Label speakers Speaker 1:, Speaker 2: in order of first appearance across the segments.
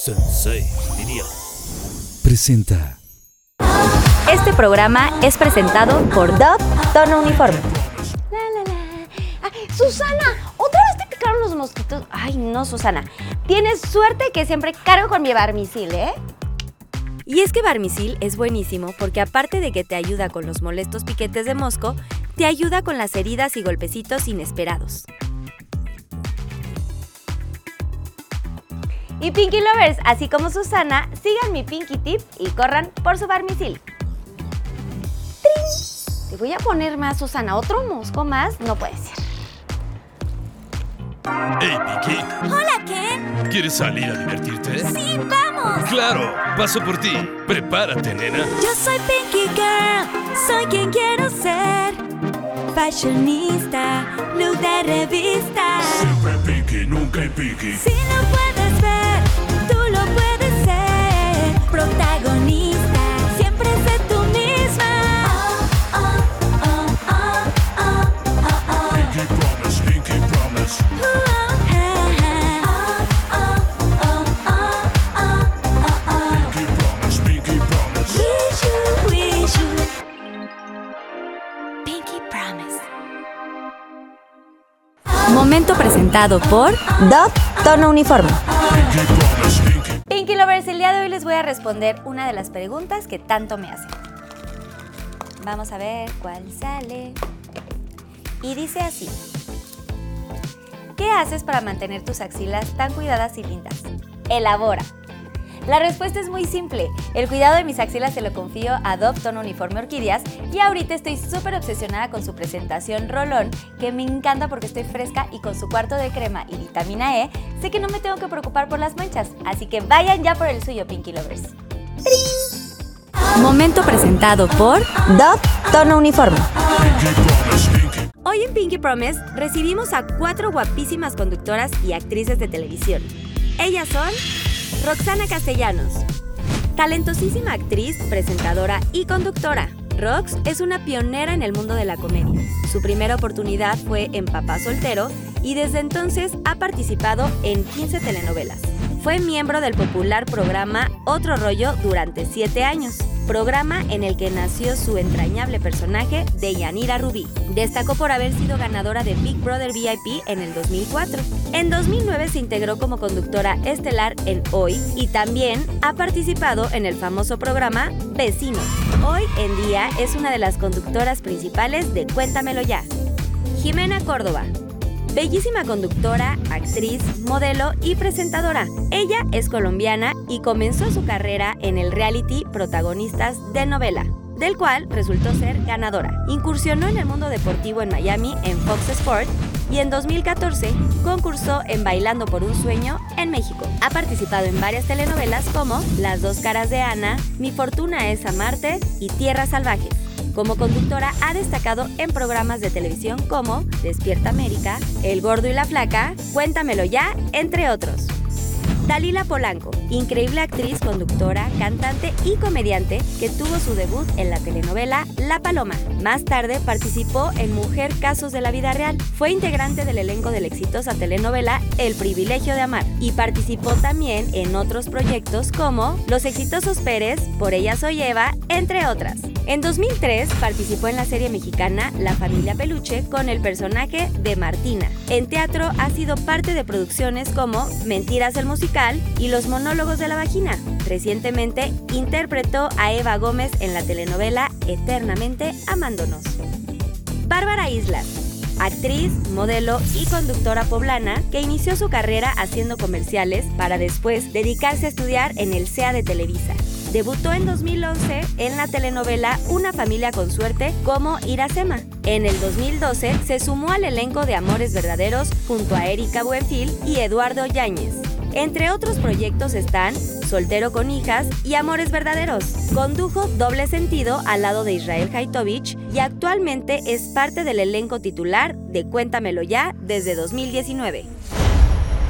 Speaker 1: Sensei, diría. Presenta.
Speaker 2: Este programa es presentado por Dove Tono Uniforme.
Speaker 3: La, la, la. Ah, Susana, otra vez te picaron los mosquitos. Ay, no, Susana. Tienes suerte que siempre cargo con mi barmisil, ¿eh?
Speaker 2: Y es que Barmisil es buenísimo porque aparte de que te ayuda con los molestos piquetes de mosco, te ayuda con las heridas y golpecitos inesperados.
Speaker 3: Y Pinky Lovers, así como Susana, sigan mi Pinky Tip y corran por su barmisil. ¡Trin! Te voy a poner más, Susana. Otro mosco más no puede ser.
Speaker 1: Hey, Vicky,
Speaker 4: Hola, Ken.
Speaker 1: ¿quieres salir a divertirte?
Speaker 4: Sí, vamos.
Speaker 1: Claro, paso por ti. Prepárate, nena.
Speaker 4: Yo soy Pinky Girl. Soy quien quiero ser. Fashionista, look de revista.
Speaker 1: Siempre piqui, nunca hay piqui.
Speaker 4: Si lo puedes ver, tú lo puedes ser. Protagonista, siempre sé tú misma. Oh, oh, oh, oh, oh, oh, oh.
Speaker 1: Pinky promise, pinky promise.
Speaker 4: Uh, oh, oh, oh, oh, oh, oh, oh.
Speaker 1: Pinky promise, pinky promise.
Speaker 4: Wish you, wish you. Pinky promise.
Speaker 2: Momento presentado por
Speaker 3: Dove Tono Uniforme.
Speaker 1: Pinky promise, pinky.
Speaker 3: Pinky Lovers, el día de hoy les voy a responder una de las preguntas que tanto me hacen. Vamos a ver cuál sale. Y dice así. ¿Qué haces para mantener tus axilas tan cuidadas y lindas? Elabora. La respuesta es muy simple. El cuidado de mis axilas se lo confío a Dove Tono Uniforme Orquídeas y ahorita estoy súper obsesionada con su presentación Rolón, que me encanta porque estoy fresca y con su cuarto de crema y vitamina E, sé que no me tengo que preocupar por las manchas, así que vayan ya por el suyo, Pinky Lovers.
Speaker 2: Momento presentado por
Speaker 3: Dove Tono Uniforme.
Speaker 1: Pinky promise, pinky.
Speaker 2: Hoy en Pinky Promise recibimos a cuatro guapísimas conductoras y actrices de televisión. Ellas son Roxana Castellanos, talentosísima actriz, presentadora y conductora. Rox es una pionera en el mundo de la comedia. Su primera oportunidad fue en Papá Soltero y desde entonces ha participado en 15 telenovelas. Fue miembro del popular programa Otro Rollo durante 7 años, programa en el que nació su entrañable personaje de Yanira Rubí. Destacó por haber sido ganadora de Big Brother VIP en el 2004. En 2009 se integró como conductora estelar en Hoy y también ha participado en el famoso programa Vecinos. Hoy en día es una de las conductoras principales de Cuéntamelo Ya. Jimena Córdoba. Bellísima conductora, actriz, modelo y presentadora. Ella es colombiana y comenzó su carrera en el reality Protagonistas de Novela, del cual resultó ser ganadora. Incursionó en el mundo deportivo en Miami en Fox Sports y en 2014 concursó en Bailando por un Sueño en México. Ha participado en varias telenovelas como Las dos caras de Ana, Mi fortuna es amarte y Tierras salvajes. Como conductora ha destacado en programas de televisión como Despierta América, El Gordo y la Flaca, Cuéntamelo ya, entre otros. Dalila Polanco, increíble actriz, conductora, cantante y comediante que tuvo su debut en la telenovela La Paloma. Más tarde participó en Mujer Casos de la Vida Real. Fue integrante del elenco de la exitosa telenovela El Privilegio de Amar y participó también en otros proyectos como Los Exitosos Pérez, Por Ella Soy Eva, entre otras. En 2003 participó en la serie mexicana La Familia Peluche con el personaje de Martina. En teatro ha sido parte de producciones como Mentiras el Musical y Los Monólogos de la Vagina. Recientemente interpretó a Eva Gómez en la telenovela Eternamente Amándonos. Bárbara Islas. Actriz, modelo y conductora poblana que inició su carrera haciendo comerciales para después dedicarse a estudiar en el CEA de Televisa. Debutó en 2011 en la telenovela Una familia con suerte como Iracema. En el 2012 se sumó al elenco de Amores Verdaderos junto a Erika Buenfil y Eduardo Yáñez. Entre otros proyectos están Soltero con hijas y Amores Verdaderos. Condujo Doble Sentido al lado de Israel Haitovich y actualmente es parte del elenco titular de Cuéntamelo ya desde 2019.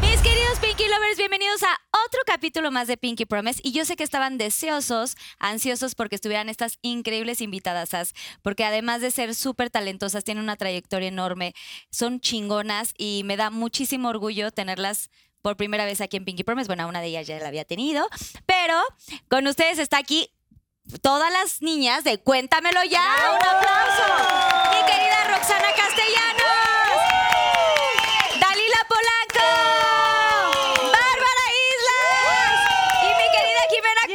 Speaker 5: Mis queridos Pinky Lovers, bienvenidos a otro capítulo más de Pinky Promise. Y yo sé que estaban deseosos, ansiosos porque estuvieran estas increíbles invitadasas, porque además de ser súper talentosas, tienen una trayectoria enorme, son chingonas y me da muchísimo orgullo tenerlas.
Speaker 2: por primera vez aquí en Pinky Promise. Bueno, una de ellas ya la había tenido, pero con ustedes está aquí todas las niñas de Cuéntamelo ya. ¡Un aplauso! Mi querida Roxana Castellanos. Dalila Polanco. Bárbara Islas. Y mi querida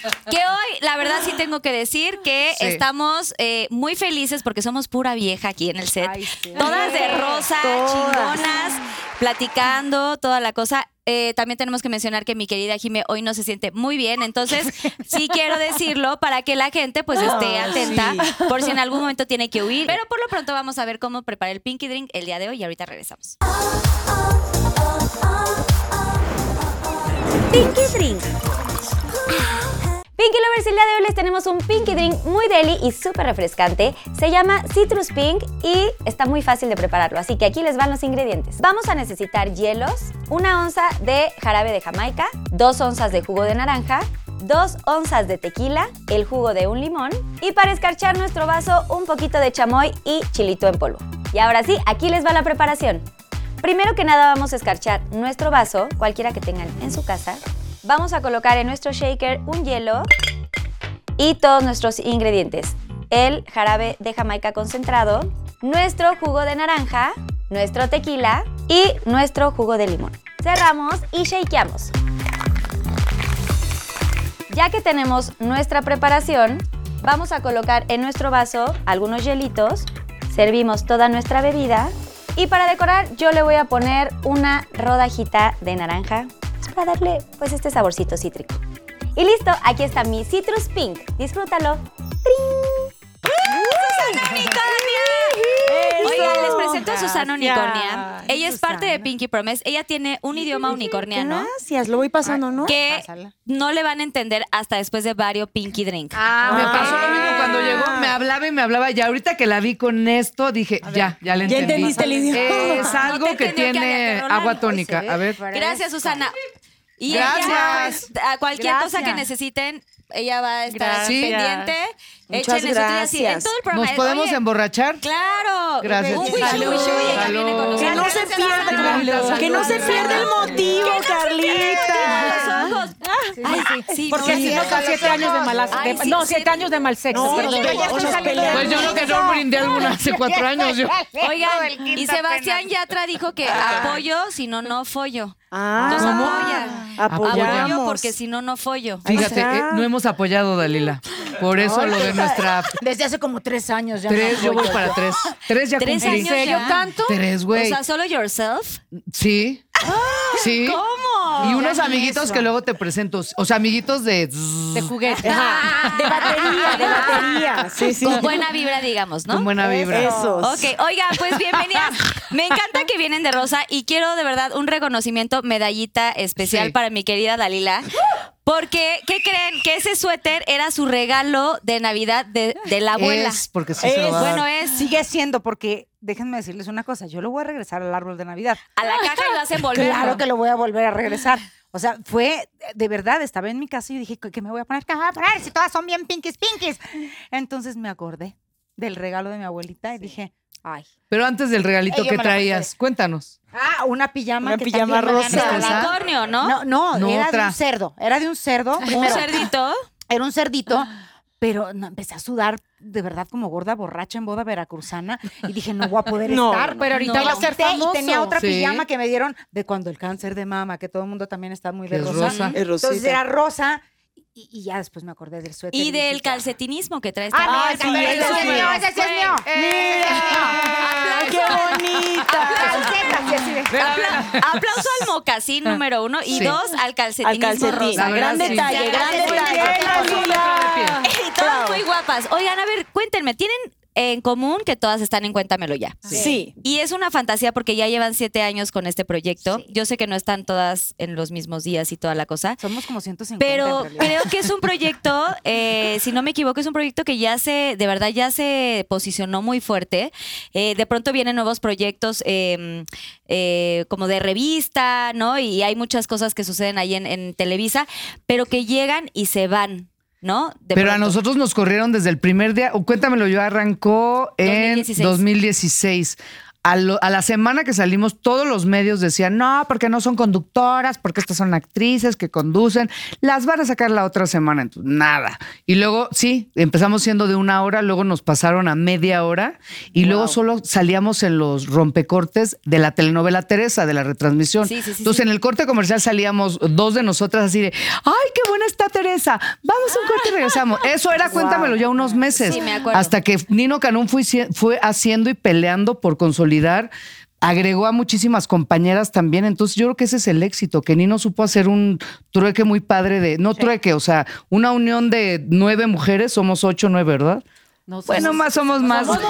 Speaker 2: Jimena Córdoba. Que hoy, la verdad, sí tengo que decir que
Speaker 6: Sí.
Speaker 2: estamos eh, muy felices porque somos pura vieja aquí en el set.
Speaker 6: Ay, sí.
Speaker 2: Todas de rosa, chingonas, platicando, toda la cosa. Eh, también tenemos que mencionar que mi querida Jime hoy no se siente muy bien, entonces sí quiero decirlo para que la gente pues esté atenta por si en algún momento tiene que huir. Pero por lo pronto vamos a ver cómo preparar el Pinky Drink el día de hoy y ahorita regresamos.
Speaker 7: Pinky Drink.
Speaker 3: Pinky Lovers, el día de hoy les tenemos un Pinky Drink muy deli y súper refrescante. Se llama Citrus Pink y está muy fácil de prepararlo, así que aquí les van los ingredientes. Vamos a necesitar hielos, una onza de jarabe de jamaica, dos onzas de jugo de naranja, dos onzas de tequila, el jugo de un limón y para escarchar nuestro vaso un poquito de chamoy y chilito en polvo. Y ahora sí, aquí les va la preparación. Primero que nada vamos a escarchar nuestro vaso, cualquiera que tengan en su casa. Vamos a colocar en nuestro shaker un hielo, y todos nuestros ingredientes. El jarabe de jamaica concentrado, nuestro jugo de naranja, nuestro tequila y nuestro jugo de limón. Cerramos y shakeamos. Ya que tenemos nuestra preparación, vamos a colocar en nuestro vaso algunos hielitos, servimos toda nuestra bebida y para decorar yo le voy a poner una rodajita de naranja pues, para darle pues este saborcito cítrico. Y listo, aquí está mi Citrus Pink. Disfrútalo.
Speaker 2: Oigan, les presento a Susana Unicornia. Ella es parte de Pinky Promise. Ella tiene un idioma unicorniano
Speaker 8: Gracias, lo voy pasando, ¿no?
Speaker 2: que
Speaker 6: Pásala.
Speaker 2: no le van a entender hasta después de varios Pinky Drink.
Speaker 6: Ah, me pasó lo mismo cuando llegó, me hablaba y me hablaba. Ya ahorita que la vi con esto, dije, ya, ya la
Speaker 8: Ya
Speaker 6: entendí.
Speaker 8: entendiste el idioma.
Speaker 6: Es
Speaker 2: No te
Speaker 6: algo
Speaker 2: pues,
Speaker 6: que
Speaker 2: entendió que había
Speaker 6: tiene
Speaker 2: terror,
Speaker 6: agua
Speaker 2: Lalo.
Speaker 6: tónica. A ver.
Speaker 2: Gracias, Susana. Y
Speaker 6: Gracias.
Speaker 2: ella, pues, a cualquier cosa que
Speaker 8: Gracias.
Speaker 2: necesiten, ella va a estar
Speaker 6: Gracias.
Speaker 2: pendiente.
Speaker 8: Muchas
Speaker 2: Échenle su tía así. En
Speaker 8: gracias.
Speaker 2: todo el programa.
Speaker 6: ¿Nos
Speaker 2: es,
Speaker 6: podemos
Speaker 2: oye,
Speaker 6: emborrachar?
Speaker 2: Claro.
Speaker 6: Gracias.
Speaker 2: Un wishu,
Speaker 6: Salud.
Speaker 2: wishu, y ella
Speaker 6: Salud.
Speaker 2: viene con nosotros.
Speaker 8: Que no se
Speaker 2: Gracias, Ana.
Speaker 8: pierda, que no se pierda el motivo, Carlita.
Speaker 2: Los ojos. Ay, sí,
Speaker 8: Porque
Speaker 2: no,
Speaker 8: así
Speaker 2: sí,
Speaker 8: nos da siete años de malas.
Speaker 2: Ay,
Speaker 8: de-
Speaker 2: sí,
Speaker 8: no,
Speaker 2: sí.
Speaker 8: siete años de mal sexo.
Speaker 9: No,
Speaker 8: perdón.
Speaker 9: yo ya estoy
Speaker 8: Nos
Speaker 9: saliendo.
Speaker 8: peleamos.
Speaker 6: Pues yo creo que no brindé alguna hace cuatro años. Pues Yo. Ah.
Speaker 2: Oigan, y Sebastián Yatra dijo que apoyo, si no, no follo.
Speaker 8: Ah,
Speaker 2: Entonces
Speaker 8: ¿cómo?
Speaker 2: apoya. Apoyo
Speaker 8: Apoyamos.
Speaker 2: porque si no, no follo.
Speaker 6: Fíjate,
Speaker 8: Ahí
Speaker 6: eh,
Speaker 8: está.
Speaker 6: no hemos apoyado, Dalila. Por eso lo de nuestra
Speaker 9: Desde hace como tres años ya.
Speaker 6: tres,
Speaker 9: no
Speaker 6: yo voy
Speaker 9: apoyo.
Speaker 6: para tres. Tres ya
Speaker 2: Tres
Speaker 6: cumplí.
Speaker 2: años ya.
Speaker 6: Tres,
Speaker 2: O
Speaker 6: güey.
Speaker 2: sea, solo yourself.
Speaker 6: Sí. Sí.
Speaker 2: ¿Cómo?
Speaker 6: Y unos amiguitos que luego te presento. O sea, amiguitos de.
Speaker 8: De juguete. Ajá. De batería, de
Speaker 6: Ah.
Speaker 8: batería. Sí, sí.
Speaker 2: Con buena vibra, digamos, ¿no?
Speaker 6: Con buena vibra.
Speaker 8: Esos.
Speaker 2: Ok, oiga, pues bienvenidas. Me encanta que vienen de rosa y quiero de verdad un reconocimiento, medallita especial
Speaker 6: Sí.
Speaker 2: para mi querida Dalila. Porque, ¿qué creen? Que ese suéter era su regalo de Navidad de, de la abuela.
Speaker 6: Es porque sí se lo va a dar.
Speaker 2: Bueno, eh. es
Speaker 10: Sigue siendo, porque déjenme decirles una cosa, yo lo voy a regresar al árbol de Navidad.
Speaker 2: a la caja y lo hacen volver.
Speaker 10: Claro que lo voy a volver a regresar. O sea, fue, de verdad, estaba en mi casa y dije, ¿qué qué me voy a poner? ¿Qué me voy a poner? Si todas son bien pinkies, pinkies. Entonces me acordé del regalo de mi abuelita y dije, ay.
Speaker 6: Pero antes del regalito
Speaker 9: Ay, yo me
Speaker 6: que
Speaker 9: la
Speaker 6: traías, cuénganos. cuéntanos.
Speaker 10: Ah, una pijama.
Speaker 8: Una
Speaker 10: que
Speaker 8: pijama
Speaker 10: también me
Speaker 8: rosa.
Speaker 10: habían
Speaker 6: ¿Esa?
Speaker 10: regalado.
Speaker 2: Unicornio, ¿no?
Speaker 10: No, no,
Speaker 6: No,
Speaker 10: era de
Speaker 6: otra.
Speaker 10: un cerdo. Era de un cerdo.
Speaker 2: Un
Speaker 10: primero.
Speaker 2: cerdito.
Speaker 10: era un cerdito, pero no, empecé a sudar de verdad como gorda borracha en boda veracruzana y dije, no voy a poder
Speaker 8: No,
Speaker 10: estar.
Speaker 8: pero ahorita
Speaker 10: Y
Speaker 8: va a ser
Speaker 10: quité
Speaker 8: famoso.
Speaker 10: Y tenía otra
Speaker 6: Sí.
Speaker 10: pijama que me dieron de cuando el cáncer de mama, que todo el mundo también está muy
Speaker 6: Que
Speaker 10: de
Speaker 6: es
Speaker 10: rosa.
Speaker 6: rosa.
Speaker 8: Es rosita.
Speaker 10: Entonces era rosa y, y ya después me acordé del suéter.
Speaker 2: Y del
Speaker 10: dije,
Speaker 2: calcetinismo que este traes.
Speaker 10: Ah, no,
Speaker 8: Ah,
Speaker 10: el
Speaker 8: sí,
Speaker 10: calcetín
Speaker 8: eso
Speaker 10: es
Speaker 8: sí.
Speaker 10: mío, ese sí es mío.
Speaker 11: Eh.
Speaker 8: Mira, qué bonita.
Speaker 10: Calcetas, sí, así de-
Speaker 2: Apla- aplauso al mocasín número uno y
Speaker 6: Sí.
Speaker 2: dos al
Speaker 8: Al
Speaker 2: calcetinismo
Speaker 8: calcetín.
Speaker 2: rosa.
Speaker 6: La verdad,
Speaker 8: este Gran
Speaker 6: sí.
Speaker 8: detalle, gran
Speaker 2: Muy bien,
Speaker 8: detalle. Dalila.
Speaker 2: Y todas muy guapas. Oigan, a ver, cuéntenme, ¿tienen en común que todas están en Cuéntamelo ya?
Speaker 8: Sí.
Speaker 2: Y es una fantasía porque ya llevan siete años con este proyecto. Yo sé que no están todas en los mismos días y toda la cosa.
Speaker 10: Somos como 150 en
Speaker 2: Pero
Speaker 10: realidad.
Speaker 2: creo que es un proyecto, eh, si no me equivoco, es un proyecto que ya se, de verdad, ya se posicionó muy fuerte. Eh, de pronto vienen nuevos proyectos eh, eh, como de revista, ¿no? Y hay muchas cosas que suceden ahí en, en Televisa, pero que llegan y se van, ¿no? De
Speaker 6: Pero a
Speaker 2: pronto.
Speaker 6: nosotros nos corrieron desde el primer día. o cuéntamelo, yo arrancó en
Speaker 2: 2016.
Speaker 6: 2016. a, lo- a la semana que salimos, todos los medios decían, no, porque no son conductoras, porque estas son actrices que conducen, las van a sacar la otra semana, entonces nada. Y luego, sí, empezamos siendo de una hora, luego nos pasaron a media hora y luego solo salíamos en los rompecortes de la telenovela Teresa, de la retransmisión.
Speaker 2: Sí, sí, sí,
Speaker 6: entonces
Speaker 2: sí.
Speaker 6: en el corte comercial salíamos dos de nosotras así de, ay, qué buena está Teresa, vamos a un corte y regresamos. Eso era, cuéntamelo ya unos meses,
Speaker 2: Sí, me acuerdo.
Speaker 6: hasta que Nino Canún fue, hici- fue haciendo y peleando por consolidar, agregó a muchísimas compañeras también. Entonces, yo creo que ese es el éxito, que Nino supo hacer un trueque muy padre de, no trueque, o sea, una unión de nueve mujeres, somos ocho, nueve, ¿verdad? bueno, más somos más.
Speaker 8: Vas,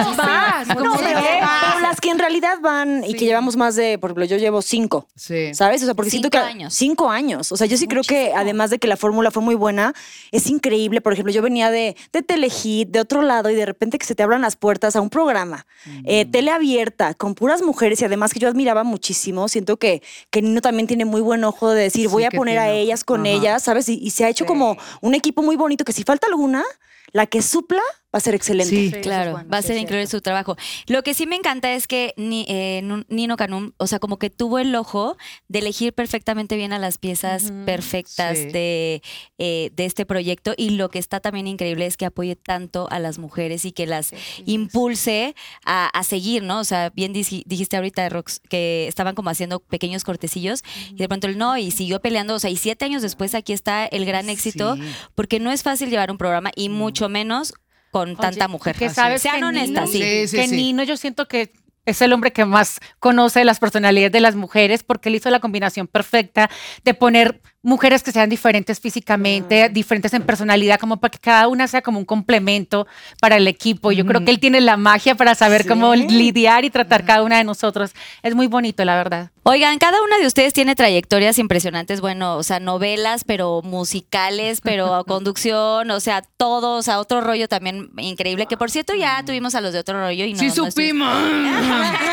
Speaker 9: No,
Speaker 8: ¿cómo se
Speaker 9: pero-
Speaker 8: ve?
Speaker 10: ah,
Speaker 9: pero las-
Speaker 11: eh, Las que en realidad van y que llevamos más de, por ejemplo, yo llevo cinco.
Speaker 6: Sí.
Speaker 11: ¿Sabes? O sea, porque siento
Speaker 2: Cinco
Speaker 11: que.
Speaker 2: años.
Speaker 11: Cinco años. O sea, yo sí creo que además de que la fórmula fue muy buena, es increíble. Por ejemplo, yo venía de, de Telehit, de otro lado, y de repente que se te abran las puertas a un programa, eh,
Speaker 6: Mm.
Speaker 11: tele abierta, con puras mujeres, y además que yo admiraba muchísimo. Siento que, que Nino también tiene muy buen ojo de decir,
Speaker 6: Sí,
Speaker 11: voy a
Speaker 6: que
Speaker 11: poner a
Speaker 6: tiene.
Speaker 11: ellas con
Speaker 6: Ajá.
Speaker 11: ellas, ¿sabes? Y, y se ha hecho como un equipo muy bonito que si falta alguna, la que supla va a ser excelente.
Speaker 6: Sí.
Speaker 2: Claro, va a ser increíble su trabajo. Lo que sí me encanta es que Ni- eh, Nu- Nino Canum, o sea, como que tuvo el ojo de elegir perfectamente bien a las piezas perfectas
Speaker 6: Sí.
Speaker 2: de, eh, de este proyecto y lo que está también increíble es que apoye tanto a las mujeres y que las impulse a, a seguir, ¿no? O sea, bien dij- dijiste ahorita, Rox, que estaban como haciendo pequeños cortecillos y de pronto el no, y siguió peleando, o sea, y siete años después aquí está el gran éxito,
Speaker 6: Sí.
Speaker 2: porque no es fácil llevar un programa y mucho menos con tanta mujer.
Speaker 8: Que sabes
Speaker 2: Sean
Speaker 8: Pues que
Speaker 2: honestas,
Speaker 8: Nino,
Speaker 2: sí.
Speaker 6: Sí, sí,
Speaker 8: que
Speaker 6: sí.
Speaker 8: Nino yo siento que es el hombre que más conoce las personalidades de las mujeres porque él hizo la combinación perfecta de poner mujeres que sean diferentes físicamente,
Speaker 6: Mm.
Speaker 8: diferentes en personalidad, como para que cada una sea como un complemento para el equipo. Yo creo que él tiene la magia para saber cómo lidiar y tratar cada una de nosotros. Es muy bonito, la verdad.
Speaker 2: Oigan, cada una de ustedes tiene trayectorias impresionantes, bueno, o sea, novelas, pero musicales, pero conducción, o sea, todo, o sea, otro rollo también increíble, que por cierto ya tuvimos a los de otro rollo y no.
Speaker 6: sí
Speaker 2: no estoy-
Speaker 6: supimos. Ah.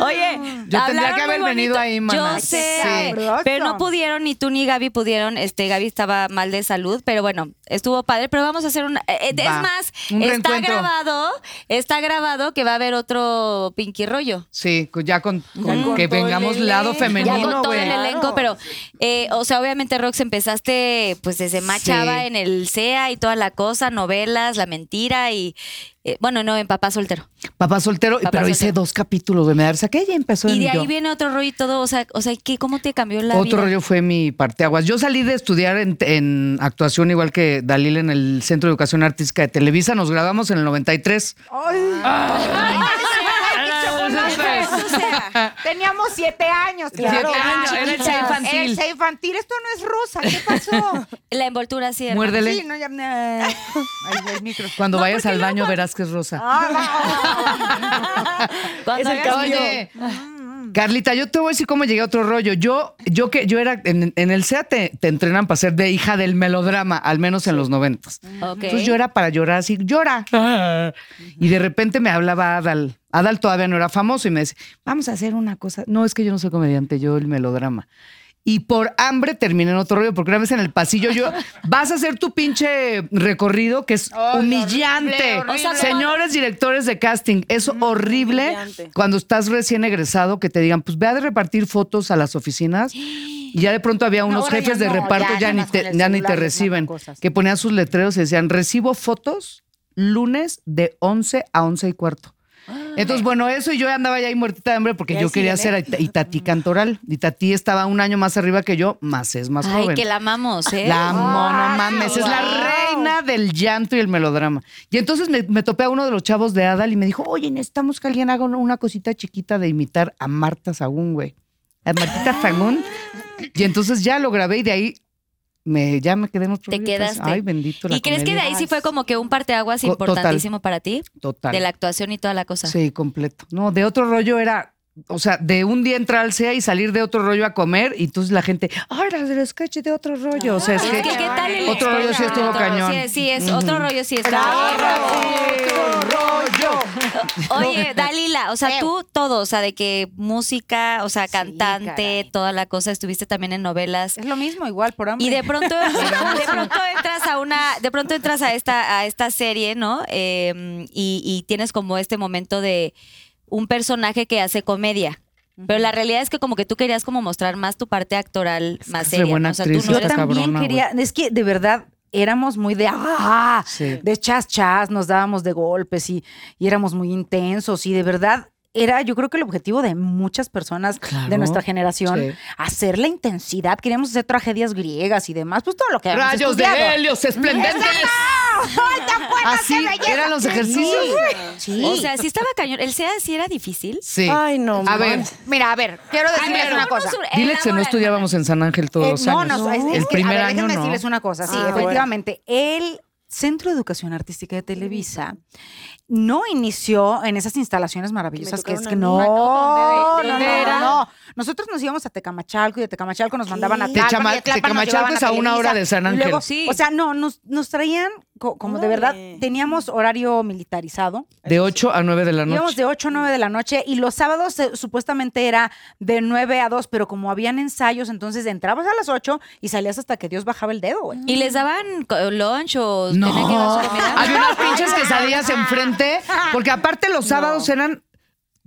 Speaker 2: Oye,
Speaker 6: Yo tendría
Speaker 2: hablaron
Speaker 6: que haber
Speaker 2: muy
Speaker 6: venido
Speaker 2: bonito.
Speaker 6: ahí, maná.
Speaker 2: Yo sé,
Speaker 6: Sí.
Speaker 2: pero no pudieron, ni tú ni Gaby pudieron. Este, Gaby estaba mal de salud, pero bueno, estuvo padre. Pero vamos a hacer una. eh, eh, es
Speaker 6: Va,
Speaker 2: más,
Speaker 6: un
Speaker 2: está
Speaker 6: reencuentro.
Speaker 2: grabado, está grabado que va a haber otro Pinky Rollo.
Speaker 6: Sí, con- ya con, con
Speaker 11: con
Speaker 6: que
Speaker 11: todo el
Speaker 6: vengamos lado
Speaker 11: elenco. Ya
Speaker 2: Ya con
Speaker 6: femenino,
Speaker 2: todo
Speaker 6: güey.
Speaker 2: el elenco, pero, eh, o sea, obviamente, Rox, empezaste pues desde Machaba
Speaker 6: Sí.
Speaker 2: en el SEA y toda la cosa, novelas, la mentira y, eh, bueno, no, en Papá Soltero.
Speaker 6: Papá soltero,
Speaker 2: Papá
Speaker 6: pero hice
Speaker 2: soltero.
Speaker 6: dos capítulos de Medarsa, que ella empezó
Speaker 2: Y
Speaker 6: en
Speaker 2: de ahí
Speaker 6: yo.
Speaker 2: viene otro rollo y todo, o sea, o sea ¿qué, ¿cómo te cambió la vida?
Speaker 6: Otro rollo fue mi parteaguas. Yo salí de estudiar en, en actuación, igual que Dalil, en el Centro de Educación Artística de Televisa. Nos grabamos en el 93.
Speaker 10: Teníamos siete años,
Speaker 6: Siete
Speaker 10: claro.
Speaker 6: años, era el sea infantil.
Speaker 10: El sea infantil, esto no es rusa, ¿qué pasó?
Speaker 2: La envoltura sí, hermano.
Speaker 6: Muérdele.
Speaker 10: Sí, no, ya. eh. Ay, el micro.
Speaker 6: Cuando vayas al baño verás que es rosa.
Speaker 10: Ah,
Speaker 2: Cuando hagas-
Speaker 6: Oye, Carlita, yo te voy a decir cómo llegué a otro rollo. Yo, yo que yo era en, en el E SEA te, te entrenan para ser de hija del melodrama, al menos en los noventas.
Speaker 2: Ok.
Speaker 6: Entonces yo era para llorar así, llora. Y de repente me hablaba Adal. Adal todavía no era famoso y me decía, vamos a hacer una cosa. No, es que yo no soy comediante, yo el melodrama. Y por hambre terminé en otro rollo, porque una vez en el pasillo yo, vas a hacer tu pinche recorrido que es humillante.
Speaker 2: horrible. Mm, O sea,
Speaker 6: Señores directores de casting, es horrible
Speaker 11: humillante.
Speaker 6: cuando estás recién egresado que te digan, pues ve a repartir fotos a las oficinas. Y ya de pronto había unos
Speaker 9: ahora ya
Speaker 6: jefes de
Speaker 9: no,
Speaker 6: reparto,
Speaker 9: ya nada
Speaker 6: ya, ni,
Speaker 9: más con
Speaker 6: te,
Speaker 9: el
Speaker 6: ya
Speaker 9: celular
Speaker 6: ni te
Speaker 9: les mandan
Speaker 6: reciben,
Speaker 9: cosas.
Speaker 6: que ponían sus letreros y decían, recibo fotos lunes de 11 a 11 y cuarto.
Speaker 9: Ah.
Speaker 6: Entonces, bueno, eso y yo andaba ya ahí muertita de hambre porque yo quería ser Ita- Itatí Cantoral. Itatí estaba un año más arriba que yo, más es más
Speaker 2: Ay,
Speaker 6: joven.
Speaker 2: que la amamos, ¿eh?
Speaker 6: La amo, no mames, es la reina del llanto y el melodrama. Y entonces me, me topé a uno de los chavos de Adal y me dijo, oye, necesitamos que alguien haga una, una cosita chiquita de imitar a Marta Sagún, güey. A Martita Sagún. Y entonces ya lo grabé y de ahí me, ya me quedé en otro
Speaker 2: Te
Speaker 6: rollo, pues,
Speaker 2: quedaste.
Speaker 6: Ay, bendito la
Speaker 2: ¿Y crees que de
Speaker 6: comedia.
Speaker 2: ahí sí fue como que un parteaguas
Speaker 6: Co- total.
Speaker 2: importantísimo para ti?
Speaker 6: Total.
Speaker 2: De la actuación y toda la cosa.
Speaker 6: Sí, completo. No, de otro rollo era, o sea, de un día entrar al SEA y salir de otro rollo a comer y entonces la gente, ¡ay, era del sketch de otro rollo! O sea, es
Speaker 2: Ah, Es
Speaker 6: que,
Speaker 2: que, ¿qué tal el
Speaker 6: otro rollo sí
Speaker 2: experto?
Speaker 6: estuvo
Speaker 2: Otro-
Speaker 6: cañón.
Speaker 2: Sí, sí, es otro rollo sí está.
Speaker 6: rollo.
Speaker 2: Oye, Dalila, o sea, tú todo, o sea, de que música, o sea, cantante,
Speaker 10: caray.
Speaker 2: toda la cosa, estuviste también en novelas.
Speaker 10: Es lo mismo, igual, por hambre.
Speaker 2: Y de pronto, de pronto entras a una, de pronto entras a esta, a esta serie, ¿no? Eh, y, y tienes como este momento de un personaje que hace comedia. Pero la realidad es que como que tú querías como mostrar más tu parte actoral,
Speaker 6: que
Speaker 2: más
Speaker 6: soy
Speaker 2: seria.
Speaker 6: buena
Speaker 2: ¿no? O sea,
Speaker 6: actriz,
Speaker 2: tú no
Speaker 6: está
Speaker 10: Yo
Speaker 2: eres-
Speaker 10: también
Speaker 6: cabrona, güey.
Speaker 10: quería, es que de verdad éramos muy de ah,
Speaker 6: Sí.
Speaker 10: de chas chas, nos dábamos de golpes y, y éramos muy intensos y de verdad era yo creo que el objetivo de muchas personas de
Speaker 6: Claro,
Speaker 10: nuestra generación
Speaker 6: sí.
Speaker 10: hacer la intensidad, queríamos hacer tragedias griegas y demás, pues todo lo que habíamos
Speaker 6: Rayos
Speaker 10: estudiado.
Speaker 6: de helios esplendentes. Así eran los ejercicios.
Speaker 10: Sí.
Speaker 2: O sea, sí estaba cañón. El SEA sí era difícil.
Speaker 6: Sí.
Speaker 11: Ay, no,
Speaker 6: A ver,
Speaker 11: manches.
Speaker 9: Mira, a ver, quiero decirles
Speaker 2: ver,
Speaker 9: una
Speaker 2: ¿cómo
Speaker 9: cosa.
Speaker 2: nos-
Speaker 6: diles que no
Speaker 2: elabora,
Speaker 6: estudiábamos en San Ángel todos
Speaker 10: Eh,
Speaker 6: los
Speaker 10: no,
Speaker 6: años.
Speaker 10: no, es- es
Speaker 6: el
Speaker 10: que,
Speaker 6: primer
Speaker 10: a ver,
Speaker 6: año
Speaker 10: déjenme
Speaker 6: no.
Speaker 10: decirles una cosa, sí,
Speaker 11: Ah, bueno.
Speaker 10: efectivamente, el Centro de Educación Artística de Televisa no inició en esas instalacionas maravillosas que, es que no, Ah, no, no,
Speaker 8: ¿Dónde era?
Speaker 10: no. Nosotros nos íbamos a Tecamachalco y de Tecamachalco nos mandaban a
Speaker 11: De
Speaker 10: Tlalpan,
Speaker 6: Chama-
Speaker 10: y de Tlalpan nos
Speaker 6: Tecamachalco
Speaker 10: llevaban
Speaker 6: es a una
Speaker 10: Televisa,
Speaker 6: hora de San
Speaker 10: y
Speaker 6: Ángel.
Speaker 10: luego,
Speaker 2: Sí.
Speaker 10: O sea, no, nos, nos traían co- como de verdad,
Speaker 11: Órale.
Speaker 10: teníamos horario militarizado.
Speaker 6: De 8 a 9 de la
Speaker 10: Íbamos
Speaker 6: noche.
Speaker 10: de 8 a 9 de la noche y los sábados eh, supuestamente era de 9 a 2, pero como habían ensayos, entonces entrabas a las 8 y salías hasta que Dios bajaba el dedo, güey.
Speaker 2: ¿Y les daban co- lunch o
Speaker 6: No,
Speaker 2: tenían que ir a su comida?
Speaker 6: había unas pinches quesadillas enfrente, porque aparte los sábados eran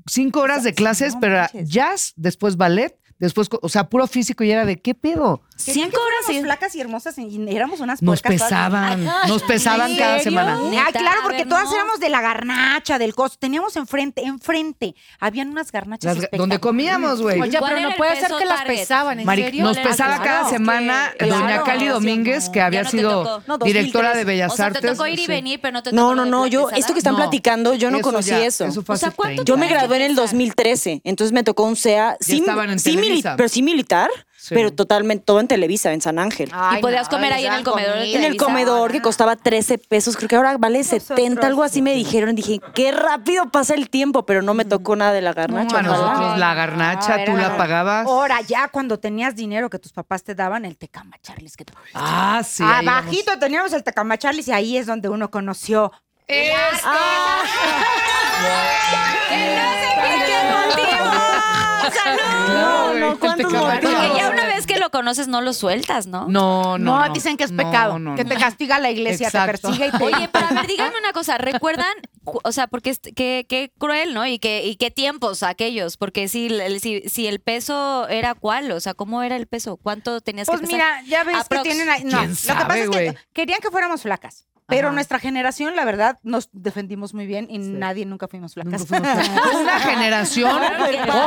Speaker 6: cinco horas de clases, pero era jazz, después ballet, después, co- o sea, puro físico y era de qué pedo.
Speaker 10: Querían que fuéramos flacas y hermosas y- y éramos unas
Speaker 6: Nos
Speaker 10: puercas todas.
Speaker 2: Ah,
Speaker 6: pesaban, nos pesaban cada semana.
Speaker 10: Ay,
Speaker 2: Neta,
Speaker 10: Ah, claro, porque
Speaker 2: hermosa.
Speaker 10: todas éramos de la garnacha, del costo. Teníamos enfrente, enfrente, habían unas garnachas
Speaker 6: Las- donde comíamos, güey.
Speaker 8: Oye,
Speaker 2: ¿Cuál
Speaker 8: pero
Speaker 2: era
Speaker 8: no
Speaker 2: el
Speaker 8: puede ser
Speaker 2: peso
Speaker 8: que las
Speaker 2: target?
Speaker 8: pesaban, ¿en
Speaker 6: Mari-
Speaker 8: serio?
Speaker 6: nos
Speaker 2: Ah,
Speaker 6: pesaba
Speaker 2: claro,
Speaker 6: cada
Speaker 2: es que-
Speaker 6: semana
Speaker 2: claro,
Speaker 6: doña Cálida
Speaker 2: sí,
Speaker 6: Domínguez, que había
Speaker 2: no te
Speaker 6: sido
Speaker 2: tocó. No,
Speaker 6: directora de Bellas
Speaker 2: o sea,
Speaker 6: Artes.
Speaker 2: te tocó ir y
Speaker 6: pues, Sí.
Speaker 2: venir, pero no te tocó
Speaker 11: No,
Speaker 2: lo
Speaker 11: no,
Speaker 2: de
Speaker 11: no,
Speaker 2: la
Speaker 11: yo,
Speaker 2: pesada.
Speaker 11: esto que están
Speaker 6: No.
Speaker 11: platicando, yo no
Speaker 6: Eso
Speaker 11: conocí
Speaker 6: ya,
Speaker 11: eso.
Speaker 6: eso fue
Speaker 2: O sea,
Speaker 6: hace
Speaker 2: ¿cuánto
Speaker 6: 30
Speaker 11: Yo me
Speaker 2: Tenías que
Speaker 11: gradué en el
Speaker 2: pensar.
Speaker 11: 2013, entonces me tocó un SEA,
Speaker 6: Ya
Speaker 11: sí,
Speaker 6: estaban en
Speaker 11: sí mili-
Speaker 6: Televisa.
Speaker 11: pero sí militar,
Speaker 6: Sí.
Speaker 11: pero totalmente todo en Televisa, en San Ángel.
Speaker 2: Y podías comer ahí en el comedor de
Speaker 11: en el
Speaker 2: Ah, Televisa. ah.
Speaker 11: comedor que costaba 13 pesos, creo que ahora vale 70, algo así me dijeron. Dije, qué rápido pasa el tiempo, pero no me
Speaker 2: Mm.
Speaker 11: tocó nada de la garnacha.
Speaker 6: a
Speaker 11: ojalá.
Speaker 6: nosotros la garnacha, tú la pagabas.
Speaker 10: Ahora, ya cuando tenías dinero que tus papás te daban, el tecama Charles. Que te-
Speaker 6: Ah, sí. ahí íbamos.
Speaker 10: Abajito teníamos el tecama Charles y ahí es donde uno conoció
Speaker 6: Claro, güey,
Speaker 11: no,
Speaker 6: el
Speaker 11: ¿cuántos
Speaker 6: tecamacho.
Speaker 2: Porque ya una vez que lo conoces, no lo sueltas, ¿no?
Speaker 6: No, no.
Speaker 10: No, dicen que es
Speaker 6: No,
Speaker 10: pecado,
Speaker 6: no,
Speaker 10: que
Speaker 6: no.
Speaker 10: te castiga la iglesia, te
Speaker 6: Exacto.
Speaker 10: persigue y te...
Speaker 2: Oye, pero a ver, díganme una cosa, ¿recuerdan? cu- O sea, porque es- qué, qué cruel, ¿no? Y qué, y qué tiempos aquellos, porque si, el- si, si el peso era cuál, o sea, ¿cómo era el peso? ¿Cuánto tenías
Speaker 10: pues
Speaker 2: que pesar?
Speaker 10: mira, ya ves
Speaker 2: Aprox.
Speaker 10: que tienen ahí... No,
Speaker 6: ¿Quién
Speaker 10: lo
Speaker 6: sabe,
Speaker 10: que pasa es
Speaker 6: güey?
Speaker 10: que querían que fuéramos flacas. Pero
Speaker 2: Ajá.
Speaker 10: nuestra generación, la verdad, nos defendimos muy bien y nadie nunca fuimos flacas.
Speaker 6: Una generación,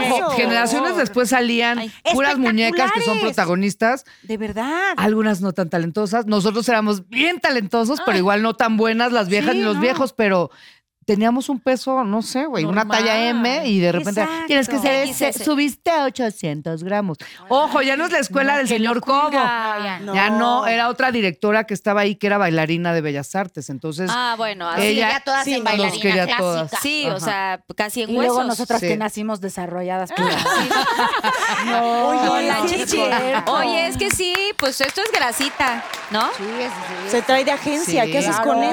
Speaker 6: ojo, generaciones después salían
Speaker 2: Ay.
Speaker 6: puras muñecas que son
Speaker 10: Espectaculares.
Speaker 6: protagonistas,
Speaker 10: De verdad.
Speaker 6: algunas no tan talentosas. Nosotros éramos bien talentosos, pero igual no tan buenas las viejas
Speaker 10: Sí,
Speaker 6: ni los
Speaker 10: no.
Speaker 6: viejos, pero teníamos un peso, no sé, güey, una
Speaker 2: Normal.
Speaker 6: talla M y de repente
Speaker 10: Exacto.
Speaker 6: tienes que ser, ese,
Speaker 2: XS.
Speaker 6: subiste a 800 gramos. Ojo, ya no es la escuela del señor Cobo.
Speaker 8: ya.
Speaker 6: Ya no, era otra directora que estaba ahí que era bailarina de Bellas Artes, entonces
Speaker 2: Ah, bueno, así.
Speaker 6: ella
Speaker 9: ya todas
Speaker 11: sí,
Speaker 9: en
Speaker 11: nos
Speaker 9: bailarina
Speaker 6: quería
Speaker 9: clásica.
Speaker 6: todas.
Speaker 2: Sí, o
Speaker 6: Ajá.
Speaker 2: sea, casi en
Speaker 10: Y
Speaker 2: huesos.
Speaker 10: luego nosotras
Speaker 6: Sí.
Speaker 10: que nacimos desarrolladas.
Speaker 11: No,
Speaker 2: No,
Speaker 11: no,
Speaker 2: la
Speaker 11: no,
Speaker 2: chichi.
Speaker 11: no.
Speaker 2: Oye, es que sí, pues esto es grasita, ¿no?
Speaker 11: Se trae de agencia,
Speaker 6: Sí.
Speaker 11: ¿qué haces con
Speaker 10: Claro.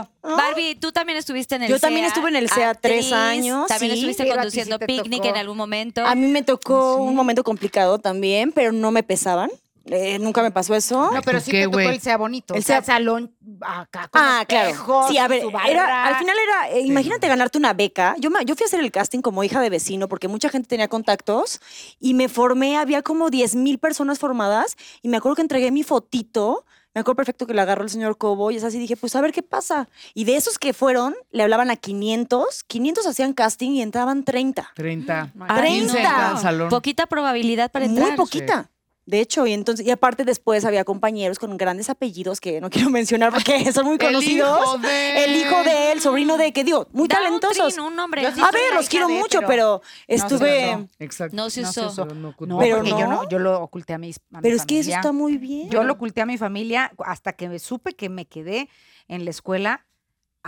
Speaker 11: eso?
Speaker 2: Barbie, Barbie, tú también estuviste en el
Speaker 11: Yo también
Speaker 2: SEA,
Speaker 11: estuve en el SEA
Speaker 2: actriz,
Speaker 11: tres años,
Speaker 2: También
Speaker 11: sí.
Speaker 2: estuviste
Speaker 10: Pero a ti sí
Speaker 2: conduciendo
Speaker 10: te
Speaker 2: picnic
Speaker 10: tocó.
Speaker 2: en algún momento.
Speaker 11: A mí me tocó un momento complicado también, pero no me pesaban. Eh, nunca me pasó eso.
Speaker 6: Ay,
Speaker 9: No, pero
Speaker 6: ¿tú
Speaker 9: sí
Speaker 6: qué,
Speaker 9: te tocó
Speaker 6: güey?
Speaker 9: el sea bonito.
Speaker 11: El
Speaker 9: o sea,
Speaker 11: sea-
Speaker 9: salón acá con
Speaker 11: Ah, claro.
Speaker 9: espejos,
Speaker 11: Sí, a ver,
Speaker 9: su
Speaker 11: era,
Speaker 9: barra.
Speaker 11: al final era, eh, imagínate ganarte una beca. Yo, me- yo fui a hacer el casting como hija de vecino porque mucha gente tenía contactos y me formé, había como 10 mil personas formadas y me acuerdo que entregué mi fotito. Me acuerdo perfecto que la agarró el señor Cobo y es así, dije, pues a ver qué pasa. Y de esos que fueron, le hablaban a 500, 500 hacían casting y entraban 30.
Speaker 6: 30.
Speaker 11: Ay,
Speaker 6: 15
Speaker 11: no.
Speaker 6: en cada salón.
Speaker 2: Ah, Poquita probabilidad para entrar.
Speaker 11: Muy poquita. De hecho, y entonces, y aparte después había compañeros con grandes apellidos que no quiero mencionar porque son muy conocidos.
Speaker 6: hijo de-
Speaker 11: El hijo de él, sobrino de, que digo, muy
Speaker 2: Da un
Speaker 11: talentosos.
Speaker 2: trin, un nombre.
Speaker 9: Yo sí
Speaker 11: a
Speaker 9: soy
Speaker 11: ver,
Speaker 9: la
Speaker 11: los
Speaker 9: hija
Speaker 11: quiero
Speaker 9: de,
Speaker 11: mucho, pero, estuve.
Speaker 10: ganó.
Speaker 6: Exacto.
Speaker 2: No se usó.
Speaker 6: Pero no ocultó.
Speaker 10: No,
Speaker 11: Pero
Speaker 10: porque yo
Speaker 11: no.
Speaker 10: no, yo lo oculté a mis a mi
Speaker 11: pero es que eso
Speaker 10: familia.
Speaker 11: está muy bien.
Speaker 10: Yo lo oculté a mi familia hasta que me supe que me quedé en la escuela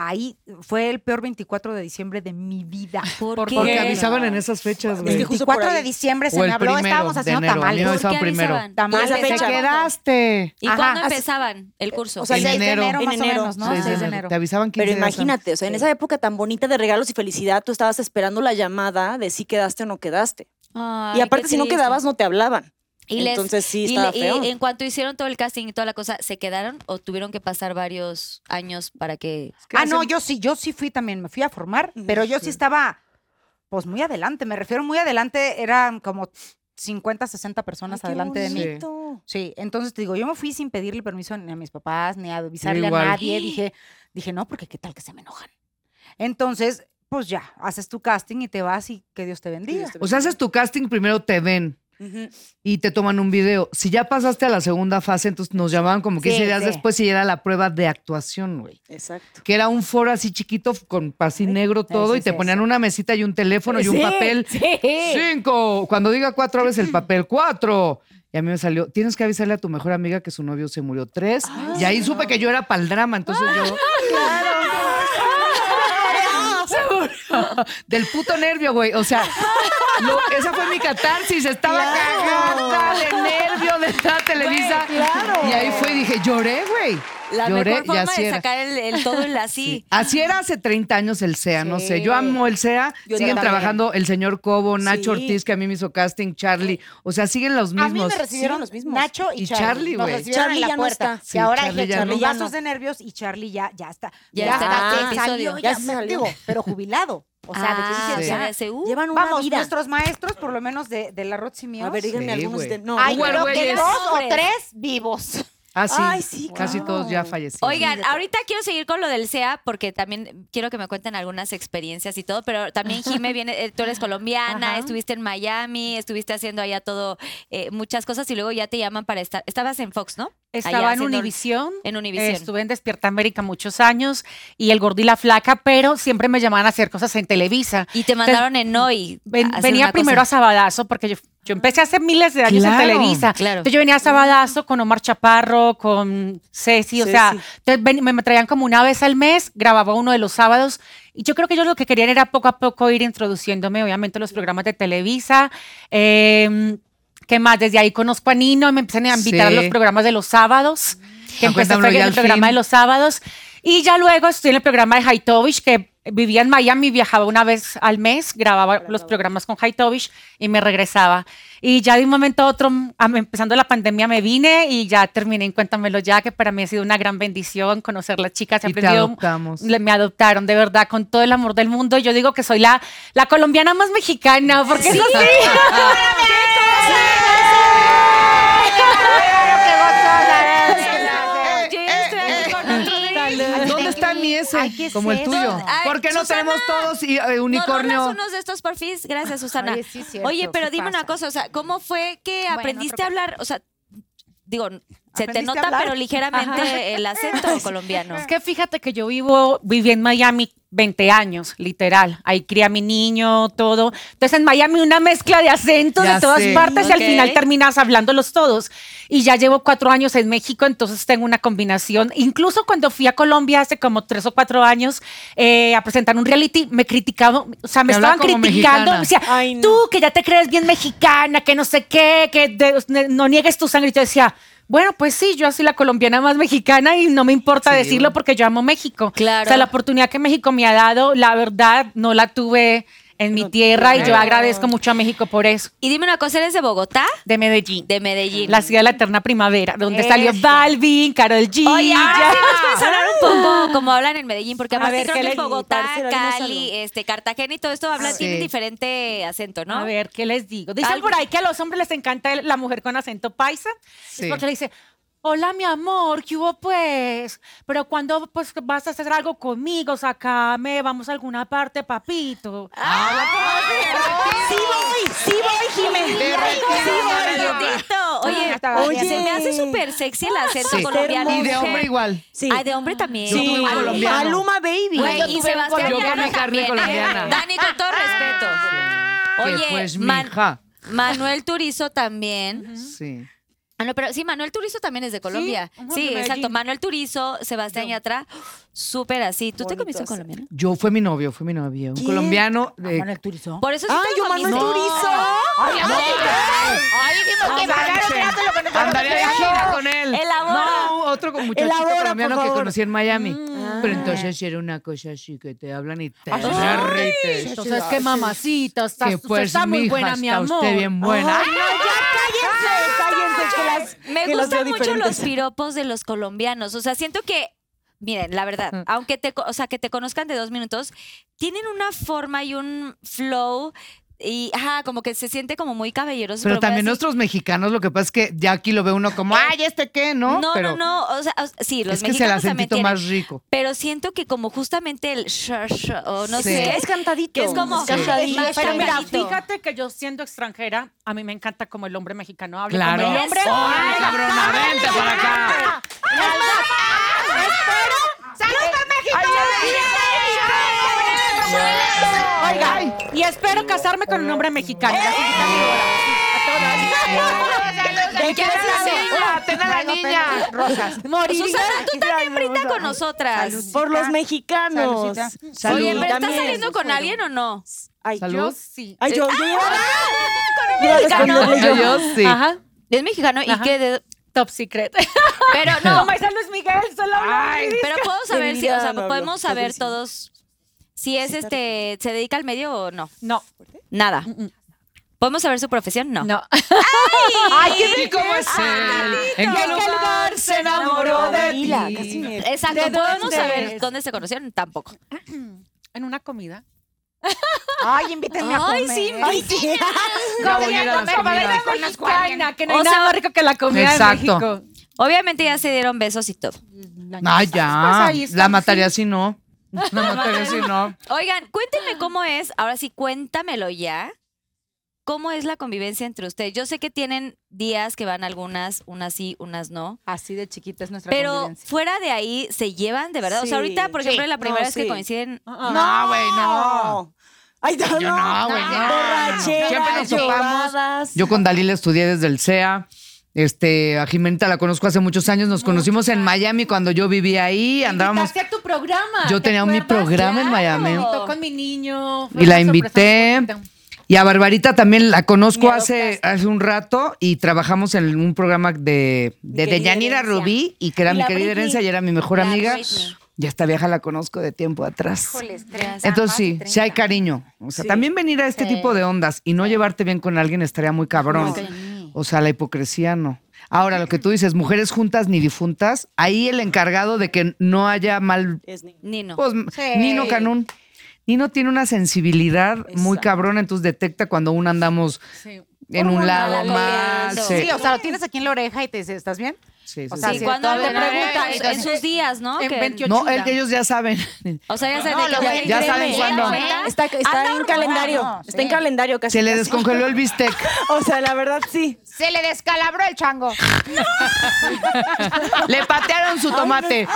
Speaker 10: ahí fue el peor 24 de diciembre de mi vida.
Speaker 6: Porque avisaban en esas fechas, güey.
Speaker 11: que justo por
Speaker 10: 24 de
Speaker 11: ahí.
Speaker 10: diciembre se
Speaker 6: O
Speaker 10: me
Speaker 6: el
Speaker 10: habló,
Speaker 6: primero
Speaker 10: estábamos
Speaker 6: de
Speaker 10: haciendo
Speaker 6: enero. A mí me
Speaker 2: ¿Por qué
Speaker 10: tamales.
Speaker 6: avisaban primero.
Speaker 2: avisaban?
Speaker 10: Tamales
Speaker 11: ¿Y esa
Speaker 10: de
Speaker 11: fecha?
Speaker 6: ¿Te
Speaker 10: chocolate.
Speaker 6: quedaste?
Speaker 2: ¿Y
Speaker 10: Ajá,
Speaker 2: cuándo
Speaker 10: así-
Speaker 2: empezaban el curso?
Speaker 11: O sea,
Speaker 6: En
Speaker 11: seis de
Speaker 6: enero.
Speaker 10: enero, más
Speaker 11: En
Speaker 10: o
Speaker 11: enero.
Speaker 10: menos, ¿no?
Speaker 6: Seis de
Speaker 10: 6 de
Speaker 6: enero.
Speaker 10: enero.
Speaker 6: Te avisaban 15
Speaker 11: Pero
Speaker 6: días antes.
Speaker 11: imagínate, o sea, en esa época tan bonita de regalos y felicidad, tú estabas esperando la llamada de si quedaste o no quedaste.
Speaker 2: Ay,
Speaker 11: y aparte,
Speaker 2: qué
Speaker 11: si no
Speaker 2: triste.
Speaker 11: quedabas, no te hablaban.
Speaker 2: Y les-
Speaker 11: Entonces sí,
Speaker 2: y,
Speaker 11: estaba
Speaker 2: le- y
Speaker 11: feo.
Speaker 2: en cuanto hicieron todo el casting y toda la cosa, ¿se quedaron o tuvieron que pasar varios años para que...
Speaker 10: Ah, no, yo sí, yo sí fui también, me fui a formar, pero yo sí estaba, pues muy adelante, me refiero muy adelante, eran como 50, 60 personas adelante de mí.
Speaker 6: bonito.
Speaker 10: Sí, entonces te digo, yo me fui sin pedirle permiso ni a mis papás, ni a avisarle a
Speaker 6: igual.
Speaker 10: nadie. Dije, dije, no, porque qué tal que se me enojan. Entonces, pues ya, haces tu casting y te vas y que Dios te bendiga.
Speaker 11: Dios te
Speaker 6: O sea, haces tu casting, primero te ven y te toman un video. Si ya pasaste a la segunda fase, entonces nos llamaban como 15
Speaker 10: Sí,
Speaker 6: días
Speaker 10: sí.
Speaker 6: después y era la prueba de actuación, güey.
Speaker 11: Exacto.
Speaker 6: Que era un foro así chiquito con así negro todo
Speaker 10: sí,
Speaker 6: y te
Speaker 10: sí,
Speaker 6: ponían una mesita y un teléfono y un
Speaker 10: Sí,
Speaker 6: papel.
Speaker 10: sí.
Speaker 6: Cinco. Cuando diga cuatro, abres el papel. Cuatro. Y a mí me salió, tienes que avisarle a tu mejor amiga que su novio se murió. Tres. y ahí supe que yo era para el drama. Entonces yo... Seguro. Del puto nervio, güey. O sea, lo- esa fue mi catarsis. Estaba cagada de nervio de la Televisa. Y ahí fue y dije, lloré, güey.
Speaker 2: La
Speaker 6: lloré
Speaker 2: mejor
Speaker 6: y
Speaker 2: forma
Speaker 6: así
Speaker 2: de
Speaker 6: era.
Speaker 2: sacar el, el todo el así.
Speaker 6: Así era hace 30 años el SEA, no sé. Yo amo el SEA.
Speaker 11: Yo
Speaker 6: siguen
Speaker 11: también.
Speaker 6: trabajando el señor Cobo, Nacho
Speaker 11: Sí.
Speaker 6: Ortiz, que a mí me hizo casting, Charlie. O sea, siguen los
Speaker 9: A mí
Speaker 6: mismos.
Speaker 9: me recibieron
Speaker 11: los mismos.
Speaker 9: Nacho y,
Speaker 6: Y Charlie,
Speaker 9: Charlie. Nos
Speaker 6: güey.
Speaker 9: recibieron
Speaker 11: Charlie
Speaker 9: en la
Speaker 11: ya no
Speaker 9: puerta.
Speaker 11: está.
Speaker 6: Sí,
Speaker 9: y ahora
Speaker 6: Charlie
Speaker 9: dije,
Speaker 6: ya no.
Speaker 9: Charlie ya,
Speaker 10: Lazos de nervios y Charlie ya, ya está.
Speaker 2: Ya
Speaker 11: está,
Speaker 10: se
Speaker 11: este
Speaker 2: episodio.
Speaker 10: salió, ya,
Speaker 11: Ya se
Speaker 10: se
Speaker 11: salió.
Speaker 10: Digo, pero jubilado. O sea, de que
Speaker 2: Ah,
Speaker 10: dices,
Speaker 2: o
Speaker 6: sí.
Speaker 2: sea,
Speaker 10: ya,
Speaker 2: de ese, uh,
Speaker 11: Llevan una
Speaker 10: Vamos,
Speaker 11: vida.
Speaker 10: nuestros maestros, por lo menos de, de la Rod Simeón.
Speaker 11: A ver, díganme
Speaker 6: Sí,
Speaker 11: algunos
Speaker 6: güey.
Speaker 11: de. No,
Speaker 9: Ay,
Speaker 11: no,
Speaker 6: Uber,
Speaker 9: creo que
Speaker 6: güeyes.
Speaker 9: dos o
Speaker 2: Pobres.
Speaker 9: tres vivos.
Speaker 6: Ah, sí.
Speaker 11: Ay, sí,
Speaker 6: Casi
Speaker 11: wow.
Speaker 6: todos ya fallecieron.
Speaker 2: Oigan, ahorita quiero seguir con lo del SEA porque también quiero que me cuenten algunas experiencias y todo, pero también Jime viene, eh, tú eres colombiana,
Speaker 10: Ajá.
Speaker 2: estuviste en Miami, estuviste haciendo allá todo, eh, muchas cosas y luego ya te llaman para estar, estabas en Fox, ¿no?
Speaker 8: Estaba
Speaker 2: Allá
Speaker 8: en
Speaker 2: haciendo-
Speaker 8: Univisión.
Speaker 2: En
Speaker 8: Eh,
Speaker 2: Univision.
Speaker 8: Estuve en Despierta América muchos años y el gordo y la flaca, pero siempre me llamaban a hacer cosas en Televisa.
Speaker 2: y te mandaron en hoy.
Speaker 8: Ven- venía primero a Sabadazo porque yo, yo empecé hace miles de años
Speaker 6: Claro,
Speaker 8: en Televisa.
Speaker 2: claro.
Speaker 8: Entonces yo venía a Sabadazo con Omar Chaparro, con Ceci, o
Speaker 11: Ceci.
Speaker 8: sea, entonces ven- me, me traían como una vez al mes, grababa uno de los sábados y yo creo que ellos lo que querían era poco a poco ir introduciéndome obviamente a los programas de Televisa. Eh, ¿Qué más? Desde ahí conozco a Nino, me empiezan a invitar
Speaker 6: Sí.
Speaker 8: a los programas de los sábados, que
Speaker 6: Ah,
Speaker 8: empecé
Speaker 6: cuéntamelo
Speaker 8: fue
Speaker 6: ya
Speaker 8: en el
Speaker 6: al
Speaker 8: programa
Speaker 6: fin.
Speaker 8: de los sábados. Y ya luego estuve en el programa de Haitovich, que vivía en Miami, viajaba una vez al mes, grababa los programas con Haitovich y me regresaba. Y ya de un momento a otro, am- empezando la pandemia, me vine y ya terminé en Cuéntamelo Ya, que para mí ha sido una gran bendición conocer las chicas. he
Speaker 6: Y te
Speaker 8: aprendido-
Speaker 6: adoptamos.
Speaker 8: le- me adoptaron, de verdad, con todo el amor del mundo. Yo digo que soy la, la colombiana más mexicana, porque es así.
Speaker 6: ¿Dónde está mi
Speaker 10: Ay,
Speaker 6: ese?
Speaker 10: ¿qué es
Speaker 6: Como el
Speaker 10: eso?
Speaker 6: tuyo.
Speaker 2: Ay,
Speaker 6: ¿Por qué no
Speaker 2: Susana,
Speaker 6: tenemos todos y, eh,
Speaker 2: Nos
Speaker 6: unicornio?
Speaker 2: rolas unos de estos porfis, gracias Susana.
Speaker 9: Oye,
Speaker 2: Oye,
Speaker 9: sí, cierto,
Speaker 2: pero
Speaker 9: sí
Speaker 2: dime una
Speaker 9: pasa.
Speaker 2: cosa, o sea, ¿cómo fue que
Speaker 9: Bueno,
Speaker 2: aprendiste
Speaker 9: otro
Speaker 2: a hablar? O sea, digo, se te
Speaker 10: ¿Aprendiste
Speaker 2: nota,
Speaker 10: a hablar?
Speaker 2: pero ligeramente el acento colombiano.
Speaker 8: Es que fíjate que yo vivo, viví en Miami 20 años, literal. Ahí crié a mi niño, todo. Entonces en Miami una mezcla de acentos
Speaker 6: Ya
Speaker 8: de todas
Speaker 6: sé.
Speaker 8: partes y al
Speaker 2: Ok.
Speaker 8: final terminas hablándolos todos. Y ya llevo cuatro años en México, entonces tengo una combinación. Incluso cuando fui a Colombia hace como tres o cuatro años eh, a presentar un reality, me criticaban, o sea, me
Speaker 6: Te hablaba
Speaker 8: estaban
Speaker 6: como mexicana.
Speaker 8: criticando. Me decía,
Speaker 11: Ay, no.
Speaker 8: tú que ya te crees bien mexicana, que no sé qué, que de- ne- no niegues tu sangre. Y yo decía, bueno, pues sí, yo soy la colombiana más mexicana y no me importa
Speaker 6: Sí,
Speaker 8: decirlo
Speaker 6: bueno.
Speaker 8: porque yo amo México.
Speaker 2: Claro.
Speaker 8: O sea, la oportunidad que México me ha dado, la verdad, no la tuve en mi tierra y yo
Speaker 6: claro.
Speaker 8: agradezco mucho a México por eso.
Speaker 2: Y dime una cosa, ¿eres de Bogotá?
Speaker 8: De Medellín.
Speaker 2: De Medellín.
Speaker 8: la ciudad de la eterna primavera, donde
Speaker 10: Eso.
Speaker 8: salió Balvin, Carol G.
Speaker 2: Oye, ahora
Speaker 8: ya.
Speaker 2: sí nos puedes hablar un poco como hablan en Medellín, porque
Speaker 11: A
Speaker 2: aparte
Speaker 11: ver,
Speaker 2: creo
Speaker 11: ¿qué
Speaker 2: que
Speaker 11: le-
Speaker 2: en Bogotá,
Speaker 11: parcero, dinos
Speaker 2: Cali,
Speaker 11: algo.
Speaker 2: este, Cartagena y todo esto hablan,
Speaker 6: Sí.
Speaker 2: tienen diferente acento, ¿no?
Speaker 8: A ver, ¿qué les digo? Dicen
Speaker 2: Algo.
Speaker 8: por ahí que a los hombres les encanta el- la mujer con acento paisa.
Speaker 6: Sí.
Speaker 8: Es porque le dice, hola, mi amor, ¿qué hubo, pues? Pero cuando pues, vas a hacer algo conmigo? Sácame, vamos a alguna parte, papito.
Speaker 6: Ah.
Speaker 11: Sí voy, sí voy, Jimé. Sí voy.
Speaker 2: Maldito. Oye,
Speaker 10: Estaba
Speaker 11: Oye.
Speaker 2: se me hace súper sexy el acento
Speaker 6: Sí.
Speaker 2: colombiano.
Speaker 6: Y de
Speaker 2: mujer.
Speaker 6: hombre igual.
Speaker 11: Sí.
Speaker 2: Ay, de hombre también.
Speaker 6: Yo tuve un
Speaker 2: Ay,
Speaker 6: colombiano.
Speaker 11: Aluma Baby.
Speaker 2: Güey, y Sebastián Yatra
Speaker 6: colombiano. Yo comí carne
Speaker 2: también, ¿eh?
Speaker 6: colombiana.
Speaker 2: Dani, con todo respeto.
Speaker 6: Que
Speaker 2: Oye,
Speaker 6: pues,
Speaker 2: Man-
Speaker 6: mija.
Speaker 2: Manuel Turizo también.
Speaker 6: Sí.
Speaker 2: Ah, no, pero sí, Manuel Turizo también es de Colombia.
Speaker 10: ajá,
Speaker 2: Sí,
Speaker 10: de Medellín.
Speaker 2: exacto. Manuel Turizo, Sebastián Yatra, ¡oh! súper así. ¿Tú te
Speaker 11: Bonito
Speaker 2: comiste un
Speaker 11: hacer.
Speaker 2: colombiano?
Speaker 6: Yo fue mi novio, fue mi novio. Un
Speaker 11: ¿Quién?
Speaker 6: colombiano
Speaker 8: Ah,
Speaker 6: de.
Speaker 10: Manuel
Speaker 6: Pues,
Speaker 10: Turizo.
Speaker 2: Por eso sí
Speaker 11: ¡Ay,
Speaker 2: te lo
Speaker 11: yo Manuel
Speaker 2: comiste.
Speaker 11: Turizo!
Speaker 9: ¡Ay, no, ¡Ay, dijimos que bailaron,
Speaker 6: manchen.
Speaker 9: pero con el
Speaker 6: Andaría de gira con él.
Speaker 2: Elabora.
Speaker 6: No, otro con muchachito
Speaker 11: Elabora, por
Speaker 6: colombiano que
Speaker 11: favor. Mm.
Speaker 6: conocí en Miami. Pero entonces era una cosa así que te hablan y te derrites.
Speaker 8: Entonces, qué mamacita, estás,
Speaker 6: Que
Speaker 8: usted
Speaker 6: pues,
Speaker 8: está muy
Speaker 6: mija,
Speaker 8: buena, mi
Speaker 6: está
Speaker 8: amor.
Speaker 6: usted bien buena.
Speaker 11: Ay, no, ya cállense, cállense, Pues que las-
Speaker 2: Me
Speaker 11: que las
Speaker 2: gustan
Speaker 11: veo
Speaker 2: mucho
Speaker 11: diferentes.
Speaker 2: los piropos de los colombianos. O sea, siento que, miren, la verdad, aunque te, co- o sea, que te conozcan de dos minutos, tienen una forma y un flow y, ajá, como que se siente como muy caballeroso.
Speaker 6: Pero también
Speaker 2: así-
Speaker 6: nuestros mexicanos, lo que pasa es que ya aquí lo ve uno como, ay, ¿este qué? No,
Speaker 2: No,
Speaker 6: pero
Speaker 2: no, no. O sea, o- sí, los
Speaker 6: es que es el
Speaker 2: mexicanos también
Speaker 6: acentito
Speaker 2: tienen.
Speaker 6: más rico.
Speaker 2: Pero siento que como justamente el sh- sh- o no
Speaker 6: Sí.
Speaker 2: sé.
Speaker 11: Es cantadito.
Speaker 2: Que es como-
Speaker 6: Sí.
Speaker 11: cantadito.
Speaker 2: Más
Speaker 8: Pero mira,
Speaker 2: cantadito.
Speaker 8: fíjate que yo siendo extranjera, a mí me encanta como el hombre mexicano habla.
Speaker 6: Claro.
Speaker 8: como el hombre.
Speaker 6: ¡Órale, cabrona, vente para acá!
Speaker 8: Oiga, y espero casarme con un hombre mexicano.
Speaker 6: ¡Eh!
Speaker 8: Así que también, ahora sí, a todas.
Speaker 6: ¿Y quién es la niña? Ten a la niña.
Speaker 10: Rosas.
Speaker 8: Moriría.
Speaker 2: Susana, tú también brinda con nosotras.
Speaker 11: Por los mexicanos.
Speaker 10: Saludcita.
Speaker 6: Salud.
Speaker 2: Oye, pero ¿estás
Speaker 11: También.
Speaker 2: saliendo con alguien o no?
Speaker 11: Ay,
Speaker 8: Yo
Speaker 6: Salud.
Speaker 8: sí.
Speaker 11: ay, yo, yo iba yo iba a responderle yo.
Speaker 6: Yo sí.
Speaker 8: Ajá.
Speaker 2: Es mexicano y
Speaker 8: Ajá.
Speaker 2: que de-
Speaker 8: Top secret.
Speaker 2: Pero no,
Speaker 8: Como dice Luis Miguel, solo habla
Speaker 6: Ay,
Speaker 8: Luis.
Speaker 2: pero puedo saber si, o sea,
Speaker 11: Debilidad, no,
Speaker 2: podemos
Speaker 11: no,
Speaker 2: saber
Speaker 11: padrísimo.
Speaker 2: todos si es este, se dedica al medio o no.
Speaker 8: No,
Speaker 2: Nada. ¿Podemos saber su profesión? No.
Speaker 8: no.
Speaker 6: ¡Ay, qué rico es ¿En qué lugar se enamoró de
Speaker 11: Mila, casi me-
Speaker 2: Exacto,
Speaker 8: ¿De
Speaker 2: podemos
Speaker 8: dónde
Speaker 2: saber
Speaker 8: es?
Speaker 2: dónde se conocieron, tampoco.
Speaker 8: En una comida.
Speaker 10: Ay, invítenme a comer.
Speaker 2: Ay, sí,
Speaker 11: Ay, sí.
Speaker 6: Ya voy a ir a las comidas.
Speaker 8: con mexicana, que no hay
Speaker 2: O
Speaker 8: nada
Speaker 2: sea,
Speaker 8: más rico que la comida
Speaker 6: Exacto.
Speaker 8: de México.
Speaker 2: Obviamente ya se dieron besos y todo.
Speaker 6: Ah,
Speaker 8: Pues
Speaker 6: ya.
Speaker 8: ahí está,
Speaker 6: La mataría si no. La mataría si no.
Speaker 2: Oigan, cuéntenme cómo es, ahora sí, cuéntamelo ya. ¿Cómo es la convivencia entre ustedes? Yo sé que tienen días que van algunas, unas sí, unas no.
Speaker 10: Así de chiquita es nuestra
Speaker 2: Pero
Speaker 10: convivencia.
Speaker 2: fuera de ahí, ¿se llevan de verdad? O
Speaker 11: Sí,
Speaker 2: sea, ahorita, por ejemplo,
Speaker 11: sí.
Speaker 2: la primera
Speaker 11: No,
Speaker 2: vez que
Speaker 11: sí.
Speaker 2: coinciden,
Speaker 6: No, güey, no.
Speaker 11: Ah, Ay, no,
Speaker 6: Ah, Yo no, güey, no, no, no.
Speaker 11: Borracheras,
Speaker 6: Siempre nos topamos.
Speaker 11: lloradas.
Speaker 6: Yo con Dalí la estudié desde el CEA. Este, a Jimenta la conozco hace muchos años. Nos conocimos en Miami cuando yo vivía ahí. Andábamos.
Speaker 8: Invitaste a tu programa.
Speaker 6: Yo
Speaker 8: ¿te
Speaker 6: tenía mi
Speaker 8: acuerdas?
Speaker 6: programa en
Speaker 8: Claro.
Speaker 6: Miami.
Speaker 8: Invitó con mi niño. Fue
Speaker 6: Y la
Speaker 8: una sorpresa
Speaker 6: invité.
Speaker 8: muy bonita.
Speaker 6: Y a Barbarita también la conozco
Speaker 8: Me
Speaker 6: hace, hace un rato y trabajamos en un programa de, de,
Speaker 11: Mi
Speaker 6: de
Speaker 11: querida
Speaker 6: Yanira
Speaker 11: herencia.
Speaker 6: Rubí y que era
Speaker 11: Y
Speaker 6: mi
Speaker 11: la
Speaker 6: querida
Speaker 11: Britney.
Speaker 6: herencia y era mi mejor
Speaker 2: La
Speaker 6: amiga.
Speaker 2: Britney.
Speaker 6: Y a esta vieja la conozco de tiempo atrás.
Speaker 10: Híjoles, tres.
Speaker 6: Entonces
Speaker 10: Ah,
Speaker 6: sí,
Speaker 10: más de
Speaker 6: sí hay
Speaker 10: 30.
Speaker 6: cariño. O sea, también venir a este tipo de ondas y no llevarte bien con alguien estaría muy cabrón. O sea, la hipocresía no. Ahora, lo que tú dices, mujeres juntas ni difuntas, ahí el encargado de que no haya mal
Speaker 11: Es ni-
Speaker 2: ni no.
Speaker 6: pues Nino Canún. Nino tiene una sensibilidad muy
Speaker 11: Exacto.
Speaker 6: cabrona, entonces detecta cuando aún andamos
Speaker 8: Sí.
Speaker 6: en un
Speaker 2: la
Speaker 6: lado mal.
Speaker 2: copiando.
Speaker 6: Sí,
Speaker 10: Sí, o sea, lo tienes aquí en la oreja y te dice, ¿estás bien?
Speaker 6: sí, sí,
Speaker 10: o sea,
Speaker 6: sí.
Speaker 2: Y
Speaker 10: sí,
Speaker 2: cuando
Speaker 10: todavía
Speaker 2: te
Speaker 10: no,
Speaker 2: preguntan
Speaker 10: eh, eh,
Speaker 2: en sus días, ¿no?
Speaker 8: en
Speaker 2: Que-
Speaker 8: 28.
Speaker 6: No, el- ellos ya saben.
Speaker 2: o sea, ya, saben de que-
Speaker 6: ya
Speaker 2: ¿eh?
Speaker 6: saben cuándo.
Speaker 11: Está, está en calendario. está en calendario casi.
Speaker 6: Se le
Speaker 11: casi.
Speaker 6: descongeló el bistec.
Speaker 11: O sea, la verdad sí.
Speaker 9: Se le descalabró el chango.
Speaker 6: le patearon su tomate.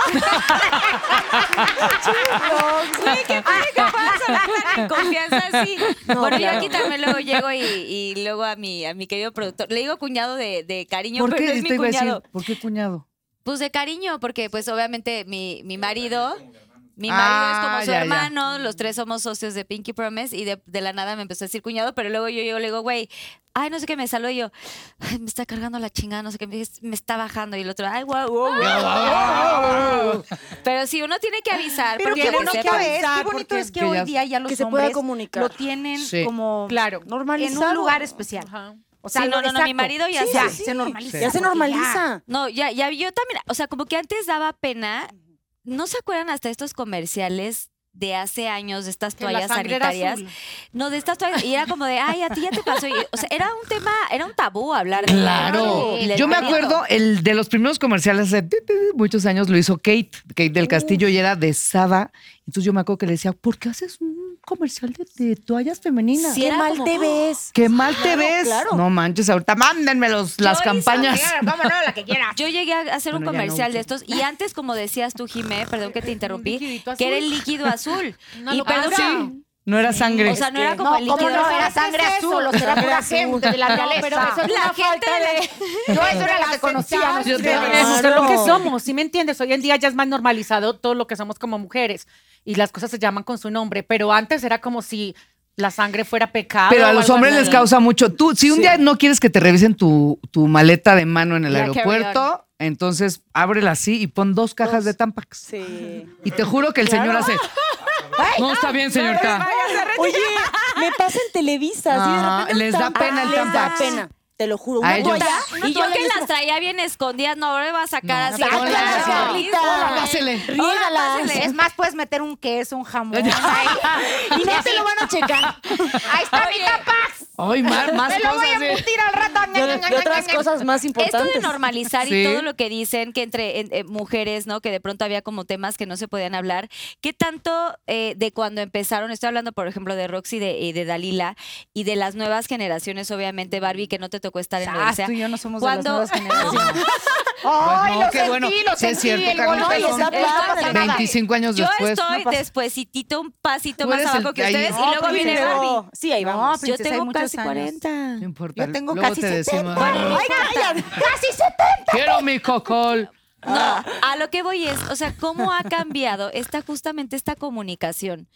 Speaker 2: pasa? Confianza así.
Speaker 11: No,
Speaker 2: bueno,
Speaker 11: claro.
Speaker 2: yo aquí también luego llego y, y luego a mi, a mi querido productor, le digo cuñado de, de cariño,
Speaker 6: ¿Por
Speaker 2: pero no
Speaker 6: qué?
Speaker 2: es mi
Speaker 6: Te iba a
Speaker 2: cuñado.
Speaker 6: decir, ¿por qué cuñado?
Speaker 2: Pues de cariño, porque pues obviamente mi, mi marido, mi
Speaker 6: Ah,
Speaker 2: marido es como su
Speaker 6: ya, ya.
Speaker 2: hermano,
Speaker 8: Mm.
Speaker 2: los tres somos socios de Pinky Promise y de, de la nada me empezó a decir cuñado, pero luego yo, yo le digo, güey, ay, no sé qué, me saludo y yo, ay, me está cargando la chingada, no sé qué, me, dice, "Me está bajando y el otro, ay, guau, guau, guau". Pero sí, uno tiene que avisar.
Speaker 10: Pero
Speaker 2: porque
Speaker 10: qué
Speaker 2: que
Speaker 10: bonito
Speaker 2: sepan.
Speaker 10: es, qué
Speaker 8: avisar,
Speaker 10: bonito
Speaker 8: porque-
Speaker 10: es que
Speaker 6: que
Speaker 10: hoy
Speaker 6: ya-
Speaker 10: día ya los
Speaker 11: que se pueda
Speaker 10: hombres
Speaker 11: comunicar.
Speaker 10: lo tienen
Speaker 6: Sí.
Speaker 10: como
Speaker 8: Claro.
Speaker 10: en
Speaker 11: Normalizado.
Speaker 10: un lugar especial.
Speaker 8: Ajá.
Speaker 10: O sea,
Speaker 2: Sí, no,
Speaker 10: lo-
Speaker 2: no, no, mi
Speaker 10: exacto.
Speaker 2: marido ya
Speaker 10: Sí,
Speaker 2: sabe.
Speaker 10: se normaliza.
Speaker 11: Ya se
Speaker 10: porque
Speaker 11: normaliza.
Speaker 2: No, ya, ya, yo también, o sea, como que antes daba pena, ¿no se acuerdan hasta estos comerciales? de hace años de estas
Speaker 8: Que la
Speaker 2: toallas
Speaker 8: sangre era
Speaker 2: sanitarias
Speaker 8: azul.
Speaker 2: no de estas toallas y era como de ay a ti ya te pasó y, o sea era un tema era un tabú hablar de
Speaker 6: Claro.
Speaker 2: Y del
Speaker 6: Yo me
Speaker 2: marido.
Speaker 6: acuerdo el de los primeros comerciales hace ti, ti, ti, muchos años lo hizo Kate, Kate
Speaker 2: Uh.
Speaker 6: del Castillo y era de Saba. Entonces yo me acuerdo que le decía, ¿por qué haces un comercial de, de toallas femeninas?
Speaker 2: Sí,
Speaker 11: Qué
Speaker 2: era
Speaker 11: mal
Speaker 2: como-
Speaker 11: te ves.
Speaker 6: Qué mal te ves.
Speaker 11: claro.
Speaker 6: No manches, ahorita mándenme los, las
Speaker 2: hice-
Speaker 6: campañas.
Speaker 9: Vámonos, la que quiera.
Speaker 2: yo llegué a hacer un
Speaker 6: Bueno, ya no
Speaker 2: comercial de
Speaker 6: uso.
Speaker 2: estos y antes como decías tú Jimé perdón que te interrumpí
Speaker 8: liquidito
Speaker 2: que era
Speaker 8: azul.
Speaker 2: el líquido azul
Speaker 8: Una
Speaker 2: y
Speaker 8: locura.
Speaker 2: perdón
Speaker 8: Ah, sí.
Speaker 6: No era sangre.
Speaker 2: O sea, no era como
Speaker 9: No,
Speaker 2: el
Speaker 9: ¿cómo
Speaker 2: líquido.
Speaker 9: no era sangre azul? O será pura gente de la realeza.
Speaker 8: pero eso es una falta
Speaker 9: Yo eso era la que conocía.
Speaker 6: Yo
Speaker 9: ustedes.
Speaker 6: también.
Speaker 8: Eso es
Speaker 11: Claro.
Speaker 8: lo que somos, ¿sí me entiendes? Hoy en día ya es más normalizado todo lo que somos como mujeres y las cosas se llaman con su nombre, pero antes era como si la sangre fuera pecado.
Speaker 6: Pero
Speaker 8: o
Speaker 6: a los
Speaker 8: algo
Speaker 6: hombres
Speaker 8: así.
Speaker 6: les causa mucho. Tú, si un día no quieres que te revisen tu, tu maleta de mano en el
Speaker 8: La
Speaker 6: aeropuerto, entonces ábrela así y pon dos cajas de Tampax.
Speaker 11: Sí.
Speaker 6: Y te juro que el señor hace. No está bien, señorita.
Speaker 11: Oye, me pasa en Televisa. así de
Speaker 6: Ah,
Speaker 11: repente un
Speaker 6: les da
Speaker 11: Tampax.
Speaker 6: pena el
Speaker 11: Les da
Speaker 6: Tampax.
Speaker 11: pena. Te lo juro.
Speaker 6: A
Speaker 11: una
Speaker 6: ellos.
Speaker 11: toalla, una
Speaker 2: Y yo
Speaker 11: toalla
Speaker 2: que
Speaker 11: les-
Speaker 2: las traía bien escondidas, no ahora va a sacar
Speaker 6: No,
Speaker 2: así. Ah,
Speaker 6: pero
Speaker 2: Hola,
Speaker 6: hola,
Speaker 2: Carlita.
Speaker 6: Hola, pásele.
Speaker 9: Ahora,
Speaker 2: Rígalas.
Speaker 9: pásale. Es más, puedes meter un queso, un jamón. ahí, y no te lo van a checar. Ahí está mi tapax.
Speaker 6: Ay, más, más
Speaker 9: Me lo voy a
Speaker 6: cosas. eh.
Speaker 9: embutir al rato.
Speaker 11: Yo de, de otras cosas más
Speaker 2: Esto
Speaker 11: importantes.
Speaker 2: de normalizar
Speaker 6: Sí.
Speaker 2: y todo lo que dicen que entre en- eh, mujeres, ¿no? Que de pronto había como temas que no se podían hablar. ¿Qué tanto eh, de cuando empezaron? Estoy hablando, por ejemplo, de Roxy de- y de Dalila y de las nuevas generaciones, obviamente, Barbie, que no te tocó estar en lo
Speaker 10: Ah,
Speaker 2: del SEA.
Speaker 10: tú y yo no somos
Speaker 2: Cuando-
Speaker 10: de las nuevas generaciones.
Speaker 9: Ay,
Speaker 6: Pues no,
Speaker 9: lo
Speaker 6: qué
Speaker 9: sentí,
Speaker 6: bueno.
Speaker 9: lo
Speaker 6: Sí, es
Speaker 9: sentí.
Speaker 6: cierto,
Speaker 9: el
Speaker 6: Carmen,
Speaker 9: golpe,
Speaker 11: son
Speaker 9: está padre.
Speaker 6: 25 años
Speaker 2: Yo
Speaker 6: después.
Speaker 2: estoy
Speaker 6: No pasa-
Speaker 2: despuesito, un pasito
Speaker 6: Tú
Speaker 2: más
Speaker 6: eres el-
Speaker 2: abajo que
Speaker 6: ahí-
Speaker 2: ustedes
Speaker 6: No,
Speaker 2: y luego viene pues,
Speaker 11: Pero-
Speaker 2: Barbie.
Speaker 11: Sí, ahí
Speaker 10: No,
Speaker 11: vamos.
Speaker 2: Yo
Speaker 10: princesa, hay
Speaker 2: tengo
Speaker 10: muchos
Speaker 2: casi
Speaker 10: años.
Speaker 2: 40.
Speaker 6: No importa.
Speaker 10: Yo tengo
Speaker 6: Luego
Speaker 10: casi
Speaker 6: te
Speaker 10: 70.
Speaker 6: decimos.
Speaker 9: Ay, cállate, casi 70.
Speaker 6: Quiero mi cocol.
Speaker 2: No, a lo que voy es, o sea, cómo ha cambiado esta justamente esta comunicación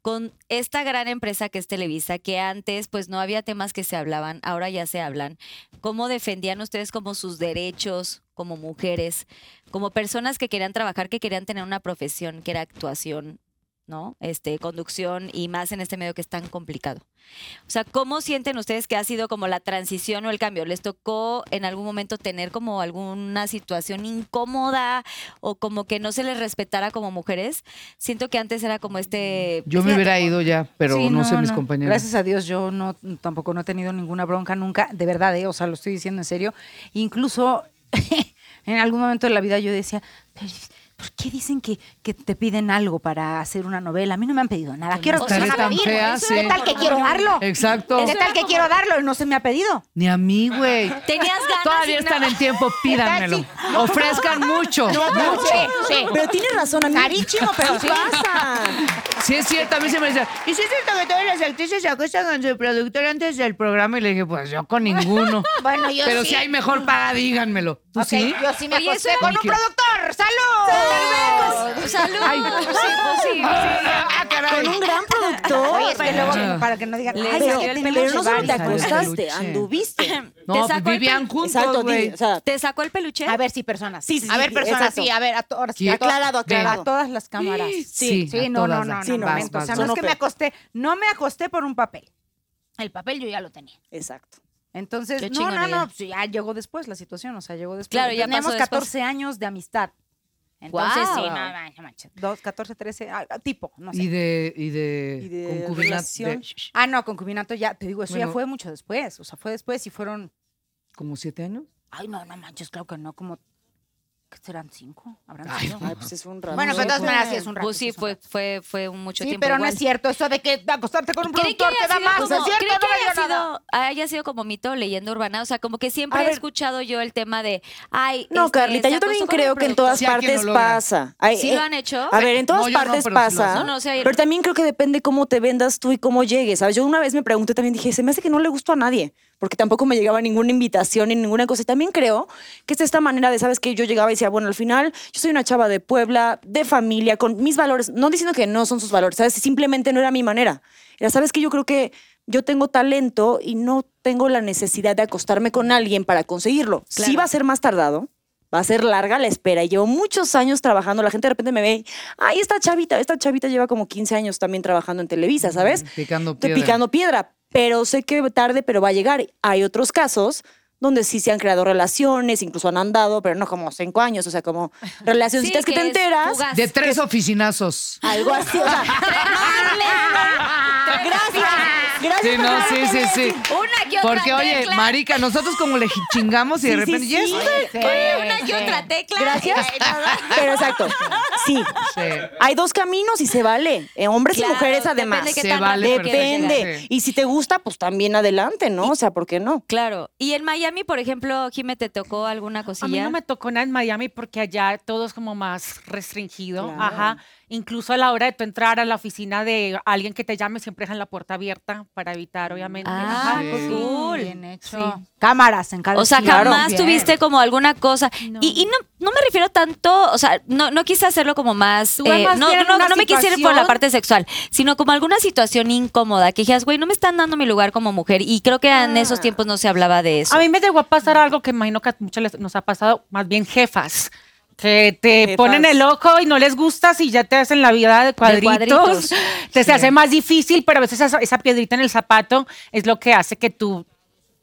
Speaker 2: con esta gran empresa que es Televisa, que antes pues no había temas que se hablaban, ahora ya se hablan. ¿Cómo defendían ustedes como sus derechos como mujeres, como personas que querían trabajar, que querían tener una profesión que era actuación, ¿no? Este, conducción y más en este medio que es tan complicado. O sea, ¿cómo sienten ustedes que ha sido como la transición o el cambio? ¿Les tocó en algún momento tener como alguna situación incómoda o como que no se les respetara como mujeres? Siento que antes era como este...
Speaker 6: Yo me
Speaker 2: fíjate,
Speaker 6: hubiera ido ya, pero
Speaker 10: Sí,
Speaker 6: no, sé mis compañeros.
Speaker 10: Gracias a Dios yo no tampoco no he tenido ninguna bronca nunca, de verdad, eh, o sea, lo estoy diciendo en serio. Incluso en algún momento de la vida yo decía, "Pero, ¿por qué dicen que, que te piden algo para hacer una novela? A mí Pues no me han pedido nada. ¿Qué horas
Speaker 2: no
Speaker 10: me van
Speaker 2: estaré
Speaker 10: a
Speaker 2: tan
Speaker 10: pedir?
Speaker 6: fea,
Speaker 10: ¿Qué
Speaker 6: sí.
Speaker 10: tal que quiero darlo?
Speaker 6: Exacto.
Speaker 10: ¿Qué tal que quiero darlo? Y no se me ha pedido.
Speaker 6: Ni a mí, güey.
Speaker 2: Tenías ganas
Speaker 6: Todavía
Speaker 2: y no-
Speaker 6: están en tiempo, pídanmelo. Ofrezcan mucho.
Speaker 9: Sí, sí.
Speaker 11: Pero tienes razón, a mí. Carísimo, pero ¿qué pasa?
Speaker 6: Sí, es cierto, a mí se me decía, ¿y si es cierto que todas las actrices se acuestan con su productor antes del programa? Y le dije, pues yo con ninguno.
Speaker 9: Bueno, yo
Speaker 6: Pero
Speaker 9: sí.
Speaker 6: si hay mejor paga, díganmelo. ¿Tú
Speaker 9: Ok,
Speaker 6: sí?
Speaker 9: Yo sí me
Speaker 2: Oye, eso
Speaker 9: acosté
Speaker 2: era
Speaker 9: con un
Speaker 6: Mickey.
Speaker 9: productor. ¡Salud!
Speaker 2: ¡Salud!
Speaker 6: Ay.
Speaker 2: Sí, pues sí,
Speaker 6: Ah, caray.
Speaker 11: Con un gran productor.
Speaker 10: Oye, pero luego, para que no digan,
Speaker 2: Le
Speaker 10: "Ay,
Speaker 11: pero,
Speaker 10: es que
Speaker 11: pero
Speaker 10: tenemos
Speaker 11: no
Speaker 10: que
Speaker 11: solo te
Speaker 6: varios años de
Speaker 11: acostaste,
Speaker 6: luche.
Speaker 11: anduviste.
Speaker 2: Te
Speaker 6: No, pues
Speaker 2: sacó el
Speaker 6: vivían
Speaker 2: pe-
Speaker 6: juntos,
Speaker 11: Exacto,
Speaker 6: güey.
Speaker 11: di- o sea,
Speaker 2: ¿Te sacó el
Speaker 8: ¿Eh?
Speaker 2: peluche?
Speaker 9: A ver, sí, personas.
Speaker 11: Sí, sí, sí,
Speaker 9: a ver,
Speaker 11: sí,
Speaker 9: personas,
Speaker 11: exacto.
Speaker 9: sí, a ver, a to- ahora sí,
Speaker 6: ¿Qué?
Speaker 9: a to-
Speaker 11: Aclarado,
Speaker 10: a
Speaker 11: aclarado.
Speaker 10: todas las cámaras.
Speaker 6: Sí, a
Speaker 10: sí, no, no,
Speaker 6: todas
Speaker 10: no,
Speaker 6: las-
Speaker 10: no,
Speaker 11: Sí, no,
Speaker 10: momento.
Speaker 11: vas,
Speaker 10: o sea,
Speaker 11: vas,
Speaker 10: no
Speaker 11: vas.
Speaker 10: es que me acosté, no me acosté por un papel.
Speaker 9: El papel yo ya lo tenía.
Speaker 11: Exacto.
Speaker 10: Entonces,
Speaker 2: Qué
Speaker 10: no, no,
Speaker 2: chingonería.
Speaker 10: no, pues ya llegó después la situación, o sea, llegó después.
Speaker 2: Claro, ya
Speaker 10: Tenemos
Speaker 2: pasó después.
Speaker 10: 14 años de amistad. Entonces,
Speaker 2: Guau.
Speaker 10: sí, no, no, no manches. Dos, 14, 13, ah, ah, tipo, no sé.
Speaker 6: Y de, y de,
Speaker 11: Y de
Speaker 6: concubinato.
Speaker 11: relación.
Speaker 6: de-
Speaker 10: ah, no, concubinato ya, te digo, eso
Speaker 6: Bueno.
Speaker 10: ya fue mucho después, o sea, fue después y fueron,
Speaker 6: ¿Como siete años?
Speaker 10: ay, no, no manches, claro que no, como, ¿qué serán cinco? ¿Habrán
Speaker 6: Ay,
Speaker 10: sido?
Speaker 11: Ay, pues es un rato.
Speaker 9: Bueno, pero de todas maneras sí es un rato.
Speaker 2: Pues
Speaker 9: sí
Speaker 2: sí,
Speaker 9: es un rato.
Speaker 2: fue, fue, fue un mucho
Speaker 9: Sí,
Speaker 2: tiempo
Speaker 9: pero no
Speaker 2: igual.
Speaker 9: es cierto eso de que acostarte con un
Speaker 2: ¿Creen que
Speaker 9: productor te
Speaker 2: haya
Speaker 9: da
Speaker 2: sido
Speaker 9: más,
Speaker 2: como,
Speaker 9: ¿es cierto?
Speaker 2: creen que
Speaker 9: No me dio
Speaker 2: haya,
Speaker 9: nada.
Speaker 2: sido, haya sido como mito, leyenda urbana? O sea, como que siempre
Speaker 11: A
Speaker 2: he
Speaker 11: ver.
Speaker 2: escuchado yo el tema de, ay,
Speaker 11: No,
Speaker 2: este,
Speaker 11: Carlita,
Speaker 2: se
Speaker 11: yo también
Speaker 2: acostó con el
Speaker 11: creo que en
Speaker 2: productor.
Speaker 11: todas
Speaker 6: Sí, ¿a quién
Speaker 11: partes
Speaker 6: lo logra?
Speaker 11: pasa. Ay,
Speaker 2: ¿Sí
Speaker 11: eh,
Speaker 2: lo han hecho?
Speaker 11: A ver, en todas
Speaker 6: No, yo no,
Speaker 11: partes
Speaker 6: pero sí lo
Speaker 11: pasa.
Speaker 6: hacen.
Speaker 2: No, no, o sea,
Speaker 11: pero también creo que depende cómo te vendas tú y cómo llegues. ¿sabes? Yo una vez me pregunté también, dije, se me hace que no le gustó a nadie, porque tampoco me llegaba ninguna invitación ni ninguna cosa. Y también creo que es esta manera de, ¿sabes? Que yo llegaba y decía, bueno, al final yo soy una chava de Puebla, de familia, con mis valores, no diciendo que no son sus valores, ¿sabes? Simplemente no era mi manera. Era, ¿sabes? Que yo creo que yo tengo talento y no tengo la necesidad de acostarme con alguien para conseguirlo. Sí va a ser más tardado, va a ser larga la espera y llevo muchos años trabajando. La gente de repente me ve, y, ay, esta chavita, esta chavita lleva como 15 años también trabajando en Televisa, ¿sabes?
Speaker 6: Picando
Speaker 11: Te-
Speaker 6: piedra.
Speaker 11: Picando piedra, pero sé que tarde, pero va a llegar. Hay otros casos donde sí se han creado relaciones, incluso han andado, pero no como cinco años, o sea, como
Speaker 2: Sí,
Speaker 11: relacioncitas que, te
Speaker 2: es
Speaker 11: enteras.
Speaker 2: fugaz.
Speaker 6: De tres oficinazos.
Speaker 11: Algo así, o sea, gracias, gracias.
Speaker 6: Sí,
Speaker 11: por
Speaker 6: no,
Speaker 11: hablar
Speaker 6: sí,
Speaker 11: de
Speaker 6: sí,
Speaker 11: mí.
Speaker 6: sí.
Speaker 2: Una que otra
Speaker 6: Porque, oye,
Speaker 2: tecla.
Speaker 6: marica, nosotros como le chingamos y de
Speaker 11: Sí, sí,
Speaker 6: repente,
Speaker 11: sí.
Speaker 6: ¿y esto? eh,
Speaker 2: Oye, una que otra tecla. Eh,
Speaker 11: Gracias. Pero exacto, sí.
Speaker 6: Sí.
Speaker 11: Hay dos caminos y se vale. eh, hombres
Speaker 2: Claro,
Speaker 11: y mujeres además.
Speaker 2: depende qué
Speaker 6: Se
Speaker 2: tan
Speaker 6: vale,
Speaker 2: rápido quieras
Speaker 6: perfecto.
Speaker 2: llegar.
Speaker 11: Depende. Y si te gusta, pues también adelante, ¿no? O sea, ¿por qué no?
Speaker 2: Claro. Y en Miami, por ejemplo, Jime, ¿te tocó alguna
Speaker 8: A mí
Speaker 2: cosilla?
Speaker 8: no me tocó nada en Miami porque allá todo es como más restringido.
Speaker 11: Claro.
Speaker 8: Ajá. Incluso a la hora de tú entrar a la oficina de alguien que te llame, siempre dejan la puerta abierta para evitar, obviamente.
Speaker 2: Ah,
Speaker 8: Ajá,
Speaker 2: pues
Speaker 8: sí.
Speaker 2: cool.
Speaker 10: Bien hecho. Cámaras en cada
Speaker 2: O sea,
Speaker 10: esquina.
Speaker 2: jamás
Speaker 10: Bien.
Speaker 2: tuviste como alguna cosa. Y, y no, no me refiero tanto, o sea, no, no quise hacerlo como más. eh,
Speaker 8: Tú además
Speaker 2: no,
Speaker 8: vieron
Speaker 2: no,
Speaker 8: una
Speaker 2: no me quise ir por la
Speaker 8: situación-
Speaker 2: parte sexual, sino como alguna situación incómoda que dijeras, güey, no me están dando mi lugar como mujer. Y creo que en esos tiempos no se hablaba de eso.
Speaker 8: A mí me llegó a pasar algo que imagino que a muchas les- nos ha pasado, más bien jefas, que te
Speaker 11: Jefas.
Speaker 8: ponen el ojo y no les gustas y ya te hacen la vida de cuadritos.
Speaker 2: cuadritos.
Speaker 8: Te se hace más difícil, pero a veces esa, esa piedrita en el zapato es lo que hace que tú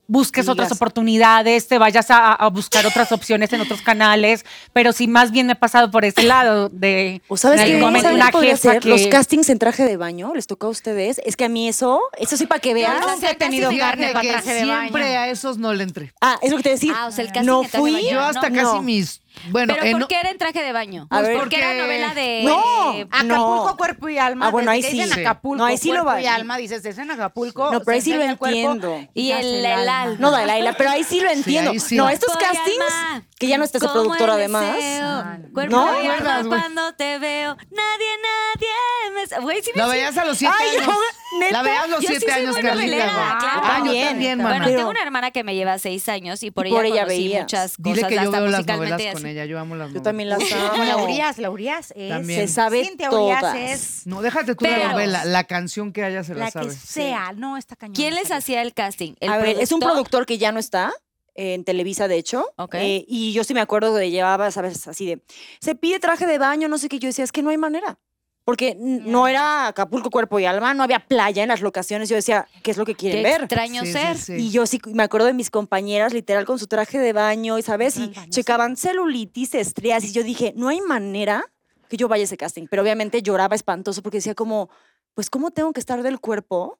Speaker 8: busques otras oportunidades, te vayas a, a buscar otras opciones en otros canales, pero sí más bien me he pasado por ese lado de
Speaker 11: ¿O sabes
Speaker 8: en
Speaker 11: qué?
Speaker 8: algún momento
Speaker 11: ¿Saben
Speaker 8: una
Speaker 11: qué podría
Speaker 8: jefa
Speaker 11: hacer?
Speaker 8: que
Speaker 11: Los castings en traje de baño, ¿les toca a ustedes? Es que a mí eso, eso sí para que veas.
Speaker 9: Nunca he tenido carne
Speaker 6: Fíjate
Speaker 9: para
Speaker 6: que
Speaker 9: traje de
Speaker 6: siempre
Speaker 9: baño.
Speaker 6: a esos no le entré.
Speaker 11: Ah, es lo que te decía.
Speaker 2: Ah, o sea, el casting
Speaker 11: no
Speaker 2: en traje de
Speaker 11: fui.
Speaker 2: baño,
Speaker 6: Yo hasta
Speaker 2: no.
Speaker 6: casi
Speaker 11: No.
Speaker 6: mis. Bueno,
Speaker 2: Pero
Speaker 6: en-
Speaker 2: ¿por qué era en traje de baño?
Speaker 11: eh, A ver.
Speaker 2: porque era novela de.
Speaker 11: No.
Speaker 2: de-
Speaker 9: Acapulco,
Speaker 11: No.
Speaker 9: cuerpo y alma.
Speaker 11: Ah, bueno,
Speaker 9: desde que
Speaker 11: ahí sí.
Speaker 9: dicen
Speaker 6: Sí.
Speaker 9: Acapulco,
Speaker 11: No, ahí sí lo
Speaker 9: cuerpo
Speaker 11: va-
Speaker 9: y
Speaker 8: Ah,
Speaker 9: alma, dices, es en Acapulco.
Speaker 11: No, pero ahí
Speaker 9: se
Speaker 11: sí lo
Speaker 9: enseña el cuerpo,
Speaker 11: entiendo.
Speaker 2: Y
Speaker 9: ya
Speaker 2: el,
Speaker 9: se
Speaker 2: el,
Speaker 9: alma.
Speaker 2: alma.
Speaker 11: No, Dailaila, pero ahí sí lo entiendo.
Speaker 6: ahí sí.
Speaker 11: No, estos
Speaker 2: Cuerpo y
Speaker 11: castings,
Speaker 2: alma,
Speaker 11: que ya no estás de
Speaker 2: como el
Speaker 11: productora además.
Speaker 2: deseo, Cuerpo
Speaker 11: No.
Speaker 2: y alma,
Speaker 6: Recuerdas, güey.
Speaker 2: cuando te veo, nadie, nadie me... sa- Güey, sí me
Speaker 6: la
Speaker 2: sé-
Speaker 6: veías a los siete
Speaker 11: Ay, yo,
Speaker 6: años.
Speaker 11: neta,
Speaker 6: la veías a los
Speaker 2: yo sí
Speaker 6: siete
Speaker 2: soy
Speaker 6: años,
Speaker 2: muy
Speaker 6: Carlita.
Speaker 2: novelera, claro.
Speaker 6: Ah, yo
Speaker 11: También.
Speaker 6: también,
Speaker 11: Bueno,
Speaker 6: mamá.
Speaker 2: Bueno, tengo
Speaker 11: Pero-
Speaker 2: una hermana que me lleva seis años y por ella
Speaker 11: Por ella
Speaker 2: conocí
Speaker 11: veías.
Speaker 2: muchas cosas.
Speaker 6: Dile que yo
Speaker 2: hasta
Speaker 6: veo las
Speaker 2: musicalmente
Speaker 6: novelas
Speaker 2: así.
Speaker 6: con ella. Yo amo
Speaker 11: Yo
Speaker 6: las novelas.
Speaker 11: también las amo.
Speaker 9: Como la Urias, la Urias es.
Speaker 6: Ah, También.
Speaker 11: Se sabe
Speaker 9: Cintia
Speaker 11: todas.
Speaker 9: Urias es
Speaker 6: No, déjate tú
Speaker 2: Pero-
Speaker 6: la novela. La canción que haya se la,
Speaker 9: la que
Speaker 6: sabe.
Speaker 9: sea. No, está cañón.
Speaker 2: ¿Quién les
Speaker 9: está
Speaker 2: hacía el casting? ¿El
Speaker 11: A ver, es un
Speaker 2: productor?
Speaker 11: productor que ya no está eh, en Televisa, de hecho.
Speaker 2: Ok.
Speaker 11: Eh, y yo sí me acuerdo que llevaba, ¿sabes? Así de, se pide traje de baño, no sé qué. Yo decía, es que no hay manera. Porque n- no era Acapulco, cuerpo y alma, no había playa en las locaciones. Yo decía, ¿qué es lo que quieren
Speaker 2: Qué
Speaker 11: ver?
Speaker 2: extraño
Speaker 6: Sí, sí,
Speaker 2: ser.
Speaker 6: sí.
Speaker 11: Y yo sí me acuerdo de mis compañeras, literal, con su traje de baño, y ¿sabes? Y checaban celulitis, estrías, y yo dije, no hay manera que yo vaya a ese casting. Pero obviamente lloraba espantoso porque decía como, pues, ¿cómo tengo que estar del cuerpo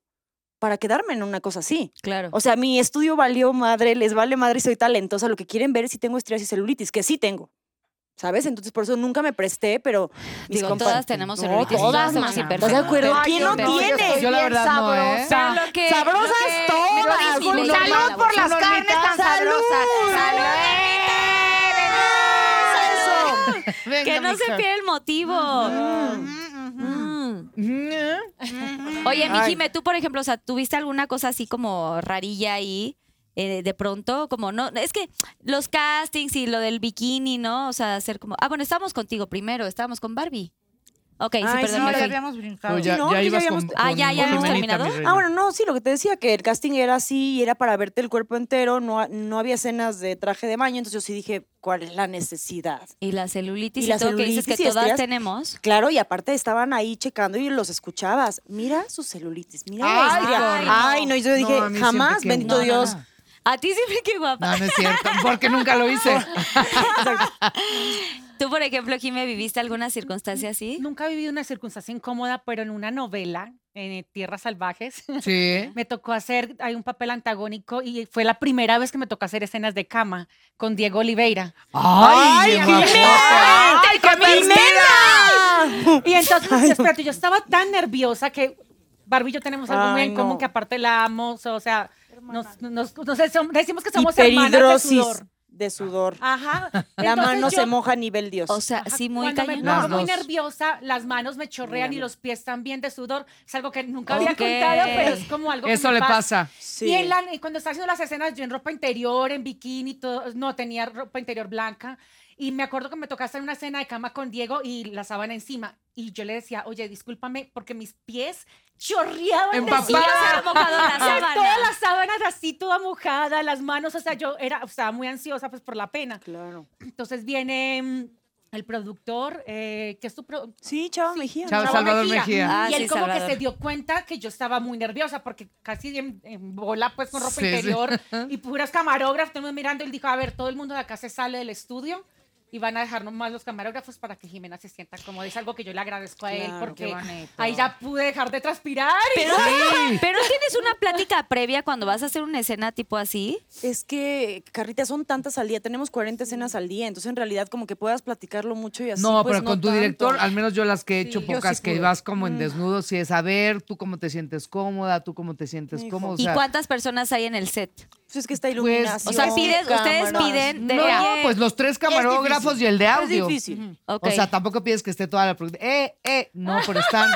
Speaker 11: para quedarme en una cosa así?
Speaker 2: Claro.
Speaker 11: O sea, mi estudio valió madre, les vale madre y soy talentosa. Lo que quieren ver es si tengo estrías y celulitis, que sí tengo. ¿Sabes? Entonces, por eso nunca me presté, pero mis
Speaker 2: Digo,
Speaker 11: compa-
Speaker 2: todas tenemos
Speaker 11: No,
Speaker 2: celulitis. y
Speaker 11: todas,
Speaker 2: somos
Speaker 11: mana.
Speaker 2: imperfectas.
Speaker 11: ¿Estás de acuerdo?
Speaker 2: Pero-
Speaker 11: ¿Quién no
Speaker 2: pero-
Speaker 11: tiene?
Speaker 6: Yo la verdad no, ¿eh?
Speaker 2: pero lo que-
Speaker 11: Sabrosas
Speaker 2: lo que-
Speaker 11: todas,
Speaker 2: lo que-
Speaker 11: güey.
Speaker 2: lo que-
Speaker 9: Salud por las carnes tan
Speaker 11: ¡Salud!
Speaker 9: sabrosas.
Speaker 11: ¡Salud!
Speaker 9: ¡Salud!
Speaker 11: ¡Eso! mm,
Speaker 6: Venga,
Speaker 2: Que no se
Speaker 6: mija.
Speaker 2: pierda el motivo. Mm.
Speaker 6: Mm.
Speaker 2: Oye, mi Jime, tú, por ejemplo, o sea, ¿tuviste alguna cosa así como rarilla ahí? eh, de pronto, como no, es que los castings y lo del bikini, ¿no? O sea, hacer como, ah, bueno, estábamos contigo primero, estábamos con Barbie. Ok, sí,
Speaker 11: Ay,
Speaker 2: perdón,
Speaker 11: sí,
Speaker 2: me
Speaker 9: No, ya
Speaker 2: fui.
Speaker 9: habíamos brincado.
Speaker 6: Pues ya,
Speaker 11: No,
Speaker 6: ya
Speaker 11: que ya
Speaker 6: ibas
Speaker 11: habíamos-
Speaker 6: con,
Speaker 2: Ah, ya, ya
Speaker 6: con
Speaker 2: habíamos
Speaker 6: Jimenita,
Speaker 2: terminado.
Speaker 6: mi reina.
Speaker 11: Ah, bueno, no, sí, lo que te decía, que el casting era así, y era para verte el cuerpo entero, no, no había escenas de traje de baño, entonces yo sí dije, ¿cuál es la necesidad?
Speaker 2: Y la celulitis
Speaker 11: Y
Speaker 2: y,
Speaker 11: la
Speaker 2: todo que dices
Speaker 11: celulitis
Speaker 2: que
Speaker 11: y
Speaker 2: todas
Speaker 11: estrías.
Speaker 2: tenemos.
Speaker 11: Claro, y aparte estaban ahí checando y los escuchabas. Mira su celulitis, mira la
Speaker 6: Ay,
Speaker 11: estria.
Speaker 6: no, no.
Speaker 11: Ay, no, y yo
Speaker 6: No,
Speaker 11: dije,
Speaker 6: a mí siempre
Speaker 11: jamás,
Speaker 6: que-
Speaker 11: bendito
Speaker 6: No, no,
Speaker 11: Dios.
Speaker 6: no.
Speaker 2: A ti siempre qué guapa.
Speaker 6: No, no es cierto, porque nunca lo hice.
Speaker 2: Tú, por ejemplo, Jime, ¿viviste alguna circunstancia así?
Speaker 8: Nunca he vivido una circunstancia incómoda, pero en una novela, en eh, Tierras Salvajes,
Speaker 6: Sí.
Speaker 8: me tocó hacer, hay un papel antagónico y fue la primera vez que me tocó hacer escenas de cama con Diego Oliveira.
Speaker 6: ¡Ay,
Speaker 11: Jimena!
Speaker 6: guapota! ¡Ay, qué
Speaker 8: Y entonces, espérate, yo estaba tan nerviosa que Barbie y yo tenemos algo muy
Speaker 11: Ay,
Speaker 8: en común
Speaker 11: no.
Speaker 8: que aparte la amo, o sea, nos, nos- nos- nos- decimos que somos hermanas de
Speaker 11: Hiperhidrosis
Speaker 8: sudor.
Speaker 11: de sudor.
Speaker 8: Ajá.
Speaker 11: La
Speaker 8: Entonces
Speaker 11: mano
Speaker 8: yo-
Speaker 11: se moja a nivel Dios.
Speaker 2: O sea,
Speaker 8: Ajá,
Speaker 2: sí, muy
Speaker 8: cuando me
Speaker 2: cañón.
Speaker 6: Las
Speaker 8: pongo muy
Speaker 6: dos.
Speaker 8: nerviosa, las manos me chorrean y
Speaker 11: Mírame.
Speaker 8: los pies también de sudor. Es algo que nunca había
Speaker 2: Ok.
Speaker 8: contado, pero es como algo que
Speaker 6: Eso
Speaker 8: me
Speaker 6: le pasa.
Speaker 11: Sí.
Speaker 8: Y, en la- y cuando estaba haciendo las escenas, yo en ropa interior, en bikini, todo, no, tenía ropa interior blanca. Y me acuerdo que me tocaba hacer una escena de cama con Diego y la sábana encima. Y yo le decía, oye, discúlpame, porque mis pies chorreaban
Speaker 6: Empapadas.
Speaker 8: de sudor.
Speaker 2: O sea, mojadona,
Speaker 8: O sea,
Speaker 2: sábana.
Speaker 8: todas las sábanas así, toda mojada, las manos, o sea, yo era, o sea, muy ansiosa pues por la pena.
Speaker 11: Claro.
Speaker 8: Entonces viene mm, el productor, eh, que es tu pro-
Speaker 11: Sí, Chava Mejía.
Speaker 6: Chao,
Speaker 8: Chava
Speaker 6: Salvador
Speaker 8: Mejía.
Speaker 6: Mejía.
Speaker 2: Ah,
Speaker 8: y él
Speaker 2: sí,
Speaker 8: como
Speaker 2: Salvador.
Speaker 8: que se dio cuenta que yo estaba muy nerviosa porque casi en, en bola pues con ropa
Speaker 6: Sí, sí.
Speaker 8: interior y puras camarógrafas, todo el mundo mirando, él dijo, a ver, todo el mundo de acá se sale del estudio y van a dejarnos más los camarógrafos para que Jimena se sienta cómoda. Es algo que yo le agradezco a él
Speaker 11: Claro, qué
Speaker 8: porque
Speaker 9: bonito.
Speaker 8: ahí ya pude dejar de transpirar. y-
Speaker 2: Pero, pero ¿no tienes una plática previa cuando vas a hacer una escena tipo así.
Speaker 11: Es que, Carrita, son tantas al día. Tenemos 40 escenas al día. Entonces, en realidad, como que puedas platicarlo mucho y así.
Speaker 6: No,
Speaker 11: pues,
Speaker 6: pero con tu
Speaker 11: tanto.
Speaker 6: director, al menos yo las que he hecho,
Speaker 8: Sí, yo
Speaker 6: pocas
Speaker 8: sí
Speaker 6: que
Speaker 8: pude.
Speaker 6: vas como en desnudo, si es a ver, tú cómo te sientes cómoda, tú cómo te sientes
Speaker 11: Hijo.
Speaker 6: cómodo. o
Speaker 2: ¿Y
Speaker 6: sea,
Speaker 2: cuántas personas hay en el set?
Speaker 11: Pues es que está iluminación.
Speaker 2: O sea, pides, ustedes
Speaker 11: cámaras.
Speaker 2: piden de
Speaker 6: no,
Speaker 2: oye,
Speaker 6: pues los tres camarógrafos, fotógrafos y el de audio.
Speaker 11: Es difícil.
Speaker 2: Ok.
Speaker 6: O sea, tampoco pides que esté toda la producción. Eh, eh, no, pero están.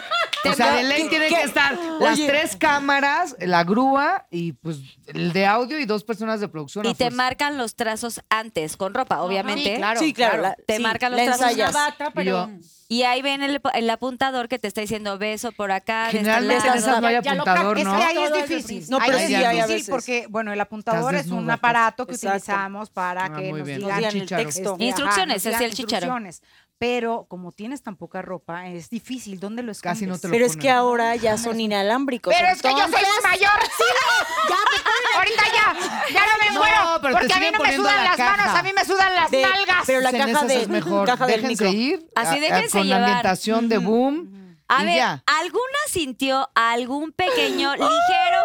Speaker 6: O sea, de ley tiene que estar las tres cámaras, la grúa y pues el de audio y dos personas de producción. a
Speaker 2: Y te
Speaker 6: fuerza.
Speaker 2: marcan los trazos antes, con ropa, obviamente.
Speaker 11: sí, claro. la-
Speaker 2: Te
Speaker 11: sí,
Speaker 2: marcan los
Speaker 11: la
Speaker 2: trazos.
Speaker 11: ensayas.
Speaker 6: Y yo, "Pues
Speaker 2: Y ahí ven el, el apuntador que te está diciendo beso por acá. de este
Speaker 6: generalmente en
Speaker 2: lado.
Speaker 6: esas no hay
Speaker 9: Ya- ya lo
Speaker 6: apuntador,
Speaker 9: practices,
Speaker 6: ¿no?
Speaker 9: ahí es
Speaker 10: Todo es
Speaker 9: difícil.
Speaker 11: No,
Speaker 9: Ahí
Speaker 11: pero
Speaker 9: es
Speaker 11: sí
Speaker 6: ya
Speaker 11: hay a
Speaker 6: no.
Speaker 9: difícil
Speaker 11: veces.
Speaker 9: porque, bueno, el apuntador
Speaker 6: Estás
Speaker 9: es un
Speaker 6: desnuda,
Speaker 9: aparato que
Speaker 11: Exacto.
Speaker 9: utilizamos para
Speaker 6: Ah,
Speaker 9: que
Speaker 6: muy
Speaker 9: nos digan
Speaker 6: bien.
Speaker 11: Nos digan el
Speaker 9: este,
Speaker 11: texto.
Speaker 9: ajá,
Speaker 2: Instrucciones,
Speaker 9: nos
Speaker 2: es
Speaker 9: digan
Speaker 2: el chicharo.
Speaker 9: instrucciones. Pero como tienes tan poca ropa, es difícil. ¿Dónde lo escondes?
Speaker 6: Casi no te lo
Speaker 11: Pero es
Speaker 6: ponen.
Speaker 11: que ahora ya son inalámbricos.
Speaker 9: Pero es que yo soy
Speaker 11: entonces-
Speaker 9: más mayor, sí. Ya Ahorita ya, ya no me
Speaker 6: No,
Speaker 9: muero.
Speaker 6: pero te
Speaker 9: porque a mí
Speaker 6: siguen
Speaker 9: no me
Speaker 6: poniendo
Speaker 9: sudan
Speaker 6: la
Speaker 9: las
Speaker 6: caja.
Speaker 9: manos, a mí me sudan las
Speaker 11: de-
Speaker 9: nalgas.
Speaker 11: Pero la
Speaker 6: Pues En
Speaker 11: caja,
Speaker 6: esas
Speaker 11: de,
Speaker 6: es mejor.
Speaker 11: caja del
Speaker 6: déjense
Speaker 11: micro.
Speaker 6: ir.
Speaker 2: Así déjense
Speaker 6: con
Speaker 2: llevar.
Speaker 6: ambientación de boom.
Speaker 2: A
Speaker 6: y
Speaker 2: ver,
Speaker 6: ya.
Speaker 2: ¿alguna sintió algún pequeño, ligero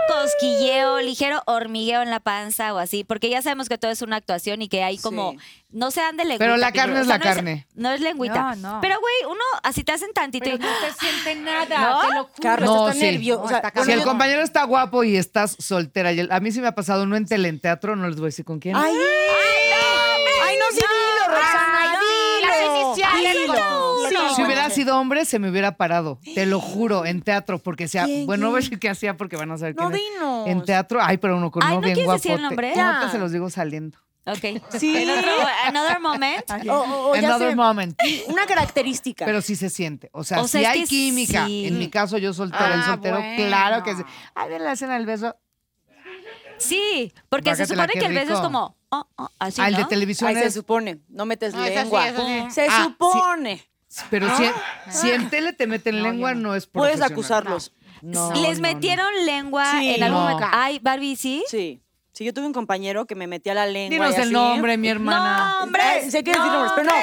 Speaker 2: cosquilleo, ligero hormigueo en la panza o así? Porque ya sabemos que todo es una actuación y que hay como,
Speaker 11: Sí.
Speaker 2: no se dan de lengüita.
Speaker 6: Pero la
Speaker 2: Pitu,
Speaker 6: carne
Speaker 2: o
Speaker 6: es
Speaker 2: sea, no
Speaker 6: la carne.
Speaker 2: no es lengüita.
Speaker 9: No, no.
Speaker 2: Pero, güey, uno así te hacen tantito y...
Speaker 8: Pero no se siente nada, te lo juro.
Speaker 11: Carlos
Speaker 6: No,
Speaker 11: está
Speaker 6: sí.
Speaker 11: nervioso.
Speaker 9: No,
Speaker 11: o sea,
Speaker 9: está
Speaker 11: bueno,
Speaker 6: Si el
Speaker 11: yo-
Speaker 6: compañero está guapo y estás soltera, y el- a mí sí me ha pasado, no en teleteatro, no les voy a decir con quién.
Speaker 11: Ay, ay, no, sí, dilo, Roxana,
Speaker 9: Ah, Ay, sí, las
Speaker 11: dilo.
Speaker 9: iniciales,
Speaker 11: Dilo.
Speaker 9: con-
Speaker 11: Sí.
Speaker 9: no.
Speaker 6: si hubiera sido hombre, se me hubiera parado. Te lo juro, en teatro, porque sea.
Speaker 11: ¿Quién,
Speaker 6: bueno, no voy a
Speaker 11: quién?
Speaker 6: decir qué hacía porque van a saber
Speaker 11: No,
Speaker 6: quién es.
Speaker 11: dinos.
Speaker 6: En teatro, ay, pero uno con
Speaker 2: Ay,
Speaker 6: uno
Speaker 2: ¿no
Speaker 6: bien
Speaker 2: quieres
Speaker 6: guapote.
Speaker 2: decir el nombre?
Speaker 6: No,
Speaker 2: Ya.
Speaker 6: ahorita se los digo saliendo.
Speaker 2: Ok.
Speaker 11: Sí.
Speaker 2: En otro- another moment.
Speaker 11: O-
Speaker 2: Oh,
Speaker 11: o- o ya
Speaker 6: Another
Speaker 11: sé,
Speaker 6: moment.
Speaker 11: Una característica.
Speaker 6: Pero sí se siente. O sea,
Speaker 2: O sea,
Speaker 6: si
Speaker 2: es
Speaker 6: hay
Speaker 2: que
Speaker 6: química.
Speaker 2: sí.
Speaker 6: En mi caso, yo soltero, el
Speaker 9: Ah,
Speaker 6: soltero,
Speaker 9: bueno.
Speaker 6: claro que sí. Ay, ven la escena del beso.
Speaker 2: Sí, porque se
Speaker 6: Bácatela,
Speaker 2: supone que
Speaker 6: qué
Speaker 2: el beso es
Speaker 6: rico.
Speaker 2: como... oh, oh, así,
Speaker 6: Al
Speaker 2: ¿no?
Speaker 6: de televisión
Speaker 11: Ay, se
Speaker 6: es
Speaker 11: supone. No metes
Speaker 9: No, eso sí,
Speaker 11: lengua.
Speaker 9: eso sí.
Speaker 11: Se
Speaker 6: Ah, sí.
Speaker 11: supone.
Speaker 6: Pero si,
Speaker 2: Ah.
Speaker 6: si en tele te meten lengua, no, es
Speaker 11: Puedes
Speaker 6: profesional.
Speaker 11: acusarlos.
Speaker 6: No,
Speaker 2: ¿Les
Speaker 6: no, no.
Speaker 2: metieron lengua
Speaker 11: Sí.
Speaker 2: en algún
Speaker 6: No.
Speaker 2: momento? Ay, Barbie, ¿sí?
Speaker 11: Sí. Sí, yo tuve un compañero que me metía la lengua.
Speaker 6: Dinos
Speaker 11: y
Speaker 6: el
Speaker 11: así.
Speaker 6: nombre, mi hermana.
Speaker 11: Ay, sé que decir nombres, pero no.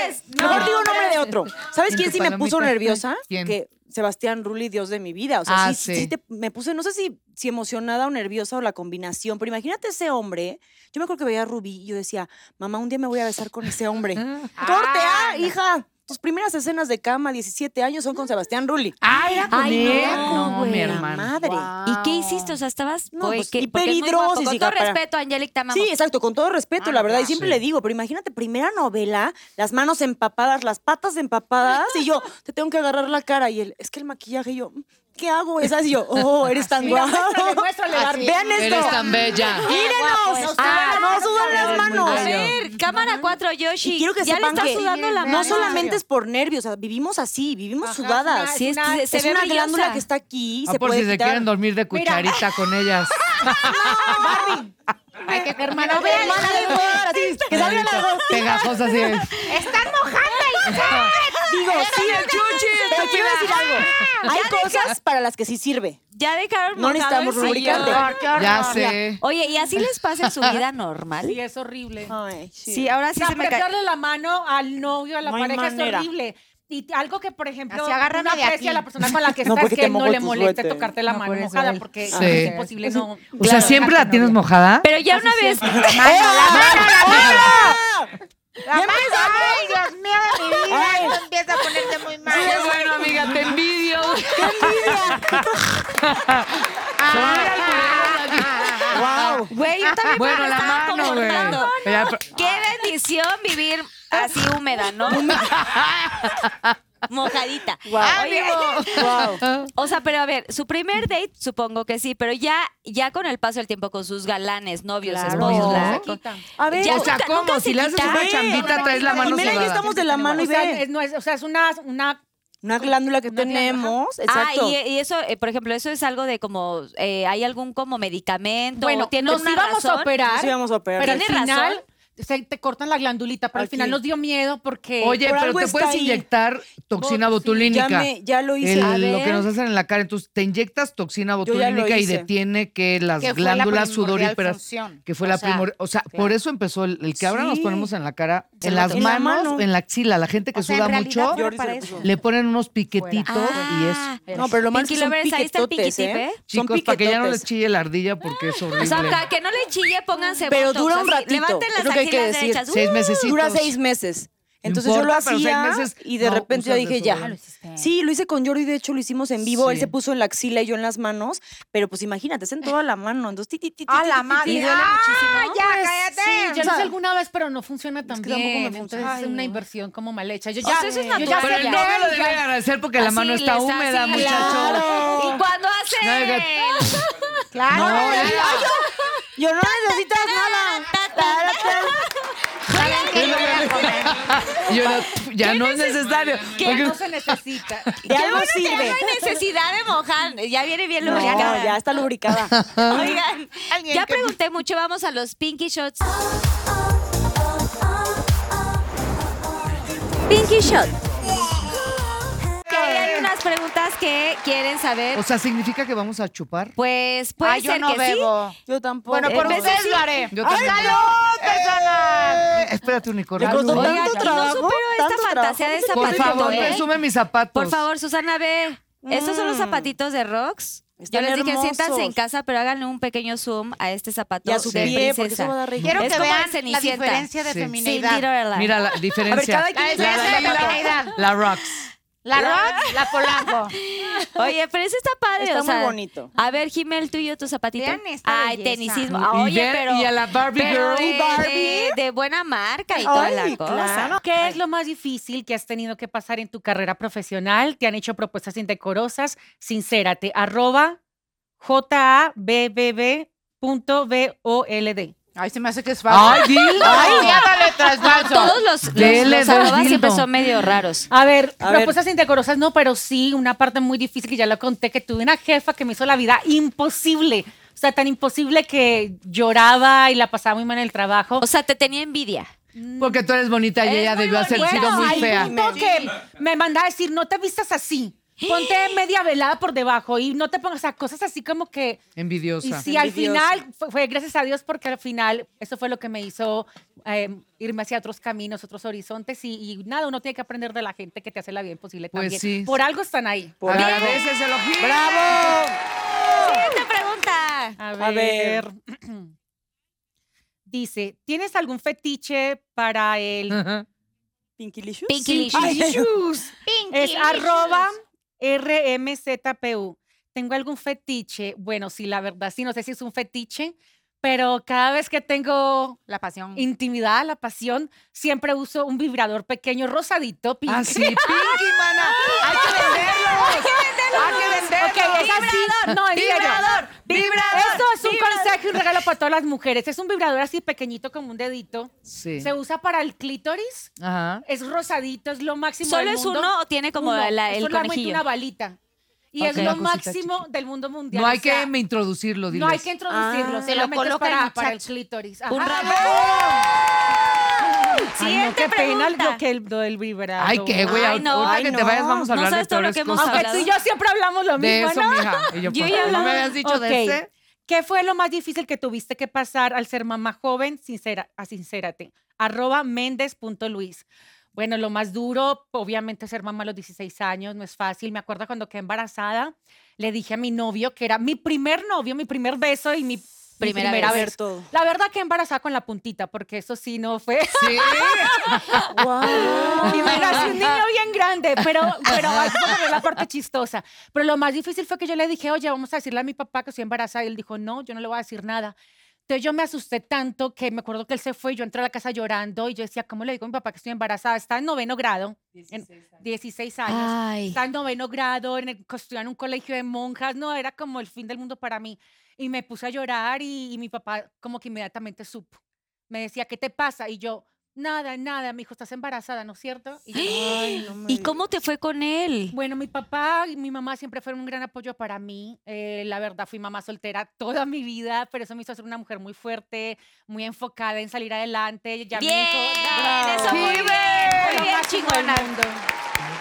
Speaker 11: Mejor digo nombre de otro. ¿Sabes
Speaker 6: En
Speaker 11: quién
Speaker 6: tu
Speaker 11: sí me puso
Speaker 6: palomita.
Speaker 11: nerviosa?
Speaker 6: ¿Quién?
Speaker 11: Que Sebastián Rulli, Dios de mi vida. O sea,
Speaker 6: Ah,
Speaker 11: sí, sí
Speaker 6: sí.
Speaker 11: te- me puse, no sé si, si emocionada o nerviosa o la combinación, pero imagínate ese hombre. Yo me acuerdo que veía a Rubí y yo decía, mamá, un día me voy a besar con ese hombre. ¡Corte, ah, hija! Tus primeras escenas de cama, 17 años, son con Sebastián Rulli.
Speaker 6: Ay, Ah, era con
Speaker 2: Ay,
Speaker 6: él.
Speaker 2: no,
Speaker 6: No,
Speaker 2: güey.
Speaker 6: mi
Speaker 11: La
Speaker 6: hermana.
Speaker 11: madre.
Speaker 2: ¿Y qué hiciste? O sea, estabas
Speaker 11: Ah. No,
Speaker 2: güey,
Speaker 11: pues,
Speaker 2: que-
Speaker 11: y
Speaker 2: porque es muy guapo.
Speaker 11: peligrosos,
Speaker 2: Con
Speaker 11: hija,
Speaker 2: todo
Speaker 11: para-
Speaker 2: respeto, Angélica, te amamos.
Speaker 11: Sí, exacto, con todo respeto, la verdad. Y siempre le digo, pero imagínate, primera novela, las manos empapadas, las patas empapadas, y yo, te tengo que agarrar la cara. Y él, es que el maquillaje, y yo, ¿qué hago? Esas, y yo, oh, eres tan guapo. Vean esto.
Speaker 6: Eres tan bella.
Speaker 11: Mírenos.
Speaker 2: Ah,
Speaker 11: no sudan
Speaker 6: eres
Speaker 11: las
Speaker 6: muy
Speaker 11: manos.
Speaker 2: A
Speaker 6: bello.
Speaker 2: ver, cámara 4, Yoshi.
Speaker 11: Y quiero que
Speaker 2: ya
Speaker 11: sepan
Speaker 2: le
Speaker 11: que
Speaker 2: está sudando la mano.
Speaker 11: no solamente es por nervios, o sea, vivimos así, vivimos sudadas.
Speaker 2: Sí, es- se- se
Speaker 11: es
Speaker 2: ve
Speaker 11: una
Speaker 2: brillosa.
Speaker 11: glándula que está aquí,
Speaker 6: Ah,
Speaker 11: se
Speaker 6: por
Speaker 11: puede
Speaker 6: si se
Speaker 11: quitar.
Speaker 6: quieren dormir de cucharita con ellas.
Speaker 9: Ay, qué hermana.
Speaker 11: A ver, hermana, hermana, así, que salga la
Speaker 6: Ahorita, Pegajosa así.
Speaker 9: Están mojando
Speaker 11: Digo, sí, el chuchi. Pero quiero decir algo. Hay cosas para las que sí sirve.
Speaker 2: Ya dejaron
Speaker 11: No
Speaker 2: mojado
Speaker 11: necesitamos
Speaker 2: el sillón.
Speaker 11: lubricante.
Speaker 6: Ya sé.
Speaker 2: Oye, ¿y así les pasa en su vida normal?
Speaker 8: Sí, es horrible.
Speaker 11: Ay,
Speaker 2: Sí, ahora sí
Speaker 8: O sea,
Speaker 2: se me cae.
Speaker 8: apretarle la mano al novio, a la
Speaker 11: No hay
Speaker 8: pareja
Speaker 11: manera.
Speaker 8: es horrible. Y t- algo que, por ejemplo,
Speaker 9: Así, agárrame
Speaker 8: no
Speaker 9: de aquí.
Speaker 8: aprecia a la persona con la que
Speaker 11: No,
Speaker 8: estás,
Speaker 11: porque te
Speaker 8: que no
Speaker 11: mojo
Speaker 8: le
Speaker 11: tu
Speaker 8: moleste
Speaker 11: suéter.
Speaker 8: tocarte la mano mojada, porque
Speaker 6: Sí.
Speaker 8: es imposible no.
Speaker 6: O sea, siempre la tienes mojada.
Speaker 2: Pero ya una vez.
Speaker 9: Ay, Dios mío de mi vida. Esto empieza a ponerse muy mal.
Speaker 6: Qué bueno, amiga, te envidio.
Speaker 11: Ah. Wow.
Speaker 2: Güey, yo también
Speaker 6: Bueno,
Speaker 2: me
Speaker 6: la
Speaker 2: estaba
Speaker 6: mano, güey.
Speaker 2: comportando.
Speaker 6: Ya, pero-
Speaker 2: Qué bendición vivir así húmeda, ¿no? Mojadita. Oye, O sea, pero a ver, su primer date supongo que sí, pero ya, ya con el paso del tiempo con sus galanes, novios, esposos, la-
Speaker 11: A ver,
Speaker 2: Ya
Speaker 6: O sea,
Speaker 2: nunca-
Speaker 6: ¿cómo?
Speaker 2: nunca
Speaker 6: Si
Speaker 2: se
Speaker 6: le haces
Speaker 2: quita.
Speaker 6: una chambita, traes la mano
Speaker 11: Mira, ahí
Speaker 6: sudada.
Speaker 11: estamos de la mano
Speaker 8: O
Speaker 11: y
Speaker 8: sea,
Speaker 11: ve.
Speaker 8: es, no es- o sea, es una, una
Speaker 11: Una glándula que tenemos. Exacto.
Speaker 2: Ah, y, y eso, eh, por ejemplo, eso es algo de como, eh, ¿hay algún como medicamento?
Speaker 8: Bueno,
Speaker 2: ¿O tiene
Speaker 8: nos
Speaker 2: una
Speaker 8: íbamos a
Speaker 2: razón?
Speaker 8: operar.
Speaker 11: Nos íbamos a operar.
Speaker 8: Pero al
Speaker 2: Tiene
Speaker 8: final
Speaker 2: razón.
Speaker 8: se te cortan la glandulita, pero al
Speaker 11: Aquí.
Speaker 8: final nos dio miedo porque
Speaker 6: Oye,
Speaker 11: Por
Speaker 6: pero
Speaker 11: algo
Speaker 6: te
Speaker 11: está
Speaker 6: puedes
Speaker 11: ahí.
Speaker 6: inyectar toxina
Speaker 8: Bo- sí,
Speaker 11: ya,
Speaker 6: botulínica.
Speaker 11: me, ya lo hice.
Speaker 6: El-
Speaker 11: A ver.
Speaker 6: lo que nos hacen en la cara. Entonces, te inyectas toxina
Speaker 11: Yo ya lo
Speaker 6: botulínica y
Speaker 11: hice.
Speaker 6: detiene que las
Speaker 9: Que fue la
Speaker 6: glándulas
Speaker 9: primordial
Speaker 6: sudoríferas.
Speaker 9: función.
Speaker 6: Que fue
Speaker 9: O
Speaker 6: la
Speaker 9: sea,
Speaker 6: primor- O sea, por eso empezó el, el que ahora nos
Speaker 11: Sí.
Speaker 6: ponemos en la cara, en
Speaker 11: lo
Speaker 6: las
Speaker 11: tengo. En la
Speaker 6: manos,
Speaker 11: mano.
Speaker 6: en la axila. La gente que
Speaker 9: O sea, en
Speaker 6: suda
Speaker 9: realidad
Speaker 6: mucho,
Speaker 9: fue
Speaker 11: Jordi se
Speaker 9: para
Speaker 11: lo
Speaker 9: eso.
Speaker 11: puso.
Speaker 6: le ponen unos piquetitos y
Speaker 2: Ah,
Speaker 6: eso.
Speaker 11: No, pero lo malo es
Speaker 2: Pinky
Speaker 11: que son
Speaker 2: Lovers, ahí está el
Speaker 11: piquetotes,
Speaker 2: piquitipe.
Speaker 11: ¿eh? Son
Speaker 6: Chicos, para que ya no les
Speaker 11: piquetotes.
Speaker 6: chille la ardilla porque es horrible.
Speaker 2: O sea, para que no le chille, pónganse
Speaker 11: Pero
Speaker 2: botox,
Speaker 11: dura un
Speaker 2: así,
Speaker 11: ratito,
Speaker 2: Levanten
Speaker 11: es
Speaker 2: las
Speaker 11: lo que hay que
Speaker 2: axilas
Speaker 11: decir.
Speaker 2: derechas.
Speaker 6: Seis
Speaker 2: ¡uh!
Speaker 6: meses.
Speaker 11: Dura seis meses. Entonces yo
Speaker 6: importa,
Speaker 11: lo
Speaker 6: pero, o sea,
Speaker 11: hacía
Speaker 6: hay veces
Speaker 11: y de
Speaker 6: no
Speaker 11: repente yo
Speaker 6: usas
Speaker 11: dije,
Speaker 9: Ah,
Speaker 11: ya.
Speaker 6: desodorante.
Speaker 11: Sí, lo hice con Jordi, de hecho lo hicimos en vivo. Él
Speaker 6: Sí.
Speaker 11: se puso en la axila y yo en las manos, pero pues imagínate, es en toda la mano. Entonces, ti, ti, ti,
Speaker 9: ¡A
Speaker 11: ti,
Speaker 9: la
Speaker 11: ti, ti,
Speaker 9: madre!
Speaker 11: ti.
Speaker 9: ¡Ah, ya,
Speaker 8: Pues,
Speaker 9: cállate!
Speaker 8: Sí, yo
Speaker 9: O
Speaker 8: lo hice
Speaker 9: sea,
Speaker 8: alguna vez, pero no funciona tan
Speaker 11: que tampoco me
Speaker 8: bien.
Speaker 11: funciona.
Speaker 8: Entonces es
Speaker 11: Ay,
Speaker 8: una
Speaker 11: no.
Speaker 8: inversión como mal hecha. Yo
Speaker 2: sea,
Speaker 8: ya,
Speaker 2: eso es
Speaker 8: yo ya
Speaker 2: natural.
Speaker 6: Pero el
Speaker 8: sé-
Speaker 6: novio lo debe agradecer porque la
Speaker 2: Así
Speaker 6: mano está
Speaker 2: les
Speaker 6: húmeda,
Speaker 2: hacía.
Speaker 6: muchacho.
Speaker 2: Y cuando hace
Speaker 6: No,
Speaker 2: el-
Speaker 6: diga-
Speaker 9: Claro.
Speaker 6: No,
Speaker 9: Ay,
Speaker 6: ya-
Speaker 11: Yo no necesitas nada.
Speaker 6: yo no- ya no es necesario. Porque-
Speaker 8: no se necesita.
Speaker 11: De
Speaker 2: Ya
Speaker 11: algo
Speaker 2: no
Speaker 11: sirve.
Speaker 2: hay necesidad de mojar, ya viene bien
Speaker 11: No,
Speaker 2: lubricada.
Speaker 11: ya está lubricada.
Speaker 2: Oigan, ya pregunté mucho, vamos a los pinky shots.
Speaker 7: Pinky Shot.
Speaker 2: Que hay unas preguntas que quieren saber.
Speaker 6: O sea, ¿significa que vamos a chupar?
Speaker 2: Pues puede
Speaker 9: yo
Speaker 2: ser
Speaker 9: no
Speaker 2: que sí.
Speaker 9: bebo.
Speaker 11: Yo tampoco.
Speaker 9: Bueno, por
Speaker 2: veces
Speaker 9: ustedes
Speaker 2: sí.
Speaker 9: lo haré.
Speaker 6: Yo también.
Speaker 9: ¡Salud, personas!
Speaker 6: Eh, espérate, unicornio.
Speaker 11: Me costó
Speaker 6: Oiga,
Speaker 11: tanto
Speaker 2: y no
Speaker 11: trabajo,
Speaker 2: supero esta
Speaker 11: tanto
Speaker 2: fantasía de
Speaker 11: trabajo.
Speaker 6: Por
Speaker 2: zapatito,
Speaker 6: favor,
Speaker 2: ¿eh?
Speaker 6: presume mis zapatos.
Speaker 2: Por favor, Susana, ve. Estos son los zapatitos de Rox.
Speaker 11: Mm. Están
Speaker 2: Yo les dije,
Speaker 11: hermosos.
Speaker 2: siéntanse en casa, pero háganle un pequeño zoom a este zapato
Speaker 11: Y a su
Speaker 2: de
Speaker 11: pie, porque eso va
Speaker 2: princesa.
Speaker 11: a dar rey.
Speaker 9: Quiero
Speaker 2: Es
Speaker 9: que
Speaker 2: como
Speaker 9: vean
Speaker 2: de
Speaker 9: la
Speaker 2: Cenicienta.
Speaker 9: diferencia de
Speaker 6: Sí.
Speaker 2: Save it
Speaker 9: feminidad.
Speaker 2: or alive.
Speaker 6: Mira la
Speaker 11: A ver,
Speaker 6: diferencia.
Speaker 11: cada
Speaker 9: La
Speaker 11: quien
Speaker 9: diferencia de
Speaker 6: Dalila.
Speaker 9: feminidad.
Speaker 6: La rocks.
Speaker 9: La Rox, la Polanco.
Speaker 2: Oye, pero eso está padre.
Speaker 11: Está
Speaker 2: o
Speaker 11: muy
Speaker 2: sea,
Speaker 11: bonito.
Speaker 2: A ver, Jimel, tú y yo, tu zapatito.
Speaker 9: Vean esta
Speaker 2: Ay,
Speaker 9: belleza.
Speaker 2: tenisismo.
Speaker 6: Y
Speaker 2: Ah, Oye,
Speaker 6: ve-
Speaker 2: pero...
Speaker 6: y a la Barbie
Speaker 2: pero
Speaker 6: girl.
Speaker 2: de, de- de buena marca y toda la
Speaker 11: Ay,
Speaker 2: cosa.
Speaker 11: claro.
Speaker 8: ¿Qué es lo más difícil que has tenido que pasar en tu carrera profesional? ¿Te han hecho propuestas indecorosas? Sincérate. Arroba jabbb.bold.
Speaker 9: Ay, se me hace que es fácil.
Speaker 6: Ay, dilo.
Speaker 9: dale
Speaker 2: Todos los, los,
Speaker 6: Dele,
Speaker 2: los
Speaker 6: dos
Speaker 2: arrobas
Speaker 6: dildo.
Speaker 2: siempre son medio raros.
Speaker 8: A ver,
Speaker 11: A ver.
Speaker 8: propuestas indecorosas no, pero sí una parte muy difícil que ya lo conté, que tuve una jefa que me hizo la vida imposible. O sea, tan imposible que lloraba y la pasaba muy mal en el trabajo.
Speaker 2: O sea, te tenía envidia.
Speaker 6: Porque tú eres bonita y
Speaker 2: Eres
Speaker 6: ella
Speaker 2: muy
Speaker 6: debió haber
Speaker 2: bonita.
Speaker 6: sido muy
Speaker 8: al
Speaker 6: fea.
Speaker 8: punto que me mandaba a decir, no te vistas así. Ponte media velada por debajo y no te pongas a cosas así como que... Y
Speaker 6: Envidiosa.
Speaker 8: sí, al
Speaker 11: Envidiosa.
Speaker 8: final fue, fue gracias a Dios porque al final eso fue lo que me hizo eh, irme hacia otros caminos, otros horizontes y, y nada, uno tiene que aprender de la gente que te hace la vida imposible
Speaker 6: Pues
Speaker 8: también.
Speaker 6: sí.
Speaker 8: Por algo están ahí.
Speaker 11: Por algo.
Speaker 6: Agradeceselo, Gil.
Speaker 2: Siguiente pregunta.
Speaker 8: A ver.
Speaker 11: A ver.
Speaker 8: Dice, ¿tienes algún fetiche para el
Speaker 6: Ajá.
Speaker 11: Pinkilicious.
Speaker 2: Pinkilicious.
Speaker 8: Pinkilicious? Es arroba RMZPU. Tengo algún fetiche. Bueno, sí, la verdad, sí, no sé si es un fetiche, pero cada vez que tengo
Speaker 9: La pasión.
Speaker 8: intimidad, la pasión, siempre uso un vibrador pequeño rosadito. pink.
Speaker 6: Ah, sí, Pinky, mana.
Speaker 9: ¡Hay que venderlos! ¡Hay que
Speaker 8: Ok, es
Speaker 9: venderlos!
Speaker 8: así. No, en serio.
Speaker 9: ¡Vibrador! ¡Vibrador!
Speaker 8: Esto es un consejo y un regalo para todas las mujeres. Es un vibrador así pequeñito como un dedito.
Speaker 6: Sí.
Speaker 8: Se usa para el clítoris.
Speaker 6: Ajá.
Speaker 8: Es rosadito, es lo máximo
Speaker 2: ¿Solo
Speaker 8: del
Speaker 2: es
Speaker 8: mundo.
Speaker 2: uno o tiene como
Speaker 8: Uno,
Speaker 2: la-
Speaker 8: es
Speaker 2: el
Speaker 8: solamente
Speaker 2: conejillo?
Speaker 8: una balita. Y
Speaker 6: Ok.
Speaker 8: es lo
Speaker 6: Una cosita
Speaker 8: máximo
Speaker 6: chiquita.
Speaker 8: del mundo mundial.
Speaker 6: No hay
Speaker 8: o sea,
Speaker 6: que me introducirlo, diles.
Speaker 8: No hay que introducirlo.
Speaker 11: Ah.
Speaker 8: se
Speaker 9: Se lo
Speaker 8: lo
Speaker 9: coloca el
Speaker 8: para, para el
Speaker 9: muchacho.
Speaker 8: clítoris.
Speaker 2: Un
Speaker 8: Ajá. Ay, no,
Speaker 2: Siguiente
Speaker 8: qué pena
Speaker 2: pregunta.
Speaker 8: lo que el, lo del vibrador.
Speaker 6: Ay, qué güey.
Speaker 2: Ay,
Speaker 6: Ahorita
Speaker 2: no, ay,
Speaker 6: que te
Speaker 2: no.
Speaker 6: vayas vamos a
Speaker 2: No
Speaker 6: hablar de
Speaker 2: sabes todo lo
Speaker 6: peores
Speaker 2: que hemos
Speaker 6: cosas.
Speaker 8: Aunque tú y yo siempre hablamos lo
Speaker 6: De
Speaker 8: mismo,
Speaker 6: eso,
Speaker 8: ¿no?
Speaker 6: mija. Y yo,
Speaker 2: Yo
Speaker 6: por
Speaker 2: ya
Speaker 6: favor, no me
Speaker 2: hablaba-
Speaker 6: habías dicho
Speaker 8: Ok.
Speaker 6: de ese.
Speaker 8: ¿Qué fue lo más difícil que tuviste que pasar al ser mamá joven? Sincera, a sincérate. Arroba Méndez.luis. Bueno, lo más duro, obviamente, ser mamá a los 16 años no es fácil. Me acuerdo cuando quedé embarazada, le dije a mi novio, que era mi primer novio, mi primer beso y mi mi
Speaker 2: Primera
Speaker 8: primera
Speaker 2: vez.
Speaker 8: vez.
Speaker 11: Ver todo.
Speaker 8: La verdad que embarazada con la puntita, porque eso sí no fue.
Speaker 6: Sí.
Speaker 11: Ah.
Speaker 8: Y me nació un niño bien grande, pero, pero vamos a poner la parte chistosa. Pero lo más difícil fue que yo le dije, oye, vamos a decirle a mi papá que estoy embarazada. Y él dijo, no, yo no le voy a decir nada. Entonces yo me asusté tanto que me acuerdo que él se fue y yo entré a la casa llorando y yo decía, ¿cómo le digo a mi papá que estoy embarazada? Está en noveno grado. en 16 años.
Speaker 2: Ay.
Speaker 8: Está en noveno grado, en el, estudiaba en un colegio de monjas. No, era como el fin del mundo para mí. Y me puse a llorar y, y mi papá como que inmediatamente supo. Me decía, ¿qué te pasa? Y yo, nada, nada. Mi hijo, estás embarazada, ¿no es cierto? Y yo,
Speaker 2: ¿Y cómo te fue con él?
Speaker 8: bueno, mi papá y mi mamá siempre fueron un gran apoyo para mí. Eh, la verdad, fui mamá soltera toda mi vida, pero eso me hizo ser una mujer muy fuerte, muy enfocada en salir adelante. Ya mi
Speaker 2: Bien,
Speaker 8: hijo- ¡Bravo!
Speaker 2: eso muy bien,
Speaker 8: Fue
Speaker 2: muy
Speaker 8: lo
Speaker 2: bien,
Speaker 8: máximo del
Speaker 2: chingona.
Speaker 8: mundo.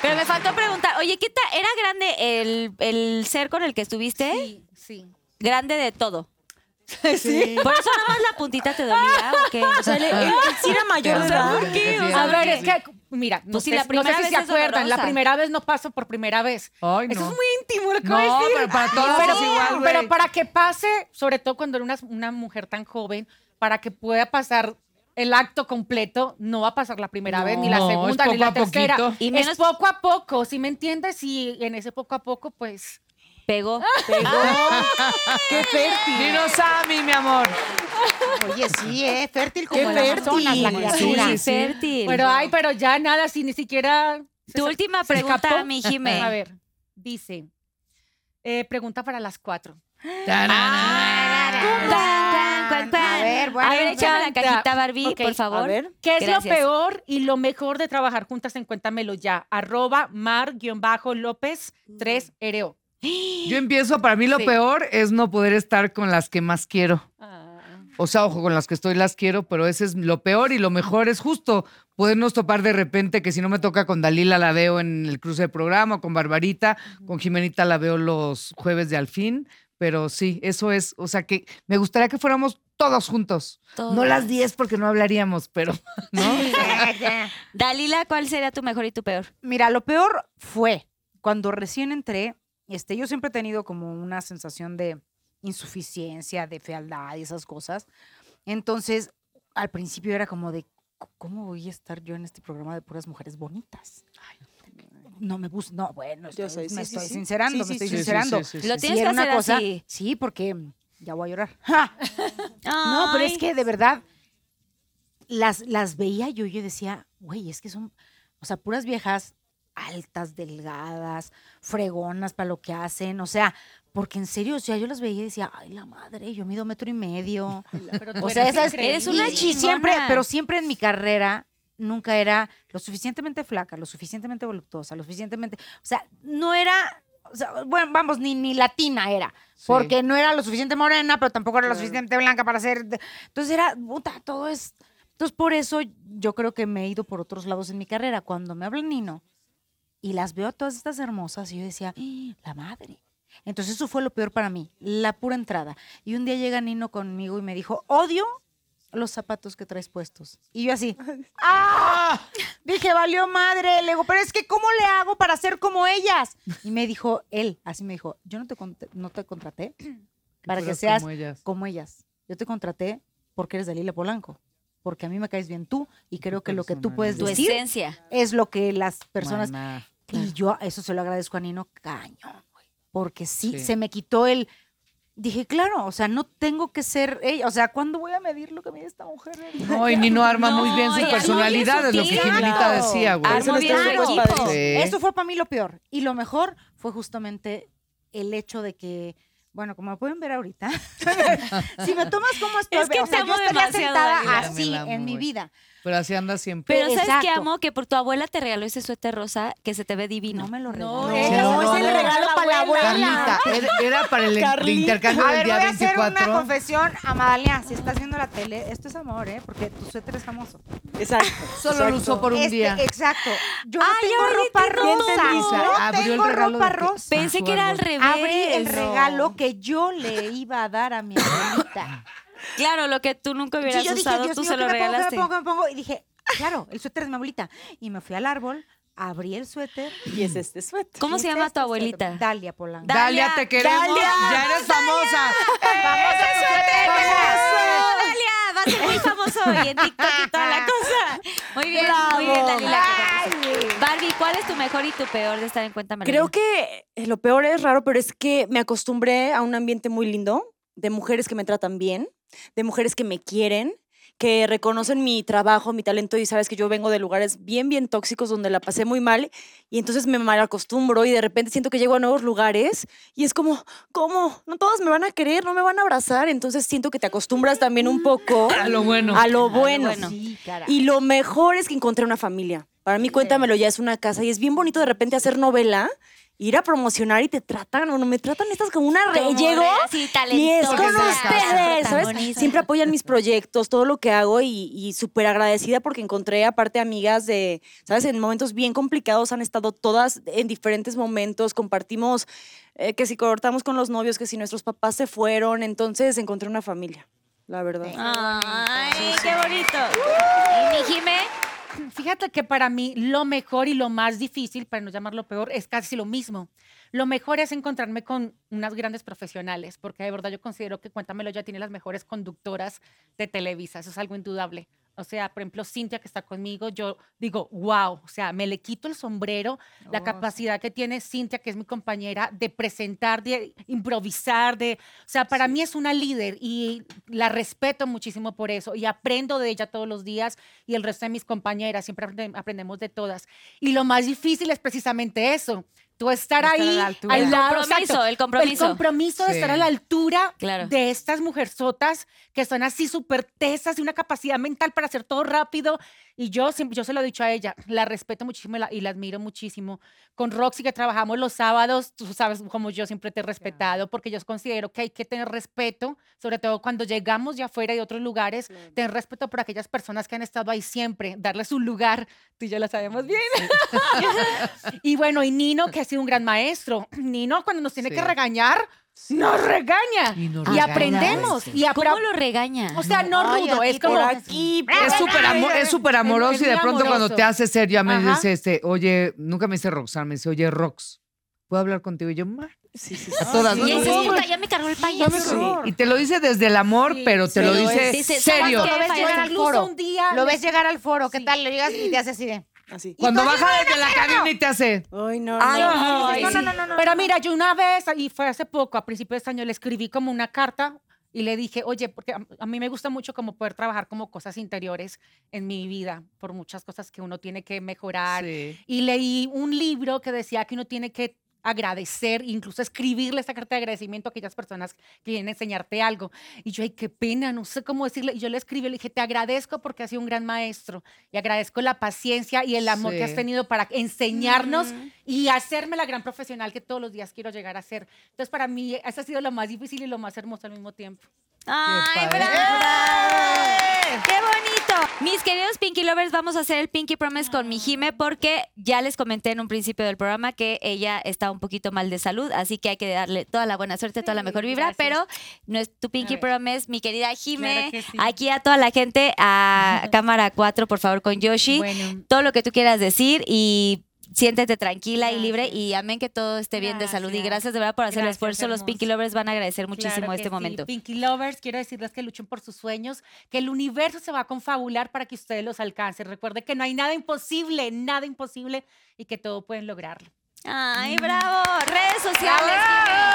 Speaker 2: Pero me faltó preguntar, oye, ¿qué tal? ¿Era grande el, el ser con el que estuviste?
Speaker 8: Sí, sí.
Speaker 2: Grande de todo. Por eso nada más la puntita te dolía. ¿o qué?
Speaker 11: O sea, él, él- él sí era mayor de edad.
Speaker 6: ¿Por Pues, qué?
Speaker 8: A ver, es que, mira, no,
Speaker 2: Pues si
Speaker 8: sé,
Speaker 2: la
Speaker 8: no sé
Speaker 2: primera
Speaker 8: si
Speaker 2: vez
Speaker 8: se
Speaker 2: es
Speaker 8: acuerdan, la
Speaker 2: dolorosa.
Speaker 8: primera vez no paso por primera vez.
Speaker 6: Ay,
Speaker 8: Eso
Speaker 6: no.
Speaker 8: es muy íntimo lo que voy a
Speaker 6: No,
Speaker 8: decir.
Speaker 6: pero para todas
Speaker 8: pero,
Speaker 6: es igual,
Speaker 8: pero
Speaker 6: güey.
Speaker 8: para que pase, sobre todo cuando eres una, una mujer tan joven, para que pueda pasar el acto completo no va a pasar la primera vez, ni la
Speaker 6: No, es
Speaker 8: segunda, ni
Speaker 6: poco
Speaker 8: la
Speaker 6: a
Speaker 8: tercera.
Speaker 6: poquito.
Speaker 2: Y
Speaker 8: es
Speaker 2: menos-
Speaker 8: poco a poco, ¿sí me entiendes? Y en ese poco a poco, pues.
Speaker 2: Pegó.
Speaker 11: ¡Qué fértil!
Speaker 6: Dinos a mí, mi amor.
Speaker 9: Oye, sí, ¿eh? Fértil
Speaker 11: ¡Qué
Speaker 9: como el Amazonas, la
Speaker 11: fértil!
Speaker 9: criatura.
Speaker 2: Sí, fértil.
Speaker 8: Pero, ay, pero ya nada, si ni siquiera.
Speaker 2: tu última
Speaker 8: se
Speaker 2: pregunta,
Speaker 8: escapó.
Speaker 2: mi Jime.
Speaker 8: A ver, dice. eh, pregunta para las cuatro.
Speaker 2: Ah, Cuan, cuan, cuan, cuan.
Speaker 9: A ver, bueno,
Speaker 2: A ver, échame la
Speaker 8: pregunta.
Speaker 2: cajita Barbie,
Speaker 8: Ok,
Speaker 2: por favor.
Speaker 11: A ver.
Speaker 8: ¿Qué es lo
Speaker 2: Gracias.
Speaker 8: peor y lo mejor de trabajar juntas en Cuéntamelo Ya? Arroba mar-lópez3reo.
Speaker 6: Yo empiezo, para mí lo
Speaker 8: Sí.
Speaker 6: peor es no poder estar con las que más quiero. O sea, ojo, con las que estoy las quiero, pero ese es lo peor y lo mejor es justo podernos topar de repente, que si no me toca con Dalila la veo en el cruce de programa, o con Barbarita, con Jimenita la veo los jueves de Al fin, pero sí, eso es, o sea, que me gustaría que fuéramos todos juntos. No las 10 porque no hablaríamos, pero, ¿no?
Speaker 2: Dalila, ¿cuál sería tu mejor y tu peor?
Speaker 10: Mira, lo peor fue cuando recién entré, este, yo siempre he tenido como una sensación de insuficiencia, de fealdad y esas cosas. Entonces, al principio era como de, "C- ¿cómo voy a estar yo en este programa de puras mujeres bonitas? No me gusta, no, bueno,
Speaker 11: Yo
Speaker 10: estoy-
Speaker 11: sé,
Speaker 10: me
Speaker 11: sí, sí,
Speaker 10: estoy
Speaker 11: sí.
Speaker 10: sincerando,
Speaker 11: Sí,
Speaker 10: me
Speaker 11: sí,
Speaker 10: estoy
Speaker 11: sí, sí,
Speaker 10: sincerando.
Speaker 2: Lo
Speaker 10: Sí,
Speaker 2: tienes que
Speaker 10: era
Speaker 2: hacer
Speaker 10: una cosa,
Speaker 2: así.
Speaker 10: sí, porque ya voy a llorar. ¡Ja! No, pero es
Speaker 2: Ay.
Speaker 10: que de verdad las, las veía yo y yo decía, güey, es que son, o sea, puras viejas altas, delgadas, fregonas para lo que hacen, o sea, porque en serio, o sea, yo las veía y decía, ay, la madre, yo mido metro y medio. O sea, esas-
Speaker 2: eres
Speaker 10: y-
Speaker 2: una
Speaker 10: y siempre,
Speaker 2: chingona.
Speaker 10: pero siempre en mi carrera nunca era lo suficientemente flaca, lo suficientemente voluptuosa, lo suficientemente, o sea, no era, o sea, bueno, vamos, ni, ni latina era, porque no era lo suficiente morena, pero tampoco era lo suficiente blanca para ser, de- entonces era, puta, todo es, entonces por eso yo creo que me he ido por otros lados en mi carrera, cuando me hablan Nino y las veo a todas estas hermosas y yo decía, "Ah, la madre. Entonces eso fue lo peor para mí, la pura entrada. Y un día llega Nino conmigo y me dijo, odio los zapatos que traes puestos. Y yo así, ¡ah! Dije, valió madre. Le digo, pero es que ¿cómo le hago para ser como ellas? Y me dijo él, así me dijo, yo no te, cont- no te contraté para que
Speaker 6: fueras
Speaker 10: seas
Speaker 6: como ellas.
Speaker 10: como ellas. Yo te contraté porque eres Dalila Polanco, porque a mí me caes bien tú y creo que lo que tú puedes
Speaker 2: Tu
Speaker 10: decir
Speaker 2: esencia.
Speaker 10: es lo que las personas...
Speaker 6: Maná.
Speaker 10: Y yo a eso se lo agradezco a Nino Cañón, güey. Porque sí,
Speaker 6: Sí.
Speaker 10: se me quitó el. Dije, claro, o sea, no tengo que ser ella. O sea, ¿cuándo voy a medir lo que mide esta mujer?
Speaker 6: No, y Nino arma muy bien
Speaker 2: y
Speaker 6: su
Speaker 2: arma
Speaker 6: personalidad, es lo que
Speaker 2: bien su
Speaker 6: Jimenita
Speaker 10: estilo.
Speaker 6: decía, güey.
Speaker 11: Eso
Speaker 2: Armo
Speaker 11: no
Speaker 2: bien
Speaker 11: está
Speaker 2: su
Speaker 11: bien
Speaker 2: equipo.
Speaker 11: padre.
Speaker 6: Sí.
Speaker 10: Eso fue para mí lo peor. Y lo mejor fue justamente el hecho de que. Bueno, como pueden ver ahorita, si me tomas como estoy,
Speaker 2: Es que
Speaker 10: o sea,
Speaker 2: te
Speaker 10: yo
Speaker 2: amo
Speaker 10: estaría
Speaker 2: demasiado,
Speaker 10: sentada
Speaker 2: Dalila.
Speaker 10: así
Speaker 6: Me la amo,
Speaker 10: en mi
Speaker 6: güey.
Speaker 10: vida.
Speaker 6: Pero así anda siempre.
Speaker 2: Pero ¿sabes qué
Speaker 10: Exacto.
Speaker 2: amo? Que por tu abuela te regaló ese suéter rosa que se te ve divino.
Speaker 10: No me lo
Speaker 8: No,
Speaker 10: regaló.
Speaker 8: ella
Speaker 6: No,
Speaker 8: se lo
Speaker 6: no,
Speaker 8: regaló
Speaker 6: no.
Speaker 8: a la abuela.
Speaker 6: Carlita, era, era para el, el
Speaker 11: Carlita.
Speaker 6: intercambio
Speaker 10: A
Speaker 6: del
Speaker 10: ver,
Speaker 6: día
Speaker 10: voy a hacer
Speaker 6: 24.
Speaker 10: una confesión a Madalena. Si estás viendo la tele, esto es amor, ¿eh? Porque tu suéter es famoso.
Speaker 11: Exacto.
Speaker 6: Solo lo
Speaker 11: exacto.
Speaker 6: usó por un
Speaker 10: Este,
Speaker 6: día.
Speaker 10: Exacto. Yo no
Speaker 2: Ay,
Speaker 10: tengo
Speaker 2: ahora
Speaker 10: ropa
Speaker 2: entiendo.
Speaker 10: rosa.
Speaker 6: O sea,
Speaker 10: No
Speaker 6: abrió el
Speaker 10: tengo
Speaker 6: regalo
Speaker 10: ropa
Speaker 6: de que-
Speaker 10: rosa.
Speaker 2: Pensé
Speaker 6: su
Speaker 2: que era al
Speaker 6: árbol.
Speaker 2: revés.
Speaker 10: Abrí el regalo que yo le iba a dar a mi abuelita.
Speaker 2: Claro, lo que tú nunca hubieras
Speaker 10: Sí, yo dije,
Speaker 2: usado,
Speaker 10: Dios
Speaker 2: tú
Speaker 10: mío,
Speaker 2: se
Speaker 10: ¿qué
Speaker 2: lo
Speaker 10: me pongo, qué
Speaker 2: regalaste.
Speaker 10: me pongo, qué me pongo? Y dije, claro, el suéter es mi abuelita. Y me fui al árbol, abrí el suéter.
Speaker 11: Y es este suéter.
Speaker 2: ¿Cómo
Speaker 10: y
Speaker 2: se
Speaker 10: es
Speaker 2: llama tu
Speaker 10: este
Speaker 2: abuelita?
Speaker 10: suéter. Dalia Polanco.
Speaker 6: Dalia,
Speaker 2: Dalia,
Speaker 6: te queremos.
Speaker 2: Dalia,
Speaker 6: ya eres famosa.
Speaker 10: ¡Vamos a
Speaker 2: ¡Eso! Dalia, va a ser muy famoso hoy en TikTok y toda la cosa. Muy bien, muy bien, Dalila. Barbie, ¿cuál es tu mejor y tu peor de estar en cuenta
Speaker 11: Creo que eh, lo peor es raro, pero es que me acostumbré a un ambiente muy lindo, de mujeres que me tratan bien, de mujeres que me quieren, que reconocen mi trabajo, mi talento y sabes que yo vengo de lugares bien, bien tóxicos donde la pasé muy mal y entonces me mal acostumbro y de repente siento que llego a nuevos lugares y es como, ¿cómo? No todas me van a querer, no me van a abrazar, entonces siento que te acostumbras también un poco
Speaker 6: A lo bueno.
Speaker 11: a lo bueno.
Speaker 2: bueno.
Speaker 10: Sí, cara.
Speaker 11: Y lo mejor es que encontré una familia. Para mí, cuéntamelo, ya es una casa. Y es bien bonito de repente hacer novela, ir a promocionar y te tratan, o no me tratan estas como una re. Llego
Speaker 2: Sí,
Speaker 11: y es con
Speaker 2: talentosa, siempre
Speaker 11: ustedes,
Speaker 2: tan
Speaker 11: ¿sabes?
Speaker 2: bonita.
Speaker 11: Siempre apoyan mis proyectos, todo lo que hago y, y súper agradecida porque encontré aparte amigas de, ¿sabes? En momentos bien complicados han estado todas en diferentes momentos, compartimos eh, que si cortamos con los novios, que si nuestros papás se fueron, entonces encontré una familia, la verdad.
Speaker 2: Ay, qué bonito. Y
Speaker 10: Uh.
Speaker 2: mi Jime,
Speaker 8: Fíjate que para mí lo mejor y lo más difícil, para no llamarlo peor, es casi lo mismo. Lo mejor es encontrarme con unas grandes profesionales, porque de verdad yo considero que Cuéntamelo ya tiene las mejores conductoras de Televisa, eso es algo indudable. O sea, por ejemplo, Cintia que está conmigo, yo digo, wow, o sea, me le quito el sombrero,
Speaker 10: Oh,
Speaker 8: la capacidad que tiene Cintia, que es mi compañera, de presentar, de improvisar, de, o sea, para mí es una líder y la respeto muchísimo por eso y aprendo de ella todos los días y el resto de mis compañeras, siempre aprende- aprendemos de todas. Y lo más difícil es precisamente eso. Tú estar,
Speaker 10: Estar a
Speaker 8: ahí,
Speaker 10: la altura.
Speaker 8: al
Speaker 2: El
Speaker 8: lado,
Speaker 2: compromiso,
Speaker 8: exacto,
Speaker 2: el compromiso.
Speaker 8: El compromiso de
Speaker 6: Sí.
Speaker 8: estar a la altura
Speaker 2: Claro.
Speaker 8: de estas mujerzotas que son así súper tesas y una capacidad mental para hacer todo rápido. Y yo, siempre- yo se lo he dicho a ella, la respeto muchísimo y la, y la admiro muchísimo. Con Roxy, que trabajamos los sábados, tú sabes como yo siempre te he respetado, porque yo considero que hay que tener respeto, sobre todo cuando llegamos de afuera y de otros lugares, tener respeto por aquellas personas que han estado ahí siempre, darles un lugar, tú y yo lo sabemos bien. y bueno, y Nino, que ha sido un gran maestro. Nino, cuando nos tiene
Speaker 6: Sí.
Speaker 8: que regañar, nos regaña.
Speaker 6: Y
Speaker 8: Y,
Speaker 6: nos regaña,
Speaker 8: aprendemos.
Speaker 6: bestia.
Speaker 8: Y apra-
Speaker 2: ¿Cómo lo regaña?
Speaker 8: o sea, no
Speaker 10: Ay,
Speaker 8: rudo,
Speaker 10: aquí
Speaker 8: es
Speaker 10: por
Speaker 8: como...
Speaker 10: aquí,
Speaker 6: Es súper amo- es súper amoroso y de
Speaker 8: muy
Speaker 6: pronto cuando
Speaker 8: amoroso.
Speaker 6: te hace ser, ya me
Speaker 8: Ajá.
Speaker 6: dice, este, oye, nunca me dice Roxanne, me dice, oye, Rox, ¿puedo hablar contigo? Y yo, ma. A todas.
Speaker 2: Y
Speaker 6: ¿no?
Speaker 2: ese
Speaker 6: No,
Speaker 2: es, puta, ya me cargó el payaso.
Speaker 6: Y te lo dice desde el amor, pero te lo
Speaker 2: pero
Speaker 6: dice
Speaker 2: es- dice,
Speaker 6: serio.
Speaker 2: ¿sabes
Speaker 9: Lo ves
Speaker 2: Ay,
Speaker 9: llegar al
Speaker 8: Incluso
Speaker 9: foro.
Speaker 8: un día...
Speaker 9: Lo ves llegar al foro. ¿Qué tal? Le llegas y te hace así de...
Speaker 11: Así.
Speaker 6: Cuando baja desde la cabina y te hace.
Speaker 11: Ay, no.
Speaker 2: Ay,
Speaker 11: no.
Speaker 2: ay,
Speaker 8: no,
Speaker 2: sí.
Speaker 8: no, no, no, no. Pero mira, yo una vez, y fue hace poco, a principios de este año, le escribí como una carta y le dije, oye, porque a, a mí me gusta mucho como poder trabajar como cosas interiores en mi vida, por muchas cosas que uno tiene que mejorar.
Speaker 6: Sí.
Speaker 8: Y leí un libro que decía que uno tiene que agradecer, incluso escribirle esa carta de agradecimiento a aquellas personas que vienen a enseñarte algo. Y yo, ay, qué pena, no sé cómo decirle. Y yo le escribí, le dije, te agradezco porque has sido un gran maestro y agradezco la paciencia y el amor que has
Speaker 6: Sí.
Speaker 8: tenido para enseñarnos y hacerme la gran profesional que todos los días quiero llegar a ser. Entonces, para mí, eso ha sido lo más difícil y lo más hermoso al mismo tiempo.
Speaker 2: ¡Ay,
Speaker 6: padre.
Speaker 8: ¡Eh!
Speaker 2: bravo! ¡Qué bonito! Mis queridos Pinky Lovers, vamos a hacer el Pinky Promise con mi Jime porque ya les comenté en un principio del programa que ella está un poquito mal de salud, así que hay que darle toda la buena suerte, toda la mejor vibra,
Speaker 8: gracias.
Speaker 2: pero no es tu Pinky Promise, mi querida Jime.
Speaker 8: Claro que sí.
Speaker 2: Aquí a toda la gente, a cámara 4, por favor, con Yoshi.
Speaker 8: Bueno.
Speaker 2: Todo lo que tú quieras decir y... Siéntete tranquila y libre y amén que todo esté bien de salud. Y
Speaker 8: Gracias.
Speaker 2: gracias de verdad por hacer el
Speaker 8: Gracias,
Speaker 2: esfuerzo. Los
Speaker 8: hermosa.
Speaker 2: Pinky Lovers van a agradecer muchísimo
Speaker 8: Claro que
Speaker 2: este
Speaker 8: sí.
Speaker 2: momento.
Speaker 8: Pinky Lovers, quiero decirles que luchen por sus sueños, que el universo se va a confabular para que ustedes los alcancen. Recuerde que no hay nada imposible, nada imposible y que todo pueden lograrlo.
Speaker 2: Ay, bravo. Redes sociales.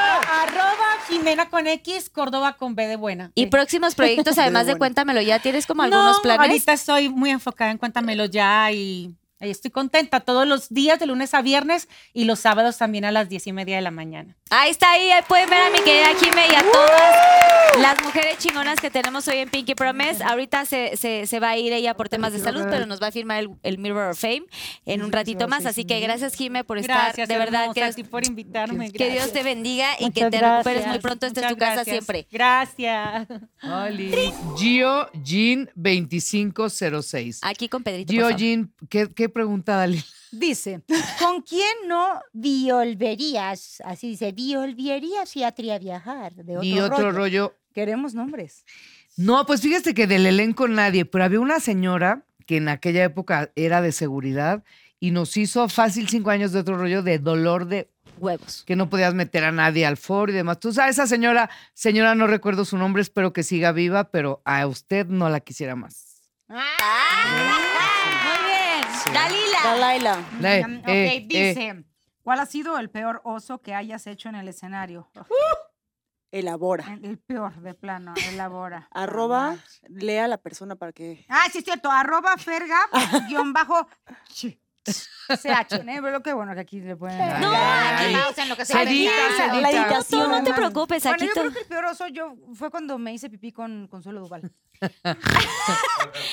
Speaker 8: Arroba Jimena con X, Córdoba con B de buena.
Speaker 2: Y
Speaker 8: Sí.
Speaker 2: próximos proyectos, además de Cuéntamelo ya, ¿tienes como algunos
Speaker 8: No,
Speaker 2: planes?
Speaker 8: Ahorita estoy muy enfocada en Cuéntamelo ya y y estoy contenta todos los días, de lunes a viernes y los sábados también a las diez y media de la mañana.
Speaker 2: Ahí está, ahí, ahí pueden ver a mi querida Jime y a todas las mujeres chingonas que tenemos hoy en Pinky Promise. Ahorita se, se- se va a ir ella por temas de salud, pero nos va a firmar el, el Mirror of Fame en un ratito más. Así que gracias, Jime, por estar.
Speaker 8: Gracias,
Speaker 2: de verdad,
Speaker 8: hermosa,
Speaker 2: que,
Speaker 8: a ti por invitarme.
Speaker 2: que Dios
Speaker 8: gracias.
Speaker 2: te bendiga y que te
Speaker 8: Muchas
Speaker 2: recuperes
Speaker 8: gracias.
Speaker 2: muy pronto. Esta es
Speaker 8: Muchas
Speaker 2: tu casa
Speaker 8: gracias.
Speaker 2: siempre.
Speaker 8: Gracias.
Speaker 6: Oli. Gio Jean 2506.
Speaker 2: Aquí con Pedrito. por
Speaker 6: Gio
Speaker 2: favor.
Speaker 6: Jean, ¿qué, qué pregunta, Dalila?
Speaker 9: Dice, ¿con quién no violverías? Así dice, violverías y atria viajar. De otro,
Speaker 6: Y otro
Speaker 9: rollo.
Speaker 6: rollo.
Speaker 10: Queremos nombres.
Speaker 6: No, pues fíjate que del elenco nadie, pero había una señora que en aquella época era de seguridad y nos hizo fácil cinco años de otro rollo de dolor de
Speaker 2: Huevos.
Speaker 6: que no podías meter a nadie al foro y demás. Tú sabes, esa señora, señora, no recuerdo su nombre, espero que siga viva, pero a usted no la quisiera más.
Speaker 2: Muy bien. Dalila.
Speaker 11: Dalaila.
Speaker 6: La-
Speaker 10: Mm, ok,
Speaker 6: eh, eh,
Speaker 10: dice, ¿cuál ha sido el peor oso que hayas hecho en el escenario?
Speaker 11: Elabora.
Speaker 10: El, el peor, de plano, elabora.
Speaker 11: Arroba, lea a la persona para que.
Speaker 10: Ah, sí es cierto, arroba ferga, guión bajo, ch- ch- CH, ¿eh? Pero qué bueno que aquí le pueden...
Speaker 6: No,
Speaker 9: Ay,
Speaker 6: Ay.
Speaker 9: mouse en lo que se
Speaker 6: Se
Speaker 9: aventara.
Speaker 6: edita, se
Speaker 11: La
Speaker 6: edita.
Speaker 11: editación.
Speaker 2: No, no te preocupes,
Speaker 10: Bueno,
Speaker 2: aquí
Speaker 10: yo
Speaker 2: todo.
Speaker 10: creo que el peor oso yo fue cuando me hice pipí con Consuelo Duval.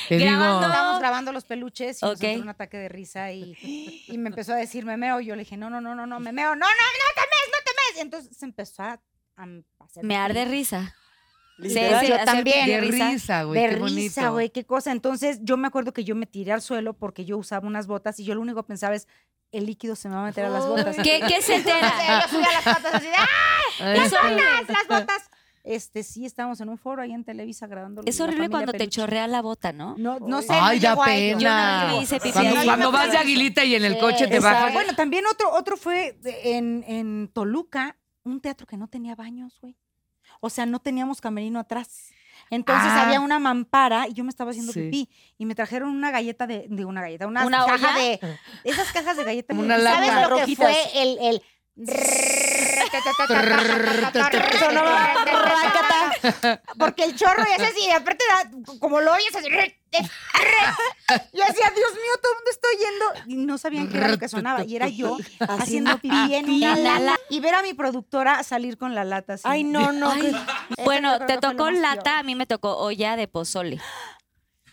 Speaker 6: Te digo,
Speaker 2: grabando.
Speaker 10: Estábamos grabando los peluches y nos
Speaker 2: Ah. Ok.
Speaker 10: entró un ataque de risa y, y me empezó a decir memeo. Y yo le dije, no, no, no, no, no, memeo, no, no, no te mes, no te mes. Entonces se empezó a, a hacer
Speaker 2: Me arde
Speaker 10: pipí.
Speaker 2: risa.
Speaker 11: Literal.
Speaker 2: sí,
Speaker 9: yo
Speaker 2: hacer
Speaker 9: también.
Speaker 2: pipí
Speaker 6: de
Speaker 2: de risa.
Speaker 6: risa, güey,
Speaker 10: de
Speaker 6: qué
Speaker 10: risa,
Speaker 6: bonito.
Speaker 10: güey, qué cosa. Entonces, yo me acuerdo que yo me tiré al suelo porque yo usaba unas botas y yo lo único que pensaba es, el líquido se me va a meter a las botas.
Speaker 2: ¿Qué, qué se entera?
Speaker 9: Yo subí a las patas así de, ¡ah,
Speaker 6: Ay,
Speaker 10: ¡Las, las botas! Este, sí, estábamos en un foro ahí en Televisa grabando.
Speaker 2: Es
Speaker 10: la
Speaker 2: horrible
Speaker 10: familia
Speaker 2: cuando te
Speaker 10: Peluche.
Speaker 2: chorrea la bota, ¿no?
Speaker 10: No, no sé.
Speaker 6: Ay,
Speaker 10: no
Speaker 6: da
Speaker 10: llegó a ello.
Speaker 2: Yo no
Speaker 6: pena.
Speaker 2: me hice pipí
Speaker 6: Cuando,
Speaker 2: ahí.
Speaker 6: cuando
Speaker 2: Yo no
Speaker 6: vas de
Speaker 2: puedo.
Speaker 6: aguilita y en el coche te
Speaker 11: exacto.
Speaker 6: bajas.
Speaker 10: Eh, Bueno, también otro, otro fue de- en, en Toluca, un teatro que no tenía baños, güey. O sea, no teníamos camerino atrás. Entonces
Speaker 6: Ah.
Speaker 10: había una mampara y yo me estaba haciendo
Speaker 6: Sí.
Speaker 10: pipí y me trajeron una galleta de, de una galleta, una,
Speaker 2: ¿Una
Speaker 10: caja
Speaker 2: olla?
Speaker 10: de esas cajas de galletas.
Speaker 6: Una
Speaker 10: ¿Sabes
Speaker 6: lata.
Speaker 10: lo
Speaker 9: ¿Sabes lo que
Speaker 11: rojitas.
Speaker 9: fue el... el...
Speaker 11: Sonaba-
Speaker 9: Porque el chorro ya así, y aparte da- como lo oyes así.
Speaker 10: Yo decía, Dios mío, todo el mundo está oyendo. Y no sabían qué era lo que sonaba. Y era yo haciendo pipí en una lata. Y ver a mi productora salir con la lata así.
Speaker 11: Ay, no, no. que-
Speaker 2: Bueno,
Speaker 10: creo
Speaker 2: te
Speaker 10: que fue lo
Speaker 2: tocó
Speaker 10: más
Speaker 2: lata, a mí me tocó olla de pozole.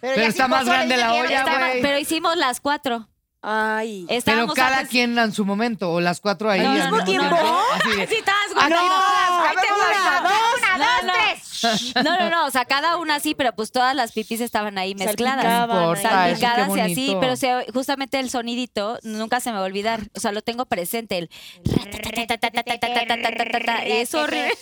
Speaker 6: Pero
Speaker 9: ya
Speaker 6: está
Speaker 9: sin
Speaker 6: más
Speaker 9: pozole,
Speaker 6: grande
Speaker 9: ya
Speaker 6: la
Speaker 9: vieron
Speaker 6: olla,
Speaker 9: que estaba-
Speaker 6: güey.
Speaker 2: Pero hicimos las cuatro.
Speaker 11: Ay.
Speaker 2: Estábamos
Speaker 6: Pero cada
Speaker 2: antes-
Speaker 6: quien en su momento, o las cuatro ahí.
Speaker 2: No,
Speaker 6: al
Speaker 2: no, no, no,
Speaker 6: Así de-
Speaker 2: Sí, estabas
Speaker 6: Ah, no,
Speaker 2: guardando. Ahí te va, ahí te va.
Speaker 9: Una,
Speaker 2: No,
Speaker 9: dos,
Speaker 2: no.
Speaker 9: tres.
Speaker 2: No, no, no, o sea, cada una sí, pero pues todas las pipis estaban ahí mezcladas.
Speaker 6: No importa, eso, qué
Speaker 2: Salpicadas y así,
Speaker 6: bonito.
Speaker 2: pero se- justamente el sonidito nunca se me va a olvidar. O sea, lo tengo presente. El y es horrible.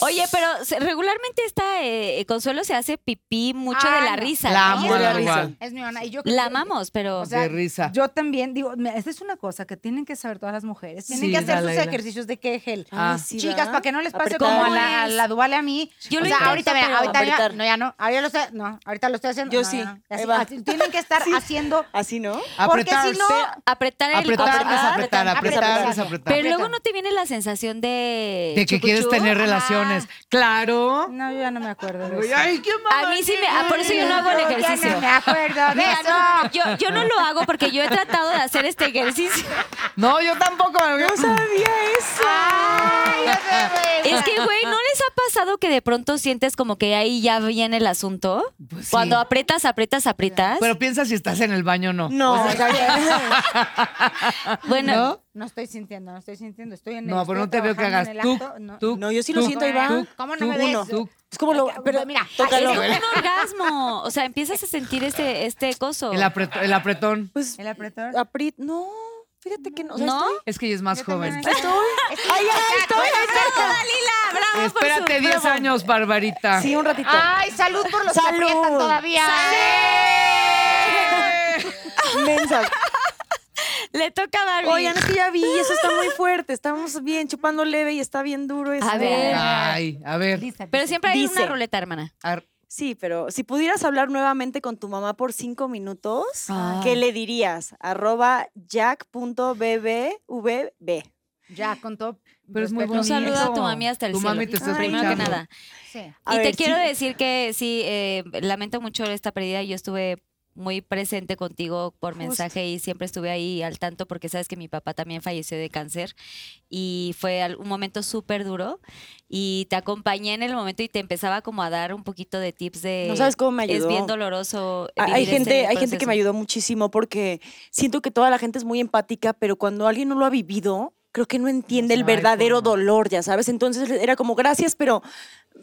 Speaker 2: Oye, pero se- regularmente esta eh, Consuelo se hace pipí mucho
Speaker 9: Ah,
Speaker 2: de la
Speaker 9: no.
Speaker 2: risa.
Speaker 6: La
Speaker 2: ¿no?
Speaker 6: amo,
Speaker 11: de la
Speaker 6: la
Speaker 11: risa.
Speaker 6: igual.
Speaker 9: Es mi mamá. Y yo
Speaker 2: La amamos, pero.
Speaker 10: O sea,
Speaker 6: de risa.
Speaker 10: Yo también digo, me- esta es una cosa que tienen que saber todas las mujeres. Tienen
Speaker 6: Sí,
Speaker 10: que hacer
Speaker 6: dale,
Speaker 10: sus
Speaker 6: dale.
Speaker 10: ejercicios de Kegel.
Speaker 6: Ah.
Speaker 11: Ay, sí,
Speaker 10: Chicas,
Speaker 11: ¿verdad?
Speaker 10: para que no les pase
Speaker 11: Apretar.
Speaker 10: como a
Speaker 11: ¿Cómo
Speaker 10: la, a
Speaker 11: es?
Speaker 10: la Duval y a mí.
Speaker 2: Yo lo
Speaker 10: o sea,
Speaker 2: intento,
Speaker 10: ahorita, mira,
Speaker 2: pero-
Speaker 10: ahorita, mira,
Speaker 11: Apretar.
Speaker 10: no, ya no, ahora ya lo estoy, no, ahorita lo estoy haciendo.
Speaker 11: Yo
Speaker 10: no,
Speaker 11: sí.
Speaker 10: ya no. Así-
Speaker 11: Ahí va.
Speaker 10: así, tienen que estar haciendo,
Speaker 11: Así, ¿no?
Speaker 10: porque si no,
Speaker 2: apretar el
Speaker 6: Apretar,
Speaker 2: Ah,
Speaker 6: desapretar, apretar, desapretar.
Speaker 2: Pero luego no te viene la sensación de.
Speaker 6: De que
Speaker 2: chucuchú.
Speaker 6: quieres tener relaciones. Claro.
Speaker 10: no, yo ya no me acuerdo de
Speaker 6: Ay,
Speaker 10: eso.
Speaker 6: Ay, qué
Speaker 2: A mí sí me. ah, por eso yo no hago el
Speaker 9: ya
Speaker 2: ejercicio.
Speaker 9: no me acuerdo de
Speaker 2: Mira,
Speaker 9: eso.
Speaker 2: no, yo, yo no lo hago porque yo he tratado de hacer este ejercicio.
Speaker 6: No, yo tampoco. No sabía eso.
Speaker 11: Ah.
Speaker 9: Ay, eso
Speaker 2: Es que, güey, ¿no les ha pasado que de pronto sientes como que ahí ya viene el asunto?
Speaker 6: Pues sí.
Speaker 2: Cuando aprietas, aprietas, aprietas.
Speaker 6: Pero piensa si estás en el baño o no.
Speaker 10: Pues
Speaker 11: No.
Speaker 2: bueno,
Speaker 6: ¿No?
Speaker 10: No estoy sintiendo, no estoy sintiendo, estoy en el-
Speaker 6: No, pero
Speaker 10: estoy
Speaker 6: no te veo que hagas
Speaker 10: trabajando en el
Speaker 6: tú,
Speaker 10: acto, no.
Speaker 6: tú.
Speaker 11: No, yo sí lo siento, Iván.
Speaker 9: ¿Cómo no me ves?
Speaker 11: Uno. Es como lo. Pero mira, tócalo.
Speaker 2: es como un orgasmo. O sea, empiezas a sentir este, este coso.
Speaker 6: El, apret- el apretón.
Speaker 11: Pues.
Speaker 10: El apretador.
Speaker 6: Ah,
Speaker 11: apri- No. Fíjate que no. o sea,
Speaker 2: ¿No?
Speaker 6: Es que ella es más joven.
Speaker 11: Ay, ay, estoy
Speaker 2: Bravo Ah, por
Speaker 6: Espérate
Speaker 2: su-
Speaker 6: 10 años, Barbarita.
Speaker 11: Sí, un ratito.
Speaker 10: Ah.
Speaker 9: Ay, salud por los que
Speaker 11: Salud.
Speaker 9: aprietan todavía.
Speaker 10: ¿eh?
Speaker 11: Mensas.
Speaker 2: Le toca a Barbie.
Speaker 11: Oigan, es que ya vi, eso está muy fuerte. Estamos bien chupando leve y está bien duro eso.
Speaker 2: A ver.
Speaker 6: Ay, a ver.
Speaker 2: pero siempre hay una
Speaker 11: dice.
Speaker 2: ruleta, hermana.
Speaker 6: Ar-
Speaker 11: Sí, pero si pudieras hablar nuevamente con tu mamá por cinco minutos,
Speaker 2: Ah.
Speaker 11: ¿qué le dirías? Arroba jack.bbvb.
Speaker 9: Ya, con todo.
Speaker 6: Pero es muy
Speaker 9: respeto.
Speaker 6: bonito.
Speaker 2: Un saludo a tu mami hasta el
Speaker 6: Tu
Speaker 2: cielo.
Speaker 6: mami te está
Speaker 11: Ay,
Speaker 2: Primero que
Speaker 6: escuchando.
Speaker 2: nada.
Speaker 9: Sí.
Speaker 11: A
Speaker 2: y
Speaker 11: ver,
Speaker 2: te quiero
Speaker 11: sí.
Speaker 2: decir que sí, eh, lamento mucho esta pérdida. Yo estuve muy presente contigo por mensaje y siempre estuve ahí al tanto porque sabes que mi papá también falleció de cáncer y fue al- un momento súper duro y te acompañé en el momento y te empezaba como a dar un poquito de tips de...
Speaker 11: No sabes cómo me ayudó.
Speaker 2: Eh, Es bien doloroso.
Speaker 11: Hay- Hay
Speaker 2: vivir este
Speaker 11: gente, hay gente que
Speaker 2: proceso.
Speaker 11: me ayudó muchísimo porque siento que toda la gente es muy empática, pero cuando alguien no lo ha vivido, creo que no entiende el
Speaker 6: Ay, cómo
Speaker 11: verdadero
Speaker 6: no.
Speaker 11: dolor, ya sabes. Entonces era como gracias, pero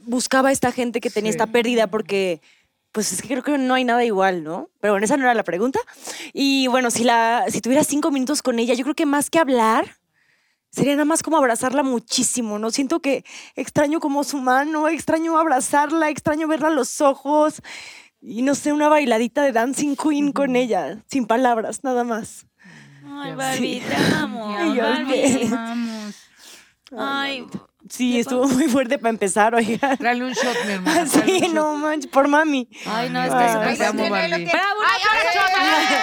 Speaker 11: buscaba a esta gente que tenía
Speaker 6: Sí.
Speaker 11: esta pérdida porque pues es que creo que no hay nada igual, ¿no? Pero bueno, esa no era la pregunta. Y bueno, si la si tuviera cinco minutos con ella, yo creo que más que hablar Sería nada más como abrazarla muchísimo, ¿no? Siento que extraño como su mano, extraño abrazarla, extraño verla a los ojos y no sé, una bailadita de Dancing Queen con ella, sin palabras, nada más.
Speaker 2: Ay, Barbie, te amo.
Speaker 11: Ay, yo
Speaker 2: Barbie.
Speaker 11: sé.
Speaker 10: Vamos.
Speaker 2: Ay,
Speaker 11: Sí, estuvo muy fuerte para empezar, oiga.
Speaker 6: Tráele un shot, mi hermana. tráele
Speaker 11: Sí,
Speaker 6: un shot.
Speaker 11: no manches, por mami.
Speaker 2: ay, no, es que
Speaker 11: Ay,
Speaker 2: eso
Speaker 6: Ay, te amo, Barbie.
Speaker 9: Ay,
Speaker 2: Bravo, una
Speaker 9: ahora yo, ahora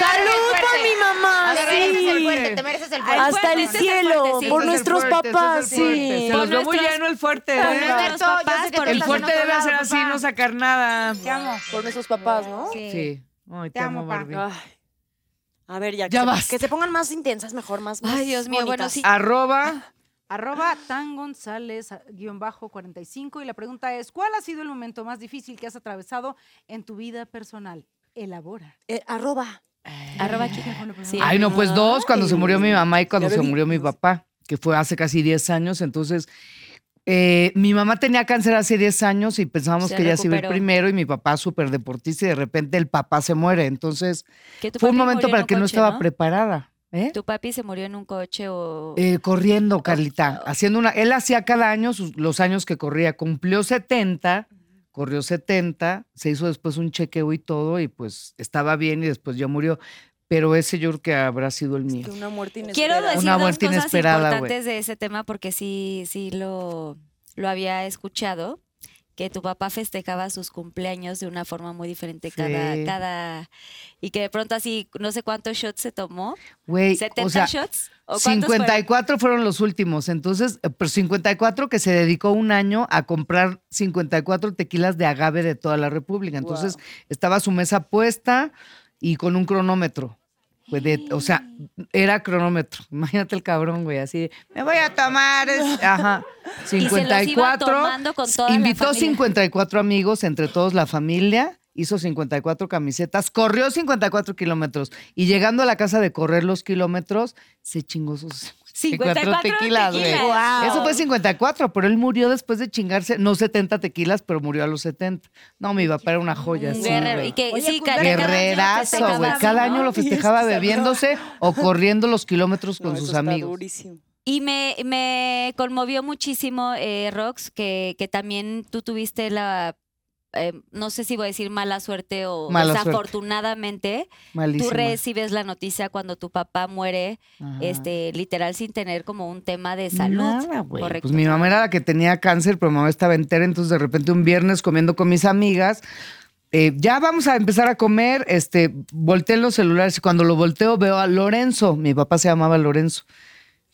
Speaker 11: Salud
Speaker 9: eres
Speaker 11: por
Speaker 9: fuerte.
Speaker 11: mi mamá.
Speaker 9: Te
Speaker 11: sí.
Speaker 9: mereces el fuerte, te mereces el fuerte.
Speaker 11: Hasta el
Speaker 2: Fuerte, sí,
Speaker 11: cielo,
Speaker 2: fuerte, sí.
Speaker 11: por
Speaker 2: Ese es el
Speaker 11: nuestros
Speaker 6: fuerte, ese
Speaker 11: papás,
Speaker 6: es el fuerte.
Speaker 11: sí.
Speaker 6: Se los
Speaker 2: Por
Speaker 6: veo muy
Speaker 2: nuestros-
Speaker 6: lleno el fuerte. ¿eh?
Speaker 2: Por
Speaker 9: Alberto,
Speaker 2: nuestros
Speaker 9: yo sé
Speaker 2: papás,
Speaker 9: que
Speaker 2: por
Speaker 9: te
Speaker 6: El
Speaker 9: estás
Speaker 6: fuerte
Speaker 9: en otro
Speaker 6: debe
Speaker 9: lado,
Speaker 6: ser
Speaker 9: papá.
Speaker 6: así, no sacar nada.
Speaker 10: Te amo.
Speaker 11: Por nuestros papás, ¿no?
Speaker 6: Sí. Ay, te,
Speaker 10: Te
Speaker 6: amo,
Speaker 10: amo, pa.
Speaker 6: Barbie.
Speaker 11: Ay, A ver, ya, que,
Speaker 6: Ya
Speaker 11: se-
Speaker 6: basta.
Speaker 11: que se pongan más intensas, mejor, más. más
Speaker 2: Ay, Dios mío, bueno,
Speaker 11: bonitas.
Speaker 2: sí.
Speaker 6: Arroba.
Speaker 10: Arroba tan González ah, guión bajo 45 y la pregunta es, ¿cuál ha sido el momento más difícil que has atravesado en tu vida personal? Elabora.
Speaker 11: Eh, arroba.
Speaker 2: Arroba aquí. Sí. Ah,
Speaker 6: Ay, no, pues dos, cuando se murió mi mamá y cuando
Speaker 11: Ya
Speaker 6: se
Speaker 11: bebí.
Speaker 6: murió mi papá, que fue hace casi 10 años. Entonces, eh, mi mamá tenía cáncer hace 10 años y pensábamos
Speaker 2: Se
Speaker 6: que ella se iba a ir
Speaker 2: recuperó.
Speaker 6: primero y mi papá súper deportista y de repente el papá se muere. Entonces,
Speaker 2: Que tu
Speaker 6: fue un
Speaker 2: papi
Speaker 6: momento
Speaker 2: murió
Speaker 6: para
Speaker 2: en
Speaker 6: el que
Speaker 2: un
Speaker 6: no
Speaker 2: coche,
Speaker 6: estaba preparada. ¿eh?
Speaker 2: Tu papi se murió en un coche o.
Speaker 6: Eh, corriendo, Carlita, haciendo una. Él hacía cada año sus- los años que corría. Cumplió 70, corrió 70, se hizo después un chequeo y todo, y pues estaba bien, y después ya murió. pero ese yo creo que habrá sido el mío.
Speaker 11: Una muerte inesperada.
Speaker 2: Quiero decir
Speaker 6: Una
Speaker 2: dos
Speaker 6: vuelta
Speaker 2: cosas
Speaker 6: inesperada, güey.
Speaker 2: importantes de ese tema porque sí, sí lo, lo había escuchado, que tu papá festejaba sus cumpleaños de una forma muy diferente cada,
Speaker 6: Sí.
Speaker 2: cada, y que de pronto así, no sé cuántos shots se tomó,
Speaker 6: Güey,
Speaker 2: 70
Speaker 6: o sea,
Speaker 2: shots, o cuántos fueron?
Speaker 6: 54 fueron los últimos, entonces, eh, pero 54 que se dedicó un año a comprar 54 tequilas de agave de toda la República. Entonces, estaba su mesa puesta y con un cronómetro. güey, de- o sea, era cronómetro. Imagínate el cabrón, güey, así de, me voy a tomar. es-". Ajá.
Speaker 2: Y se los iba
Speaker 6: 54.
Speaker 2: tomando con toda la
Speaker 6: invitó
Speaker 2: familia.
Speaker 6: 54 amigos, entre todos la familia. Hizo 54 camisetas, corrió 54 kilómetros y llegando a la casa de correr los kilómetros, se chingó sus 54 tequilas, güey.
Speaker 2: tequilas.
Speaker 6: Eso fue 54, pero él murió después de chingarse, no 70 tequilas, pero murió a los 70. No, mi papá era una joya.
Speaker 2: Un
Speaker 6: sí,
Speaker 2: Mm, guerrero,
Speaker 6: güey.
Speaker 2: y que,
Speaker 9: Oye,
Speaker 2: sí,
Speaker 9: pues,
Speaker 2: ca- cada año lo
Speaker 6: Guerrerazo,
Speaker 2: festejaba
Speaker 6: güey.
Speaker 2: así,
Speaker 6: Cada
Speaker 2: ¿no?
Speaker 6: año lo festejaba bebiéndose o corriendo los kilómetros con
Speaker 11: No, eso
Speaker 6: sus
Speaker 11: está
Speaker 6: amigos.
Speaker 11: durísimo.
Speaker 2: Y me, me conmovió muchísimo, eh, Rox, que, que también tú tuviste la, eh, no sé si voy a decir mala suerte o
Speaker 6: Mala suerte.
Speaker 2: desafortunadamente,
Speaker 6: Malísimo.
Speaker 2: tú recibes la noticia cuando tu papá muere,
Speaker 6: Ajá.
Speaker 2: este, literal sin tener como un tema de salud.
Speaker 6: Nada, güey.
Speaker 2: Correcto.
Speaker 6: Pues mi mamá era la que tenía cáncer, pero mi mamá estaba entera, entonces de repente un viernes comiendo con mis amigas. eh, ya vamos a empezar a comer. Este, volteé los celulares y cuando lo volteo veo a Lorenzo. Mi papá se llamaba Lorenzo.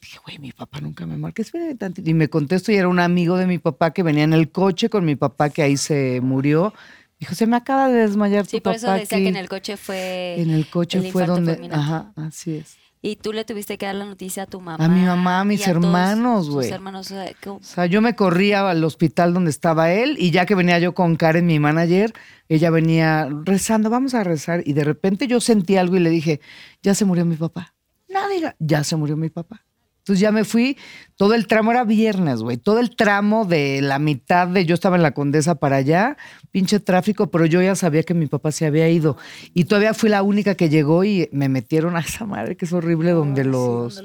Speaker 6: Dije, güey, mi papá nunca me marca. Espérame tantito. Y me contesto y era un amigo de mi papá que venía en el coche con mi papá que ahí se murió. Dijo, se me acaba de desmayar
Speaker 2: Sí,
Speaker 6: tu
Speaker 2: por
Speaker 6: papá
Speaker 2: eso decía
Speaker 6: aquí".
Speaker 2: que en el coche fue...
Speaker 6: En el coche
Speaker 2: el
Speaker 6: fue
Speaker 2: infarto
Speaker 6: donde...
Speaker 2: fulminante.
Speaker 6: Ajá, así es.
Speaker 2: Y tú le tuviste que dar la noticia a tu mamá.
Speaker 6: A mi mamá, a mis
Speaker 2: y todos
Speaker 6: hermanos,
Speaker 2: tus
Speaker 6: güey.
Speaker 2: hermanos, o sea, que-
Speaker 6: O sea, yo me corría al hospital donde estaba él y ya que venía yo con Karen, mi manager, ella venía rezando, vamos a rezar. Y de repente yo sentí algo y le dije, ya se murió mi papá. No diga, ya se murió mi papá. Entonces ya me fui, todo el tramo era viernes, güey, todo el tramo de la mitad de yo estaba en la condesa para allá, pinche tráfico, pero yo ya sabía que mi papá se había ido. Y todavía fui la única que llegó y me metieron a esa madre que es horrible donde los...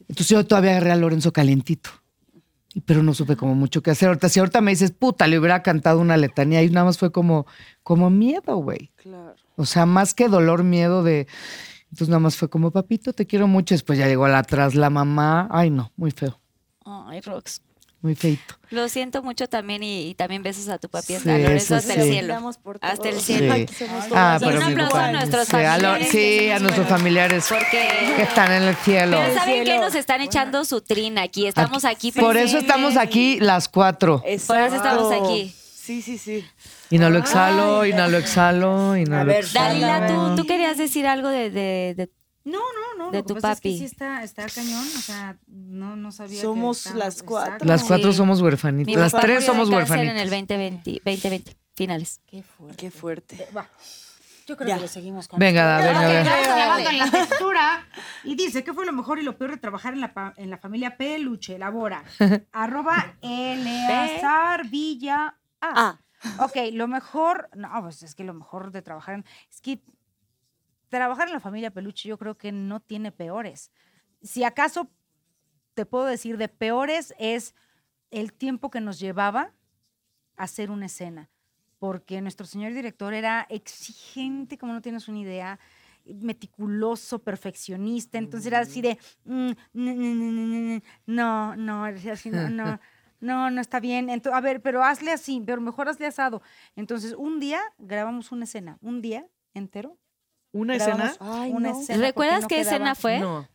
Speaker 6: Entonces yo todavía agarré a Lorenzo calentito. Y- pero no supe como mucho qué hacer. Ahorita, si ahorita me dices, puta, le hubiera cantado una letanía y nada más fue como, como miedo, güey.
Speaker 11: Claro.
Speaker 6: O sea, más que dolor, miedo de... Entonces nada más fue como, papito, te quiero mucho. Después ya llegó la atrás la mamá. Ay, no, muy feo,
Speaker 2: Ay, Rox.
Speaker 6: muy feito.
Speaker 2: Lo siento mucho también y, y también besos a tu papi.
Speaker 6: Sí,
Speaker 2: a
Speaker 6: eso
Speaker 2: Lorenzo hasta el
Speaker 6: sí.
Speaker 2: cielo.
Speaker 11: Damos por
Speaker 2: Hasta el
Speaker 11: todos.
Speaker 2: cielo.
Speaker 6: Sí.
Speaker 11: Somos
Speaker 6: Ah,
Speaker 11: todos
Speaker 2: Y un
Speaker 6: pero mi
Speaker 2: aplauso
Speaker 6: papá.
Speaker 2: a nuestros
Speaker 6: Sí, a, lo-
Speaker 2: familiares, que
Speaker 6: sí,
Speaker 2: son
Speaker 6: a
Speaker 2: los
Speaker 6: nuestros
Speaker 2: buenos.
Speaker 6: familiares
Speaker 2: Porque-
Speaker 6: que están en el cielo.
Speaker 2: Pero
Speaker 11: sabe-
Speaker 2: ¿saben que
Speaker 11: cielo.
Speaker 2: Nos están echando su trina aquí. Estamos aquí.
Speaker 6: Por eso
Speaker 2: presentes.
Speaker 6: estamos aquí las cuatro.
Speaker 2: Por eso estamos
Speaker 11: Exacto.
Speaker 2: aquí.
Speaker 11: Sí, sí, sí.
Speaker 6: Inhalo, exhalo, inhalo, exhalo, inhalo,
Speaker 11: ver,
Speaker 6: exhalo.
Speaker 2: Dalila, tú, tú querías decir algo de, de- de-
Speaker 10: No, no, no.
Speaker 2: De
Speaker 10: lo
Speaker 2: tu
Speaker 10: que pasa es que
Speaker 2: papi.
Speaker 10: sí está, está cañón. O sea, no, no sabía. que
Speaker 11: Somos
Speaker 10: estaba-
Speaker 11: las cuatro.
Speaker 10: Exacto.
Speaker 6: Las cuatro
Speaker 2: Sí.
Speaker 6: somos huerfanitas.
Speaker 2: Mi
Speaker 6: Las
Speaker 2: papá
Speaker 6: tres
Speaker 2: murió de
Speaker 6: somos
Speaker 2: cáncer en
Speaker 6: huerfanitas.
Speaker 2: el 2020, 2020 finales.
Speaker 9: Qué fuerte.
Speaker 11: Qué
Speaker 10: Eh,
Speaker 11: fuerte.
Speaker 9: Va. Yo creo
Speaker 11: Ya.
Speaker 9: que le seguimos con
Speaker 6: Venga, da, venga, venga.
Speaker 10: con la textura. Y dice, ¿qué fue lo mejor y lo peor de trabajar en la, pa- en la familia Peluche? Elabora. Arroba Eleazar Villa A.
Speaker 11: Ah.
Speaker 10: Ok, lo mejor, no, pues es que lo mejor de trabajar en, es que trabajar en la familia Peluche yo creo que no tiene peores. Si acaso te puedo decir de peores es el tiempo que nos llevaba hacer una escena, porque nuestro señor director era exigente, como no tienes una idea, meticuloso, perfeccionista, entonces era así de, mm, n- n- n- n- no, no, era así, no, no, no, no está bien, Ento- a ver, pero hazle así, pero mejor hazle asado. Entonces, un día grabamos una escena, un día entero.
Speaker 6: ¿Una
Speaker 10: grabamos una escena porque
Speaker 2: ¿Recuerdas
Speaker 10: no
Speaker 2: qué
Speaker 10: quedaba
Speaker 2: escena fue?
Speaker 6: No.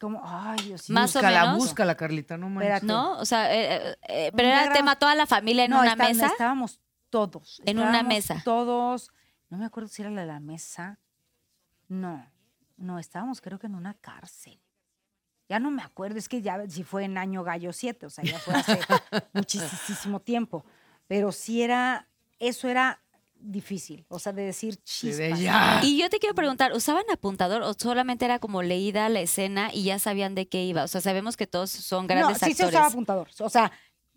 Speaker 10: Como, ay, Dios mío.
Speaker 2: Más o
Speaker 6: búscala,
Speaker 2: menos.
Speaker 6: búscala, Carlita, no manches.
Speaker 10: Espérate.
Speaker 2: ¿No? O sea, eh, eh, eh, pero
Speaker 10: Ya
Speaker 2: era
Speaker 10: grabamos-
Speaker 2: tema toda la familia en
Speaker 10: No,
Speaker 2: una
Speaker 10: está-
Speaker 2: mesa.
Speaker 10: Estábamos todos.
Speaker 2: En una
Speaker 10: estábamos
Speaker 2: mesa.
Speaker 10: Todos. No me acuerdo si era la de la mesa. No, no, estábamos creo que en una cárcel. Ya no me acuerdo, es que ya si fue en año gallo 7, o sea, ya fue hace muchísimo tiempo. Pero sí era, eso era difícil, o sea, de decir
Speaker 6: Sí, de
Speaker 10: chispas.
Speaker 6: ya.
Speaker 2: Y yo te quiero preguntar, ¿usaban apuntador o solamente era como leída la escena y ya sabían de qué iba? O sea, sabemos que todos son
Speaker 10: no,
Speaker 2: grandes
Speaker 10: sí se
Speaker 2: actores.
Speaker 10: usaba apuntador, o sea,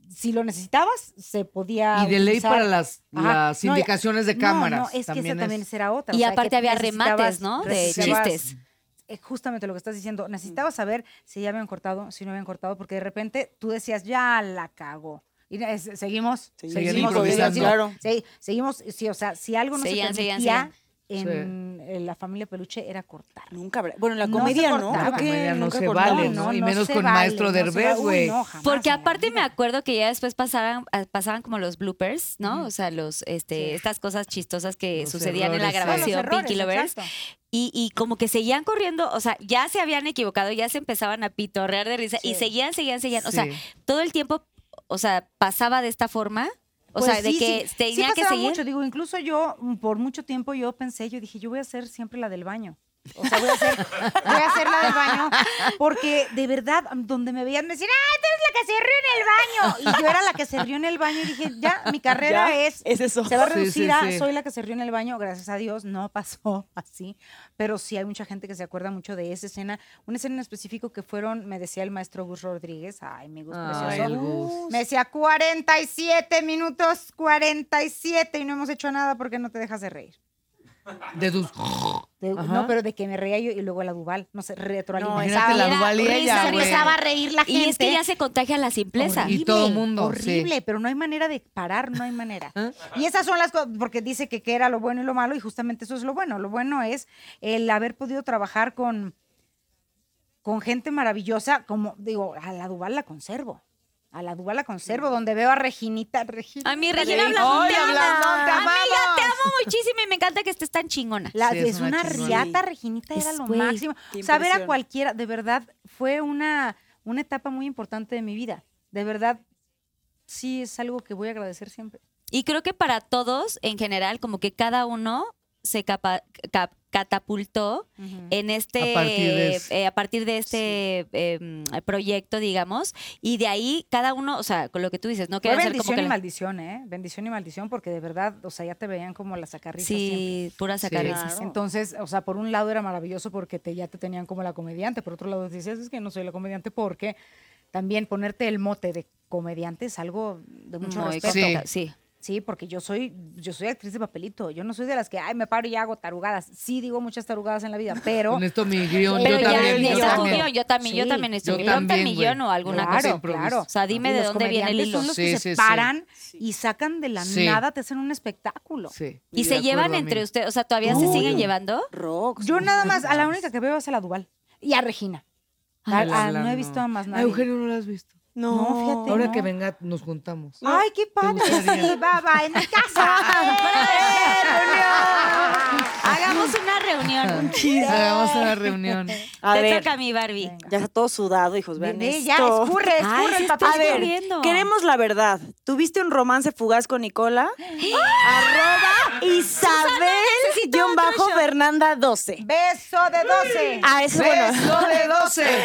Speaker 10: si lo necesitabas, se podía
Speaker 6: Y de ley
Speaker 10: utilizar.
Speaker 6: para las,
Speaker 10: Ajá.
Speaker 6: las
Speaker 10: No, y-
Speaker 6: indicaciones de
Speaker 10: no,
Speaker 6: cámaras.
Speaker 10: No, es que esa también será otra.
Speaker 2: Y
Speaker 10: o sea,
Speaker 2: aparte
Speaker 10: que
Speaker 2: había
Speaker 10: necesitabas-
Speaker 2: remates, ¿no? De
Speaker 10: necesitabas,
Speaker 2: chistes.
Speaker 10: eh, Justamente lo que estás diciendo, necesitabas saber si ya habían cortado, si no habían cortado, porque de repente tú decías, ya la cago. Y eh, se- seguimos,
Speaker 11: Seguían
Speaker 10: seguimos,
Speaker 6: improvisando.
Speaker 10: seguimos, sí, seguimos, sí, o sea, si algo no
Speaker 2: Seguían,
Speaker 10: se
Speaker 2: seguían,
Speaker 10: permitía,
Speaker 2: seguían.
Speaker 10: en eh, la familia peluche era cortar.
Speaker 11: Nunca habrá. Bueno, en la
Speaker 10: No se
Speaker 11: comedia no.
Speaker 10: cortaba.
Speaker 11: Creo
Speaker 6: La
Speaker 11: que
Speaker 6: comedia no
Speaker 11: nunca
Speaker 6: se
Speaker 11: cortaba.
Speaker 6: vale, ¿no? Y menos
Speaker 10: se
Speaker 6: con Maestro
Speaker 10: se
Speaker 6: Derbez,
Speaker 10: vale. Uy,
Speaker 6: güey.
Speaker 10: no, jamás
Speaker 2: Porque
Speaker 10: en la
Speaker 2: aparte me
Speaker 10: vida.
Speaker 2: acuerdo que ya después pasaran, a- pasaban como los bloopers, ¿no? O sea, los, este, estas cosas chistosas que
Speaker 6: Los
Speaker 2: sucedían en
Speaker 6: errores,
Speaker 2: la
Speaker 6: sí.
Speaker 2: grabación
Speaker 10: Los errores,
Speaker 2: Pinky Lovers.
Speaker 10: exacto.
Speaker 2: Y, y como que seguían corriendo, o sea, ya se habían equivocado, ya se empezaban a pitorrear de risa y seguían, seguían, seguían. O sea,
Speaker 6: Sí.
Speaker 2: todo el tiempo, o sea, pasaba de esta forma. O
Speaker 10: Pues
Speaker 2: sea, de
Speaker 10: sí,
Speaker 2: que
Speaker 10: sí,
Speaker 2: tenía
Speaker 10: sí
Speaker 2: que
Speaker 10: pasaba
Speaker 2: seguir.
Speaker 10: mucho, digo, incluso yo mm, por mucho tiempo yo pensé, yo dije, yo voy a ser siempre la del baño. O sea, voy a ser, voy a ser la del baño porque de verdad am- donde me veían me decían, "Ah, tú eres la que se rió en el baño." Y yo era la que se rió en el baño y dije, "Ya, mi carrera
Speaker 11: Ya,
Speaker 10: es
Speaker 11: Es eso.
Speaker 10: se va a
Speaker 6: Sí,
Speaker 10: reducir
Speaker 6: sí,
Speaker 10: a
Speaker 6: sí.
Speaker 10: soy la que se rió en el baño, gracias a Dios no pasó así, pero sí hay mucha gente que se acuerda mucho de esa escena, una escena en específico que fueron, me decía el maestro Gus Rodríguez, ay, mi Gus
Speaker 6: Ay,
Speaker 10: precioso,
Speaker 6: el Gus.
Speaker 10: me decía 47 minutos, 47 y no hemos hecho nada porque no te dejas de reír.
Speaker 6: De tus-
Speaker 10: De-
Speaker 6: Ajá.
Speaker 10: no, pero de que me reía yo y luego la Duval, no sé, retroalimentaba.
Speaker 6: Imagínate la
Speaker 2: era
Speaker 6: Duval y
Speaker 2: risa,
Speaker 6: ella, güey.
Speaker 2: risa,
Speaker 10: empezaba a reír la gente.
Speaker 2: Y es que ya se contagia la simpleza.
Speaker 6: Y todo mundo, sí.
Speaker 10: Horrible, pero no hay manera de parar, no hay manera. Y esas son las cosas, porque dice que qué era lo bueno y lo malo, y justamente eso es lo bueno. Lo bueno es el haber podido trabajar con, con gente maravillosa, como digo, a la Duval la conservo. A la Duval la conservo, donde veo a Reginita, Regina.
Speaker 2: A mi Regina
Speaker 10: Ay,
Speaker 2: Blandón, te
Speaker 10: hola,
Speaker 2: amo.
Speaker 10: Blandón, te
Speaker 2: Amiga, te
Speaker 10: amamos.
Speaker 2: amo muchísimo y me encanta que estés tan chingona.
Speaker 10: La-
Speaker 6: Sí,
Speaker 10: es,
Speaker 6: es
Speaker 10: una,
Speaker 6: una chingona.
Speaker 10: riata, Reginita era
Speaker 2: Es,
Speaker 10: lo
Speaker 2: güey,
Speaker 10: máximo.
Speaker 11: qué
Speaker 10: O sea, ver a
Speaker 11: impresión.
Speaker 10: cualquiera, de verdad, fue una, una etapa muy importante de mi vida. De verdad, sí es algo que voy a agradecer siempre.
Speaker 2: Y creo que para todos, en general, como que cada uno se capa- cap- catapultó en este
Speaker 6: A partir de eso.
Speaker 2: eh, a partir de este em, proyecto digamos y de ahí cada uno o sea con lo que tú dices no
Speaker 10: Fue
Speaker 2: quiero ser como
Speaker 10: bendición
Speaker 2: que
Speaker 10: y
Speaker 2: la-
Speaker 10: maldición, ¿eh? Bendición y maldición, porque de verdad, o sea, ya te veían como la sacarrisas siempre.
Speaker 2: sí pura sacarrisas
Speaker 11: claro.
Speaker 10: Entonces, o sea, por un lado era maravilloso porque te, ya te tenían como la comediante, por otro lado dices, es que no soy la comediante porque también ponerte el mote de comediante es algo de mucho
Speaker 2: Muy
Speaker 10: respeto.
Speaker 2: coca- sí
Speaker 10: Sí, porque yo soy, yo soy actriz de papelito. Yo no soy de las que, ay, me paro y hago tarugadas. Sí, digo muchas tarugadas en la vida, pero
Speaker 6: Con esto mi guión,
Speaker 2: pero
Speaker 6: yo
Speaker 2: ya
Speaker 6: también, yo
Speaker 2: está tu
Speaker 6: también.
Speaker 2: guión, yo también yo
Speaker 10: Sí,
Speaker 2: también estoy
Speaker 6: yo
Speaker 2: guión del
Speaker 6: también,
Speaker 2: millón
Speaker 6: güey.
Speaker 2: o alguna
Speaker 6: Claro,
Speaker 2: cosa
Speaker 6: improviso.
Speaker 2: o sea dime
Speaker 10: Y
Speaker 2: de
Speaker 10: los
Speaker 2: dónde viene el
Speaker 10: comediantes
Speaker 2: hilo
Speaker 10: Son los
Speaker 6: Sí,
Speaker 10: que
Speaker 6: sí,
Speaker 10: se
Speaker 6: sí.
Speaker 10: paran y sacan de la
Speaker 6: Sí.
Speaker 10: nada, te hacen un espectáculo.
Speaker 6: Sí,
Speaker 2: y
Speaker 6: de
Speaker 2: se
Speaker 6: acuerdo,
Speaker 2: llevan
Speaker 6: amiga.
Speaker 2: entre ustedes o sea todavía se
Speaker 11: Uy.
Speaker 2: siguen llevando
Speaker 11: Rock.
Speaker 10: Yo nada más, a la única que veo es a la Duval y a Regina. A-
Speaker 6: Ala,
Speaker 10: a-
Speaker 6: ala,
Speaker 10: no he visto a más
Speaker 6: Ay,
Speaker 10: nadie.
Speaker 6: Eugenio, no la has visto.
Speaker 11: No,
Speaker 10: No, fíjate.
Speaker 6: Ahora
Speaker 10: no.
Speaker 6: que venga, nos juntamos.
Speaker 10: Ay, qué padre.
Speaker 6: gustaría?
Speaker 10: Sí, va, va, en mi ¡Eh, casa.
Speaker 2: hagamos una reunión
Speaker 6: Hagamos una reunión.
Speaker 11: A
Speaker 2: te
Speaker 11: ver,
Speaker 2: toca a mi Barbie
Speaker 11: ya está todo sudado, hijos. Vean
Speaker 10: Bebé, ya,
Speaker 11: esto.
Speaker 10: escurre,
Speaker 2: Ay,
Speaker 10: escurre
Speaker 2: sí
Speaker 10: el
Speaker 2: está
Speaker 10: papel.
Speaker 11: A ver,
Speaker 2: escurriendo.
Speaker 11: queremos la verdad. ¿Tuviste un romance fugaz con Nicola? Arroba Isabel guión bajo Fernanda 12.
Speaker 10: Beso de 12.
Speaker 11: Ah, eso es bueno.
Speaker 6: Beso de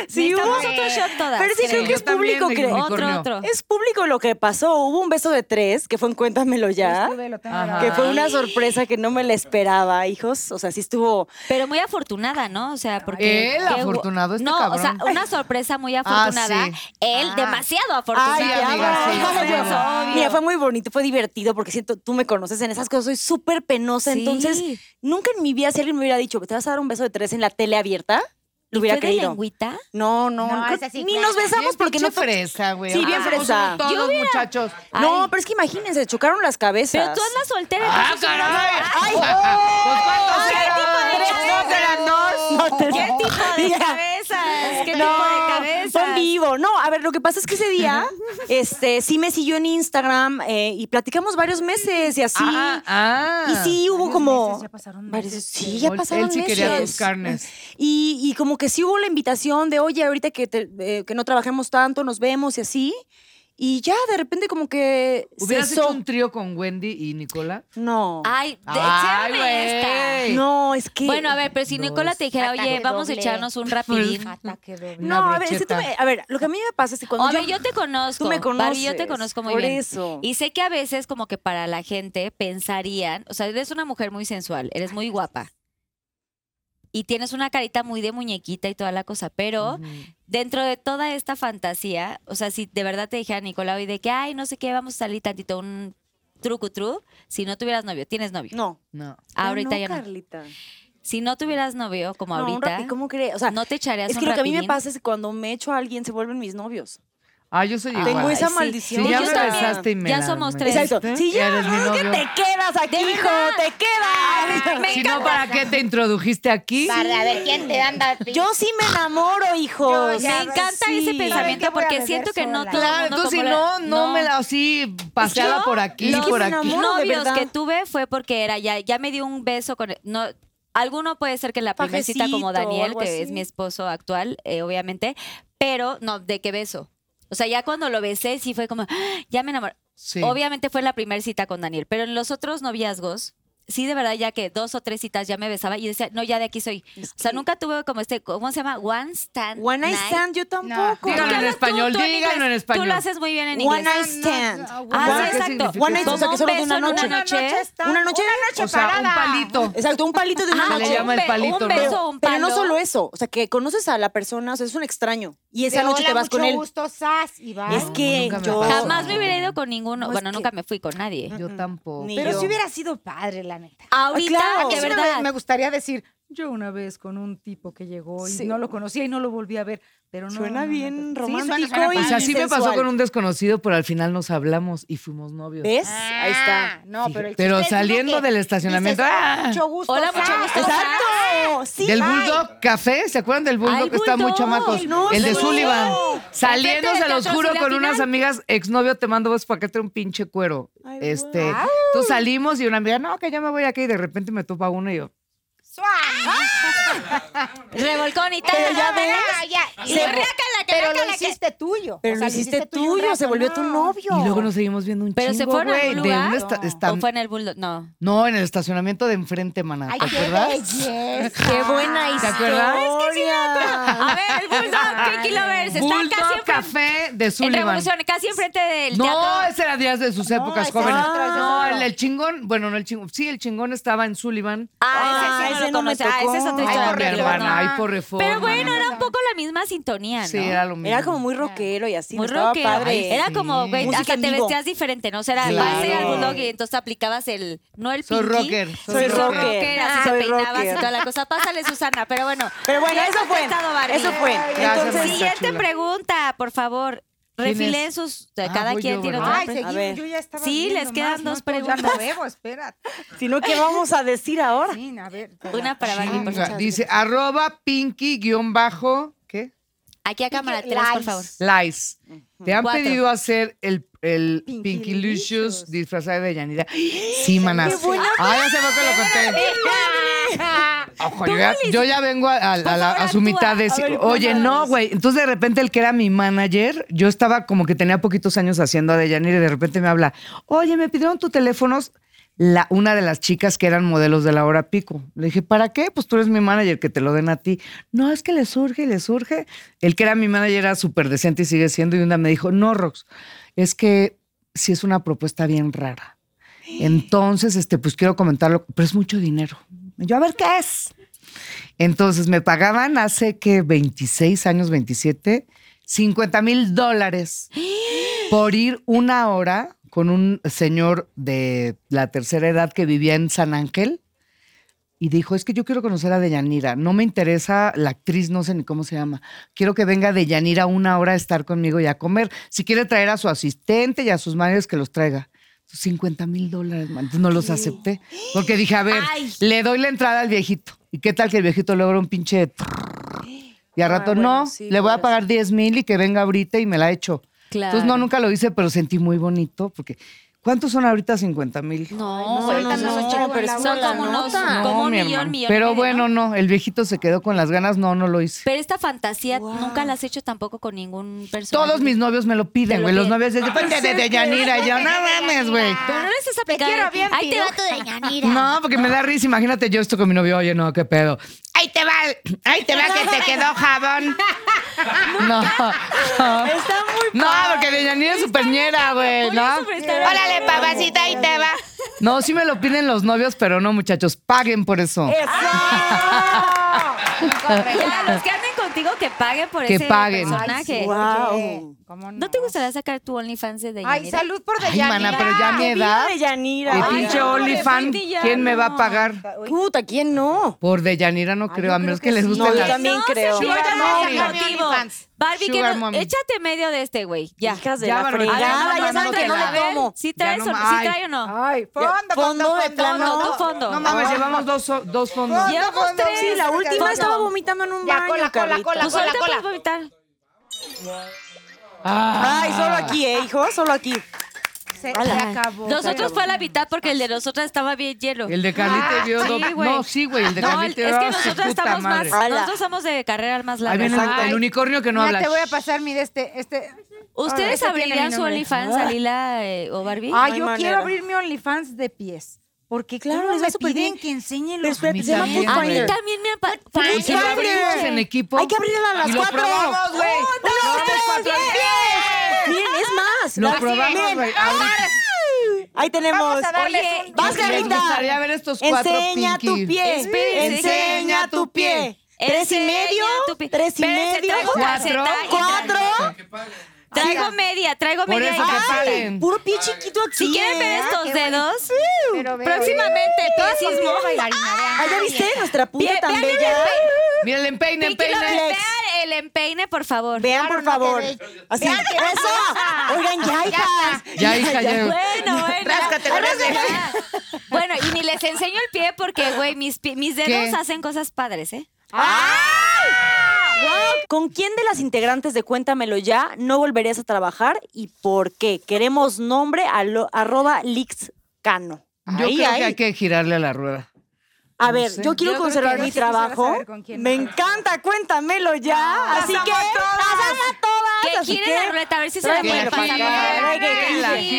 Speaker 6: 12.
Speaker 11: Sí, hubo-
Speaker 2: Necesitamos otro shot todas,
Speaker 11: Pero sí creo
Speaker 2: creo.
Speaker 11: que es
Speaker 6: Yo también,
Speaker 11: público,
Speaker 6: mi
Speaker 11: creo.
Speaker 2: otro
Speaker 6: unicornio.
Speaker 2: otro
Speaker 11: Es público lo que pasó. Hubo un beso de tres, que fue en Cuéntamelo ya.
Speaker 10: Estuve, lo tengo
Speaker 6: Ajá.
Speaker 10: grabado.
Speaker 11: Que fue una sorpresa que no me la esperaba, hijos. O sea, sí estuvo.
Speaker 2: Pero muy afortunada, ¿no? O sea, porque.
Speaker 6: Él
Speaker 2: qué gu-
Speaker 6: afortunado, este
Speaker 2: No, o sea,
Speaker 6: cabrón. Ah,
Speaker 2: una sorpresa muy afortunada.
Speaker 6: sí.
Speaker 2: Él
Speaker 6: Ah.
Speaker 2: demasiado afortunado.
Speaker 6: Ay, ya, amiga, sí,
Speaker 11: ya,
Speaker 6: sí,
Speaker 11: ya.
Speaker 6: claro.
Speaker 11: Mira, fue muy bonito, fue divertido, porque siento, tú me conoces en esas cosas, soy súper penosa.
Speaker 2: Sí.
Speaker 11: Entonces, nunca en mi vida, si alguien me hubiera dicho, ¿te vas a dar un beso de tres en la tele abierta? Lo hubiera
Speaker 2: ¿Fue de
Speaker 11: creído.
Speaker 2: lengüita?
Speaker 11: No, no,
Speaker 9: No,
Speaker 11: creo-
Speaker 9: esa sí,
Speaker 11: ni
Speaker 9: claro.
Speaker 11: nos besamos
Speaker 6: Bien
Speaker 11: porque no.
Speaker 6: pinche fresa, güey.
Speaker 11: Sí, bien
Speaker 6: Ah, somos
Speaker 11: fresa.
Speaker 6: Todos los muchachos.
Speaker 11: No,
Speaker 2: Ay.
Speaker 11: pero es que imagínense, chocaron las cabezas.
Speaker 2: Pero tú andas soltera.
Speaker 6: ¡Ah,
Speaker 2: entonces-
Speaker 6: caray!
Speaker 11: ¡Ay!
Speaker 6: ¿Los cuántos
Speaker 11: ¿Qué
Speaker 6: eran?
Speaker 11: tipo de
Speaker 6: ¿Dos eran dos?
Speaker 11: No, te-
Speaker 2: ¿Qué tipo de
Speaker 11: Mira.
Speaker 2: cabezas? ¿Qué tipo de cabezas?
Speaker 11: Son vivo. No, a ver, lo que pasa es que ese día, este, sí me siguió en Instagram eh, y platicamos varios meses y así.
Speaker 6: Ah, ah.
Speaker 11: y sí hubo
Speaker 10: Varios
Speaker 11: como.
Speaker 10: meses, ya pasaron
Speaker 11: varios-
Speaker 10: meses,
Speaker 11: sí, ya
Speaker 6: Él
Speaker 11: pasaron
Speaker 6: sí
Speaker 11: meses.
Speaker 6: quería tus carnes.
Speaker 11: Y, y como que sí hubo la invitación de, oye, ahorita que, te- eh, que no trabajemos tanto, nos vemos y así. Y ya de repente como que
Speaker 6: ¿Hubieras
Speaker 11: cesó.
Speaker 6: hecho un trío con Wendy y Nicola?
Speaker 11: No.
Speaker 2: Ay, de,
Speaker 6: Ay,
Speaker 2: sean
Speaker 6: güey.
Speaker 2: honestas.
Speaker 11: no, es que.
Speaker 2: Ah, Bueno, a ver, pero si Nicola te dijera, oye, vamos a echarnos un rapidín.
Speaker 10: Ataque doble.
Speaker 11: No,
Speaker 6: Una
Speaker 11: a ver, es que tú
Speaker 6: brocheta.
Speaker 11: me- a ver, lo que a mí me pasa es que cuando
Speaker 2: A ver, yo te conozco.
Speaker 11: Pues, Tú me
Speaker 2: Barbie, yo te
Speaker 11: conoces,
Speaker 2: conozco muy
Speaker 11: por
Speaker 2: bien.
Speaker 11: eso.
Speaker 2: Y sé que a veces como que para la gente pensarían, o sea, eres una mujer muy sensual, eres muy guapa. Y tienes una carita muy de muñequita y toda la cosa, pero
Speaker 6: Mm,
Speaker 2: dentro de toda esta fantasía, o sea, si de verdad te dijera Nicolau y de que, ay, no sé qué, vamos a salir tantito un truco tru, si no tuvieras novio, tienes novio.
Speaker 11: No.
Speaker 6: No.
Speaker 2: ahorita
Speaker 11: no,
Speaker 2: ya no.
Speaker 11: Carlita.
Speaker 2: Si no tuvieras novio como
Speaker 11: No, un
Speaker 2: ahorita,
Speaker 11: rapi- ¿cómo crees? O sea,
Speaker 2: no te echarías
Speaker 11: es que
Speaker 2: un
Speaker 11: lo que a mí me
Speaker 2: rapidín?
Speaker 11: pasa es que cuando me echo a alguien se vuelven mis novios.
Speaker 6: Ah, yo soy igual.
Speaker 11: Tengo esa
Speaker 6: sí.
Speaker 11: maldición.
Speaker 6: Sí, ya
Speaker 11: Yo
Speaker 6: me
Speaker 11: también.
Speaker 6: besaste y me
Speaker 2: Ya
Speaker 6: la-
Speaker 2: somos
Speaker 6: me-
Speaker 2: tres.
Speaker 11: Exacto. Si ya
Speaker 6: Eres mi
Speaker 11: ves que
Speaker 6: novio.
Speaker 11: te quedas aquí, hijo, te
Speaker 2: Ah,
Speaker 11: quedas.
Speaker 6: Si no, ¿para qué te introdujiste aquí?
Speaker 9: Para ver quién te anda.
Speaker 11: Yo sí me enamoro, hijo.
Speaker 9: ya
Speaker 2: Pues Me encanta
Speaker 11: Sí.
Speaker 2: ese
Speaker 9: ¿Saben qué?
Speaker 2: pensamiento
Speaker 9: Voy a
Speaker 2: porque
Speaker 9: beber
Speaker 2: siento que no
Speaker 9: sola.
Speaker 2: todo el
Speaker 6: Claro,
Speaker 2: mundo
Speaker 6: tú si
Speaker 2: como
Speaker 6: no,
Speaker 2: la-
Speaker 6: no me la así paseada
Speaker 2: Yo,
Speaker 6: por aquí,
Speaker 2: los
Speaker 6: por
Speaker 11: que me
Speaker 6: aquí.
Speaker 11: enamoro, de
Speaker 2: novios
Speaker 11: verdad.
Speaker 2: que tuve fue porque era ya, ya me dio un beso con e, no alguno puede ser que en la primera cita como
Speaker 11: Pajecito o
Speaker 2: Daniel,
Speaker 11: algo
Speaker 2: que
Speaker 11: así.
Speaker 2: es mi esposo actual, eh, obviamente, pero no, ¿de qué beso? O sea, ya cuando lo besé sí fue como, ¡ah! ya me enamoré.
Speaker 6: Sí.
Speaker 2: Obviamente fue la primera cita con Daniel, pero en los otros noviazgos, sí, de verdad, ya que dos o tres citas ya me besaba y decía, no, ya de aquí soy. O sea, nunca tuve como este, ¿cómo se llama? One stand.
Speaker 11: One night stand, yo tampoco.
Speaker 6: Díganlo en
Speaker 2: Habla tú,
Speaker 6: español,
Speaker 2: tú en
Speaker 6: díganlo en
Speaker 2: inglés. Tú
Speaker 6: español.
Speaker 2: lo haces muy bien en
Speaker 11: One
Speaker 2: inglés.
Speaker 11: night stand.
Speaker 2: Ah,
Speaker 6: ¿Qué
Speaker 2: sí, exacto.
Speaker 6: significa? One
Speaker 11: night, o
Speaker 2: Como
Speaker 11: sea, que
Speaker 2: un
Speaker 11: solo de
Speaker 2: beso
Speaker 11: una
Speaker 2: en
Speaker 11: noche. Una noche,
Speaker 6: O sea, un palito.
Speaker 11: Exacto, un palito de una
Speaker 2: Ajá,
Speaker 6: Se le
Speaker 11: noche.
Speaker 6: llama el
Speaker 2: Ah, un be-
Speaker 6: palito,
Speaker 2: Un
Speaker 6: ¿no?
Speaker 2: beso, un
Speaker 11: Pero
Speaker 2: palo.
Speaker 11: no solo eso, o sea, que conoces a la persona, o sea, es un extraño. Y esa
Speaker 9: De
Speaker 11: noche te
Speaker 9: hola,
Speaker 11: vas con
Speaker 9: mucho
Speaker 11: él.
Speaker 9: gusto, sas, y bye.
Speaker 11: Es que
Speaker 6: nunca me
Speaker 11: yo.
Speaker 6: pasó.
Speaker 2: Jamás me hubiera ido con ninguno.
Speaker 11: No, es
Speaker 2: bueno,
Speaker 11: Pues que-
Speaker 2: nunca me fui con nadie.
Speaker 6: Yo tampoco.
Speaker 11: Ni
Speaker 9: Pero
Speaker 11: yo.
Speaker 9: si hubiera sido padre, la neta.
Speaker 2: Ahorita,
Speaker 11: Ah, claro.
Speaker 2: de
Speaker 9: Sí, una
Speaker 2: verdad.
Speaker 9: vez me gustaría decir, yo una vez con un tipo que llegó y no lo conocía y no lo volví a ver, pero no.
Speaker 11: Suena
Speaker 9: no, no,
Speaker 11: bien
Speaker 9: no. Sí, suena,
Speaker 11: romántico
Speaker 9: suena
Speaker 11: y-
Speaker 9: padre.
Speaker 6: O sea, sí me pasó
Speaker 11: Sensual.
Speaker 6: con un desconocido, pero al final nos hablamos y fuimos novios.
Speaker 11: ¿Ves?
Speaker 9: Ah,
Speaker 11: Ahí está.
Speaker 9: No, pero, el
Speaker 6: Pero
Speaker 9: chiste es uno
Speaker 6: saliendo
Speaker 9: que
Speaker 6: del estacionamiento,
Speaker 9: dices,
Speaker 6: ¡ah!
Speaker 9: Mucho gusto.
Speaker 2: Hola, mucho
Speaker 9: sas".
Speaker 2: gusto,
Speaker 11: Exacto. Sí.
Speaker 6: del
Speaker 11: bye.
Speaker 6: Bulldog Café, ¿se acuerdan del Bulldog?
Speaker 2: Ay,
Speaker 6: que Está muy
Speaker 2: Bulldog.
Speaker 6: chamacos.
Speaker 11: No,
Speaker 6: el de
Speaker 11: sí.
Speaker 6: Sullivan.
Speaker 2: Enfrente
Speaker 6: Saliendo,
Speaker 2: del
Speaker 6: se los
Speaker 2: Teatro
Speaker 6: juro, con
Speaker 2: Zulea
Speaker 6: unas
Speaker 2: Final.
Speaker 6: amigas, exnovio, te mando besos para que te un pinche cuero.
Speaker 11: Ay,
Speaker 6: este, Entonces salimos y una amiga, no, que ya me voy aquí y de repente me topa uno y yo.
Speaker 2: Revolcón y tal.
Speaker 11: Pero ya ves.
Speaker 9: Ah, ya.
Speaker 11: Se
Speaker 9: Y-
Speaker 11: vo-
Speaker 9: Pero lo hiciste tuyo.
Speaker 11: Pero
Speaker 9: O sea,
Speaker 11: lo hiciste
Speaker 9: un
Speaker 11: tuyo, se
Speaker 9: rato,
Speaker 11: volvió
Speaker 9: no.
Speaker 11: tu novio.
Speaker 6: Y luego nos seguimos viendo un
Speaker 2: Pero se
Speaker 6: chingo,
Speaker 2: fueron a
Speaker 6: güey.
Speaker 2: algún
Speaker 6: de un
Speaker 2: lugar.
Speaker 6: esta-
Speaker 2: ¿O
Speaker 6: estam-
Speaker 2: fue en el bulldog? No.
Speaker 6: No, en el estacionamiento de enfrente, maná.
Speaker 9: Ay,
Speaker 6: ¿Te
Speaker 9: qué
Speaker 6: acuerdas?
Speaker 9: belleza.
Speaker 11: Qué buena historia. Ah,
Speaker 6: acuerdas?
Speaker 2: A ver, el bulldog, Pinky Lovers. Está casi
Speaker 6: Bulldog
Speaker 2: enfrente.
Speaker 6: Café de
Speaker 2: En
Speaker 6: Sullivan.
Speaker 2: Revolución, casi enfrente del
Speaker 6: No,
Speaker 2: teatro.
Speaker 6: ese era días de sus épocas
Speaker 9: ese
Speaker 6: jóvenes.
Speaker 9: es otro, ese es
Speaker 6: no,
Speaker 9: otro.
Speaker 6: el, el chingón, bueno, no el chingón. Sí, el chingón estaba en Sullivan.
Speaker 2: Ah,
Speaker 11: Ah,
Speaker 2: ese sí no
Speaker 11: ese
Speaker 2: lo
Speaker 11: no me
Speaker 2: conoce. Ah,
Speaker 11: tocó.
Speaker 2: esa es otra
Speaker 11: Ay,
Speaker 6: Ay,
Speaker 2: historia.
Speaker 6: por
Speaker 2: de Bulldog,
Speaker 6: reforma,
Speaker 2: ¿no?
Speaker 6: ay, por reforma.
Speaker 2: Pero bueno, era un poco la misma sintonía, ¿no?
Speaker 6: Sí, era lo mismo.
Speaker 11: Era como muy rockero y así.
Speaker 2: Muy
Speaker 11: estaba
Speaker 2: rockero.
Speaker 11: padre.
Speaker 2: Era
Speaker 6: sí.
Speaker 2: como, güey,
Speaker 11: Música
Speaker 2: hasta
Speaker 11: en
Speaker 2: te
Speaker 11: vivo.
Speaker 2: vestías diferente, ¿no? O sea, era
Speaker 6: Claro.
Speaker 2: base al bulldog y entonces aplicabas el, no el
Speaker 6: Soy
Speaker 2: pinky.
Speaker 6: rocker, soy
Speaker 2: Soy
Speaker 6: rocker.
Speaker 2: rocker. así
Speaker 11: Soy
Speaker 2: te peinabas
Speaker 11: rocker.
Speaker 2: y toda la cosa. Pásale, Susana, pero bueno.
Speaker 11: Ah, Pero bueno,
Speaker 2: bien
Speaker 11: eso fue.
Speaker 2: contestado, Barbie.
Speaker 11: Eso fue.
Speaker 6: Gracias,
Speaker 11: Entonces,
Speaker 6: maestra.
Speaker 2: Siguiente
Speaker 6: chula.
Speaker 2: pregunta, por favor.
Speaker 6: ¿Quién
Speaker 2: Refilen
Speaker 6: es?
Speaker 2: sus...
Speaker 6: Ah,
Speaker 2: cada
Speaker 6: voy
Speaker 2: quien
Speaker 6: yo,
Speaker 2: tiene
Speaker 6: ¿verdad?
Speaker 2: otra
Speaker 9: Ay,
Speaker 2: pregunta.
Speaker 9: seguimos,
Speaker 11: ver.
Speaker 9: yo ya estaba
Speaker 2: Sí,
Speaker 9: viendo
Speaker 2: les quedan
Speaker 9: más,
Speaker 2: dos
Speaker 9: no, Ya
Speaker 2: preguntas.
Speaker 9: no bebo, espérate.
Speaker 11: si no, ¿qué vamos a decir ahora?
Speaker 9: Sí, a ver.
Speaker 2: Una para Barbie, por
Speaker 6: Chinga,
Speaker 2: favor.
Speaker 6: Dice, arroba pinky guión bajo, ¿qué?
Speaker 2: Aquí a cámara
Speaker 9: Pinky
Speaker 2: atrás, por
Speaker 9: Lies.
Speaker 2: favor.
Speaker 6: Lies. Te han
Speaker 2: Cuatro.
Speaker 6: pedido hacer el, el Pinky Lucius
Speaker 9: Pinkylicious.
Speaker 6: disfrazado de Yanira. Sí, manas. Ah, ya se fue que lo conté. Ojo, yo ya, yo ya vengo a, a- a la- Pues a su mitad de... Oye, no, güey. Entonces, de repente, el que era mi manager, yo estaba como que tenía poquitos años haciendo a de Yanira y de repente me habla, oye, me pidieron tus teléfonos la, una de las chicas que eran modelos de la hora pico. Le dije, ¿para qué? Pues tú eres mi manager, que te lo den a ti. No, es que le surge, le surge. El que era mi manager era súper decente y sigue siendo. Y una me dijo, no, Rox, es que sí es una propuesta bien rara. Entonces, este, pues quiero comentarlo, pero es mucho dinero. Yo, a ver qué es. Entonces, me pagaban hace que 26 años, 27, 50 mil dólares por ir una hora con un señor de la tercera edad que vivía en San Ángel y dijo, es que yo quiero conocer a Deyanira, no me interesa la actriz, no sé ni cómo se llama, quiero que venga Deyanira una hora a estar conmigo y a comer, si quiere traer a su asistente y a sus madres que los traiga. 50 mil dólares, man. Entonces, no los acepté. Porque dije, a ver, le doy la entrada al viejito. ¿Y qué tal que el viejito logra un pinche... Y al
Speaker 2: Ah,
Speaker 11: Ay,
Speaker 6: rato,
Speaker 11: bueno,
Speaker 6: no,
Speaker 11: sí,
Speaker 6: le voy a
Speaker 11: pobre
Speaker 6: pagar 10 mil y que venga ahorita y me la echo.
Speaker 2: Claro.
Speaker 6: Entonces, no, nunca lo hice, pero sentí muy bonito porque ¿cuántos son ahorita 50 mil?
Speaker 2: No,
Speaker 11: No,
Speaker 2: ahorita
Speaker 11: no,
Speaker 2: no son
Speaker 11: no,
Speaker 2: chicos,
Speaker 11: pero
Speaker 2: son
Speaker 11: escuela,
Speaker 2: como unos,
Speaker 11: nota.
Speaker 2: como un
Speaker 6: mi
Speaker 2: millón,
Speaker 6: hermano.
Speaker 2: millón. y
Speaker 6: Pero
Speaker 2: medio,
Speaker 6: bueno,
Speaker 2: ¿no?
Speaker 6: no, el viejito se quedó con las ganas, no, no lo hice.
Speaker 2: Pero esta fantasía nunca la has hecho tampoco con ningún personaje.
Speaker 6: Todos mis novios me lo
Speaker 2: Te
Speaker 6: piden,
Speaker 2: lo
Speaker 6: güey. Los
Speaker 2: piden.
Speaker 6: novios de, de, de, de Yanira, yo, no mames, güey.
Speaker 2: Pero no les has
Speaker 9: Te
Speaker 2: aplicado.
Speaker 9: quiero bien,
Speaker 2: Ahí te va
Speaker 9: piruja.
Speaker 2: tu deñanita.
Speaker 6: No, porque me da risa. Imagínate yo esto con mi novio. Oye, no, qué pedo. Ahí te va, el- ahí te va que te quedó jabón. No. no.
Speaker 11: Está muy
Speaker 6: No, porque de Yanira es superñera, güey,
Speaker 2: por
Speaker 6: ¿no?
Speaker 2: eso, pero está bien.
Speaker 6: Órale, papacita, ahí te va. No, sí me lo piden los novios, pero no, muchachos, paguen por eso.
Speaker 11: Eh,
Speaker 2: Ah. Ya, los que anden contigo que paguen por
Speaker 6: Que
Speaker 2: ese
Speaker 6: paguen.
Speaker 2: personaje.
Speaker 11: Wow.
Speaker 9: ¿Cómo no?
Speaker 2: ¿No te gustaría sacar tu OnlyFans de Deyanira?
Speaker 9: Ay, salud por
Speaker 6: Ay, mana, pero ya a mi edad,
Speaker 11: de Yanira.
Speaker 6: el
Speaker 11: Ay,
Speaker 6: pinche
Speaker 11: no,
Speaker 2: pobre
Speaker 6: OnlyFan,
Speaker 2: Wendy, ya
Speaker 6: ¿quién me va a
Speaker 2: no.
Speaker 6: pagar?
Speaker 11: Puta, ¿quién no?
Speaker 6: Por Deyanira no creo, a menos que, les guste
Speaker 11: No, yo
Speaker 6: las...
Speaker 11: también creo.
Speaker 2: Yo
Speaker 9: Yo
Speaker 2: ya
Speaker 9: también
Speaker 2: no,
Speaker 9: sacar mi
Speaker 2: motivo.
Speaker 9: OnlyFans.
Speaker 2: Barbie, que
Speaker 6: Sugar
Speaker 2: no-
Speaker 6: mommy.
Speaker 2: échate medio de este, güey. Ya. Ah,
Speaker 11: Hijas de
Speaker 6: Ya,
Speaker 11: la
Speaker 6: Bárbara, ya,
Speaker 11: fregada,
Speaker 6: Bárbara,
Speaker 11: ya saben
Speaker 6: no
Speaker 11: que no
Speaker 6: queda.
Speaker 11: le como.
Speaker 2: ¿Sí
Speaker 6: Ya
Speaker 2: traes
Speaker 6: no
Speaker 2: o,
Speaker 6: ma-
Speaker 2: sí
Speaker 6: ay.
Speaker 2: trae o no?
Speaker 9: Ay, fondo,
Speaker 11: Fondo de
Speaker 8: Ah,
Speaker 11: plano.
Speaker 2: Fondo, tú fondo.
Speaker 6: No mames, llevamos dos, so- dos fondos.
Speaker 9: Fondo,
Speaker 2: Llevamos
Speaker 9: fondo,
Speaker 2: tres.
Speaker 11: Sí, la
Speaker 9: fondo.
Speaker 11: última estaba vomitando en un
Speaker 9: Ya,
Speaker 11: baño,
Speaker 9: cola, cola,
Speaker 11: Carlita.
Speaker 9: cola,
Speaker 2: Pues ahorita puedes vomitar.
Speaker 6: Ah.
Speaker 11: Ay, solo aquí, ¿eh, hijo? Solo aquí.
Speaker 9: Se, se acabó.
Speaker 2: Nosotros fue a la mitad porque el de nosotras estaba bien hielo.
Speaker 6: El de
Speaker 11: Ah,
Speaker 6: Carlita vio
Speaker 2: sí,
Speaker 6: dos.
Speaker 2: güey.
Speaker 6: No, sí, güey, el de
Speaker 2: No, es
Speaker 6: Carlita
Speaker 2: que
Speaker 6: vio- su
Speaker 2: nosotras
Speaker 6: puta
Speaker 2: estamos
Speaker 6: madre.
Speaker 2: más.
Speaker 11: Hola.
Speaker 2: Nosotros somos de carreras más
Speaker 6: Ahí viene
Speaker 2: largas.
Speaker 6: el, el unicornio que no
Speaker 9: Mira,
Speaker 6: habla.
Speaker 9: te voy a pasar mi de este. este.
Speaker 2: ¿Ustedes
Speaker 9: Ese tiene
Speaker 2: abrirían
Speaker 9: mi
Speaker 2: su
Speaker 9: nombre.
Speaker 2: OnlyFans,
Speaker 11: Ah.
Speaker 2: Alila eh, o Barbie?
Speaker 9: Ah,
Speaker 11: hay
Speaker 9: yo
Speaker 11: manera.
Speaker 9: quiero abrir mi OnlyFans de pies. Porque
Speaker 11: Claro,
Speaker 9: claro,
Speaker 11: les va
Speaker 9: me
Speaker 11: súper
Speaker 9: piden
Speaker 11: bien.
Speaker 9: que enseñen
Speaker 11: Pero
Speaker 9: los
Speaker 11: espérate,
Speaker 6: A mí
Speaker 11: se llama
Speaker 6: también,
Speaker 11: Food
Speaker 2: a
Speaker 6: güey.
Speaker 2: mí
Speaker 11: Finder.
Speaker 2: también me han... pa-
Speaker 6: ¿Y si lo
Speaker 11: Padre.
Speaker 6: abrimos en equipo?
Speaker 11: Hay que abrirla a las
Speaker 6: Y lo
Speaker 11: cuatro.
Speaker 6: probamos, güey.
Speaker 11: ¡Una, dos, tres, cuatro! Miren, es más.
Speaker 6: Lo
Speaker 11: Así,
Speaker 6: probamos,
Speaker 11: miren.
Speaker 6: güey. Ahorita
Speaker 11: Ahí tenemos.
Speaker 9: Vamos a darles
Speaker 11: Oye,
Speaker 9: un-
Speaker 11: vas,
Speaker 6: les gustaría
Speaker 11: Carlita.
Speaker 6: ver estos cuatro
Speaker 11: Enseña tu
Speaker 6: pinky.
Speaker 11: pie.
Speaker 2: Espérense.
Speaker 11: Enseña tu pie. Tres y
Speaker 2: Enseña
Speaker 11: medio.
Speaker 2: tu pi-
Speaker 11: Tres y
Speaker 2: Espérense,
Speaker 11: medio.
Speaker 2: traigo
Speaker 6: Cuatro.
Speaker 2: calceta y
Speaker 11: Cuatro.
Speaker 2: Traigo media, traigo
Speaker 6: Por
Speaker 2: media.
Speaker 9: Ah,
Speaker 6: eso
Speaker 2: y-
Speaker 6: que
Speaker 2: Ay,
Speaker 6: paguen.
Speaker 11: Puro pie chiquito aquí.
Speaker 2: Si quieren ver
Speaker 11: ¿eh?
Speaker 2: estos dedos,
Speaker 9: Pero veo-
Speaker 2: próximamente, piesismo.
Speaker 11: Ah, ¿ya viste nuestra punta
Speaker 2: Ve-
Speaker 11: tan
Speaker 2: vean el
Speaker 11: bella?
Speaker 6: Mira el empeine,
Speaker 2: Pinky Lovers,
Speaker 6: empeine.
Speaker 11: Flex.
Speaker 2: vean el empeine, por favor.
Speaker 11: Vean, por favor. Así. ¡Eso! Oigan, ya, hijas.
Speaker 6: Ya, hija, ya.
Speaker 2: Bueno, bueno. Ya. Bueno, y ni les enseño el pie porque, güey, mis, pi- mis dedos
Speaker 6: ¿Qué?
Speaker 2: hacen cosas padres, ¿eh?
Speaker 11: ¿Con quién de las integrantes de Cuéntamelo Ya no volverías a trabajar y por qué? Queremos nombre a lo- arroba lixcano.
Speaker 6: Yo
Speaker 11: Ahí,
Speaker 6: creo
Speaker 11: ahí.
Speaker 6: que hay que girarle a la rueda.
Speaker 11: A
Speaker 6: no
Speaker 11: ver,
Speaker 6: sé.
Speaker 11: yo quiero
Speaker 9: Yo creo
Speaker 11: conservar
Speaker 9: que
Speaker 11: mi
Speaker 9: sí quisiera
Speaker 11: trabajo.
Speaker 9: saber con quién
Speaker 11: Me
Speaker 9: trabajas.
Speaker 11: encanta, cuéntamelo ya. así que las amo todas.
Speaker 2: Que
Speaker 11: así
Speaker 2: gire la ruleta, a ver si se la puede
Speaker 11: tráemelo para
Speaker 2: pasar.
Speaker 11: acá,
Speaker 2: Que
Speaker 11: que
Speaker 2: la
Speaker 6: gire. Ahí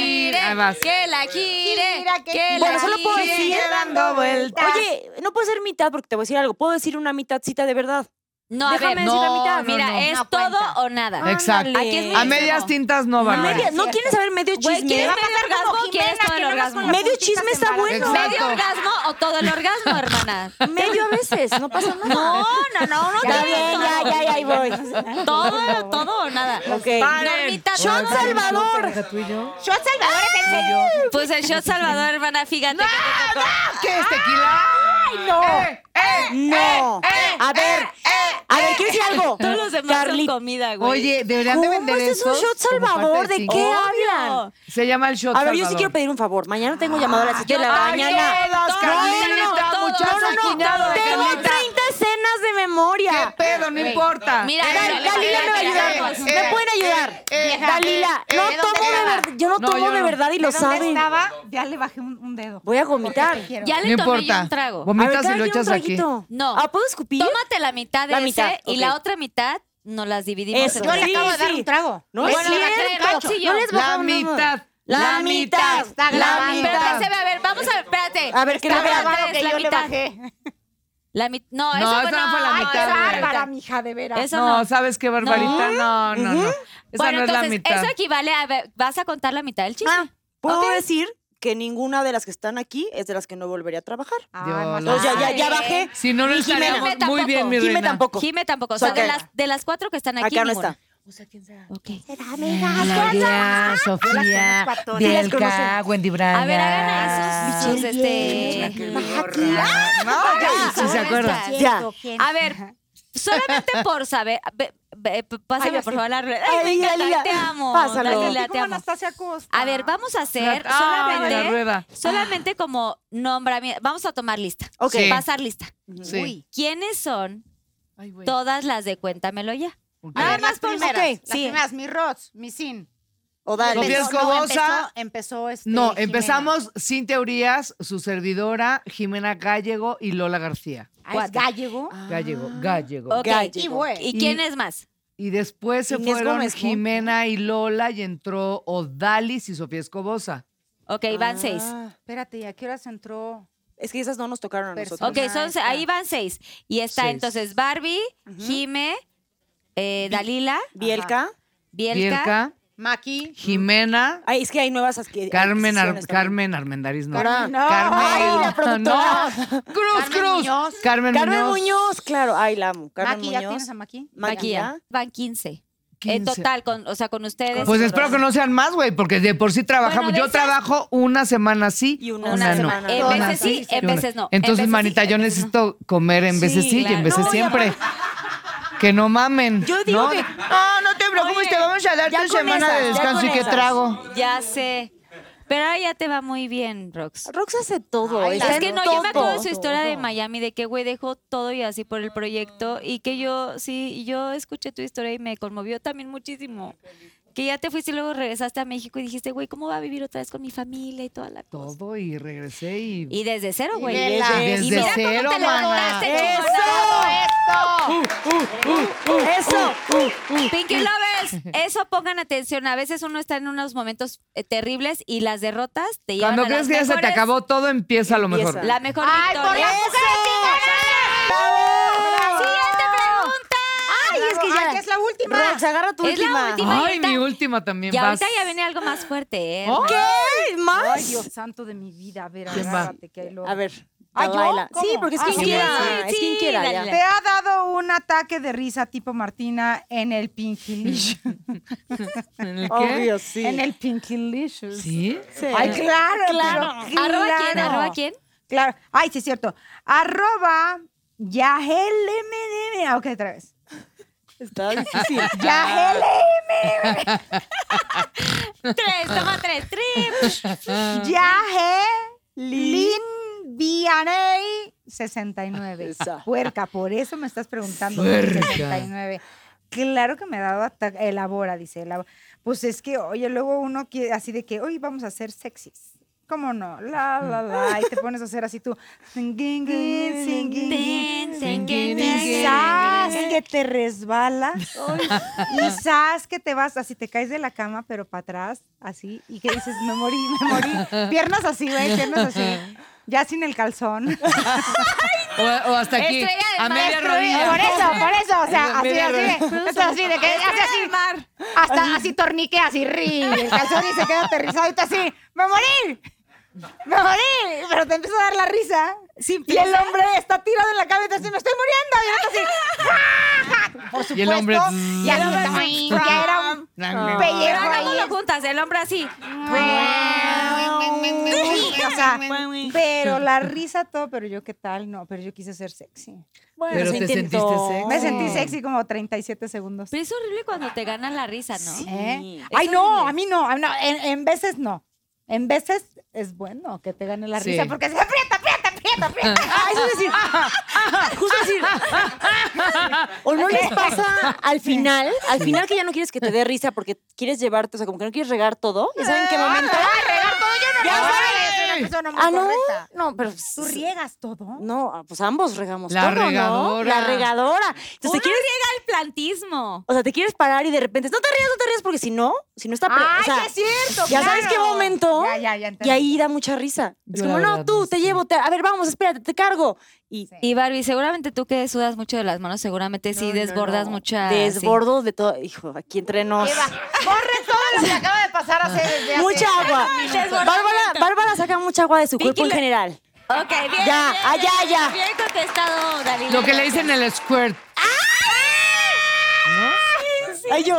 Speaker 2: gire,
Speaker 6: vas.
Speaker 2: que la gire,
Speaker 9: Gira, que
Speaker 2: que
Speaker 9: gira.
Speaker 2: la
Speaker 11: Bueno, solo puedo
Speaker 2: gire.
Speaker 11: decir.
Speaker 9: dando vueltas.
Speaker 11: Oye, no puedo ser mitad porque te voy a decir algo. Puedo decir una mitadcita de verdad.
Speaker 2: No, a
Speaker 11: Déjame
Speaker 2: ver,
Speaker 11: decir la
Speaker 2: no,
Speaker 11: mitad.
Speaker 2: mira,
Speaker 6: No, no,
Speaker 2: es
Speaker 6: no
Speaker 2: todo
Speaker 6: cuenta.
Speaker 2: o nada.
Speaker 6: Exacto.
Speaker 11: Ándale.
Speaker 2: Aquí es muy
Speaker 6: A medias tintas no van.
Speaker 11: Media- ¿No quieres saber medio
Speaker 2: Güey,
Speaker 11: chisme?
Speaker 2: ¿quieres
Speaker 9: pasar
Speaker 2: medio
Speaker 9: como
Speaker 2: orgasmo o quieres
Speaker 9: Jimena,
Speaker 2: todo el
Speaker 9: que nada más con
Speaker 2: orgasmo?
Speaker 9: las
Speaker 11: Medio
Speaker 9: puntitas
Speaker 11: chisme está
Speaker 9: embarazadas.
Speaker 11: bueno.
Speaker 2: ¿Medio orgasmo o todo el orgasmo, hermana?
Speaker 11: Medio a veces, no pasa nada.
Speaker 2: No, no, no, no.
Speaker 11: Está
Speaker 2: te
Speaker 11: bien,
Speaker 2: digo
Speaker 11: ya,
Speaker 2: todo.
Speaker 11: ya, ya, ahí voy.
Speaker 2: Todo, todo o nada.
Speaker 11: Ok.
Speaker 2: Normita,
Speaker 11: Sean
Speaker 2: todo.
Speaker 11: Salvador.
Speaker 9: Yo Salvador es en serio.
Speaker 2: Pues el shot Salvador, hermana, fíjate. que te tocó.
Speaker 6: ¿Qué es tequila?
Speaker 9: Eh,
Speaker 11: No. A ver, a ver, ¿qué es algo?
Speaker 2: Todos los demás
Speaker 11: Carli-
Speaker 2: son comida, güey.
Speaker 6: Oye, deberían de
Speaker 11: ¿Cómo?
Speaker 6: vender
Speaker 11: Este es un
Speaker 6: esos
Speaker 11: shot
Speaker 6: como parte
Speaker 11: Salvador. ¿De
Speaker 6: Cinco.
Speaker 11: qué
Speaker 2: Obvio.
Speaker 11: hablan?
Speaker 6: Se llama el shot
Speaker 11: A ver, yo sí
Speaker 6: Salvador.
Speaker 11: quiero pedir un favor. Mañana tengo llamada a las 7 de la
Speaker 2: Ay,
Speaker 11: mañana.
Speaker 2: todas,
Speaker 11: No,
Speaker 2: Carlita,
Speaker 11: no, no,
Speaker 2: muchachos,
Speaker 11: no, no,
Speaker 2: cuñado de
Speaker 11: Tengo
Speaker 2: Carlita.
Speaker 11: 30 escenas de memoria.
Speaker 6: ¿Qué pedo? No importa.
Speaker 2: Mira,
Speaker 11: Dal-
Speaker 2: Dale,
Speaker 11: Dalila
Speaker 2: dale,
Speaker 11: me va a
Speaker 2: dale,
Speaker 11: ayudar.
Speaker 2: dale.
Speaker 11: ¿Me
Speaker 9: Eh,
Speaker 11: pueden ayudar? Dalila, no tomo de verdad. Yo
Speaker 6: No,
Speaker 11: no tomo
Speaker 6: yo
Speaker 11: de
Speaker 6: no.
Speaker 11: verdad y lo
Speaker 9: ¿De dónde
Speaker 11: saben.
Speaker 9: estaba? Ya le bajé un, un dedo.
Speaker 11: Voy a vomitar.
Speaker 9: Te quiero.
Speaker 2: Ya
Speaker 6: No
Speaker 2: le tomé yo
Speaker 6: importa.
Speaker 2: un trago.
Speaker 11: A ver,
Speaker 6: Vomitas y
Speaker 11: Carla,
Speaker 6: lo
Speaker 11: un
Speaker 6: echas aquí.
Speaker 11: traguito.
Speaker 2: No.
Speaker 11: Ah, ¿puedo escupir?
Speaker 2: Tómate la mitad de
Speaker 11: La
Speaker 2: ese
Speaker 11: mitad,
Speaker 2: y
Speaker 11: ok.
Speaker 2: la otra mitad nos las dividimos.
Speaker 11: Eso.
Speaker 2: en
Speaker 9: Yo
Speaker 2: tres.
Speaker 9: le acabo de dar
Speaker 11: Sí, sí.
Speaker 9: un trago.
Speaker 11: No es
Speaker 2: Bueno, la
Speaker 11: cierto.
Speaker 2: crema, sí,
Speaker 11: No
Speaker 2: yo.
Speaker 11: les
Speaker 6: La
Speaker 11: bajaba un amor.
Speaker 6: mitad.
Speaker 11: La mitad.
Speaker 9: Está
Speaker 11: La
Speaker 9: grabado.
Speaker 11: mitad.
Speaker 2: Espérate, se ve, a ver, vamos a ver, espérate.
Speaker 11: A ver, que
Speaker 2: Está
Speaker 11: la vean.
Speaker 2: grabado
Speaker 9: Que
Speaker 2: la
Speaker 9: yo le
Speaker 2: mitad.
Speaker 9: bajé.
Speaker 2: La mit- no,
Speaker 6: No,
Speaker 2: esa
Speaker 6: esa no fue la
Speaker 2: no,
Speaker 6: mitad,
Speaker 2: esa no
Speaker 6: güey.
Speaker 2: fue la
Speaker 9: Bárbara, mija, de veras.
Speaker 2: Esa
Speaker 6: No,
Speaker 2: no.
Speaker 6: ¿sabes qué, Barbarita? No, no, no. Esa
Speaker 2: bueno,
Speaker 6: no es la
Speaker 2: entonces,
Speaker 6: mitad.
Speaker 2: eso equivale a ver, vas a contar la mitad del chisme.
Speaker 11: Ah, puedo decir que ninguna de las que están aquí es de las que no volvería a trabajar.
Speaker 9: Ay,
Speaker 6: Yo
Speaker 9: más-
Speaker 6: lo-
Speaker 11: Entonces ya, ya, ya
Speaker 2: Ay.
Speaker 11: bajé.
Speaker 6: Si no, no
Speaker 11: Ni
Speaker 6: estaríamos
Speaker 2: Jimena
Speaker 6: muy
Speaker 2: tampoco.
Speaker 6: bien, mi
Speaker 11: Jime
Speaker 6: reina.
Speaker 11: tampoco.
Speaker 2: Jime tampoco. O sea,
Speaker 11: Ok.
Speaker 2: de las, de las cuatro que están aquí,
Speaker 11: Acá no
Speaker 2: ninguna.
Speaker 11: está.
Speaker 2: Ok.
Speaker 6: Gloria, Sofía, Bielka, Wendy Braga.
Speaker 2: A ver,
Speaker 6: Ah,
Speaker 2: hagan ahí sus, sus, este...
Speaker 6: No, ya,
Speaker 2: Ah,
Speaker 6: sí se acuerda.
Speaker 11: Ya.
Speaker 2: A ver, solamente por saber... ve- ve- p- Pásame, por favor, la rueda. Ay,
Speaker 11: Ay,
Speaker 2: me encanta,
Speaker 11: Dalila.
Speaker 2: te amo.
Speaker 11: Pásalo.
Speaker 2: Dalila, te
Speaker 9: Como
Speaker 2: amo.
Speaker 9: Anastasia Costa.
Speaker 2: A ver, vamos a hacer
Speaker 6: Ah, la
Speaker 2: solamente,
Speaker 6: rueda.
Speaker 2: solamente como nombramiento. Vamos a tomar lista.
Speaker 11: Ok.
Speaker 6: Sí.
Speaker 2: Pasar lista.
Speaker 6: Sí.
Speaker 2: ¿Quiénes son
Speaker 6: Ay,
Speaker 8: Pues.
Speaker 6: güey.
Speaker 2: todas las de Cuéntamelo ya?
Speaker 6: Ok.
Speaker 9: Nada más por
Speaker 11: primeras,
Speaker 9: primeras.
Speaker 11: ok,
Speaker 9: Las
Speaker 11: sí.
Speaker 9: primeras, mi Ross, mi Sin.
Speaker 11: O dale.
Speaker 6: Sofía
Speaker 9: Empezó- no,
Speaker 6: Escobosa.
Speaker 9: empezó- Empezó este,
Speaker 6: No,
Speaker 9: Jimena.
Speaker 6: empezamos sin teorías, su servidora, Jimena Gallego y Lola García.
Speaker 9: Ah, es Gallego.
Speaker 6: Gallego, Gallego.
Speaker 2: Ok.
Speaker 9: Y
Speaker 11: Gallego.
Speaker 9: güey.
Speaker 2: ¿Y quiénes más?
Speaker 6: Y después se
Speaker 11: Inés
Speaker 6: fueron
Speaker 11: Gómez, ¿no?
Speaker 6: Jimena y Lola y entró Odalis y Sofía Escobosa.
Speaker 2: Ok, van seis.
Speaker 11: Ah,
Speaker 9: Espérate, ¿y a qué horas entró?
Speaker 11: Es que esas no nos tocaron a
Speaker 9: Persona.
Speaker 11: nosotros.
Speaker 2: Ok, son,
Speaker 9: está.
Speaker 2: ahí van seis. Y está
Speaker 6: Seis.
Speaker 2: entonces Barbie, Jime, eh, Dalila,
Speaker 11: Bielka.
Speaker 2: Bielka,
Speaker 6: Bielka,
Speaker 9: Maki.
Speaker 6: Jimena,
Speaker 11: Ay, es que hay nuevas adqui-
Speaker 6: Carmen, Ar-
Speaker 11: adquisiciones también.
Speaker 6: Carmen Armendariz, no.
Speaker 11: Carmen.
Speaker 6: No.
Speaker 11: Ay, la
Speaker 6: Carmen.
Speaker 11: productora.
Speaker 6: No. Cruz,
Speaker 9: Carmen
Speaker 6: Cruz.
Speaker 9: Muñoz.
Speaker 6: Carmen,
Speaker 11: Carmen
Speaker 6: Muñoz.
Speaker 11: Muñoz, claro. Ay, la amo. Carmen
Speaker 9: Maki, ¿ya
Speaker 11: Muñoz.
Speaker 9: tienes a Maki?
Speaker 2: Maquilla. Van 15.
Speaker 6: 15.
Speaker 2: En total, con, o sea, con ustedes.
Speaker 6: Pues espero que no sean más, güey, porque de por sí trabajamos.
Speaker 2: Bueno, de
Speaker 6: Yo
Speaker 2: esas-
Speaker 6: trabajo una semana sí,
Speaker 11: Y una
Speaker 6: una,
Speaker 11: semana
Speaker 6: no.
Speaker 11: no.
Speaker 2: En
Speaker 6: Todas.
Speaker 2: veces sí, en
Speaker 6: Y una-
Speaker 2: veces no. En
Speaker 6: Entonces,
Speaker 2: veces
Speaker 6: manita,
Speaker 2: sí,
Speaker 6: yo
Speaker 2: en veces no.
Speaker 6: necesito comer en veces sí,
Speaker 11: Sí,
Speaker 6: y en
Speaker 2: claro.
Speaker 6: veces
Speaker 2: No,
Speaker 6: siempre. Que no mamen.
Speaker 11: Yo digo
Speaker 6: ¿no?
Speaker 11: que-
Speaker 6: No, no te preocupes,
Speaker 2: Oye,
Speaker 6: te vamos a dar
Speaker 11: ya
Speaker 6: tu
Speaker 11: con
Speaker 6: semana
Speaker 11: esas,
Speaker 6: de
Speaker 11: ya
Speaker 6: descanso
Speaker 11: con
Speaker 6: y que
Speaker 11: esas.
Speaker 6: trago.
Speaker 2: Ya sé. Pero ahora ya te va muy bien, Rox.
Speaker 11: Rox hace todo. ella
Speaker 2: Es que no, yo me
Speaker 11: todo.
Speaker 2: acuerdo de su historia de Miami, de que, güey, dejó todo y así por el proyecto. Y que yo, sí, y yo escuché tu historia y me conmovió también muchísimo. Que ya te fuiste y luego regresaste a México y dijiste, güey, ¿cómo va a vivir otra vez con mi familia y toda la cosa?
Speaker 6: Todo y regresé y.
Speaker 2: Y desde cero, güey.
Speaker 9: de la-
Speaker 2: Y
Speaker 6: Desde
Speaker 2: mira cómo
Speaker 6: cero,
Speaker 2: te
Speaker 6: mana.
Speaker 2: levantaste, chingona. Pinky Lovers, eso pongan atención. A veces uno está en unos momentos eh, terribles y las derrotas te llevan
Speaker 6: Cuando
Speaker 2: a
Speaker 6: crees
Speaker 2: las
Speaker 6: que ya se te
Speaker 2: mejores-
Speaker 6: acabó todo, empieza a lo mejor.
Speaker 11: Empieza.
Speaker 2: La mejor victoria. ¡Siguiente pregunta!
Speaker 9: Ay, es que ya.
Speaker 10: es la última.
Speaker 11: Rox, agarra tu
Speaker 2: Es la
Speaker 11: última.
Speaker 2: última.
Speaker 6: Ay,
Speaker 2: ahorita-
Speaker 6: mi última también.
Speaker 2: Y
Speaker 6: vas.
Speaker 2: ahorita ya viene algo más fuerte, ¿eh?
Speaker 6: Oh,
Speaker 11: ¿Qué? ¿Más?
Speaker 10: Ay, Dios santo de mi vida. A ver,
Speaker 6: ¿Quién va?
Speaker 10: agárrate que hay lodo.
Speaker 11: A ver.
Speaker 10: ¿Ah, yo?
Speaker 11: Dalaila. Sí,
Speaker 10: ¿Cómo?
Speaker 11: porque es
Speaker 10: Ah,
Speaker 11: quien
Speaker 10: sí,
Speaker 11: quiera.
Speaker 2: sí,
Speaker 11: es quien
Speaker 2: sí,
Speaker 11: quiera. ya.
Speaker 2: Dalaila.
Speaker 10: Te ha dado un ataque de risa tipo Martina en el Pinkilish.
Speaker 6: ¿En el qué?
Speaker 11: Obvio, sí.
Speaker 10: En el Pinkilicious.
Speaker 6: ¿Sí?
Speaker 11: Sí.
Speaker 10: Ay, claro,
Speaker 11: Claro.
Speaker 10: pero
Speaker 2: ¿Arroba quién?
Speaker 10: claro.
Speaker 2: ¿Arroba quién?
Speaker 10: Claro. Ay, sí es cierto. Arroba Yahelmnm. Ah, Ok, otra vez.
Speaker 11: Está difícil.
Speaker 10: Yahelmnm.
Speaker 2: Tres, toma tres, trip.
Speaker 10: Yahelinvianey 69.
Speaker 11: Esa.
Speaker 10: Puerca, por eso me estás preguntando. por
Speaker 6: Puerca.
Speaker 10: 69. Claro que me ha dado ataque. Elabora, dice. elabora. Pues es que, oye, luego uno quiere, así de que, hoy vamos a ser sexys. ¿Cómo no? La, la, la. Y te pones a hacer así tú. Singing, singing,
Speaker 2: Ten, ten, ten,
Speaker 10: y sas que te resbalas. Y sas que te vas, así te caes de la cama, pero para atrás, así. Y que dices, me morí, me morí. Piernas así, güey, piernas así. Ya sin el calzón.
Speaker 6: O, o hasta aquí.
Speaker 2: Estrella de
Speaker 6: A
Speaker 2: mar,
Speaker 6: media
Speaker 2: estrella
Speaker 6: rodilla.
Speaker 9: Por eso, por eso, o sea, así,
Speaker 6: Media
Speaker 9: así, de- esto así, de que hace así, hasta así tornique, así, ri, el calzón y se queda aterrizado y tú así,
Speaker 10: ¡Me morí! ¡Me morí! Pero te empieza a dar la risa. y el hombre está tirado en la cama y te dice, ¡me estoy muriendo!
Speaker 6: Y el hombre.
Speaker 9: y así, también,
Speaker 10: Y
Speaker 9: que era
Speaker 10: ahora era un
Speaker 9: un
Speaker 6: Ay,
Speaker 9: pellejo ahí.
Speaker 2: Hagámoslo juntas, el hombre así.
Speaker 10: O sea, pero la risa todo, pero yo qué tal, no, pero yo quise ser sexy.
Speaker 11: Bueno,
Speaker 6: Pero
Speaker 11: se
Speaker 6: te
Speaker 11: intentó.
Speaker 6: sentiste sexy.
Speaker 10: Me sentí sexy como 37 segundos.
Speaker 2: Pero es horrible cuando te gana la risa, ¿no?
Speaker 10: ¿Eh?
Speaker 11: Es
Speaker 10: Ay, no,
Speaker 2: horrible.
Speaker 10: a mí no, a mí no, en, en veces no. En veces es bueno que te gane la
Speaker 6: Sí.
Speaker 10: risa porque se aprieta, aprieta, aprieta, aprieta. Ay, eso es decir,
Speaker 11: Justo así. ¿O no les pasa al final? Al final que ya no quieres que te dé risa porque quieres llevarte, o sea, como que no quieres regar todo. ¿Ya saben qué momento?
Speaker 10: regar todo yo no
Speaker 11: Ya
Speaker 10: lo hago,
Speaker 11: sabes.
Speaker 10: soy una persona muy
Speaker 11: Ah, no.
Speaker 10: Ah, correcta.
Speaker 11: No, pero. pues,
Speaker 10: ¿Tú riegas todo?
Speaker 11: No, ah, pues ambos regamos
Speaker 6: La
Speaker 11: todo, ¿no?
Speaker 6: regadora.
Speaker 11: La regadora. Entonces
Speaker 2: Uno
Speaker 11: te quieres,
Speaker 2: llega al plantismo.
Speaker 11: o sea, te quieres parar y de repente, no te rías, no te rías, porque si no, si no está pre-
Speaker 10: ¡Ay,
Speaker 11: o sea,
Speaker 10: sí es cierto!
Speaker 11: ya
Speaker 10: claro.
Speaker 11: sabes qué momento.
Speaker 10: Ya, ya, ya entendí.
Speaker 11: Y ahí da mucha risa. Es
Speaker 6: Yo la
Speaker 11: como, no,
Speaker 6: verdad
Speaker 11: tú,
Speaker 6: no
Speaker 11: te
Speaker 6: sé.
Speaker 11: llevo, te- a ver, vamos, espérate, te cargo. Y
Speaker 2: Y Barbie, seguramente tú que sudas mucho de las manos, seguramente sí desbordas mucha. sí.
Speaker 11: desbordo de todo. Hijo, aquí entre nos.
Speaker 9: Lleva, Borre todo lo que acaba de pasar hace desde hace-
Speaker 11: Mucha agua. Bárbara, Bárbara saca mucha agua de su cuerpo en general.
Speaker 2: Ok, bien.
Speaker 11: Ah, Ya,
Speaker 2: bien,
Speaker 11: allá,
Speaker 2: bien,
Speaker 11: allá.
Speaker 2: Bien contestado, Dalila.
Speaker 6: Lo que le dicen el squirt.
Speaker 11: Ay, yo.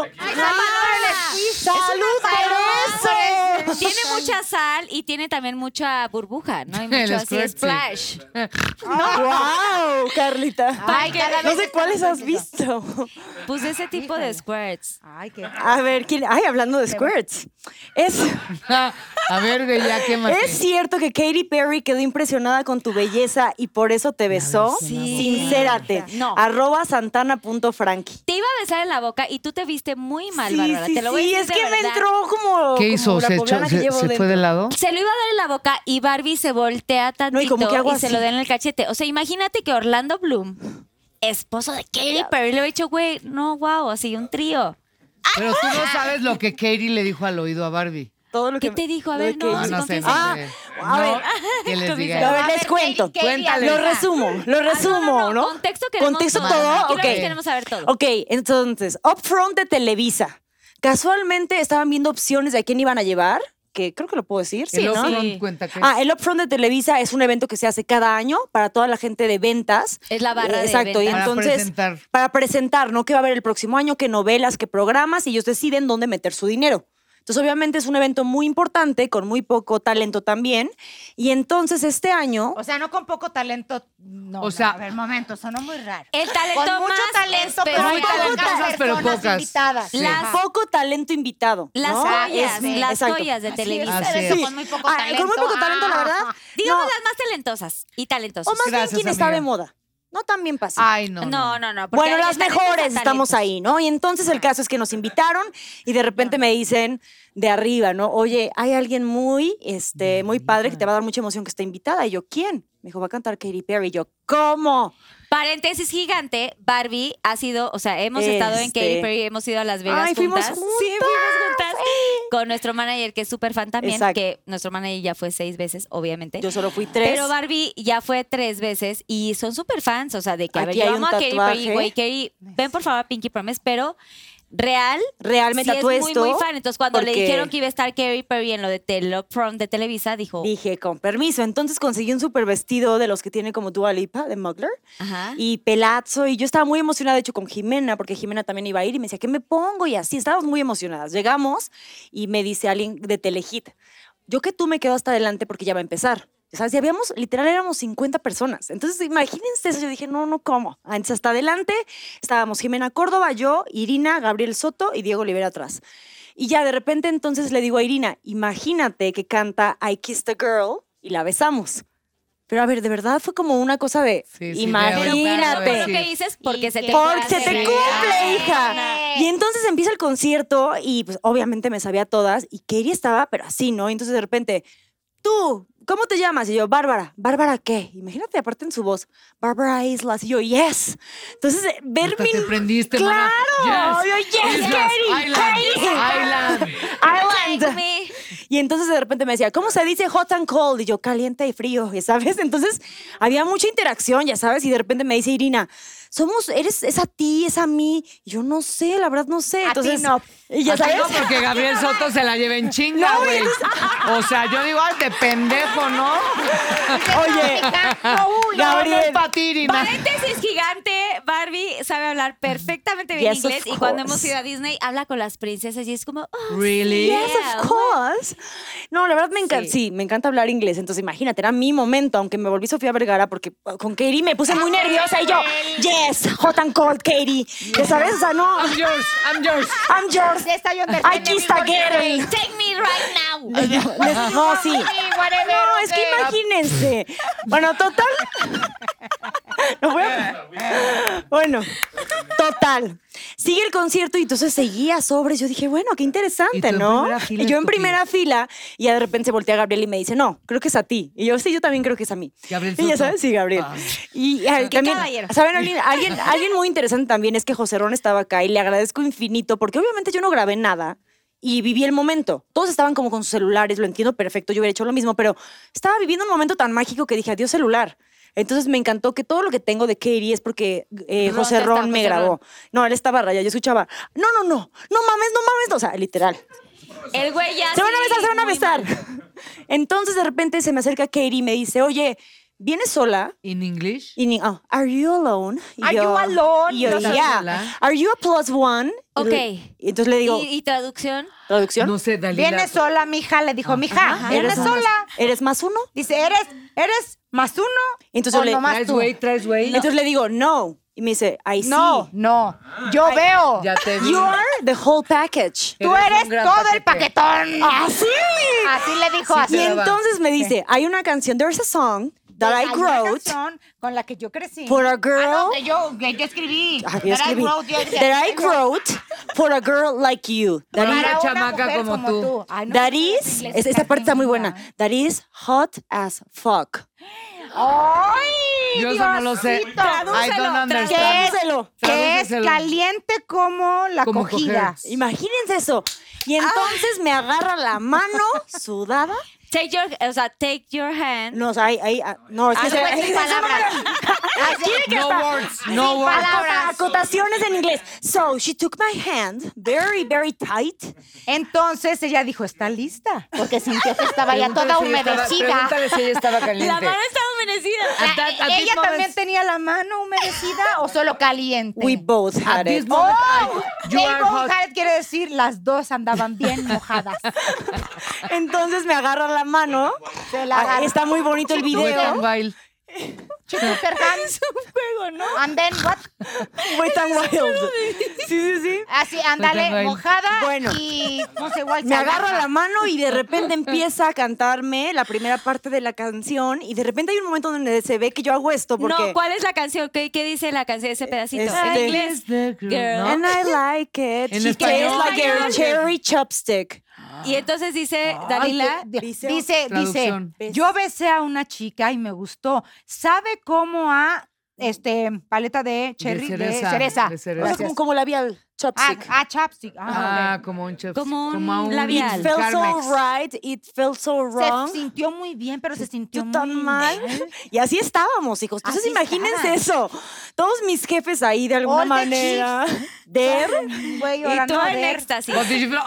Speaker 10: ¡Salud por eso!
Speaker 2: Tiene mucha sal y tiene también mucha burbuja, ¿no? Y mucho
Speaker 6: El
Speaker 2: así,
Speaker 6: squirt, sí.
Speaker 2: splash.
Speaker 11: ¡Wow, Carlita!
Speaker 9: Ah,
Speaker 2: Ay, cada
Speaker 11: No
Speaker 2: vez-
Speaker 11: sé cuáles has visto.
Speaker 2: Pues de ese tipo de squirts.
Speaker 10: Ay, qué...
Speaker 11: A ver, ¿quién? Ay, hablando de squirts. Es,
Speaker 6: A ver, güey, ya qué más.
Speaker 11: ¿Es cierto que Katy Perry quedó impresionada con tu belleza y por eso te besó?
Speaker 2: Sí.
Speaker 11: Sincérate.
Speaker 2: No.
Speaker 11: Arroba santana.frankie.
Speaker 2: Te iba a besar en la boca y tú te viste muy mal,
Speaker 11: Sí,
Speaker 2: Bárbara.
Speaker 11: sí,
Speaker 2: te lo voy a
Speaker 11: sí,
Speaker 2: decir
Speaker 11: es
Speaker 2: de
Speaker 11: que me
Speaker 2: verdad.
Speaker 11: entró como.
Speaker 6: ¿Qué hizo?
Speaker 11: como la
Speaker 6: ¿Se, echó-
Speaker 11: poblana que
Speaker 6: se-
Speaker 11: llevo
Speaker 6: se fue
Speaker 11: dentro.
Speaker 6: de lado?
Speaker 2: Se lo iba a dar en la boca y Barbie se voltea tantito
Speaker 11: No, y como que hago
Speaker 2: y se
Speaker 11: así.
Speaker 2: lo da en el cachete. O sea, imagínate que Orlando Bloom, esposo de Katy Perry, le hubiera dicho, güey, no, wow, así un trío.
Speaker 6: Pero tú no sabes lo que Katie le dijo al oído a Barbie.
Speaker 11: Todo lo
Speaker 2: ¿Qué
Speaker 11: que-
Speaker 2: te dijo? A
Speaker 11: lo
Speaker 2: ver,
Speaker 11: de
Speaker 2: no,
Speaker 11: Katy.
Speaker 6: Ah, no sé.
Speaker 11: Ah,
Speaker 6: no,
Speaker 11: a ver.
Speaker 6: que les diga.
Speaker 11: A ver,
Speaker 9: A ver,
Speaker 11: les
Speaker 9: ¿qué-
Speaker 11: cuento.
Speaker 9: qué
Speaker 6: Cuéntale.
Speaker 11: Lo
Speaker 9: diablos?
Speaker 11: resumo, lo
Speaker 2: Ah, No,
Speaker 11: resumo, ¿no?
Speaker 2: no, no, Contexto queremos
Speaker 11: ¿Contexto
Speaker 2: todo.
Speaker 11: todo?
Speaker 2: Aquí
Speaker 11: Ok.
Speaker 2: lo que queremos saber todo.
Speaker 11: Ok, entonces, Upfront de Televisa. Casualmente estaban viendo opciones de a quién iban a llevar, que creo que lo puedo decir, sí,
Speaker 6: El
Speaker 11: ¿no?
Speaker 6: Upfront cuenta que
Speaker 11: Ah, el Upfront de Televisa es un evento que se hace cada año para toda la gente de ventas.
Speaker 2: Es la barra
Speaker 11: Eh,
Speaker 2: de
Speaker 11: Exacto, y
Speaker 2: ventas.
Speaker 6: Para
Speaker 11: entonces
Speaker 6: presentar.
Speaker 11: para presentar, ¿no? ¿Qué va a haber el próximo año? ¿Qué novelas? ¿Qué programas? Y ellos deciden dónde meter su dinero. Entonces, obviamente es un evento muy importante, con muy poco talento también. Y entonces este año,
Speaker 9: O sea, no con poco talento. No,
Speaker 6: O
Speaker 9: o
Speaker 6: sea-
Speaker 9: sea, a ver, momento, sonó muy raro.
Speaker 2: El talento
Speaker 9: con mucho
Speaker 2: más
Speaker 9: talento, pero
Speaker 2: espe-
Speaker 9: muy
Speaker 2: muy talento.
Speaker 6: talentosas,
Speaker 9: pocas
Speaker 6: pero
Speaker 9: personas
Speaker 6: pocas.
Speaker 9: invitadas.
Speaker 6: Sí.
Speaker 2: Las-
Speaker 11: poco talento invitado.
Speaker 2: Las
Speaker 11: ¿no?
Speaker 2: joyas,
Speaker 11: Este,
Speaker 2: las
Speaker 11: exacto.
Speaker 2: joyas de Ah. televisión.
Speaker 6: Así
Speaker 9: Pero
Speaker 6: es.
Speaker 9: Con muy poco
Speaker 11: Ah,
Speaker 9: talento.
Speaker 11: con muy poco talento, la verdad.
Speaker 2: Digamos
Speaker 11: No.
Speaker 2: las más talentosas y talentosos.
Speaker 11: O más
Speaker 6: Gracias,
Speaker 11: bien quien está
Speaker 6: amiga.
Speaker 11: de moda. No tan bien pasa.
Speaker 6: Ay, no.
Speaker 2: no, no,
Speaker 6: no.
Speaker 2: no. no, porque
Speaker 11: Bueno,
Speaker 2: hay
Speaker 11: las
Speaker 2: talentos a
Speaker 11: mejores
Speaker 2: talentos.
Speaker 11: estamos ahí, ¿no? Y entonces el caso es que nos invitaron y de repente me dicen de arriba, ¿no? Oye, hay alguien muy, este, muy padre que te va a dar mucha emoción que está invitada. Y yo, ¿quién? Me dijo, va a cantar Katy Perry. Y yo, ¿cómo?
Speaker 2: Paréntesis gigante, Barbie ha sido, o sea, hemos estado en
Speaker 11: Este.
Speaker 2: Katy Perry, hemos ido a Las Vegas
Speaker 11: Ay, fuimos
Speaker 2: juntas. Sí, fuimos juntas. Con nuestro manager, que es súper fan también,
Speaker 11: Exacto.
Speaker 2: que nuestro manager ya fue seis veces, obviamente.
Speaker 11: Yo solo fui tres.
Speaker 2: Pero Barbie ya fue tres veces y son súper fans, o sea, de que a ver,
Speaker 11: Aquí
Speaker 2: yo
Speaker 11: hay
Speaker 2: amo
Speaker 11: un
Speaker 2: a Katy Perry,
Speaker 11: tatuaje.
Speaker 2: güey, Katy, ven por favor a Pinky Promise, pero real,
Speaker 11: Real me
Speaker 2: sí es
Speaker 11: tatué
Speaker 2: muy,
Speaker 11: esto
Speaker 2: muy fan. Entonces, cuando le
Speaker 11: porque-
Speaker 2: dijeron que iba a estar Katy Perry en lo de Tele Prom de Televisa, dijo,
Speaker 11: Dije, con permiso. Entonces conseguí un super vestido de los que tiene como Dua Lipa, de Mugler,
Speaker 2: ajá.
Speaker 11: y pelazo. Y yo estaba muy emocionada, de hecho, con Jimena, porque Jimena también iba a ir y me decía, ¿qué me pongo? Y así, estábamos muy emocionadas. Llegamos y me dice alguien de Telehit, yo que tú me quedo hasta adelante porque ya va a empezar. O sea, si habíamos, literal, éramos 50 personas. Entonces, imagínense eso. Yo dije, no, no, ¿cómo? Ah, Entonces, hasta adelante estábamos Jimena Córdoba, yo, Irina, Gabriel Soto y Diego Olivera atrás. Y ya de repente entonces le digo a Irina, imagínate que canta I Kissed a Girl y la besamos. Pero a ver, de verdad fue como una cosa de
Speaker 6: Sí, sí,
Speaker 11: imagínate.
Speaker 2: Todo lo
Speaker 6: Sí.
Speaker 2: que dices porque se te
Speaker 11: Porque se
Speaker 2: hace
Speaker 11: te
Speaker 2: real.
Speaker 11: cumple, hija. Y entonces empieza el concierto y pues obviamente me sabía todas y Katie estaba, pero así, ¿no? Y entonces de repente, tú, ¿cómo te llamas? Y yo, Bárbara. ¿Bárbara qué? Imagínate aparte en su voz, Bárbara Islas. Y yo, yes. Entonces, eh, ver
Speaker 6: Hasta
Speaker 11: mi...
Speaker 6: te prendiste,
Speaker 11: ¡Claro!
Speaker 6: mana. Yes.
Speaker 11: Yo, yes,
Speaker 6: Islas,
Speaker 11: Katie,
Speaker 6: Island, Island.
Speaker 11: Island. Y entonces de repente me decía, ¿cómo se dice hot and cold? Y yo, caliente y frío, ya sabes. Entonces había mucha interacción, ya sabes. Y de repente me dice Irina, somos, eres, es a ti, es a mí. Y yo no sé, la verdad no sé.
Speaker 9: A ti
Speaker 11: Entonces,
Speaker 9: no.
Speaker 11: Y ya
Speaker 6: Aquí
Speaker 11: sabes.
Speaker 6: no, porque Gabriel Soto se la lleva en chinga, güey. O sea, yo digo, ay, de pendejo, ¿no?
Speaker 11: Oye,
Speaker 10: Ah,
Speaker 6: No, no
Speaker 11: Gabriel.
Speaker 6: es pa' ti, Irina.
Speaker 2: Paréntesis gigante, Barbie sabe hablar perfectamente bien
Speaker 11: Yes, of
Speaker 2: inglés y cuando hemos
Speaker 11: course.
Speaker 2: ido a Disney habla con las princesas y es como, oh,
Speaker 6: Really?
Speaker 2: yeah,
Speaker 11: Yes, of course. No, la verdad me encanta, sí. me encanta hablar inglés. Entonces, imagínate, era mi momento, aunque me volví Sofía Vergara, porque uh, con Katie me puse muy nerviosa y yo, yes, hot and cold, Katie. Ya sabes, o sea, no,
Speaker 6: I'm yours, I'm yours.
Speaker 11: I'm yours.
Speaker 9: Ya está yo
Speaker 11: Aquí está Gary.
Speaker 2: take me right now.
Speaker 11: Les- No, sí. No, es que imagínense. Bueno, total. No voy a- Bueno, total. Sigue el concierto y entonces seguía sobres. Yo dije, bueno, qué
Speaker 6: Y tú
Speaker 11: interesante,
Speaker 6: en
Speaker 11: ¿no?
Speaker 6: primera fila,
Speaker 11: Y yo en
Speaker 6: estúpida.
Speaker 11: primera fila y de repente se voltea Gabriel y me dice, no, creo que es a ti. Y yo, sí, yo también creo que es a mí.
Speaker 6: Gabriel
Speaker 11: y ya
Speaker 6: Soto.
Speaker 11: sabes, sí, Gabriel.
Speaker 6: Ah.
Speaker 11: Y ah, también,
Speaker 2: caballero.
Speaker 11: ¿saben? Alguien, alguien, alguien muy interesante también es que José Ron estaba acá y le agradezco infinito porque obviamente yo no grabé nada y viví el momento. Todos estaban como con sus celulares, lo entiendo perfecto, yo hubiera hecho lo mismo, pero estaba viviendo un momento tan mágico que dije, adiós celular. Entonces me encantó que todo lo que tengo de Katie es porque eh,
Speaker 2: Ron
Speaker 11: José
Speaker 2: te
Speaker 11: Ron
Speaker 2: está-
Speaker 11: me
Speaker 2: José Ron.
Speaker 11: grabó. No, él estaba rayado, yo escuchaba, no, no, no, no mames, no mames, no", o sea, literal.
Speaker 2: El güey ya
Speaker 11: Se van a
Speaker 2: Ah, sí,
Speaker 11: besar, se van a
Speaker 2: muy mal.
Speaker 11: besar. Entonces de repente se me acerca Katie y me dice, oye, ¿vienes sola?
Speaker 6: In English?
Speaker 11: Y ni- oh, are you alone? Y
Speaker 9: Are you alone?
Speaker 11: y yo,
Speaker 9: No estás
Speaker 11: yeah.
Speaker 6: sola.
Speaker 11: Are you a plus one? Y
Speaker 2: Ok.
Speaker 11: le- y entonces le digo,
Speaker 2: ¿Y, y traducción?
Speaker 11: ¿traducción?
Speaker 6: No sé, Dalila.
Speaker 9: Viene sola, mija, le dijo, mija, viene
Speaker 11: Ah, ¿Eres un más-
Speaker 9: Ah, sola.
Speaker 11: ¿Eres más uno?
Speaker 9: Dice, eres, eres más uno.
Speaker 11: Entonces
Speaker 9: o
Speaker 11: le-
Speaker 9: nomás
Speaker 6: Traes
Speaker 9: tú.
Speaker 6: güey, traes güey.
Speaker 11: Entonces le digo, no. Y me dice, I see.
Speaker 9: No, no. Yo veo.
Speaker 6: Ya te vi.
Speaker 11: You are the whole package.
Speaker 9: Tú
Speaker 6: Eres un
Speaker 9: eres
Speaker 6: gran
Speaker 9: todo el
Speaker 6: paquete. Ah,
Speaker 9: paquetón.
Speaker 11: Así.
Speaker 9: Así le dijo así.
Speaker 11: Y
Speaker 6: Pero va.
Speaker 11: entonces me dice, hay una canción, there's a song that
Speaker 9: Hay
Speaker 11: I
Speaker 9: una
Speaker 11: wrote
Speaker 9: canción Con la que yo crecí. Ah,
Speaker 11: for a girl.
Speaker 9: Que yo, que yo escribí.
Speaker 11: Ah, yo
Speaker 9: That I
Speaker 11: escribí,
Speaker 9: wrote, yo decía,
Speaker 11: That I wrote for a girl like you. That
Speaker 6: Para
Speaker 11: is-
Speaker 6: una
Speaker 9: una
Speaker 6: chamaca
Speaker 9: mujer
Speaker 6: como,
Speaker 9: como
Speaker 6: tú.
Speaker 9: tú. Ay, no, no,
Speaker 11: That
Speaker 9: no,
Speaker 11: is,
Speaker 9: no, no,
Speaker 11: es-
Speaker 9: no,
Speaker 11: esta
Speaker 9: no,
Speaker 11: parte está muy
Speaker 9: no,
Speaker 11: buena. That is hot as fuck.
Speaker 9: ¡Ay!
Speaker 6: Yo eso no lo sé.
Speaker 9: Diosito.
Speaker 6: I don't
Speaker 9: ¿Qué
Speaker 6: understand.
Speaker 9: es,
Speaker 11: Tradúcelo.
Speaker 9: que es
Speaker 6: Tradúceselo.
Speaker 9: caliente como la
Speaker 6: Como
Speaker 9: cogida.
Speaker 6: coger.
Speaker 11: Imagínense eso. Y entonces me agarra la mano sudada.
Speaker 2: Take your, o sea, take your hand.
Speaker 11: No, o sea, ahí, ahí, ah, no, es
Speaker 9: Algo
Speaker 11: que se-
Speaker 9: así, palabras.
Speaker 11: Quiere que
Speaker 6: No
Speaker 11: hasta-
Speaker 6: words, no words.
Speaker 11: Acota- Acotaciones en inglés. So, she took my hand very, very tight.
Speaker 9: Entonces ella dijo, está lista. Porque sintió que estaba ya
Speaker 6: Pregúntale
Speaker 9: toda
Speaker 6: si ella estaba-
Speaker 9: humedecida.
Speaker 6: Pregúntale si ella estaba
Speaker 2: La
Speaker 6: caliente.
Speaker 2: mano está humedecida.
Speaker 6: At
Speaker 10: e,
Speaker 6: that- at this
Speaker 9: Ah, e- ¿Ella también
Speaker 6: moment-
Speaker 9: tenía la mano humedecida o solo caliente?
Speaker 11: We both
Speaker 6: At
Speaker 11: had
Speaker 6: this
Speaker 11: it.
Speaker 6: moment,
Speaker 9: ¡Oh!
Speaker 6: I- you
Speaker 9: They
Speaker 6: are
Speaker 9: both
Speaker 6: hot.
Speaker 9: had it quiere decir las dos andaban bien mojadas.
Speaker 11: Entonces me agarra la mano.
Speaker 9: Se la
Speaker 11: Ah,
Speaker 9: agarró.
Speaker 11: Está muy bonito el
Speaker 6: Wet and
Speaker 11: video.
Speaker 6: wild.
Speaker 9: Es un juego, ¿no? And then what?
Speaker 11: Wet and wild. Sí, sí, sí.
Speaker 9: Así, ándale,
Speaker 6: Bueno.
Speaker 9: mojada
Speaker 11: Bueno.
Speaker 9: y no sé, igual
Speaker 11: Me agarra la mano y de repente empieza a cantarme la primera parte de la canción y de repente hay un momento donde se ve que yo hago esto porque...
Speaker 2: No, ¿cuál es la canción? ¿Qué, qué dice la canción? Ese pedacito.
Speaker 11: Este-
Speaker 2: En inglés. Girl.
Speaker 6: ¿no?
Speaker 11: And I like it.
Speaker 6: En
Speaker 11: She
Speaker 6: español.
Speaker 11: tastes like a
Speaker 2: Español.
Speaker 11: cherry chopstick.
Speaker 2: Y entonces dice Dalila.
Speaker 9: Dalila dice, dice,
Speaker 6: Traducción.
Speaker 9: yo besé a una chica y me gustó. ¿Sabe cómo a este paleta de cherry de cereza?
Speaker 6: cereza, de cereza.
Speaker 11: Es
Speaker 9: Gracias.
Speaker 11: como, como labial
Speaker 9: Ah,
Speaker 11: chopstick.
Speaker 9: ah, chapstick. Ah,
Speaker 6: Ah, como un chef.
Speaker 2: Como un
Speaker 6: a
Speaker 2: labial.
Speaker 11: It felt
Speaker 6: Carmex.
Speaker 11: so right, it felt so
Speaker 9: ok.
Speaker 11: wrong.
Speaker 9: ah, Se sintió muy bien, pero se sintió
Speaker 11: Yo
Speaker 9: muy
Speaker 11: tan mal. Y así estábamos, hijos. Entonces
Speaker 9: Así
Speaker 11: imagínense eso. Todos mis jefes ahí de alguna
Speaker 9: All the
Speaker 11: manera. There.
Speaker 9: Güey,
Speaker 2: Y
Speaker 9: llorando
Speaker 2: tú en
Speaker 9: de-
Speaker 2: éxtasis.
Speaker 6: But did you feel-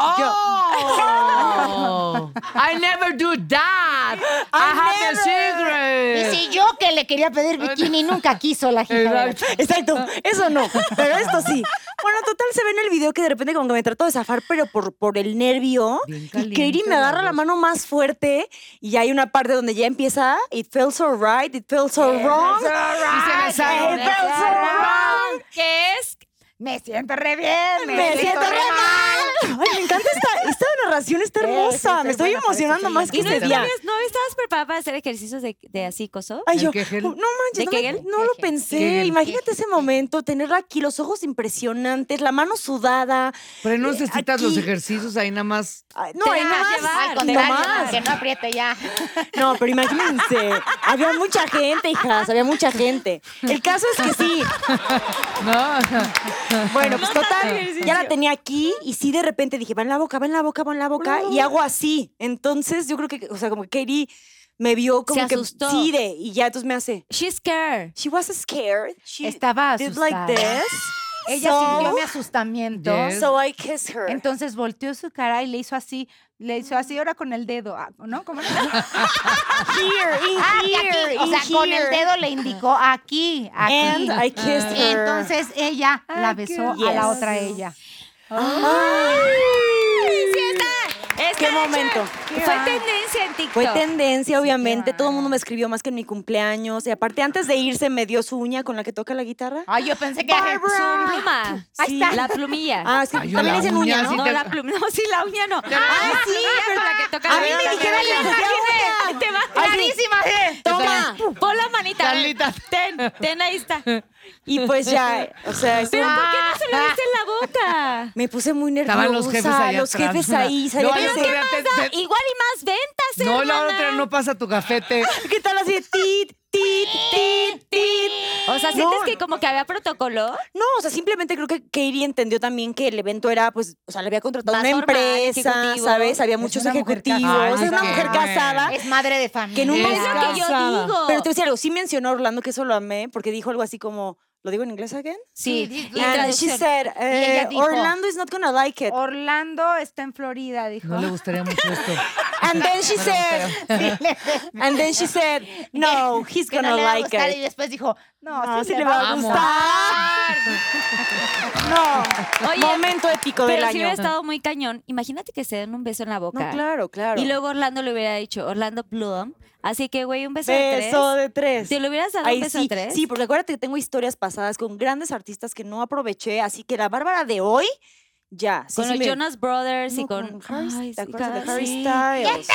Speaker 6: oh! I never do that. I, have the
Speaker 9: Y
Speaker 6: secret.
Speaker 9: si yo que le quería pedir bikini nunca quiso la hija.
Speaker 6: Exacto.
Speaker 11: Exacto. Eso no. Pero esto sí. Bueno, total, se ve en el video que de repente como que me trato de zafar, pero por, por el nervio.
Speaker 6: Bien
Speaker 11: Y
Speaker 6: caliente
Speaker 11: Katie me agarra
Speaker 6: la
Speaker 11: la mano más fuerte y hay una parte donde ya empieza It felt so right, it felt so wrong.
Speaker 6: Y se
Speaker 11: It
Speaker 6: besaron.
Speaker 11: felt so wrong.
Speaker 2: Que es
Speaker 9: Me siento re bien.
Speaker 11: Me siento re mal. Ay, me encanta esta, esta narración, está hermosa.
Speaker 9: está
Speaker 11: Me estoy
Speaker 9: buena, parece
Speaker 11: emocionando más que
Speaker 2: ¿Y no,
Speaker 11: este día.
Speaker 2: estabas, no estabas preparada para hacer ejercicios de, de así, coso?
Speaker 11: Ay,
Speaker 6: ¿El
Speaker 11: yo,
Speaker 6: Kegel?
Speaker 11: no
Speaker 2: ¿De
Speaker 11: manches, no, me-
Speaker 2: Kegel?
Speaker 11: no lo
Speaker 9: Kegel.
Speaker 11: pensé.
Speaker 6: Kegel.
Speaker 11: Imagínate ese momento, tenerla aquí, los ojos impresionantes, la mano sudada.
Speaker 6: Pero no necesitas los
Speaker 11: aquí.
Speaker 6: ejercicios ahí nada más.
Speaker 11: Ay, no,
Speaker 2: Te
Speaker 11: hay
Speaker 2: dejas
Speaker 11: nada más.
Speaker 2: llevar,
Speaker 9: Al
Speaker 2: te
Speaker 11: no
Speaker 9: contrario,
Speaker 11: más.
Speaker 9: que no apriete ya.
Speaker 11: No, pero imagínense, había mucha gente, hijas, había mucha gente. El caso es que sí,
Speaker 6: No.
Speaker 11: bueno, pues total, ya la tenía aquí y sí de repente dije, va en la boca, va en la boca, va en la boca y hago así. Entonces yo creo que, o sea, como que Katie me vio como
Speaker 2: Se
Speaker 11: que
Speaker 2: asustó.
Speaker 11: sí de y ya entonces me hace,
Speaker 2: She's scared.
Speaker 11: she was scared, she
Speaker 10: Estaba
Speaker 11: did
Speaker 10: asustada.
Speaker 11: like this.
Speaker 9: Ella
Speaker 11: so,
Speaker 9: sintió mi asustamiento.
Speaker 6: Yes.
Speaker 11: So I kissed her.
Speaker 9: Entonces volteó su cara y le hizo así, le hizo así ahora con el dedo, ah, ¿no? ¿Cómo era?
Speaker 11: here, in
Speaker 9: Ah, de aquí,
Speaker 11: here,
Speaker 9: o
Speaker 11: in
Speaker 9: sea, con
Speaker 11: here.
Speaker 9: el dedo le indicó aquí, aquí.
Speaker 11: And I kissed
Speaker 9: Y
Speaker 11: her.
Speaker 9: entonces ella la besó a
Speaker 11: yes.
Speaker 9: la otra ella.
Speaker 2: Esta
Speaker 11: ¡Qué
Speaker 2: hecha-
Speaker 11: momento!
Speaker 2: Fue tendencia en TikTok.
Speaker 11: Fue tendencia, obviamente. Todo el mundo me escribió más que en mi cumpleaños. Y aparte, antes de irse, me dio su uña con la que toca la guitarra.
Speaker 2: Ah.
Speaker 9: Ay, Ah, yo pensé que
Speaker 2: Su pluma.
Speaker 11: Ahí está.
Speaker 2: La plumilla.
Speaker 11: Ah, es que
Speaker 6: Ay, yo
Speaker 11: también
Speaker 6: la
Speaker 11: es en
Speaker 6: uña,
Speaker 11: uña,
Speaker 6: sí
Speaker 11: ¿no?
Speaker 2: no,
Speaker 6: te-
Speaker 2: la pluma. No, sí, la uña no.
Speaker 11: Ah, sí,
Speaker 2: es la que toca la
Speaker 11: A mí me
Speaker 2: guitarra.
Speaker 11: dijeron que me decía uña.
Speaker 2: Te va
Speaker 11: Clarísima, Toma.
Speaker 2: Pon la manita. a ver.
Speaker 6: Carlita.
Speaker 2: Ten, ten, ahí está.
Speaker 11: Y pues ya, o sea,
Speaker 2: Pero
Speaker 11: estuvo-
Speaker 2: ¿por qué no se lo diste en la boca?
Speaker 11: me puse muy nerviosa.
Speaker 6: Estaban los jefes allá
Speaker 11: Los
Speaker 6: atrás.
Speaker 11: jefes ahí,
Speaker 6: No,
Speaker 11: sabían
Speaker 6: la
Speaker 11: ese-
Speaker 6: otra te- te-
Speaker 2: Igual y más ventas,
Speaker 6: no, la
Speaker 2: hermana.
Speaker 6: otra no pasa tu cafete.
Speaker 11: ¿Qué tal así? Tit, tit, tit, tit.
Speaker 2: O sea, ¿sientes que como que había protocolo?
Speaker 11: No, o sea, simplemente creo que Katie entendió también que el evento era, pues, o sea, le había contratado
Speaker 2: Más
Speaker 11: una
Speaker 2: formal,
Speaker 11: empresa,
Speaker 2: ejecutivo.
Speaker 11: ¿sabes? Había
Speaker 9: Es
Speaker 11: muchos
Speaker 9: una mujer
Speaker 11: ejecutivos.
Speaker 6: casada.
Speaker 11: es una
Speaker 6: Ay,
Speaker 11: mujer
Speaker 6: qué
Speaker 11: casada.
Speaker 9: es madre de familia.
Speaker 11: Que en un
Speaker 6: Es
Speaker 11: momento
Speaker 2: Es lo que yo
Speaker 6: casada.
Speaker 2: digo.
Speaker 11: Pero te voy a decir algo, sí mencionó Orlando que eso lo amé, porque dijo algo así como, ¿lo digo en inglés again?
Speaker 2: Sí,
Speaker 9: Sí,
Speaker 2: y
Speaker 11: And she
Speaker 2: traducción.
Speaker 11: said,
Speaker 9: ella
Speaker 11: eh,
Speaker 9: dijo-
Speaker 11: Orlando is not gonna like it.
Speaker 9: Orlando está en Florida, dijo.
Speaker 6: No le gustaría mucho esto.
Speaker 11: And then she said, and then she said, no, he's
Speaker 9: que
Speaker 11: gonna
Speaker 9: no le va a
Speaker 11: like
Speaker 9: gustar y
Speaker 11: it.
Speaker 9: después dijo, no,
Speaker 11: No,
Speaker 9: sí,
Speaker 11: sí le va a gustar. No,
Speaker 2: Oye,
Speaker 11: momento épico del
Speaker 2: Pero si
Speaker 11: año.
Speaker 2: hubiera estado muy cañón, imagínate que se den un beso en la boca.
Speaker 11: no, claro, claro.
Speaker 2: Y luego Orlando le hubiera dicho, Orlando Bloom. Así que, güey, un beso,
Speaker 11: beso
Speaker 2: de
Speaker 11: de tres.
Speaker 2: tres. ¿Te lo hubieras dado
Speaker 11: Ahí
Speaker 2: un beso
Speaker 11: sí,
Speaker 2: de tres?
Speaker 11: sí, porque acuérdate que tengo historias pasadas con grandes artistas que no aproveché, así que la Bárbara de hoy, ya. sí,
Speaker 2: con
Speaker 11: sí
Speaker 2: los
Speaker 11: me-
Speaker 2: Jonas Brothers y
Speaker 11: No,
Speaker 2: con.
Speaker 11: Harry-
Speaker 2: Ay,
Speaker 11: ¿te
Speaker 2: sí,
Speaker 11: acuerdas de
Speaker 2: cada-
Speaker 11: Harry
Speaker 2: sí.
Speaker 11: Styles?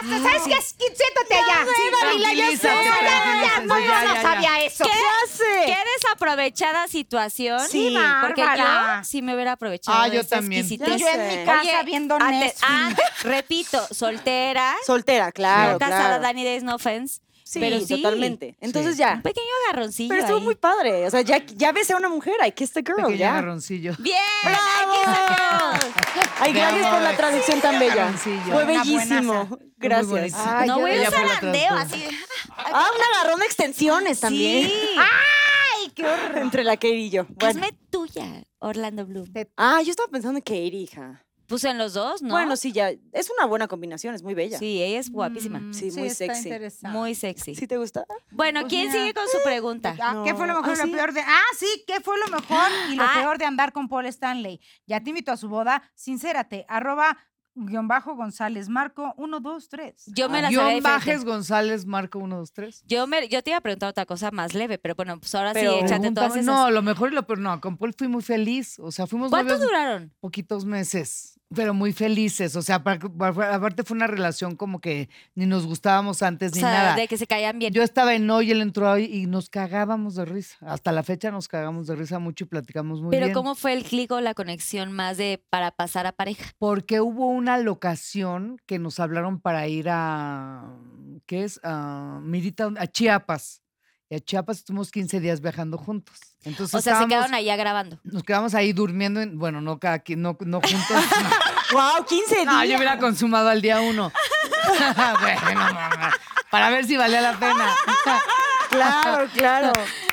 Speaker 9: ¿Sabes qué? Sí, Siéntate allá. Sí, Dalila, ya
Speaker 6: Tranquilízate,
Speaker 9: sé. Ya,
Speaker 6: tranquilízate,
Speaker 9: no,
Speaker 6: ya,
Speaker 9: yo
Speaker 6: ya,
Speaker 9: no
Speaker 6: ya.
Speaker 9: sabía eso.
Speaker 11: ¿Qué hace?
Speaker 2: Qué desaprovechada situación.
Speaker 11: Sí,
Speaker 2: porque
Speaker 9: Bárbara.
Speaker 2: yo sí me hubiera aprovechado.
Speaker 6: Ah,
Speaker 2: de
Speaker 6: yo
Speaker 2: esa
Speaker 6: también.
Speaker 11: Ya
Speaker 9: Yo
Speaker 2: exquisitez.
Speaker 9: en
Speaker 11: sé.
Speaker 9: mi casa
Speaker 2: Oye,
Speaker 9: viendo
Speaker 2: ante- ah,
Speaker 9: Netflix.
Speaker 2: ante- repito, soltera.
Speaker 11: Soltera, claro,
Speaker 2: no casada,
Speaker 11: claro.
Speaker 2: Danny Days, no offense.
Speaker 11: Sí,
Speaker 2: pero sí.
Speaker 11: totalmente. Entonces
Speaker 6: Sí.
Speaker 11: ya.
Speaker 2: Un pequeño agarroncillo.
Speaker 11: Pero estuvo
Speaker 2: ahí.
Speaker 11: muy padre. O sea, ya, ya besé a una mujer. I kissed a girl,
Speaker 6: Pequeño
Speaker 11: ya.
Speaker 6: agarroncillo.
Speaker 2: Bien.
Speaker 11: ¡Bravo! Ay,
Speaker 6: Te
Speaker 11: gracias
Speaker 6: amo,
Speaker 11: por la
Speaker 6: Alex.
Speaker 11: traducción tan bella.
Speaker 6: agarroncillo.
Speaker 11: Fue
Speaker 6: Una
Speaker 11: bellísimo. Gracias.
Speaker 6: bonita.
Speaker 9: Ay,
Speaker 2: No,
Speaker 9: yo-
Speaker 2: güey,
Speaker 6: Ella
Speaker 2: un
Speaker 6: fue la
Speaker 2: zarandeo
Speaker 6: traductora.
Speaker 2: así.
Speaker 11: Ah, un agarrón de extensiones Pues también.
Speaker 2: Sí.
Speaker 11: Ay, qué horror. Entre la Katie y yo. Bueno.
Speaker 2: Hazme tuya, Orlando Bloom.
Speaker 11: Ah, yo estaba pensando en Katie, hija.
Speaker 2: Pues en los dos, ¿no?
Speaker 11: Bueno, sí, ya. Es una buena combinación, es muy bella. Sí,
Speaker 2: Sí, ella es guapísima.
Speaker 11: muy
Speaker 9: está
Speaker 11: sexy.
Speaker 9: interesante.
Speaker 2: Muy sexy.
Speaker 11: Mm, ¿Sí te gusta?
Speaker 2: Bueno,
Speaker 9: Pues
Speaker 2: ¿quién
Speaker 9: mira.
Speaker 2: sigue con su pregunta?
Speaker 9: Ah, ¿Qué fue lo
Speaker 11: No.
Speaker 9: mejor y
Speaker 11: Ah,
Speaker 9: lo
Speaker 11: sí.
Speaker 9: peor de.? Ah, sí, ¿qué fue lo mejor y lo
Speaker 2: Ah.
Speaker 9: peor de andar con Paul Stanley? Ya te invito a su boda. Sincérate, arroba guión bajo González Marco 123.
Speaker 2: Yo me la sabía
Speaker 6: Guión
Speaker 2: diferente.
Speaker 6: Bajes González, marco 123.
Speaker 2: Yo, me, yo te iba a preguntar otra cosa más leve, pero bueno, pues ahora
Speaker 11: Pero-
Speaker 2: sí, échate todas esas.
Speaker 6: No, lo mejor y lo peor. No, con Paul fui muy feliz. O sea, fuimos
Speaker 2: ¿Cuánto
Speaker 6: novios
Speaker 2: duraron?
Speaker 6: poquitos meses, pero muy felices. O sea, para- para- aparte fue una relación como que ni nos gustábamos antes
Speaker 2: O
Speaker 6: pues, ni
Speaker 2: sea,
Speaker 6: nada.
Speaker 2: de que se caían bien.
Speaker 6: Yo estaba en hoy, él entró ahí y nos cagábamos de risa. Hasta la fecha nos cagamos de risa mucho y platicamos muy
Speaker 2: pero
Speaker 6: bien.
Speaker 2: ¿cómo fue el clic o la conexión más de para pasar a pareja?
Speaker 6: Porque hubo una locación que nos hablaron para ir a, mm, ¿qué es? A Mirita, a Chiapas. Y a Chiapas estuvimos 15 días viajando juntos. Entonces
Speaker 2: O sea, se
Speaker 6: Pues estábamos-
Speaker 2: quedaron allá grabando.
Speaker 6: nos quedamos ahí durmiendo, en- bueno, no cada quien, no, no juntos.
Speaker 11: ¡Wow! 15
Speaker 6: no, Ah, yo
Speaker 11: días.
Speaker 6: hubiera consumado al día uno. bueno, mamá, para ver si valía la pena.
Speaker 11: Claro, claro.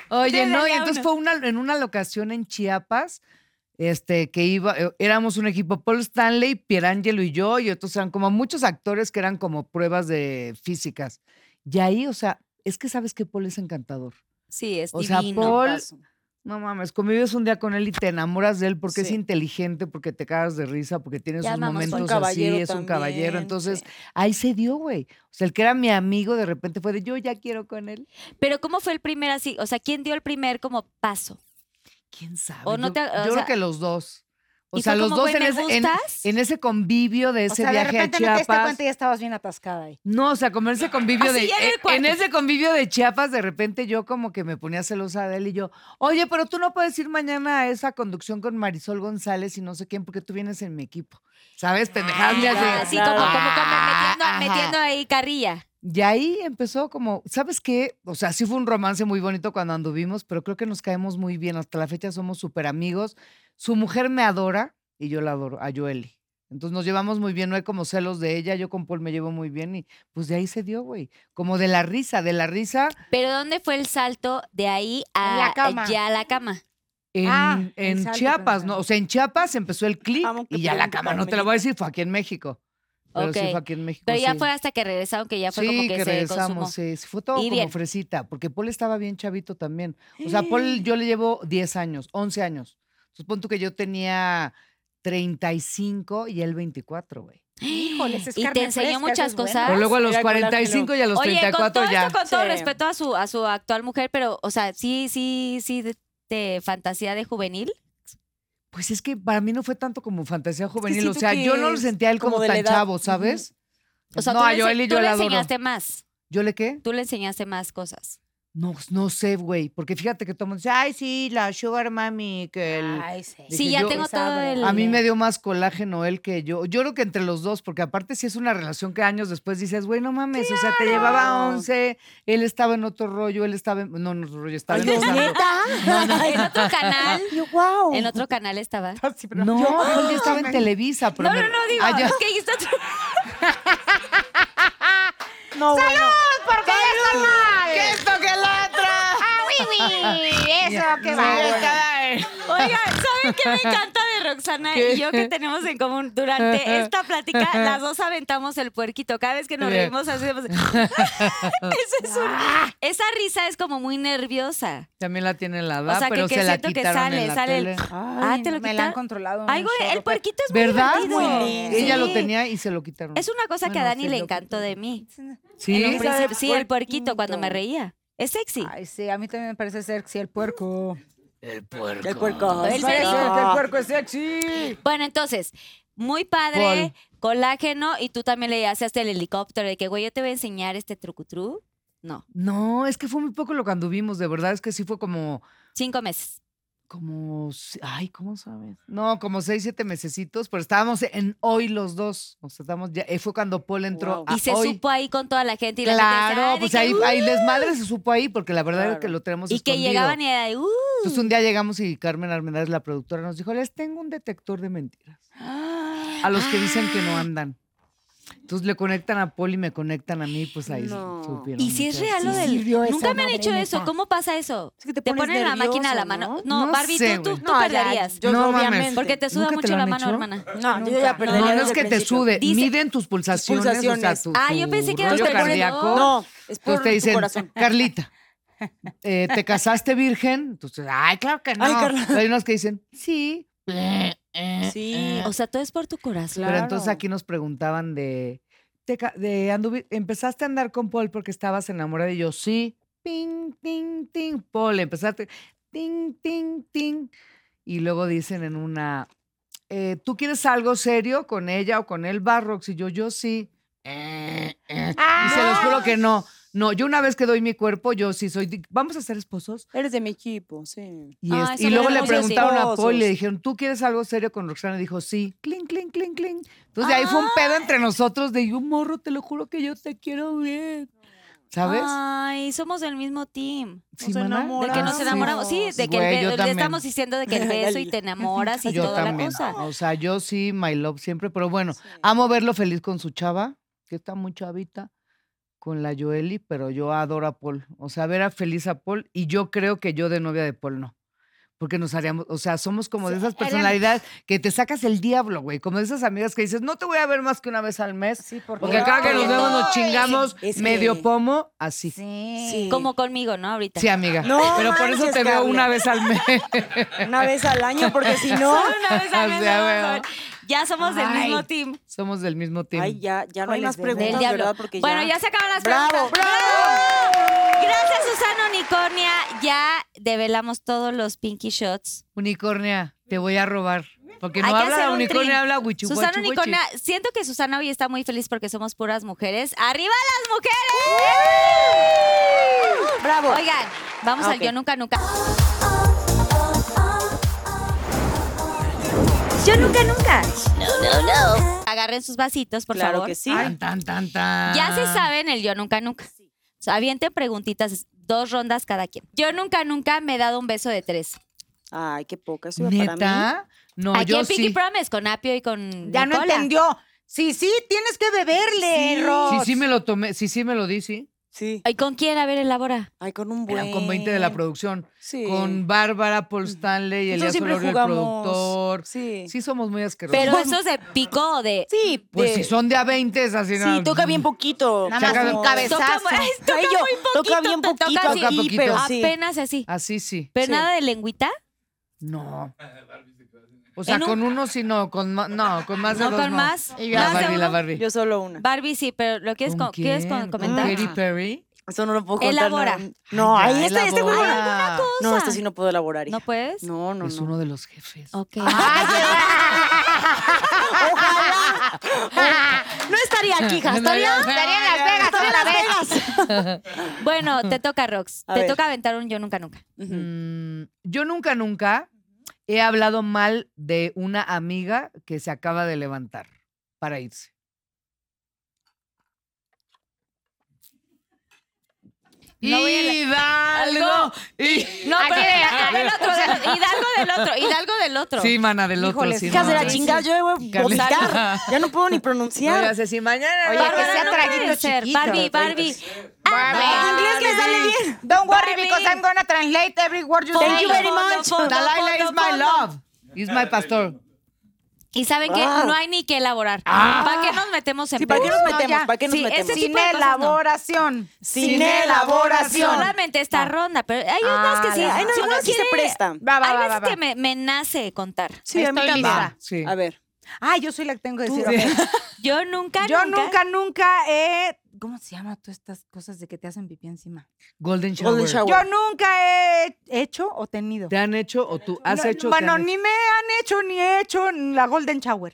Speaker 6: Oye,
Speaker 2: Desde
Speaker 6: no, y
Speaker 2: allá
Speaker 6: entonces
Speaker 2: uno.
Speaker 6: fue una, en una locación en Chiapas, este, que iba, eh, éramos un equipo, Paul Stanley, Pierangelo y yo, y entonces eran como muchos actores que eran como pruebas de físicas. Y ahí, o sea, es que sabes que Paul es encantador.
Speaker 2: Sí, es
Speaker 6: O sea,
Speaker 2: divino.
Speaker 6: Paul,
Speaker 11: pues,
Speaker 6: no mames, convives un día con él y te enamoras de él porque es
Speaker 11: Sí.
Speaker 6: inteligente, porque te cagas de risa, porque tiene
Speaker 2: Ya
Speaker 6: sus
Speaker 2: nada más un
Speaker 6: momentos así,
Speaker 11: caballero
Speaker 6: es un
Speaker 11: también,
Speaker 6: caballero. Entonces,
Speaker 11: sí.
Speaker 6: ahí se dio, güey. O sea, el que era mi amigo de repente fue de yo ya quiero con él.
Speaker 2: Pero ¿cómo fue el primer así? O sea, ¿quién dio el primer como paso?
Speaker 6: ¿Quién sabe?
Speaker 2: O no
Speaker 6: yo
Speaker 2: te- o
Speaker 6: yo creo
Speaker 2: sea-
Speaker 6: que los dos. O
Speaker 2: ¿Y
Speaker 6: sea,
Speaker 2: fue
Speaker 6: los
Speaker 2: como,
Speaker 6: dos
Speaker 2: güey,
Speaker 6: en
Speaker 2: me
Speaker 6: ese, en-
Speaker 2: gustas?
Speaker 6: en ese convivio de
Speaker 9: O
Speaker 6: ese
Speaker 9: sea, de
Speaker 6: viaje a
Speaker 9: repente no te diste
Speaker 6: Chiapas.
Speaker 9: cuenta y ya estabas bien atascada ahí.
Speaker 6: No, o sea, como en ese convivio de
Speaker 2: Así, ya en el
Speaker 6: eh, en
Speaker 2: cuarto.
Speaker 6: ese convivio de Chiapas, de repente yo como que me ponía celosa de él y yo, oye, pero tú no puedes ir mañana a esa conducción con Marisol González y no sé quién, porque tú vienes en mi equipo. ¿Sabes? Pendejadas me hacen-
Speaker 2: Así Ah, como, como, como metiendo,
Speaker 6: Ah, Ajá.
Speaker 2: metiendo ahí carrilla.
Speaker 6: Y ahí empezó como, ¿sabes qué? O sea, sí fue un romance muy bonito cuando anduvimos, pero creo que nos caemos muy bien. Hasta la fecha somos súper amigos. Su mujer me adora y yo la adoro, a Yoeli. Entonces nos llevamos muy bien, no hay como celos de ella, yo con Paul me llevo muy bien y pues de ahí se dio, güey. Como de la risa, de la risa
Speaker 2: Pero ¿dónde fue el salto de ahí a
Speaker 9: En la cama.
Speaker 2: ya a la cama?
Speaker 6: en,
Speaker 9: Ah,
Speaker 6: en
Speaker 9: en Salto,
Speaker 6: Chiapas,
Speaker 9: pensaba.
Speaker 6: ¿no? O sea, en Chiapas empezó el clic
Speaker 11: Amo que
Speaker 6: y ya la
Speaker 11: pregunte
Speaker 6: cama,
Speaker 11: para
Speaker 6: no te la voy
Speaker 11: Melita.
Speaker 6: a decir, fue aquí en México. Pero sí
Speaker 2: Ok.
Speaker 6: fue aquí en México.
Speaker 2: Pero ya
Speaker 6: Pues sí.
Speaker 2: fue hasta que regresaron, que ya fue
Speaker 6: sí,
Speaker 2: como que,
Speaker 6: que,
Speaker 2: se consumó.
Speaker 6: regresamos, sí, sí, fue todo
Speaker 2: Y
Speaker 6: como
Speaker 2: bien.
Speaker 6: fresita, porque Paul estaba bien chavito también. O sea, Paul yo le llevo 10 años, 11 años. Entonces pon tú que yo tenía 35 y él 24, güey.
Speaker 9: Híjole, esa es
Speaker 2: Y te
Speaker 9: carne
Speaker 2: enseñó
Speaker 9: fresca,
Speaker 2: muchas
Speaker 9: eso es
Speaker 2: cosas.
Speaker 9: bueno.
Speaker 6: Pero luego a los
Speaker 11: Mira, con la que
Speaker 6: 45 y a los
Speaker 2: Oye, con
Speaker 6: 34
Speaker 2: todo
Speaker 6: ya.
Speaker 2: esto, con todo
Speaker 11: Sí.
Speaker 2: respeto a su, a su actual mujer, pero, o sea, sí, sí, sí, de, de fantasía de juvenil.
Speaker 6: Pues es que para mí no fue tanto como fantasía juvenil,
Speaker 11: siento
Speaker 6: o sea, yo no
Speaker 11: que
Speaker 6: lo
Speaker 11: es
Speaker 6: sentía a él como,
Speaker 11: como de la
Speaker 6: tan
Speaker 11: edad.
Speaker 6: chavo,
Speaker 11: Ujú.
Speaker 6: ¿sabes?
Speaker 2: O sea,
Speaker 6: no,
Speaker 2: tú
Speaker 6: a
Speaker 2: le, ense-
Speaker 6: Joel y
Speaker 2: tú
Speaker 6: yo
Speaker 2: le
Speaker 6: la adoro.
Speaker 2: enseñaste más.
Speaker 6: ¿Yo le qué?
Speaker 2: Tú le enseñaste más cosas.
Speaker 6: No, no sé, güey, porque fíjate que todo el mundo dice, ay, sí, la sugar mami, que el...
Speaker 9: Ay, sí.
Speaker 6: Dije,
Speaker 2: sí, ya
Speaker 6: yo-
Speaker 2: tengo todo
Speaker 9: sabe.
Speaker 2: el...
Speaker 6: A mí me dio más colágeno él que yo. Yo creo que entre los dos, porque aparte sí es una relación que años después dices, güey, no mames, o sea, te llevaba 11, él estaba en otro rollo, él estaba en... No, en otro rollo, estaba en
Speaker 2: en otro canal,
Speaker 11: Yo, wow.
Speaker 2: en otro canal estaba.
Speaker 6: No, no Paul ya estaba en Televisa. Pero
Speaker 2: No,
Speaker 6: me-
Speaker 2: no, no, digo,
Speaker 6: Ah, ya.
Speaker 2: es que ahí está tu-
Speaker 11: No, bueno.
Speaker 9: Porque ya está mal.
Speaker 6: ¿Qué esto que la otra?
Speaker 9: ¡Ah, oui, oui! Eso, qué
Speaker 6: Sí,
Speaker 9: va.
Speaker 6: estaba en-
Speaker 2: Oigan, ¿saben qué me encanta de Roxana y yo que tenemos en común? Durante esta plática, las dos aventamos el puerquito. Cada vez que nos
Speaker 6: Bien.
Speaker 2: reímos, hacemos. Ese es un- Esa risa es como muy nerviosa.
Speaker 6: También la tiene la
Speaker 2: O
Speaker 6: edad,
Speaker 2: sea, que,
Speaker 6: pero
Speaker 2: que
Speaker 6: se la
Speaker 2: siento que
Speaker 6: quitaron
Speaker 2: sale,
Speaker 6: en la
Speaker 2: sale el-
Speaker 6: tele.
Speaker 2: Ah, te lo
Speaker 9: Me la han
Speaker 2: quitaron.
Speaker 9: controlado.
Speaker 2: Ay, güey,
Speaker 9: puerquito.
Speaker 2: el puerquito es muy
Speaker 6: ¿Verdad?
Speaker 2: divertido.
Speaker 11: Muy lindo.
Speaker 6: Ella
Speaker 2: Sí.
Speaker 6: lo tenía y se lo quitaron.
Speaker 2: Es una cosa que a
Speaker 6: Bueno,
Speaker 2: Dani
Speaker 6: se
Speaker 2: le
Speaker 6: lo
Speaker 2: encantó de mí.
Speaker 6: Sí,
Speaker 2: En un principio, sí, el puerquito cuando me
Speaker 9: puerquito.
Speaker 2: reía. Es sexy.
Speaker 9: Ay, sí, a mí también me parece sexy el puerco.
Speaker 11: El puerco.
Speaker 2: El
Speaker 9: Parece
Speaker 2: puerco.
Speaker 9: que
Speaker 6: Ah.
Speaker 9: el puerco es sexy.
Speaker 2: Bueno, entonces, muy padre, colágeno, y tú también le haces hasta el helicóptero de que, güey, yo te voy a enseñar este trucutru. No,
Speaker 6: No, es que fue muy poco lo que anduvimos, de verdad, es que sí fue como...
Speaker 2: cinco meses.
Speaker 6: como, se- ay, ¿cómo sabes? No, como seis, siete mesecitos, pero estábamos en hoy los dos. O sea, estábamos ya, eh, fue cuando Paul entró
Speaker 11: Wow.
Speaker 6: a
Speaker 2: Y se
Speaker 6: hoy.
Speaker 2: supo ahí con toda la gente. Y la gente,
Speaker 6: Claro,
Speaker 2: "Ay,
Speaker 6: pues
Speaker 2: de que,
Speaker 6: ahí,
Speaker 2: uh",
Speaker 6: ahí desmadre se supo ahí, porque la verdad es que
Speaker 11: Claro.
Speaker 6: lo tenemos
Speaker 2: Y que
Speaker 6: escondido.
Speaker 2: llegaban y era de, "Uh".
Speaker 6: Entonces un día llegamos y Carmen Armendáriz, la
Speaker 10: Ah,
Speaker 2: ¡Ah!
Speaker 6: productora, nos dijo, les tengo un detector de mentiras. A los que dicen que no andan. Entonces le conectan a Poli, me conectan a mí, pues ahí
Speaker 11: No.
Speaker 6: supieron.
Speaker 2: Y si es
Speaker 6: muchas-
Speaker 2: real lo
Speaker 6: Sí,
Speaker 2: del.
Speaker 10: sirvió Pues esa
Speaker 2: Nunca me han
Speaker 10: madre,
Speaker 2: hecho eso.
Speaker 10: neta.
Speaker 2: ¿Cómo pasa eso?
Speaker 11: Es que te
Speaker 2: Te
Speaker 11: pones
Speaker 2: ponen la
Speaker 11: nervioso,
Speaker 2: máquina a la
Speaker 11: ¿no?
Speaker 2: mano. No,
Speaker 6: No
Speaker 2: Barbie,
Speaker 6: sé,
Speaker 2: tú, tú,
Speaker 6: güey.
Speaker 2: tú
Speaker 10: No, ya,
Speaker 2: perderías.
Speaker 10: yo
Speaker 6: No, mames.
Speaker 10: obviamente.
Speaker 2: Porque te suda
Speaker 6: ¿Nunca te
Speaker 2: mucho
Speaker 6: lo
Speaker 2: la
Speaker 6: han
Speaker 2: mano,
Speaker 6: hecho?
Speaker 2: hermana.
Speaker 11: No, yo ya perdería.
Speaker 6: No, no es
Speaker 11: desde
Speaker 6: que
Speaker 11: el
Speaker 6: te
Speaker 11: principio.
Speaker 6: sude,
Speaker 2: Dice-
Speaker 6: miden tus pulsaciones, o sea,
Speaker 11: pulsaciones.
Speaker 6: tu,
Speaker 2: Ah, yo
Speaker 6: tu
Speaker 2: pensé que era
Speaker 6: rollo
Speaker 2: por el
Speaker 6: cardíaco.
Speaker 2: corazón.
Speaker 11: No, es por
Speaker 6: Entonces te
Speaker 11: tu
Speaker 6: dicen, "Ah".
Speaker 11: corazón.
Speaker 6: Carlita, eh, ¿te casaste virgen? Entonces, ay, claro que no.
Speaker 11: Ay, Carla.
Speaker 6: Pero Hay unos que dicen, sí.
Speaker 2: Eh,
Speaker 11: Sí.
Speaker 2: O sea, todo es por tu corazón.
Speaker 6: Pero entonces aquí nos preguntaban de, te ca- de anduvi- ¿empezaste a andar con Paul porque estabas enamorada? Y yo, sí. Ting, ting, ting. Paul, empezaste. Ting, ting, ting. Y luego dicen en una, eh, ¿tú quieres algo serio con ella o con él, Barrox? Y yo, yo sí.
Speaker 2: Ah.
Speaker 6: Y se los juro que no. No, yo una vez que doy mi cuerpo, yo sí soy. di- Vamos a ser esposos.
Speaker 11: Eres de mi equipo, sí.
Speaker 6: Y,
Speaker 2: Ah,
Speaker 6: es-
Speaker 2: eso
Speaker 6: y
Speaker 2: lo
Speaker 6: luego
Speaker 2: tenemos que
Speaker 6: le
Speaker 2: decir.
Speaker 6: preguntaron a
Speaker 11: Esposos.
Speaker 6: Paul y le dijeron, ¿tú quieres algo serio con Roxana? Y dijo, sí. Cling, cling, cling, cling. Entonces de ahí
Speaker 2: Ah.
Speaker 6: fue un pedo entre nosotros de, yo morro, te lo juro que yo te quiero bien. ¿Sabes?
Speaker 2: Ay, somos del mismo team.
Speaker 6: Sí,
Speaker 11: se
Speaker 6: mana.
Speaker 11: enamora.
Speaker 2: Ah. De que nos
Speaker 11: sí.
Speaker 2: enamoramos. Sí, de que el
Speaker 6: Güey,
Speaker 2: be-
Speaker 6: yo
Speaker 2: le
Speaker 6: también.
Speaker 2: estamos diciendo de que el beso y te enamoras y
Speaker 6: yo
Speaker 2: toda
Speaker 6: también.
Speaker 2: la cosa.
Speaker 6: O sea, yo sí, my love siempre, pero bueno, amo verlo feliz con su chava, que está muy chavita, con la Joeli, pero yo adoro a Paul. O sea, ver a feliz a Paul y yo creo que yo de novia de Paul no. Porque nos haríamos, o sea, somos como de esas personalidades que te sacas el diablo, güey. Como de esas amigas que dices, no te voy a ver más que una vez al mes.
Speaker 10: Sí, porque,
Speaker 6: Porque cada que nos
Speaker 11: no,
Speaker 6: vemos nos
Speaker 11: es-
Speaker 6: chingamos
Speaker 11: es
Speaker 6: medio
Speaker 11: que-
Speaker 6: pomo, así. Sí,
Speaker 10: Sí.
Speaker 2: Como conmigo, ¿no? Ahorita.
Speaker 6: amiga.
Speaker 11: No
Speaker 6: pero por
Speaker 11: manches,
Speaker 6: eso te veo
Speaker 11: Carla.
Speaker 6: una vez al mes.
Speaker 11: Una vez al año, porque si no.
Speaker 2: Solo una vez al
Speaker 6: O
Speaker 2: mes
Speaker 6: sea,
Speaker 2: vamos a
Speaker 6: bueno.
Speaker 2: ver. Ya somos del
Speaker 6: Ay.
Speaker 2: mismo team.
Speaker 6: Somos del mismo tiempo.
Speaker 11: Ay, ya, ya no hay
Speaker 10: Híjoles,
Speaker 11: más
Speaker 10: de
Speaker 11: preguntas,
Speaker 2: Del
Speaker 11: de
Speaker 2: diablo.
Speaker 11: ¿verdad? Porque
Speaker 2: bueno, ya.
Speaker 11: ya.
Speaker 2: se acabaron las
Speaker 11: ¡Bravo,
Speaker 2: preguntas. ¡Bravo! Gracias, Susana Unicornia. Ya develamos todos los pinky shots.
Speaker 6: Unicornia, te voy a robar. Porque
Speaker 2: Hay
Speaker 6: no
Speaker 2: que
Speaker 6: habla
Speaker 2: hacer
Speaker 6: la
Speaker 2: un trin.
Speaker 6: unicornia, habla huichu,
Speaker 2: Susana
Speaker 6: guachu, guachi.
Speaker 2: Unicornia, siento que Susana hoy está muy feliz porque somos puras mujeres. ¡Arriba las mujeres!
Speaker 11: Bravo.
Speaker 2: Oigan, vamos
Speaker 11: Ah,
Speaker 2: al
Speaker 11: ok.
Speaker 2: yo nunca nunca. Yo nunca nunca. Agarren sus vasitos, por
Speaker 11: Claro
Speaker 2: favor.
Speaker 11: que sí.
Speaker 6: Tan, tan, tan, tan.
Speaker 2: Ya se saben el yo nunca nunca. O sea, avienten preguntitas, dos rondas cada quien. Yo nunca nunca me he dado un beso de tres.
Speaker 11: Ay, qué poca. Eso iba para mí.
Speaker 6: ¿Neta? No,
Speaker 2: Aquí
Speaker 6: yo
Speaker 2: en Pinky
Speaker 6: sí.
Speaker 2: Promise con Apio y con
Speaker 10: Ya no
Speaker 2: Nicola.
Speaker 10: entendió. Sí, sí, tienes que beberle,
Speaker 6: Sí,
Speaker 10: Rox.
Speaker 6: sí me lo tomé, sí, sí me lo di, sí.
Speaker 11: Sí.
Speaker 2: ¿Y con quién? A ver, elabora.
Speaker 11: Ay, con un buen.
Speaker 6: Eran con 20 de la producción.
Speaker 11: Sí.
Speaker 6: Con Bárbara, Paul Stanley,
Speaker 11: Nosotros
Speaker 6: Elías
Speaker 11: siempre
Speaker 6: Olorio, el
Speaker 11: jugamos.
Speaker 6: productor.
Speaker 11: Sí.
Speaker 6: Sí somos muy asquerosos.
Speaker 2: Pero este eso de pico o de...
Speaker 11: Sí,
Speaker 6: pues
Speaker 11: de-
Speaker 6: si son de a 20 es así.
Speaker 11: Sí, toca bien poquito.
Speaker 10: Nada
Speaker 6: más un
Speaker 10: cabezazo.
Speaker 2: Ay, toca
Speaker 11: Ay, yo,
Speaker 2: muy poquito,
Speaker 11: Toca bien
Speaker 2: te toca
Speaker 11: poquito
Speaker 2: así.
Speaker 6: Toca
Speaker 11: aquí,
Speaker 6: poquito.
Speaker 11: pero sí. Ah,
Speaker 2: Apenas así.
Speaker 6: Así sí.
Speaker 2: Pero
Speaker 11: Sí.
Speaker 2: nada de lengüita.
Speaker 6: No. O sea,
Speaker 2: En un-
Speaker 6: con uno sí no, con ma- no, con más de
Speaker 2: No,
Speaker 6: dos
Speaker 2: con más.
Speaker 6: Y La
Speaker 2: Más de
Speaker 6: Barbie, la
Speaker 2: uno.
Speaker 6: Barbie.
Speaker 11: Yo solo una.
Speaker 2: Barbie, sí, pero ¿lo quieres, con- ¿quieres con-
Speaker 6: quién?
Speaker 2: comentar?
Speaker 6: ¿Con Katy Perry?
Speaker 11: Eso no lo puedo contar.
Speaker 2: Elabora.
Speaker 11: No, no
Speaker 6: Ay,
Speaker 11: ahí
Speaker 6: ya,
Speaker 11: está, este
Speaker 6: elabora.
Speaker 11: juego.
Speaker 2: cosa.
Speaker 11: No, este sí no puedo elaborar. hija.
Speaker 2: ¿No puedes?
Speaker 11: No, Ah, no,
Speaker 6: Es
Speaker 11: no.
Speaker 6: uno de los jefes.
Speaker 11: Oh,
Speaker 2: Ok.
Speaker 11: No estaría aquí, hija. Estaría.
Speaker 6: Estaría en Las
Speaker 11: Vegas, estaría en Las Vegas.
Speaker 2: Bueno, te toca, Rox.
Speaker 11: A
Speaker 2: te
Speaker 11: ver.
Speaker 2: toca aventar un yo nunca nunca.
Speaker 11: Ujú.
Speaker 6: Mm, yo nunca, nunca he hablado mal de una amiga que se acaba de levantar para irse.
Speaker 2: No voy a la-
Speaker 6: Hidalgo. Y-
Speaker 2: No, pero del otro, del- Hidalgo del otro, Hidalgo del otro.
Speaker 6: Sí, mana, del otro.
Speaker 10: Híjoles,
Speaker 6: sí,
Speaker 11: Hijas
Speaker 6: no,
Speaker 11: de la
Speaker 6: sí.
Speaker 11: chingada, yo voy a
Speaker 6: Carlita.
Speaker 11: vomitar. Ya no puedo ni
Speaker 6: No, ya
Speaker 11: pronunciar.
Speaker 6: sé, si mañana.
Speaker 10: Oye, que
Speaker 2: Bárbara,
Speaker 10: sea
Speaker 2: no
Speaker 10: traguito
Speaker 2: puede ser.
Speaker 10: chiquito.
Speaker 2: Barbie, Barbie. Ah,
Speaker 10: Barbie.
Speaker 8: Ah.
Speaker 11: Inglés le sale bien.
Speaker 10: Don't worry
Speaker 2: Barbie.
Speaker 10: because I'm gonna translate every word you say.
Speaker 11: Thank you very
Speaker 2: Fondo,
Speaker 11: much.
Speaker 2: fondo,
Speaker 6: Dalila
Speaker 2: fondo,
Speaker 6: is my
Speaker 2: fondo.
Speaker 6: love. Is my pastor.
Speaker 2: Y saben que
Speaker 11: Ah.
Speaker 2: no hay ni que elaborar. ¿Para qué nos metemos en
Speaker 11: Sí, ¿para qué nos
Speaker 10: No,
Speaker 11: metemos?
Speaker 10: ya.
Speaker 11: ¿Para qué nos
Speaker 2: Sí,
Speaker 11: metemos?
Speaker 2: ese
Speaker 10: Sin
Speaker 2: tipo de cosas, no.
Speaker 10: elaboración.
Speaker 11: Sin elaboración.
Speaker 2: Solamente esta ronda, pero hay
Speaker 10: Ah,
Speaker 2: unas que sí.
Speaker 10: la-
Speaker 2: Ay,
Speaker 11: Ay, no,
Speaker 2: si uno
Speaker 11: algunas sí se
Speaker 2: quiere-
Speaker 11: prestan.
Speaker 10: Va, va,
Speaker 2: Hay
Speaker 10: va,
Speaker 2: veces
Speaker 10: va, va.
Speaker 2: que me, me nace contar.
Speaker 11: Sí, a mí
Speaker 10: Estoy
Speaker 11: también.
Speaker 10: lista.
Speaker 6: Sí.
Speaker 11: A ver.
Speaker 10: Ah, yo soy la que tengo que decir.
Speaker 11: Tú,
Speaker 10: ok.
Speaker 2: Yo nunca,
Speaker 10: Yo
Speaker 2: nunca,
Speaker 10: nunca, nunca he... ¿Cómo se llama tú estas cosas de que te hacen pipí encima?
Speaker 6: Golden Shower.
Speaker 11: Golden Shower.
Speaker 10: Yo nunca he hecho o tenido.
Speaker 6: ¿Te han hecho o tú has
Speaker 10: No,
Speaker 6: hecho? o te
Speaker 10: Bueno,
Speaker 6: han hecho?
Speaker 10: ni me han hecho ni he hecho la Golden Shower.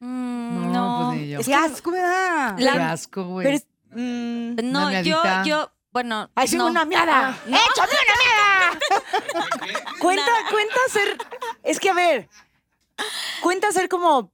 Speaker 2: Mm,
Speaker 6: No,
Speaker 2: no.
Speaker 6: pues ni yo.
Speaker 10: ¡Qué asco me da!
Speaker 6: Qué
Speaker 2: La-
Speaker 6: asco, güey.
Speaker 11: Pero es- mm,
Speaker 2: no,
Speaker 6: Una
Speaker 2: yo,
Speaker 6: miadita.
Speaker 2: yo, bueno,
Speaker 10: ¡Ay, sí,
Speaker 2: no.
Speaker 10: una miada! ¡Échame una miada!
Speaker 11: Cuenta, cuenta ser. Es que a ver. Cuenta ser como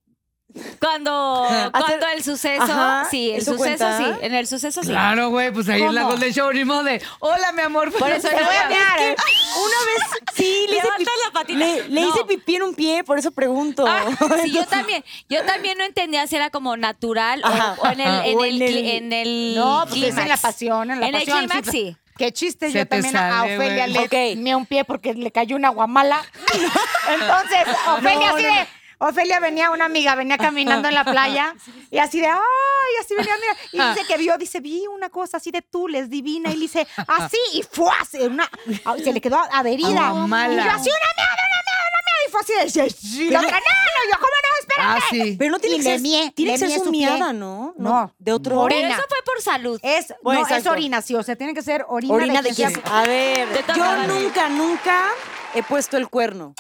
Speaker 2: Cuando, cuando el suceso,
Speaker 11: Ajá,
Speaker 2: sí, el
Speaker 11: ¿eso
Speaker 2: suceso
Speaker 11: cuenta?
Speaker 2: sí, en el suceso sí.
Speaker 6: Claro, güey, pues ahí es la
Speaker 2: ¿Cómo?
Speaker 6: Golden Show, ni modo de, "Oh, hola, mi amor. Por
Speaker 11: eso yo- Es que ¿eh? Una vez, sí, le hice,
Speaker 2: Levantas
Speaker 11: pipí-
Speaker 2: la patita.
Speaker 11: le- le hice
Speaker 2: No.
Speaker 11: pipí en un pie, por eso pregunto.
Speaker 2: Ah, sí, yo también, yo también no entendía si era como natural o-
Speaker 11: Ajá.
Speaker 2: o, en el,
Speaker 10: Ah,
Speaker 2: en
Speaker 11: O
Speaker 2: el,
Speaker 11: en
Speaker 2: cli-
Speaker 11: el-
Speaker 2: en el
Speaker 10: No, pues es en la
Speaker 2: clímax.
Speaker 10: pasión, en la
Speaker 2: En el
Speaker 10: pasión.
Speaker 2: clímax, sí.
Speaker 10: Qué chiste,
Speaker 6: Se
Speaker 10: yo
Speaker 6: te
Speaker 10: también a
Speaker 6: sale,
Speaker 10: Ofelia
Speaker 6: güey.
Speaker 10: le
Speaker 11: Ok.
Speaker 10: mía un pie porque le cayó una guamala. Entonces, Ofelia así de... Ofelia venía, una amiga, venía caminando en la playa y así de, ay, así venía, mira. Y dice que vio, dice, vi una cosa así de tules, divina. Y le dice, así, y fue así, una, se le quedó adherida.
Speaker 6: Guamala.
Speaker 10: Y yo así, una mierda, una mierda, una mierda. Y fue así de, sí, sí. La otra, no, no, yo, ¿cómo no? Espérate.
Speaker 6: Ah, sí.
Speaker 11: Pero no tiene
Speaker 10: Y
Speaker 11: que
Speaker 10: le
Speaker 11: ser,
Speaker 10: mié,
Speaker 11: tiene que
Speaker 10: le
Speaker 11: ser
Speaker 10: mié su
Speaker 11: su
Speaker 10: pie.
Speaker 11: miada, ¿no?
Speaker 10: No.
Speaker 11: De otro
Speaker 2: Pero
Speaker 10: Orina.
Speaker 2: eso fue por salud.
Speaker 10: Es,
Speaker 11: Bueno,
Speaker 10: no, es
Speaker 11: exacto.
Speaker 10: orina, sí, o sea, tiene que ser orina,
Speaker 11: Orina de
Speaker 10: quien
Speaker 11: quién.
Speaker 10: sea.
Speaker 11: A ver,
Speaker 2: Te toca,
Speaker 11: yo
Speaker 2: Vane.
Speaker 11: nunca, nunca he puesto el cuerno.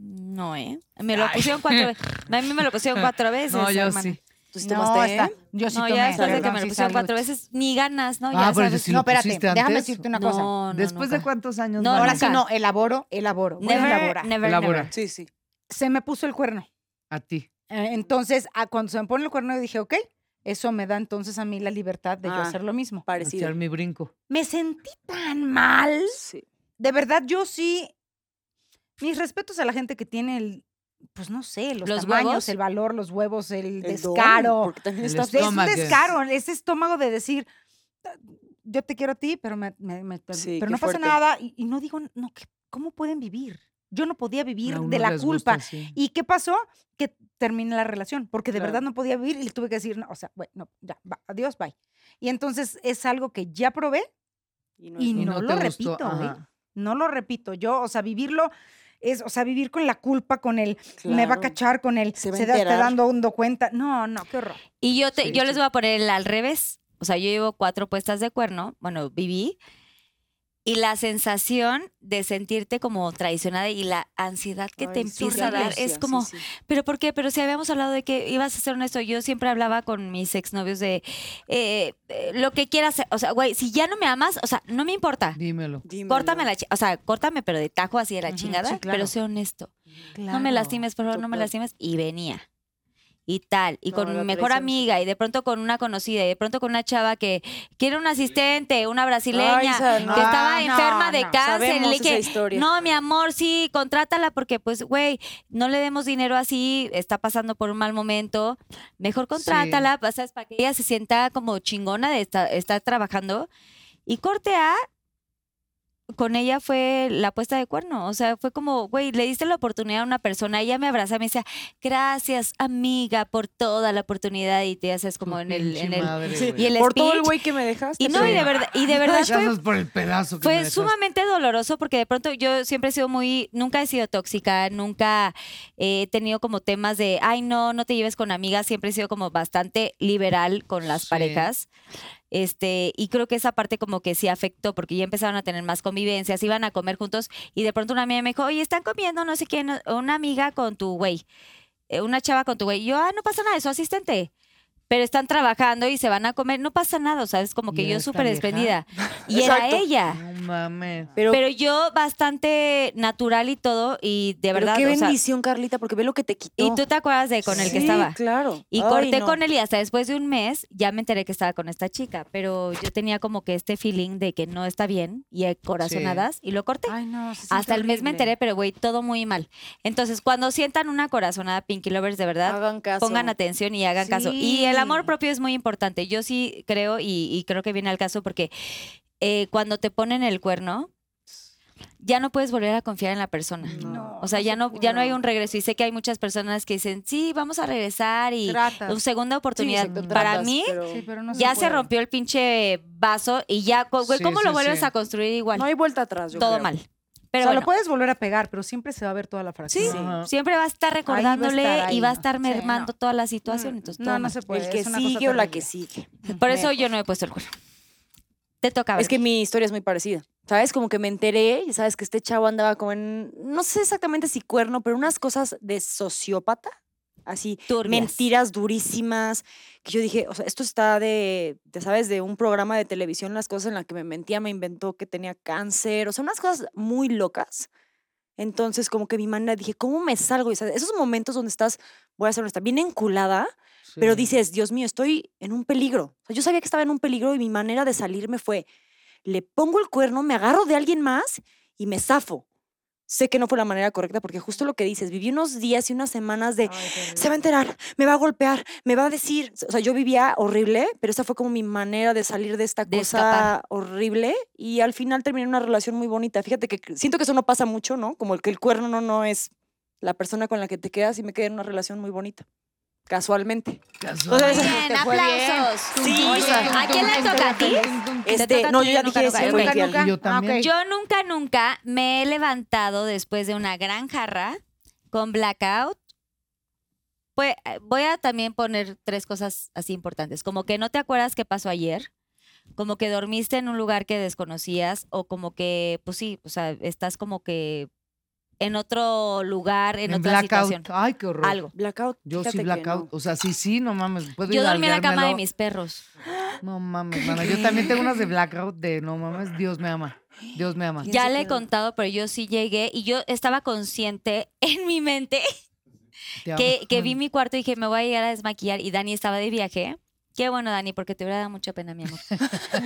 Speaker 2: No, ¿eh? Me lo pusieron cuatro veces. A mí me lo pusieron cuatro veces.
Speaker 6: No, yo
Speaker 2: hermana.
Speaker 6: sí.
Speaker 11: ¿Tú sí
Speaker 10: No,
Speaker 11: tomaste?
Speaker 10: está-
Speaker 11: ¿eh?
Speaker 10: Yo sí
Speaker 2: no,
Speaker 10: tomé.
Speaker 2: ya después de que
Speaker 10: perdón,
Speaker 2: me lo
Speaker 10: sí,
Speaker 2: pusieron
Speaker 10: salud.
Speaker 2: cuatro veces, ni ganas, ¿no?
Speaker 6: Ah,
Speaker 2: ya
Speaker 6: pero
Speaker 2: sabes.
Speaker 6: si
Speaker 10: no,
Speaker 6: lo
Speaker 10: espérate,
Speaker 6: pusiste
Speaker 10: déjame
Speaker 6: antes.
Speaker 10: decirte una
Speaker 2: No,
Speaker 10: cosa.
Speaker 2: no,
Speaker 6: ¿Después
Speaker 2: nunca.
Speaker 6: de cuántos años?
Speaker 2: No,
Speaker 6: más?
Speaker 10: Ahora
Speaker 2: nunca.
Speaker 10: sí, no, elaboro, elaboro. Voy a
Speaker 2: Never,
Speaker 10: elaborar.
Speaker 2: never,
Speaker 6: Elabora.
Speaker 2: never.
Speaker 11: Sí, sí.
Speaker 10: Se me puso el cuerno.
Speaker 6: A ti.
Speaker 10: Eh, Entonces, a- cuando se me pone el cuerno, yo dije, ok, eso me da entonces a mí la libertad de yo
Speaker 11: Ah.
Speaker 10: hacer lo mismo.
Speaker 11: Parecido.
Speaker 6: Echar mi brinco.
Speaker 10: Me sentí tan mal.
Speaker 11: Sí.
Speaker 10: De verdad, yo sí. Mis respetos a la gente que tiene el, pues no sé, los,
Speaker 2: ¿Los
Speaker 10: tamaños,
Speaker 2: huevos?
Speaker 10: el valor, los huevos, el,
Speaker 11: El don,
Speaker 10: descaro.
Speaker 11: Porque también
Speaker 6: El
Speaker 11: está
Speaker 10: Es un
Speaker 6: Estómago.
Speaker 10: descaro, ese estómago de decir, "Ah, yo te quiero a ti, pero, me, me- me-
Speaker 11: Sí, qué
Speaker 10: pero no pasa
Speaker 11: fuerte.
Speaker 10: nada. Y, y no digo, no, ¿qué- ¿cómo pueden vivir? Yo no podía vivir
Speaker 6: A uno
Speaker 10: de la
Speaker 6: les
Speaker 10: culpa.
Speaker 6: gusta, sí.
Speaker 10: ¿Y qué pasó? Que terminé la relación, porque de
Speaker 11: Claro.
Speaker 10: verdad no podía vivir y le tuve que decir, no, o sea, bueno, no, ya, va, adiós, bye. Y entonces es algo que ya probé
Speaker 11: Y
Speaker 10: y
Speaker 11: es-
Speaker 10: no,
Speaker 6: te
Speaker 10: lo
Speaker 6: gustó,
Speaker 10: repito,
Speaker 2: ¿eh?
Speaker 10: güey.
Speaker 6: ajá.
Speaker 10: No lo repito. Yo, o sea, vivirlo es, o sea, vivir con la culpa, con el me va a
Speaker 11: Claro.
Speaker 10: cachar, con el
Speaker 11: Se
Speaker 10: se,
Speaker 11: va a
Speaker 10: da, está
Speaker 11: enterar.
Speaker 10: dando hondo cuenta. No, no, qué horror.
Speaker 2: Y yo, te,
Speaker 6: Sí,
Speaker 2: yo
Speaker 6: sí.
Speaker 2: les voy a poner el al revés. O sea, yo llevo cuatro puestas de cuerno, bueno, viví. Y la sensación de sentirte como traicionada y la ansiedad que te
Speaker 11: Ay, sí,
Speaker 2: empieza a
Speaker 11: sí,
Speaker 2: dar
Speaker 11: sí,
Speaker 2: es
Speaker 11: sí,
Speaker 2: como,
Speaker 11: sí.
Speaker 2: ¿Pero por qué? Pero si habíamos hablado de que ibas a ser honesto, yo siempre hablaba con mis exnovios de eh, eh, lo que quieras, o sea, güey, si ya no me amas, o sea, no me importa.
Speaker 6: Dímelo.
Speaker 11: Dímelo.
Speaker 2: Córtame la chi- o sea, córtame, pero de tajo así de la
Speaker 10: Ujú,
Speaker 2: chingada,
Speaker 10: sí, claro.
Speaker 2: pero sé honesto. No me lastimes, por favor, no me
Speaker 11: Total.
Speaker 2: lastimes. Y venía. Y tal, y
Speaker 11: No,
Speaker 2: con mi
Speaker 11: la
Speaker 2: mejor
Speaker 11: traición, sí.
Speaker 2: amiga, y de pronto con una conocida, y de pronto con una chava que quiere un asistente, una
Speaker 11: Ay,
Speaker 2: brasileña,
Speaker 11: esa no.
Speaker 2: que estaba
Speaker 10: Ah, no,
Speaker 2: enferma de
Speaker 10: no.
Speaker 2: cáncer, y
Speaker 11: Sabemos
Speaker 2: le
Speaker 11: esa
Speaker 2: dije,
Speaker 11: historia.
Speaker 2: no, mi amor, sí, contrátala porque, pues, güey, no le demos dinero así, está pasando por un mal momento. Mejor contrátala, ¿sabes? Para que ella se sienta como chingona de esta- estar trabajando. Y corte A, con ella fue la puesta de cuerno. O sea, fue como, güey, le diste la oportunidad a una persona. Ella me abraza y me decía, gracias, amiga, por toda la oportunidad. Y te haces como en el.
Speaker 6: Pinche
Speaker 2: En el
Speaker 6: madre,
Speaker 11: Sí.
Speaker 6: güey.
Speaker 2: y el
Speaker 11: Por todo el
Speaker 2: speech.
Speaker 11: güey que me dejaste.
Speaker 2: y no, y de verdad, y de verdad fue
Speaker 6: Gracias por el pedazo que me
Speaker 2: fue
Speaker 6: dejaste.
Speaker 2: sumamente doloroso porque de pronto yo siempre he sido muy, nunca he sido tóxica, nunca eh, he tenido como temas de, ay no, no te lleves con amigas, siempre he sido como bastante liberal con las
Speaker 6: Sí.
Speaker 2: parejas. Este, y creo que esa parte como que sí afectó porque ya empezaron a tener más convivencias, iban a comer juntos y de pronto una amiga me dijo, oye, están comiendo no sé quién, una amiga con tu güey, eh, una chava con tu güey. Y yo, ah, no pasa nada, es su asistente. Pero están trabajando y se van a comer, no pasa nada, ¿sabes? Como
Speaker 6: ¿Y
Speaker 2: que
Speaker 6: era
Speaker 2: yo
Speaker 6: esta
Speaker 2: súper
Speaker 6: vieja?
Speaker 2: desprendida. Y
Speaker 11: Exacto.
Speaker 2: era ella.
Speaker 6: No mames.
Speaker 11: Pero,
Speaker 2: Pero yo bastante natural y todo, y de
Speaker 11: pero
Speaker 2: verdad.
Speaker 11: qué
Speaker 2: o sea,
Speaker 11: bendición, Carlita, porque ve lo que te quitó.
Speaker 2: y tú te acuerdas de con el que
Speaker 11: Sí,
Speaker 2: estaba.
Speaker 11: claro.
Speaker 2: Y
Speaker 11: Ay,
Speaker 2: corté
Speaker 11: no.
Speaker 2: con él y hasta después de un mes ya me enteré que estaba con esta chica, pero yo tenía como que este feeling de que no está bien y hay corazonadas y lo corté.
Speaker 10: Ay, no, se siente
Speaker 2: hasta el mes me
Speaker 10: horrible.
Speaker 2: enteré, pero güey, todo muy mal. Entonces, cuando sientan una corazonada Pinky Lovers, de verdad,
Speaker 11: Hagan caso.
Speaker 2: pongan atención y hagan caso. Y el
Speaker 10: Sí.
Speaker 2: amor propio es muy importante. Yo sí creo y, y creo que viene al caso porque eh, cuando te ponen el cuerno, ya no puedes volver a confiar en la persona.
Speaker 10: No,
Speaker 2: O sea, ya
Speaker 10: se
Speaker 2: no, ya no hay
Speaker 10: puede.
Speaker 2: un regreso. Y sé que hay muchas personas que dicen, sí, vamos a regresar y
Speaker 10: Tratas.
Speaker 2: una segunda oportunidad.
Speaker 11: exacto,
Speaker 2: Para
Speaker 11: tratas,
Speaker 2: mí,
Speaker 11: pero-
Speaker 10: Sí, pero no
Speaker 2: ya se
Speaker 10: puede.
Speaker 2: rompió el pinche vaso y ya, co- güey,
Speaker 6: Sí,
Speaker 2: ¿cómo lo
Speaker 6: sí,
Speaker 2: vuelves
Speaker 6: sí.
Speaker 2: a construir igual?
Speaker 11: No hay vuelta atrás, yo
Speaker 2: Todo
Speaker 11: creo.
Speaker 2: mal.
Speaker 10: o
Speaker 2: Pero
Speaker 10: sea,
Speaker 2: bueno,
Speaker 10: lo puedes volver a pegar, pero siempre se va a ver toda la fracción.
Speaker 11: Sí.
Speaker 6: Ajá.
Speaker 2: siempre va a estar recordándole
Speaker 10: ahí.
Speaker 2: y va a estar
Speaker 10: Sí,
Speaker 2: mermando
Speaker 10: no. Mm,
Speaker 2: toda la situación. Entonces, todo
Speaker 10: no, no
Speaker 2: mal.
Speaker 10: se puede.
Speaker 11: El que
Speaker 10: es una cosa
Speaker 11: sigue o la
Speaker 10: terrible.
Speaker 11: que sigue.
Speaker 2: Por eso yo no he puesto el cuerno. Te tocaba.
Speaker 11: Es que mi historia es muy parecida. ¿Sabes? Como que me enteré, y sabes que este chavo andaba como en, no sé exactamente si cuerno, pero unas cosas de sociópata. Así,
Speaker 2: Turbias.
Speaker 11: mentiras durísimas. Que yo dije, o sea, esto está de, ya sabes, de un programa de televisión, las cosas en las que me mentía, me inventó que tenía cáncer. O sea, unas cosas muy locas. Entonces, como que mi manera dije, ¿cómo me salgo? Y, o sea, esos momentos donde estás, voy a ser honesta, bien enculada, pero dices, Dios mío, estoy en un peligro. O sea, yo sabía que estaba en un peligro y mi manera de salirme fue, le pongo el cuerno, me agarro de alguien más y me zafo. Sé que no fue la manera correcta porque justo lo que dices, viví unos días y unas semanas de, se va a enterar, me va a golpear, me va a decir, o sea, yo vivía horrible, pero esa fue como mi manera de salir de esta
Speaker 2: De
Speaker 11: cosa
Speaker 2: escapar.
Speaker 11: horrible y al final terminé en una relación muy bonita. Fíjate que siento que eso no pasa mucho, ¿no? Como el que el cuerno no, no es la persona con la que te quedas y me quedé en una relación muy bonita, casualmente. Entonces,
Speaker 2: Bien, aplausos.
Speaker 11: Sí, o sea,
Speaker 2: ¿A quién le toca a ti? Te
Speaker 11: Este,
Speaker 2: toca a
Speaker 11: no,
Speaker 2: ti,
Speaker 11: yo ya
Speaker 2: nunca,
Speaker 11: dije
Speaker 2: nunca,
Speaker 11: eso,
Speaker 2: ok.
Speaker 11: nunca, nunca.
Speaker 6: yo también.
Speaker 2: Yo nunca, nunca me he levantado después de una gran jarra con blackout. Pues eh, voy a también poner tres cosas así importantes, como que no te acuerdas qué pasó ayer, como que dormiste en un lugar que desconocías o como que, pues sí, o sea, estás como que en otro lugar, en,
Speaker 6: En
Speaker 2: otra
Speaker 6: blackout.
Speaker 2: situación,
Speaker 6: Ay, qué horror.
Speaker 2: algo.
Speaker 11: Blackout.
Speaker 6: Yo sí
Speaker 11: fíjate que
Speaker 6: blackout.
Speaker 11: no.
Speaker 6: O sea, sí, sí, no mames. Puedo
Speaker 2: Yo
Speaker 6: ir a
Speaker 2: dormí en la cama de
Speaker 6: holgármelo.
Speaker 2: mis perros.
Speaker 6: No mames, mana. Yo también tengo unas de blackout de no mames. Dios me ama. Dios me ama.
Speaker 2: Ya le he contado, pero yo sí llegué y yo estaba consciente en mi mente
Speaker 6: Te
Speaker 2: que,
Speaker 6: amo.
Speaker 2: que vi mi cuarto y dije, me voy a llegar a desmaquillar y Dani estaba de viaje. Qué bueno, Dani, porque te hubiera dado mucha pena, mi amor.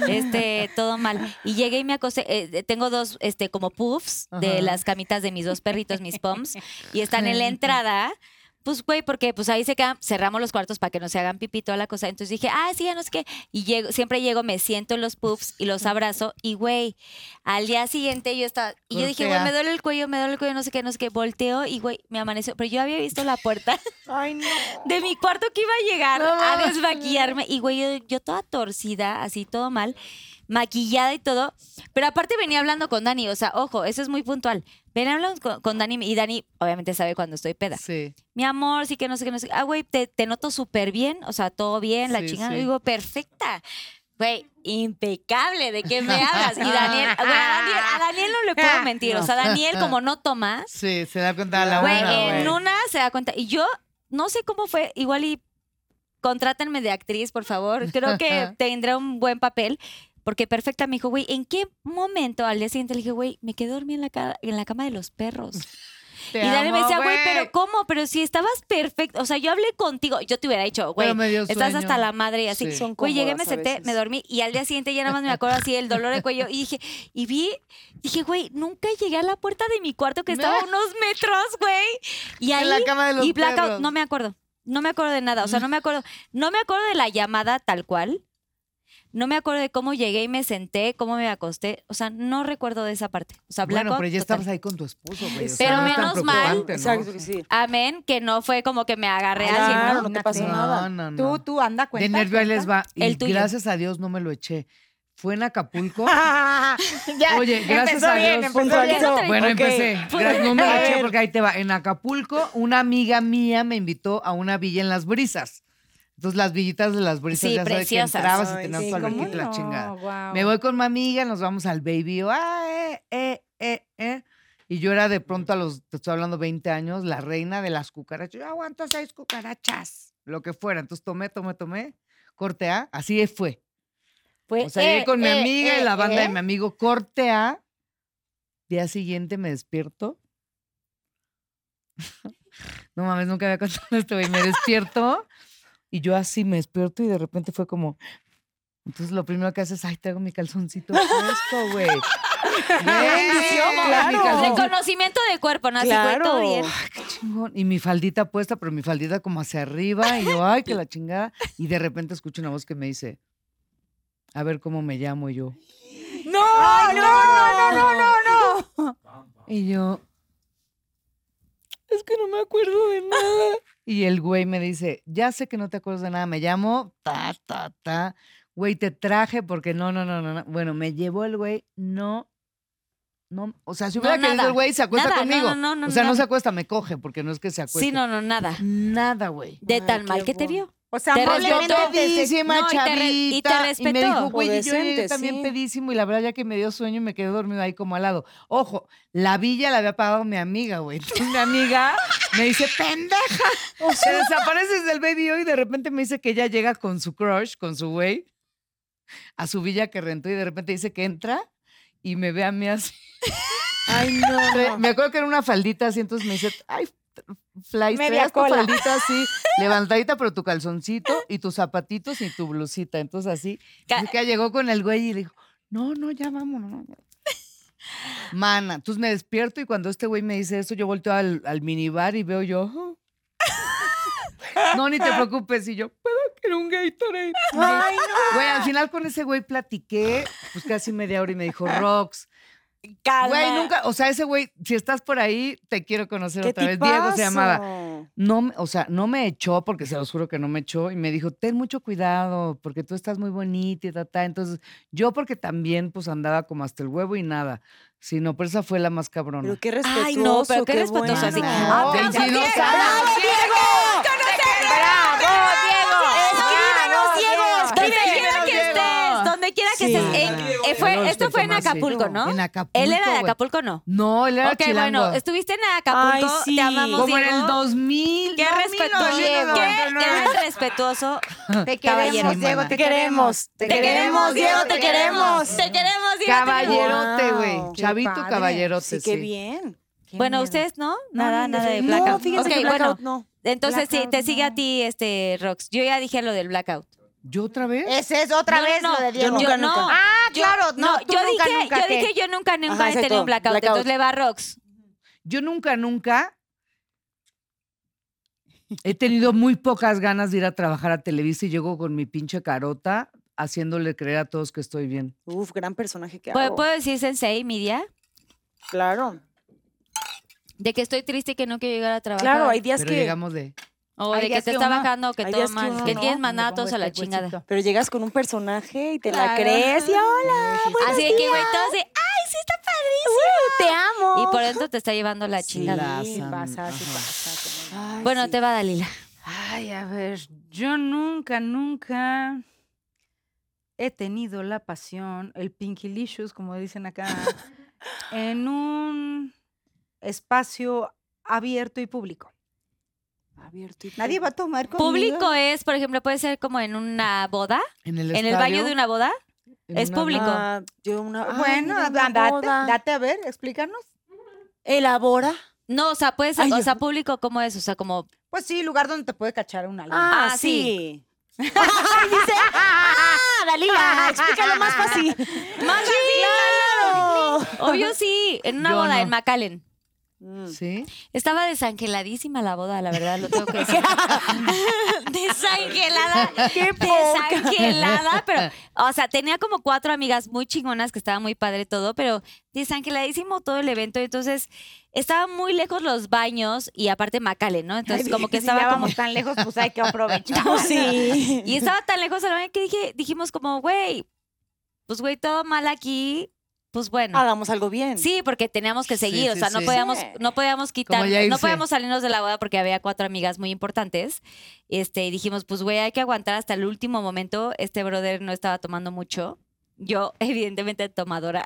Speaker 2: este, todo mal. Y llegué y me acosté. eh, tengo dos, este, como puffs
Speaker 6: Ajá.
Speaker 2: de las camitas de mis dos perritos, mis poms, y están en la entrada. Pues, güey, porque pues ahí se quedan, cerramos los cuartos para que no se hagan pipí, toda la cosa. Entonces dije, ah, sí, ya no sé qué. Y llego, siempre llego, me siento en los puffs y los abrazo. Y, güey, al día siguiente yo estaba, y yo dije, güey,
Speaker 6: Golpea.
Speaker 2: me duele el cuello, me duele el cuello, no sé qué, no sé qué. Volteo y, güey, me amaneció. Pero yo había visto la puerta
Speaker 10: Ay, no.
Speaker 2: de mi cuarto que iba a llegar a desmaquillarme. Y güey, yo, yo toda torcida, así todo mal, maquillada y todo. Pero aparte venía hablando con Dani, o sea, ojo, eso es muy puntual. Venía hablando con, con Dani y Dani obviamente sabe cuando estoy peda.
Speaker 6: Mm, Sí.
Speaker 2: Mi amor, sí que no sé qué, no sé. qué. Ah, güey, te, te noto súper bien, o sea, todo bien, la
Speaker 6: Sí,
Speaker 2: chingada.
Speaker 6: sí.
Speaker 2: Yo digo, perfecta. Güey, impecable, ¿de qué me hablas? Y Daniel, güey, a Daniel, a Daniel no le puedo mentir. O sea, Daniel, como no toma,
Speaker 6: Sí, se da cuenta a la
Speaker 2: Güey,
Speaker 6: una,
Speaker 2: en
Speaker 6: güey.
Speaker 2: una se da cuenta. Y yo no sé cómo fue, igual y contrátenme de actriz, por favor. Creo que tendré un buen papel. Porque perfecta me dijo, güey, ¿en qué momento al día siguiente le dije, güey, me quedé dormida en la, ca- en la cama de los perros?
Speaker 6: Te
Speaker 2: y Dani me
Speaker 6: amo,
Speaker 2: decía, güey, pero ¿cómo? Pero si estabas perfecto. O sea, yo hablé contigo, yo te hubiera dicho, güey,
Speaker 6: Pero me dio
Speaker 2: estás
Speaker 6: sueño.
Speaker 2: hasta la madre y así.
Speaker 6: Sí. Son
Speaker 2: Güey, llegué, me
Speaker 11: cómodas a
Speaker 2: senté,
Speaker 11: veces.
Speaker 2: me dormí y al día siguiente ya nada más me acuerdo así el dolor de cuello. Y dije, y vi, dije, güey, nunca llegué a la puerta de mi cuarto que estaba a unos metros, güey. Y ahí,
Speaker 6: En la cama de los
Speaker 2: y blackout,
Speaker 6: perros.
Speaker 2: no me acuerdo. No me acuerdo de nada, o sea, no me acuerdo, no me acuerdo de la llamada tal cual. No me acuerdo de cómo llegué y me senté, cómo me acosté, o sea, no recuerdo de esa parte. O sea,
Speaker 6: Bueno,
Speaker 2: blackout
Speaker 6: pero ya
Speaker 2: total.
Speaker 6: estabas ahí con tu esposo, güey. o sea,
Speaker 2: Pero
Speaker 6: no es tan
Speaker 2: menos mal.
Speaker 6: preocupante, ¿no?
Speaker 11: Exacto, que sí.
Speaker 2: Amén, que no fue como que me agarré a alguien, ¿no?
Speaker 11: Claro, no te pasó
Speaker 6: No,
Speaker 11: nada.
Speaker 6: no, no.
Speaker 10: Tú, tú, anda, cuenta.
Speaker 6: De nervio ahí les
Speaker 10: cuenta.
Speaker 6: va. Y
Speaker 2: El tuyo.
Speaker 6: gracias a Dios no me lo eché. Fue en Acapulco.
Speaker 10: Ah, Ya,
Speaker 6: Oye, gracias
Speaker 10: empezó
Speaker 6: a
Speaker 10: bien,
Speaker 6: Dios.
Speaker 10: empezó bien.
Speaker 11: Puntualizó.
Speaker 6: Bueno,
Speaker 11: Ok.
Speaker 6: empecé. Gracias, no me lo eché porque ahí te va. En Acapulco, una amiga mía me invitó a una villa en Las Brisas. Entonces, las villitas de Las Brisas,
Speaker 2: Sí,
Speaker 6: ya sabes que
Speaker 2: preciosas.
Speaker 6: entrabas y
Speaker 11: Ay,
Speaker 6: tenías
Speaker 11: sí,
Speaker 6: tu alberquita y
Speaker 10: ¿Cómo
Speaker 6: la
Speaker 10: no?
Speaker 6: chingada.
Speaker 10: Guau.
Speaker 6: Me voy con mi amiga, nos vamos al baby. yo, ah, eh, eh, eh, eh. Y yo era de pronto a los, te estoy hablando, 20 años, la reina de las cucarachas. Yo aguanto seis cucarachas, lo que fuera. Entonces tomé, tomé, tomé, corte A, así fue.
Speaker 10: Fue,
Speaker 6: O sea, llegué
Speaker 10: eh,
Speaker 6: con mi
Speaker 10: eh,
Speaker 6: amiga
Speaker 10: eh,
Speaker 6: y la banda
Speaker 10: eh.
Speaker 6: de mi amigo. Corte A. Día siguiente me despierto. no mames, nunca había contado esto, güey. Me despierto y yo así me despierto y de repente fue como. Entonces lo primero que haces es, ay, traigo mi calzoncito fresco, güey. Bendición,
Speaker 11: claro.
Speaker 6: Mi
Speaker 2: De
Speaker 6: calzoncito
Speaker 2: conocimiento de cuerpo, ¿no? Así fue
Speaker 11: Claro.
Speaker 2: todo bien.
Speaker 6: chingón. Y mi faldita puesta, pero mi faldita como hacia arriba. Y yo, ay, que la chingada. Y de repente escucho una voz que me dice, a ver cómo me llamo Y yo.
Speaker 10: No, no, no, no, no, no, no.
Speaker 6: Y yo, es que no me acuerdo de nada. Y el güey me dice, ya sé que no te acuerdas de nada, me llamo, ta, ta, ta. Güey, te traje porque no, no, no, no. no. Bueno, me llevó el güey, no, no. O sea, si hubiera
Speaker 2: No,
Speaker 6: querido
Speaker 2: nada,
Speaker 6: el güey, se acuesta
Speaker 2: nada, no,
Speaker 6: conmigo.
Speaker 2: no, no, no,
Speaker 6: o sea, no
Speaker 2: nada.
Speaker 6: se acuesta, me coge, porque no es que se acueste.
Speaker 2: Sí, no, no, nada.
Speaker 6: Nada, güey.
Speaker 2: De
Speaker 11: Ay,
Speaker 2: tan
Speaker 11: qué
Speaker 2: mal que te vio.
Speaker 10: O sea,
Speaker 2: Te
Speaker 10: amablemente
Speaker 2: respetó.
Speaker 10: desde-
Speaker 6: pedísima,
Speaker 2: No, y te re- y te
Speaker 6: chavita. me
Speaker 2: respetó.
Speaker 6: dijo, güey, y yo llegué
Speaker 11: Obedecente,
Speaker 6: también
Speaker 11: sí.
Speaker 6: pedísimo y la verdad ya que me dio sueño y me quedé dormido ahí como al lado. Ojo, la villa la había pagado mi amiga, güey. Entonces, mi amiga me dice, pendeja, te desapareces del baby hoy y de repente me dice que ella llega con su crush, con su güey, a su villa que rentó y de repente dice que entra y me ve a mí así.
Speaker 11: Ay, no.
Speaker 6: Tra- Me acuerdo que era una faldita así, entonces me dice, ay, t- Fly,
Speaker 10: Media
Speaker 6: traías tu
Speaker 10: cola.
Speaker 6: faldita así, levantadita, pero tu calzoncito y tus zapatitos y tu blusita. Entonces así, así que llegó con el güey y le dijo, no, no, ya vámonos. Mana, entonces me despierto y cuando este güey me dice eso, yo volteo al, al minibar y veo yo, "Oh". no, ni te preocupes, y yo, pero quiero un Gatorade. Ay, no. Güey, al final con ese güey platiqué, pues casi media hora y me dijo, Rox,
Speaker 11: Calma.
Speaker 6: Güey, nunca, o sea, ese güey, si estás por ahí, te quiero conocer
Speaker 11: ¿Qué
Speaker 6: otra vez. Diego se llamaba. No, me- o sea, no me echó, porque se los juro que no me echó, y me dijo, ten mucho cuidado, porque tú estás muy bonita y ta, ta. Entonces, yo porque también, pues, andaba como hasta el huevo y nada. Sí, no, pero esa fue la más cabrona.
Speaker 11: Pero qué Ah, respetuoso.
Speaker 2: Ay, no, pero qué respetuoso,
Speaker 11: bueno.
Speaker 2: así. "Ah,
Speaker 6: No,
Speaker 2: ¡Aplausos,
Speaker 6: 22
Speaker 2: Diego!
Speaker 6: años.
Speaker 2: ¡Bravo, Diego! Donde quiera que
Speaker 6: Diego!
Speaker 2: estés, donde quiera que
Speaker 6: Sí,
Speaker 2: estés.
Speaker 6: claro.
Speaker 2: Eh, eh, fue-
Speaker 6: Diego,
Speaker 11: Este
Speaker 2: esto fue en
Speaker 6: Superman, sí.
Speaker 2: Acapulco, ¿no?
Speaker 6: En Acapulco,
Speaker 2: Él era de
Speaker 6: güey.
Speaker 2: Acapulco, ¿no?
Speaker 6: No, él era
Speaker 2: ok,
Speaker 6: chilango.
Speaker 2: bueno, estuviste en Acapulco,
Speaker 11: Ay, sí.
Speaker 2: te amamos,
Speaker 6: como en el
Speaker 2: Diego.
Speaker 6: 2000.
Speaker 2: Qué
Speaker 6: no,
Speaker 2: respetuoso,
Speaker 6: 1999.
Speaker 2: qué eres respetuoso.
Speaker 9: Te
Speaker 2: Caballero.
Speaker 9: queremos, Diego, te
Speaker 11: Te queremos.
Speaker 9: queremos.
Speaker 11: Te queremos, Diego, te queremos.
Speaker 2: Te queremos, Diego.
Speaker 6: Caballerote,
Speaker 11: Wow,
Speaker 6: güey.
Speaker 11: qué
Speaker 6: Chavito
Speaker 9: padre.
Speaker 11: Sí,
Speaker 6: caballerote.
Speaker 11: qué bien.
Speaker 2: Bueno, ustedes no, nada,
Speaker 9: no,
Speaker 2: nada de
Speaker 9: no,
Speaker 2: blackout.
Speaker 11: No, fíjense
Speaker 2: Ok,
Speaker 11: que Blackout
Speaker 2: bueno,
Speaker 11: no.
Speaker 2: entonces sí,
Speaker 9: Blackout,
Speaker 2: te sigue
Speaker 9: no.
Speaker 2: a ti, este, Rox. Yo ya dije lo del blackout.
Speaker 6: ¿Yo otra vez?
Speaker 9: Ese es otra
Speaker 2: No,
Speaker 9: vez
Speaker 2: no,
Speaker 9: lo de
Speaker 2: yo
Speaker 9: Diego.
Speaker 11: nunca,
Speaker 2: Yo
Speaker 11: nunca.
Speaker 2: no.
Speaker 9: Ah,
Speaker 2: Yo-
Speaker 9: claro, no, tú
Speaker 2: yo
Speaker 9: nunca,
Speaker 2: dije,
Speaker 9: nunca,
Speaker 2: yo
Speaker 9: ¿qué?
Speaker 2: dije yo nunca, nunca
Speaker 11: Ajá,
Speaker 2: he tenido
Speaker 11: exacto,
Speaker 2: un blackout,
Speaker 11: blackout.
Speaker 2: Entonces le va a Rox.
Speaker 6: Yo nunca, nunca he tenido muy pocas ganas de ir a trabajar a Televisa y llego con mi pinche carota haciéndole creer a todos que estoy bien.
Speaker 11: Uf, gran personaje que
Speaker 2: ¿Puedo,
Speaker 11: hago.
Speaker 2: puedo decir Sensei, mi día?
Speaker 11: Claro.
Speaker 2: De que estoy triste y que no quiero llegar a trabajar.
Speaker 11: Claro, hay días
Speaker 6: Pero
Speaker 11: que...
Speaker 6: llegamos de.
Speaker 2: O
Speaker 9: Hay
Speaker 2: de que
Speaker 9: días
Speaker 2: te
Speaker 9: Oh, que
Speaker 2: está
Speaker 9: uno-
Speaker 2: bajando, que
Speaker 11: hay
Speaker 2: todo
Speaker 11: días que
Speaker 2: mal,
Speaker 11: uno
Speaker 2: que
Speaker 11: no,
Speaker 2: tienes
Speaker 9: Me
Speaker 2: mandar a
Speaker 9: pongo
Speaker 2: todos a
Speaker 9: este
Speaker 2: la chingada.
Speaker 9: huesito.
Speaker 11: Pero llegas con un personaje y te la
Speaker 9: Claro.
Speaker 11: crees y hola, buenos
Speaker 2: Así de que,
Speaker 11: días.
Speaker 2: güey, todos de, ¡ay, sí está padrísimo!
Speaker 11: Te amo.
Speaker 2: Y por dentro te está llevando la chingada.
Speaker 6: la san-
Speaker 9: pasa, sí
Speaker 6: ajá.
Speaker 9: pasa, que no.
Speaker 11: Ay,
Speaker 2: Bueno,
Speaker 11: sí.
Speaker 2: te va Dalila.
Speaker 9: Ay, a ver, yo nunca, nunca he tenido la pasión, el pinkilicious, como dicen acá, en un espacio abierto y público.
Speaker 11: Abierto y
Speaker 9: Nadie
Speaker 11: todo.
Speaker 9: va a tomar conmigo.
Speaker 2: Público es, por ejemplo, puede ser como en una boda,
Speaker 6: En el,
Speaker 2: en el baño de una boda. es público.
Speaker 11: Ah, yo una, ay,
Speaker 9: Bueno,
Speaker 11: mira, una
Speaker 9: date,
Speaker 11: boda.
Speaker 9: date a ver, explícanos.
Speaker 11: Elabora.
Speaker 2: No, o sea, puede ser,
Speaker 11: Ay,
Speaker 2: o
Speaker 11: yo-
Speaker 2: sea, público como es, o sea, como
Speaker 9: Pues sí, lugar donde te puede cachar un algo.
Speaker 11: Ah,
Speaker 2: Ah,
Speaker 11: sí. Ay, dice, ah, Dalila, explícalo más fácil.
Speaker 2: Más
Speaker 11: claro.
Speaker 2: Obvio sí, en una
Speaker 6: Yo
Speaker 2: boda
Speaker 6: no.
Speaker 2: en McAllen.
Speaker 11: Mm.
Speaker 6: Sí.
Speaker 2: Estaba desangeladísima la boda, la verdad, lo tengo que decir. desangelada. Desangelada, pero, o sea, tenía como cuatro amigas muy chingonas que estaba muy padre todo, pero desangeladísimo todo el evento. Entonces, estaban muy lejos los baños y aparte Macale, ¿no? Entonces, como que
Speaker 9: si ya
Speaker 2: estaba como.
Speaker 9: vamos tan lejos, pues hay que aprovechar.
Speaker 11: Pues sí.
Speaker 2: Y estaba tan lejos el baño que dije, dijimos como, güey, pues güey, todo mal aquí. Pues bueno.
Speaker 11: Hagamos algo bien.
Speaker 2: Sí, porque teníamos que
Speaker 6: Sí,
Speaker 2: seguir, o
Speaker 6: sí,
Speaker 2: sea, no
Speaker 6: sí.
Speaker 2: podíamos,
Speaker 11: Sí.
Speaker 2: no podíamos quitar,
Speaker 6: Como ya
Speaker 2: no
Speaker 6: irse.
Speaker 2: podíamos salirnos de la boda porque había cuatro amigas muy importantes. Este, y dijimos, pues güey, hay que aguantar hasta el último momento. Este brother no estaba tomando mucho. Yo, evidentemente, tomadora.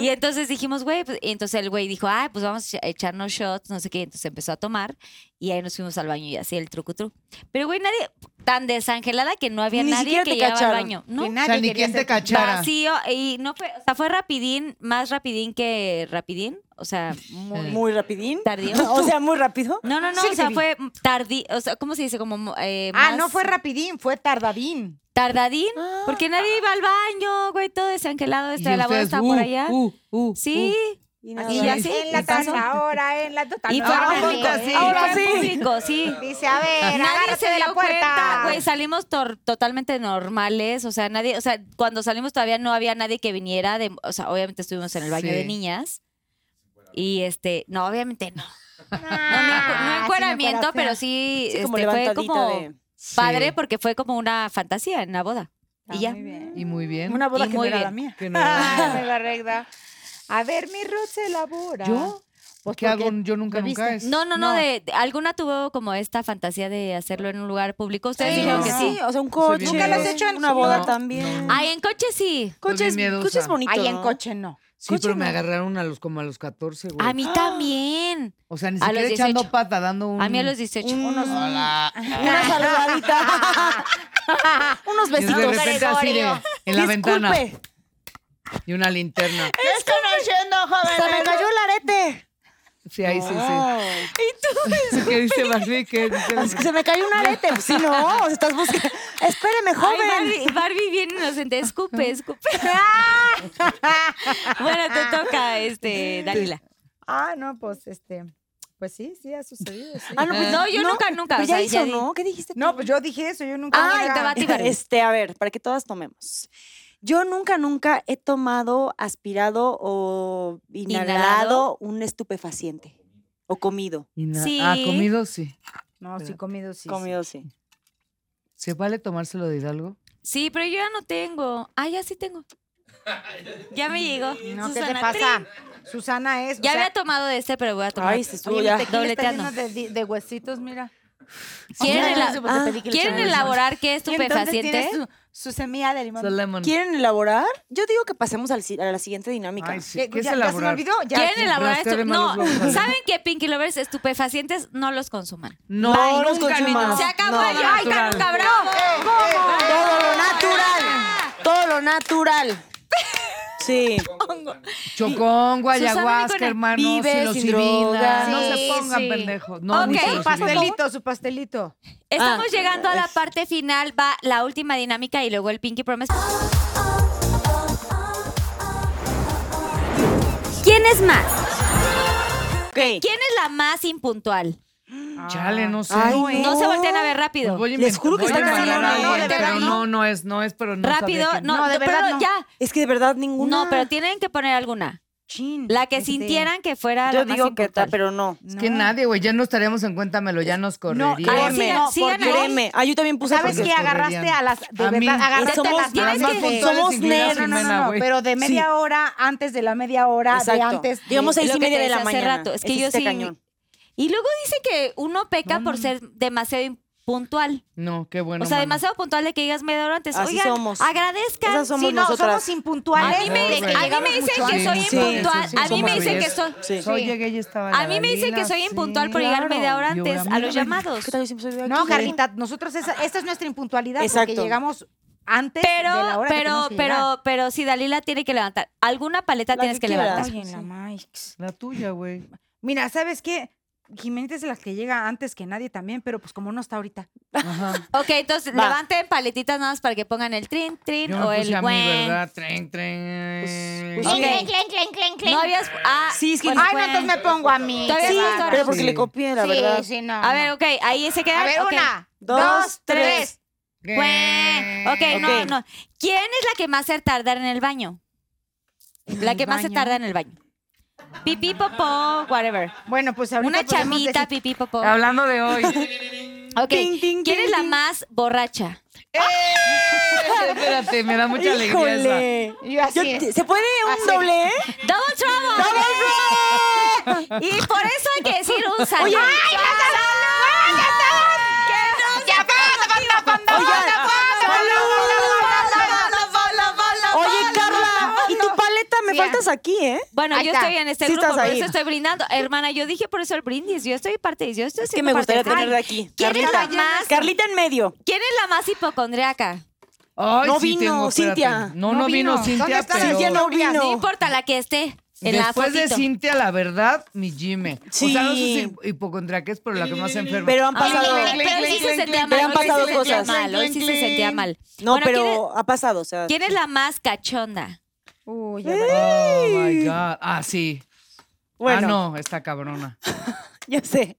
Speaker 2: y entonces dijimos, güey, pues, y entonces el güey dijo, ah, pues vamos a echarnos shots, no sé qué. Entonces empezó a tomar y ahí nos fuimos al baño y así el trucutru. Pero güey, nadie, tan desangelada que no había
Speaker 11: Ni
Speaker 2: nadie
Speaker 11: siquiera
Speaker 2: que
Speaker 11: te
Speaker 2: llegaba al
Speaker 11: cacharon.
Speaker 2: baño. No,
Speaker 9: Que
Speaker 6: O
Speaker 9: nadie
Speaker 6: sea, ni
Speaker 9: quería
Speaker 6: quien te
Speaker 9: ser-
Speaker 6: cachara.
Speaker 2: Vacío y no fue, o sea, fue rapidín, más rapidín que rapidín, o sea, muy
Speaker 11: Muy rapidín.
Speaker 2: tardío.
Speaker 11: O sea, muy rápido.
Speaker 2: No, no, no, o sea, fue tardí, o sea, ¿cómo se dice? Como eh,
Speaker 9: Ah,
Speaker 2: más
Speaker 9: no fue rapidín, fue tardadín.
Speaker 2: tardadín,
Speaker 11: Ah,
Speaker 2: porque nadie iba al baño, güey, todo desangelado,
Speaker 6: Y
Speaker 2: este de la boda
Speaker 6: ustedes,
Speaker 2: está
Speaker 6: uh,
Speaker 2: por allá.
Speaker 6: uh, uh,
Speaker 2: Ah, sí,
Speaker 11: Y nada.
Speaker 2: y
Speaker 6: ya
Speaker 2: así
Speaker 9: En la
Speaker 2: y pasó.
Speaker 9: taza, ahora en la total.
Speaker 2: Y
Speaker 9: no,
Speaker 2: fue
Speaker 9: ahora
Speaker 2: público,
Speaker 9: en la-
Speaker 2: y
Speaker 11: ahora
Speaker 2: fue
Speaker 11: sí.
Speaker 2: público, sí.
Speaker 9: Dice, a ver,
Speaker 2: Nadie
Speaker 9: agárrate
Speaker 2: se
Speaker 9: de
Speaker 2: dio
Speaker 9: la
Speaker 2: cuenta,
Speaker 9: puerta.
Speaker 2: güey. Salimos tor- totalmente normales. O sea, nadie, o sea, cuando salimos todavía no había nadie que viniera. De, o sea, obviamente estuvimos en el baño
Speaker 6: Sí.
Speaker 2: de niñas. Y este, no, obviamente no. No, no, encu- no
Speaker 9: Ah,
Speaker 2: encueramiento,
Speaker 9: sí me acuerdo,
Speaker 2: pero
Speaker 9: sí.
Speaker 2: sí,
Speaker 11: Sí, como
Speaker 2: este, fue
Speaker 11: levantadita
Speaker 2: como
Speaker 11: de.
Speaker 2: padre porque fue como una fantasía en la boda. y ya.
Speaker 9: Muy bien.
Speaker 6: Y muy bien.
Speaker 9: Una boda
Speaker 2: Y
Speaker 9: que no
Speaker 2: muy
Speaker 9: era la
Speaker 2: bien.
Speaker 9: mía.
Speaker 6: Que no era-
Speaker 9: Ay, la regla. A ver, mi Ruth se elabora.
Speaker 6: ¿Yo?
Speaker 9: Pues
Speaker 6: ¿Qué hago?
Speaker 9: porque
Speaker 6: Yo nunca, nunca
Speaker 9: bebiste.
Speaker 6: es.
Speaker 2: No, no, no,
Speaker 9: No.
Speaker 2: de, de- alguna tuvo como esta fantasía de hacerlo en un lugar público. Ustedes
Speaker 11: Sí,
Speaker 2: dijeron
Speaker 6: no.
Speaker 2: que sí.
Speaker 11: sí, o sea, un
Speaker 6: Soy
Speaker 11: coche.
Speaker 6: bien
Speaker 9: Nunca lo has hecho en
Speaker 11: una
Speaker 9: su
Speaker 11: boda
Speaker 6: No,
Speaker 11: también.
Speaker 6: no.
Speaker 2: Ay, en coche sí.
Speaker 11: Coches,
Speaker 6: bien miedosa.
Speaker 11: coches bonitos.
Speaker 9: Ahí en
Speaker 11: ¿no?
Speaker 9: coche no.
Speaker 6: Sí, pero me
Speaker 11: no.
Speaker 6: agarraron a los como a los 14, güey.
Speaker 2: A
Speaker 9: Ah.
Speaker 2: mí también.
Speaker 6: o sea,
Speaker 2: a
Speaker 6: ni
Speaker 2: los
Speaker 6: siquiera echando
Speaker 2: 18.
Speaker 6: pata, dando un.
Speaker 2: A mí a los 18.
Speaker 9: Mm.
Speaker 6: Hola.
Speaker 11: Una saludadita. Unos
Speaker 6: Y de
Speaker 11: besitos.
Speaker 6: repente así de, en la ventana.
Speaker 11: Disculpe.
Speaker 6: Y una linterna.
Speaker 10: Desconociendo, joven.
Speaker 11: ¡Se me cayó el arete!
Speaker 6: Sí, ahí sí, sí. ¿Y tú? ¿Qué dice Barbie? ¿Qué dice
Speaker 11: Ah. Es que se me cayó un arete. Pues sí, no. o sea, Estás buscando. Espéreme,
Speaker 2: Ay,
Speaker 11: joven.
Speaker 2: Barbie, Barbie viene inocente. Escupe, escupe. bueno, te toca, este, Dalila.
Speaker 10: Ah, no, pues este. Pues sí, sí ha sucedido. sí.
Speaker 11: Ah, no, pues,
Speaker 2: No, yo nunca, nunca.
Speaker 11: Pero
Speaker 2: o
Speaker 11: ya
Speaker 2: sea,
Speaker 11: hizo,
Speaker 2: ya di-
Speaker 11: ¿no? ¿Qué dijiste? tú?
Speaker 10: No, pues yo dije eso, yo nunca.
Speaker 2: Ay,
Speaker 10: hubiera-
Speaker 2: te va a tirar.
Speaker 11: Este, a ver, para que todas tomemos. Yo nunca, nunca he tomado, aspirado o inhalado,
Speaker 2: Inhalado.
Speaker 11: un estupefaciente. O comido.
Speaker 6: Y na-
Speaker 2: Sí.
Speaker 6: Ah, comido, sí.
Speaker 10: No, sí,
Speaker 6: Espera.
Speaker 10: comido sí. sí.
Speaker 11: comido, sí.
Speaker 6: ¿Se vale tomárselo de Hidalgo?
Speaker 2: Sí, pero yo ya no tengo. Ah, ya sí tengo. Ya me llegó.
Speaker 10: No, ¿qué te
Speaker 2: Susana,
Speaker 10: pasa?
Speaker 2: trin.
Speaker 10: Susana es. o
Speaker 2: Ya
Speaker 10: sea,
Speaker 2: había tomado de este, pero voy a tomar.
Speaker 11: Ay, se estuvo
Speaker 10: oye, mi
Speaker 11: ya.
Speaker 10: tequila está
Speaker 2: dobleteando.
Speaker 10: lleno de, di- de huesitos, mira.
Speaker 2: ¿Quieren,
Speaker 10: Ay, no
Speaker 2: ela-
Speaker 10: sé por qué
Speaker 11: ah,
Speaker 10: pedí que le
Speaker 2: ¿quieren
Speaker 10: echaran
Speaker 2: elaborar qué
Speaker 10: limón. Y entonces tiene
Speaker 2: estupefaciente?
Speaker 10: Su, su semilla de limón.
Speaker 6: So lemon.
Speaker 11: ¿Quieren elaborar? Yo digo que pasemos al si- a la siguiente dinámica.
Speaker 6: Ay, sí.
Speaker 10: ¿Qué-
Speaker 6: ¿Qué es
Speaker 10: ya, ya se me
Speaker 6: elaborar?
Speaker 10: olvidó. Ya.
Speaker 2: ¿Quieren
Speaker 6: sí,
Speaker 2: elaborar
Speaker 6: rascar
Speaker 2: esto?
Speaker 6: de manos,
Speaker 2: No,
Speaker 6: vamos a ver.
Speaker 2: ¿saben que Pinky Lovers estupefacientes no los consuman?
Speaker 6: No,
Speaker 11: Ay, no
Speaker 6: nunca,
Speaker 11: consumas.
Speaker 6: niños.
Speaker 2: Se acabó
Speaker 11: no,
Speaker 2: el ¡Ay,
Speaker 6: natural.
Speaker 2: Canuca, bravo!
Speaker 11: Todo lo natural. Todo lo natural. Sí.
Speaker 6: Chocón, guayaguasca,
Speaker 2: Susana
Speaker 6: hermanos,
Speaker 11: vive sin
Speaker 6: psilocibina.
Speaker 11: drogas.
Speaker 6: No
Speaker 10: Sí,
Speaker 6: se pongan
Speaker 10: sí.
Speaker 6: pendejos. No,
Speaker 2: Ok,
Speaker 6: ni
Speaker 10: Su
Speaker 6: psilocibina.
Speaker 10: pastelito, su pastelito.
Speaker 11: Ah.
Speaker 2: Estamos llegando a la parte final, va la última dinámica y luego el Pinky Promise.
Speaker 7: ¿Quién es más?
Speaker 11: Ok.
Speaker 2: ¿Quién es la más impuntual?
Speaker 6: Chale, no sé.
Speaker 11: Ay,
Speaker 6: Pues
Speaker 2: No se
Speaker 11: No.
Speaker 2: voltean a ver rápido.
Speaker 6: voy a
Speaker 11: Les juro que
Speaker 6: inventar-
Speaker 11: está
Speaker 6: voy a inventar
Speaker 11: cañón,
Speaker 6: algo,
Speaker 11: ¿eh? De
Speaker 6: pero
Speaker 11: verdad,
Speaker 6: no, no es, no es, pero no
Speaker 2: Rápido,
Speaker 6: sabía que-
Speaker 2: no,
Speaker 10: No, de
Speaker 2: pero
Speaker 10: verdad no.
Speaker 2: ya.
Speaker 11: Es que de verdad ninguna.
Speaker 2: No, pero tienen que poner alguna.
Speaker 10: Chin.
Speaker 2: La que
Speaker 10: este,
Speaker 2: sintieran que fuera
Speaker 11: Yo
Speaker 2: la más
Speaker 11: digo que está,
Speaker 2: impuntual.
Speaker 11: pero no.
Speaker 6: Es que nadie, güey, ya no estaríamos en Cuéntamelo, ya nos correría.
Speaker 2: Ay,
Speaker 11: Créeme,
Speaker 2: sigan- sigan ahí.
Speaker 11: créeme. Ah, yo también puse
Speaker 10: ¿Sabes
Speaker 11: porque-
Speaker 10: qué?
Speaker 6: Porque
Speaker 10: Agarraste
Speaker 6: correrían.
Speaker 10: a las. De
Speaker 6: A mí-
Speaker 10: verdad, agarraste a
Speaker 11: Somos-
Speaker 10: las.
Speaker 2: tienes
Speaker 6: Las más
Speaker 2: que-
Speaker 6: puntuales,
Speaker 11: somos
Speaker 6: incluida
Speaker 11: nerds.
Speaker 10: No, no,
Speaker 6: Jimena,
Speaker 10: no, no,
Speaker 6: güey.
Speaker 10: pero de media hora antes de la media hora de
Speaker 11: Exacto.
Speaker 10: antes. de-
Speaker 11: Digamos seis
Speaker 2: Lo
Speaker 11: y
Speaker 2: que
Speaker 11: media
Speaker 2: te
Speaker 11: de la
Speaker 2: decía hace
Speaker 11: mañana.
Speaker 2: rato, es que
Speaker 11: Ese
Speaker 2: yo
Speaker 11: está
Speaker 2: sí-
Speaker 11: cañón.
Speaker 2: Y luego dice que uno peca por ser demasiado impuntual.
Speaker 6: No, qué bueno.
Speaker 2: o sea,
Speaker 6: mano.
Speaker 2: demasiado puntual de que digas media hora antes.
Speaker 11: Así
Speaker 2: Oigan,
Speaker 11: somos.
Speaker 2: agradezcan.
Speaker 11: Esas somos
Speaker 10: Sí, no,
Speaker 11: nosotras.
Speaker 10: somos impuntuales.
Speaker 2: A mí me,
Speaker 10: de
Speaker 2: dicen-
Speaker 10: que
Speaker 2: a mí
Speaker 10: llegamos
Speaker 2: me dicen
Speaker 10: mucho
Speaker 2: que
Speaker 10: antes.
Speaker 2: soy
Speaker 11: Sí,
Speaker 2: impuntual.
Speaker 6: sí, sí,
Speaker 2: a mí
Speaker 6: somos
Speaker 2: me dicen que
Speaker 6: gays.
Speaker 2: soy...
Speaker 11: Sí.
Speaker 6: Soy llegué y estaba la
Speaker 2: A mí me dicen que
Speaker 6: Dalila,
Speaker 2: soy
Speaker 6: sí,
Speaker 2: impuntual por llegar
Speaker 6: claro.
Speaker 2: media hora
Speaker 6: Yo,
Speaker 2: antes
Speaker 6: mí
Speaker 2: a
Speaker 6: no
Speaker 2: los
Speaker 6: me-
Speaker 2: llamados.
Speaker 11: ¿Qué tal? Yo siempre soy de
Speaker 10: No,
Speaker 11: aquí.
Speaker 10: Carlita, nosotros esa, esta es nuestra impuntualidad
Speaker 11: Exacto.
Speaker 10: porque llegamos antes
Speaker 2: Pero,
Speaker 10: de la hora que
Speaker 2: pero,
Speaker 10: tenemos que llegar.
Speaker 2: pero, pero si Dalila tiene que levantar, alguna paleta
Speaker 11: La
Speaker 2: tienes
Speaker 11: que
Speaker 2: que,
Speaker 11: quieras.
Speaker 2: levantar.
Speaker 10: Oye, la Mike's.
Speaker 6: La tuya, güey.
Speaker 10: Mira, ¿sabes qué? Jiménez es de las que llega antes que nadie también, pero pues como no está ahorita.
Speaker 6: Ajá.
Speaker 2: Ok, entonces
Speaker 11: Va.
Speaker 2: levanten paletitas nada más para que pongan el trin, trin
Speaker 6: Yo
Speaker 2: o
Speaker 6: me
Speaker 2: el
Speaker 6: puse a mí,
Speaker 2: buen.
Speaker 6: ¿verdad? Tren, tren.
Speaker 11: Pues- pues
Speaker 2: Ok.
Speaker 11: sí.
Speaker 2: No habías. Ah,
Speaker 11: Sí, es que-
Speaker 2: bueno,
Speaker 10: Ay, no,
Speaker 2: buen.
Speaker 10: entonces me pongo a mí.
Speaker 2: Todavía
Speaker 10: qué
Speaker 2: sí,
Speaker 10: bárbaro.
Speaker 11: Pero porque
Speaker 6: Sí.
Speaker 11: le copié, la
Speaker 10: Sí,
Speaker 11: verdad.
Speaker 10: sí, no.
Speaker 2: A ver, ok, ahí se queda.
Speaker 10: A ver, una, dos, tres.
Speaker 2: Buen. ok, no,
Speaker 11: Ok.
Speaker 2: no. ¿Quién es la que más se tarda en el baño? La que más se tarda en el baño. Pipí, popó, whatever.
Speaker 10: Bueno, pues ahorita
Speaker 2: Una
Speaker 10: podemos decir-
Speaker 2: chamita, pipí, popó.
Speaker 6: Hablando de hoy.
Speaker 2: Ok,
Speaker 11: Ting, ting,
Speaker 2: ¿quién
Speaker 11: ting,
Speaker 2: es la
Speaker 11: ting.
Speaker 2: más borracha?
Speaker 6: Espérate, me da mucha alegría esa.
Speaker 11: Híjole.
Speaker 10: Yo así
Speaker 11: Yo-
Speaker 10: de-
Speaker 11: ¿Se puede un
Speaker 10: Así.
Speaker 11: doble? eh?
Speaker 2: ¡Double trouble! Y por eso hay que decir un saludo.
Speaker 11: Oye, Oye, Carla, y tu paleta me
Speaker 10: Mira.
Speaker 11: faltas aquí, ¿eh?
Speaker 2: Bueno,
Speaker 10: Ahí
Speaker 2: yo
Speaker 10: está.
Speaker 2: estoy en este
Speaker 11: Sí
Speaker 2: grupo,
Speaker 11: estás
Speaker 2: por
Speaker 11: ahí.
Speaker 2: eso estoy brindando. Hermana, yo dije por eso el brindis. Yo estoy parte de yo estoy
Speaker 11: Es que
Speaker 2: siendo
Speaker 11: me
Speaker 2: parte
Speaker 11: gustaría
Speaker 2: de- este
Speaker 11: tener de aquí.
Speaker 2: ¿Quién es la más?
Speaker 11: Carlita en medio.
Speaker 2: ¿Quién es la más hipocondriaca?
Speaker 6: Ay,
Speaker 11: No
Speaker 6: sí
Speaker 11: vino,
Speaker 6: tengo, espérate.
Speaker 11: Cintia.
Speaker 6: No, no vino
Speaker 10: ¿Dónde
Speaker 6: Cintia,
Speaker 10: está la
Speaker 6: pero...
Speaker 11: Cintia no
Speaker 10: novias?
Speaker 2: No
Speaker 11: vino.
Speaker 2: importa la que esté en la
Speaker 6: Después de
Speaker 2: fotito.
Speaker 6: Cintia, la verdad, mi Jime. O sea, no sé
Speaker 11: Sí.
Speaker 6: si hipocondriaca es, pero la que más se enferma.
Speaker 11: Pero han
Speaker 2: Ay,
Speaker 11: pasado.
Speaker 2: pero hoy sí se sentía
Speaker 11: Pero
Speaker 2: mal.
Speaker 11: han
Speaker 2: hoy sí
Speaker 11: pasado
Speaker 2: se sentía
Speaker 11: cosas.
Speaker 2: mal, Hoy sí se sentía mal.
Speaker 11: No,
Speaker 2: Bueno,
Speaker 11: pero
Speaker 2: ¿quién es-
Speaker 11: ha pasado, o sea.
Speaker 2: ¿Quién es la más cachonda?
Speaker 10: Uy, ya va.
Speaker 6: Oh, my God. Ah, sí.
Speaker 11: Bueno,
Speaker 6: Ah, no, está cabrona.
Speaker 11: ya sé.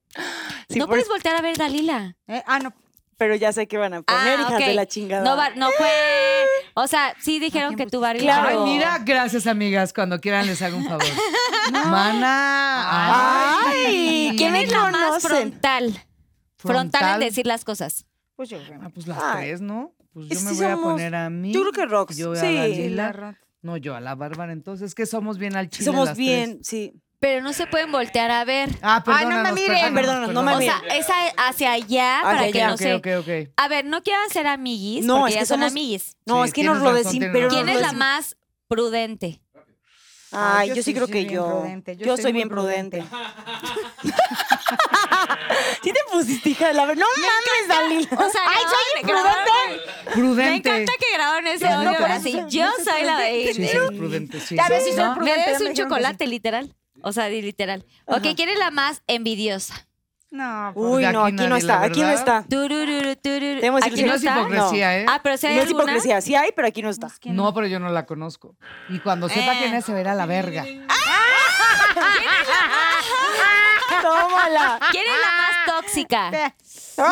Speaker 11: Sí,
Speaker 2: no
Speaker 11: por-
Speaker 2: puedes voltear a ver Dalila.
Speaker 10: Eh, Ah, no.
Speaker 11: pero ya sé que van a poner,
Speaker 2: Ah,
Speaker 11: hijas
Speaker 2: ok.
Speaker 11: de la chingada.
Speaker 2: No, va- no fue. O sea, sí dijeron que tú, Barbie.
Speaker 11: Claro.
Speaker 2: pero-
Speaker 6: Ay, mira, gracias, amigas. Cuando quieran les hago un favor. Mana.
Speaker 11: Ay, ¿quién me
Speaker 2: ¿Quién es la más
Speaker 11: conocen?
Speaker 2: frontal? Frontal en decir las cosas.
Speaker 10: Pues yo.
Speaker 6: Ah, pues las
Speaker 11: Ay.
Speaker 6: tres, ¿no? Pues yo
Speaker 11: Es
Speaker 6: me
Speaker 11: que
Speaker 6: voy a
Speaker 11: somos-
Speaker 6: poner a mí.
Speaker 11: yo creo que rocks,
Speaker 6: Yo a
Speaker 11: sí.
Speaker 6: Dalila.
Speaker 10: La rata.
Speaker 6: No, yo a la Bárbara. Entonces, que somos bien al chile.
Speaker 11: Somos
Speaker 6: las
Speaker 11: bien,
Speaker 6: tres.
Speaker 11: sí.
Speaker 2: Pero no se pueden voltear a ver.
Speaker 6: Ah,
Speaker 10: Ay,
Speaker 6: perdónanos,
Speaker 10: no me miren.
Speaker 11: Perdónanos, no me
Speaker 2: O sea, es a- hacia allá para
Speaker 11: Hacia
Speaker 2: que
Speaker 11: allá,
Speaker 2: no
Speaker 6: ok,
Speaker 2: se.
Speaker 6: ok, ok.
Speaker 2: A ver, no quieran ser amiguis,
Speaker 11: No,
Speaker 2: porque
Speaker 11: es
Speaker 2: ya
Speaker 11: que
Speaker 2: son
Speaker 11: somos-
Speaker 2: amiguis.
Speaker 11: No,
Speaker 6: Sí,
Speaker 11: es que nos
Speaker 6: tienes
Speaker 11: lo
Speaker 6: razón,
Speaker 11: decimos,
Speaker 6: tienes
Speaker 11: pero
Speaker 6: razón.
Speaker 2: ¿Quién es
Speaker 11: nos lo
Speaker 2: la
Speaker 11: decimos.
Speaker 2: más prudente?
Speaker 11: Ay,
Speaker 10: Yo
Speaker 11: yo sí
Speaker 10: sí
Speaker 11: creo
Speaker 10: soy
Speaker 11: que
Speaker 10: bien
Speaker 11: yo.
Speaker 10: prudente, yo
Speaker 11: Yo
Speaker 10: soy
Speaker 11: soy
Speaker 10: muy
Speaker 11: bien prudente. Sí te pusiste, hija de la... ver- No mames, Dalila.
Speaker 2: O sea,
Speaker 11: ¡Ay,
Speaker 2: no,
Speaker 11: soy
Speaker 2: me grabaron-
Speaker 11: imprudente!
Speaker 6: Prudente.
Speaker 2: Me encanta que grabaron ese
Speaker 11: No,
Speaker 2: audio
Speaker 11: pero
Speaker 2: así.
Speaker 11: eso-
Speaker 2: Yo
Speaker 11: eso es
Speaker 2: soy la de
Speaker 6: Sí, sí, eres prudente, sí.
Speaker 10: Ya ves si
Speaker 6: Sí,
Speaker 10: soy
Speaker 6: ¿no?
Speaker 2: Me
Speaker 10: prudente.
Speaker 2: haces
Speaker 10: me
Speaker 2: un
Speaker 10: dijeron que sí.
Speaker 2: chocolate, literal. O sea, di- literal. Ok, ¿quién es la más envidiosa?
Speaker 10: No, pues,
Speaker 11: Uy,
Speaker 6: Porque
Speaker 11: no,
Speaker 6: aquí
Speaker 11: aquí no
Speaker 6: nadie, la
Speaker 11: está, aquí no
Speaker 6: verdad.
Speaker 11: está.
Speaker 2: Turururu, tururu.
Speaker 11: Tenemos
Speaker 2: ¿Aquí
Speaker 11: que
Speaker 6: no
Speaker 2: no
Speaker 6: es
Speaker 2: está?
Speaker 6: hipocresía, ¿eh?
Speaker 2: Ah, pero si hay
Speaker 11: No es
Speaker 2: alguna.
Speaker 11: hipocresía, sí hay, pero aquí no
Speaker 10: pues,
Speaker 11: está.
Speaker 6: No, pero yo no la conozco. Y cuando sepa
Speaker 2: Eh.
Speaker 6: quién es, se verá la verga.
Speaker 11: Tómala.
Speaker 2: ¿Quién es la
Speaker 11: Ah,
Speaker 2: más tóxica? No,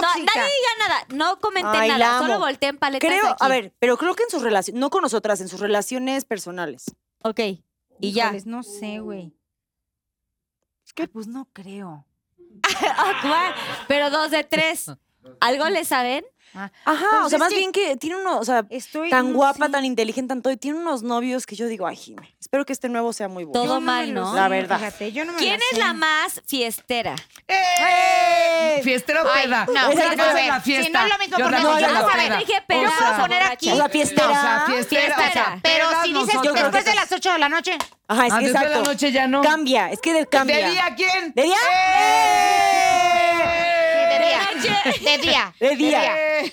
Speaker 2: nadie
Speaker 10: tóxica.
Speaker 2: diga nada. No comenté
Speaker 11: Ay, la
Speaker 2: nada. Solo
Speaker 11: amo.
Speaker 2: volteen paletas
Speaker 11: Creo,
Speaker 2: aquí.
Speaker 11: a ver, pero creo que en sus relaciones, no con nosotras, en sus relaciones personales.
Speaker 2: Ok. Y ya.
Speaker 10: Híjoles, no sé, güey. Es que pues no creo.
Speaker 2: Ah, ¿cuál? Pero dos de tres. ¿Algo le saben?
Speaker 11: Ajá, o
Speaker 10: Pues
Speaker 11: sea,
Speaker 10: es
Speaker 11: más
Speaker 10: que- Eh,
Speaker 11: bien que tiene uno, o sea,
Speaker 10: Estoy
Speaker 11: tan
Speaker 10: no
Speaker 11: guapa,
Speaker 10: sé.
Speaker 11: tan inteligente, tanto, y tiene unos novios que yo digo, ay, Jimé, espero que este nuevo sea muy bueno.
Speaker 2: Todo
Speaker 10: Yo me
Speaker 2: mal,
Speaker 10: lo
Speaker 2: ¿no?
Speaker 10: sé,
Speaker 11: La verdad.
Speaker 10: Fíjate, yo no me
Speaker 2: ¿Quién es
Speaker 10: sé.
Speaker 2: la más fiestera?
Speaker 6: Fiestero peda.
Speaker 8: no,
Speaker 6: Una
Speaker 11: no,
Speaker 6: cosa
Speaker 11: a
Speaker 6: es
Speaker 11: ver,
Speaker 6: la
Speaker 10: si no
Speaker 6: fiesta.
Speaker 10: es lo mismo,
Speaker 6: y otra
Speaker 11: porque
Speaker 6: cosa es
Speaker 11: yo
Speaker 6: la
Speaker 11: no
Speaker 2: sabía,
Speaker 6: peda.
Speaker 2: dije peda,
Speaker 6: O sea,
Speaker 2: vamos a
Speaker 10: poner aquí.
Speaker 11: O sea,
Speaker 6: No, o
Speaker 11: fiestera.
Speaker 6: sea, fiestera.
Speaker 2: Fiestera.
Speaker 6: o sea,
Speaker 10: Pero
Speaker 6: pedas
Speaker 10: si dices
Speaker 6: nosotros.
Speaker 11: Yo creo
Speaker 10: después
Speaker 11: que
Speaker 10: de las 8 de la noche,
Speaker 11: Ajá, es-
Speaker 6: Ah, después de
Speaker 11: exacto.
Speaker 6: la noche ya no.
Speaker 11: Cambia, es que de- cambia.
Speaker 6: ¿De día quién?
Speaker 11: ¿De día?
Speaker 10: de día,
Speaker 2: Noche.
Speaker 10: de día.
Speaker 11: De día.
Speaker 6: Eh,
Speaker 11: De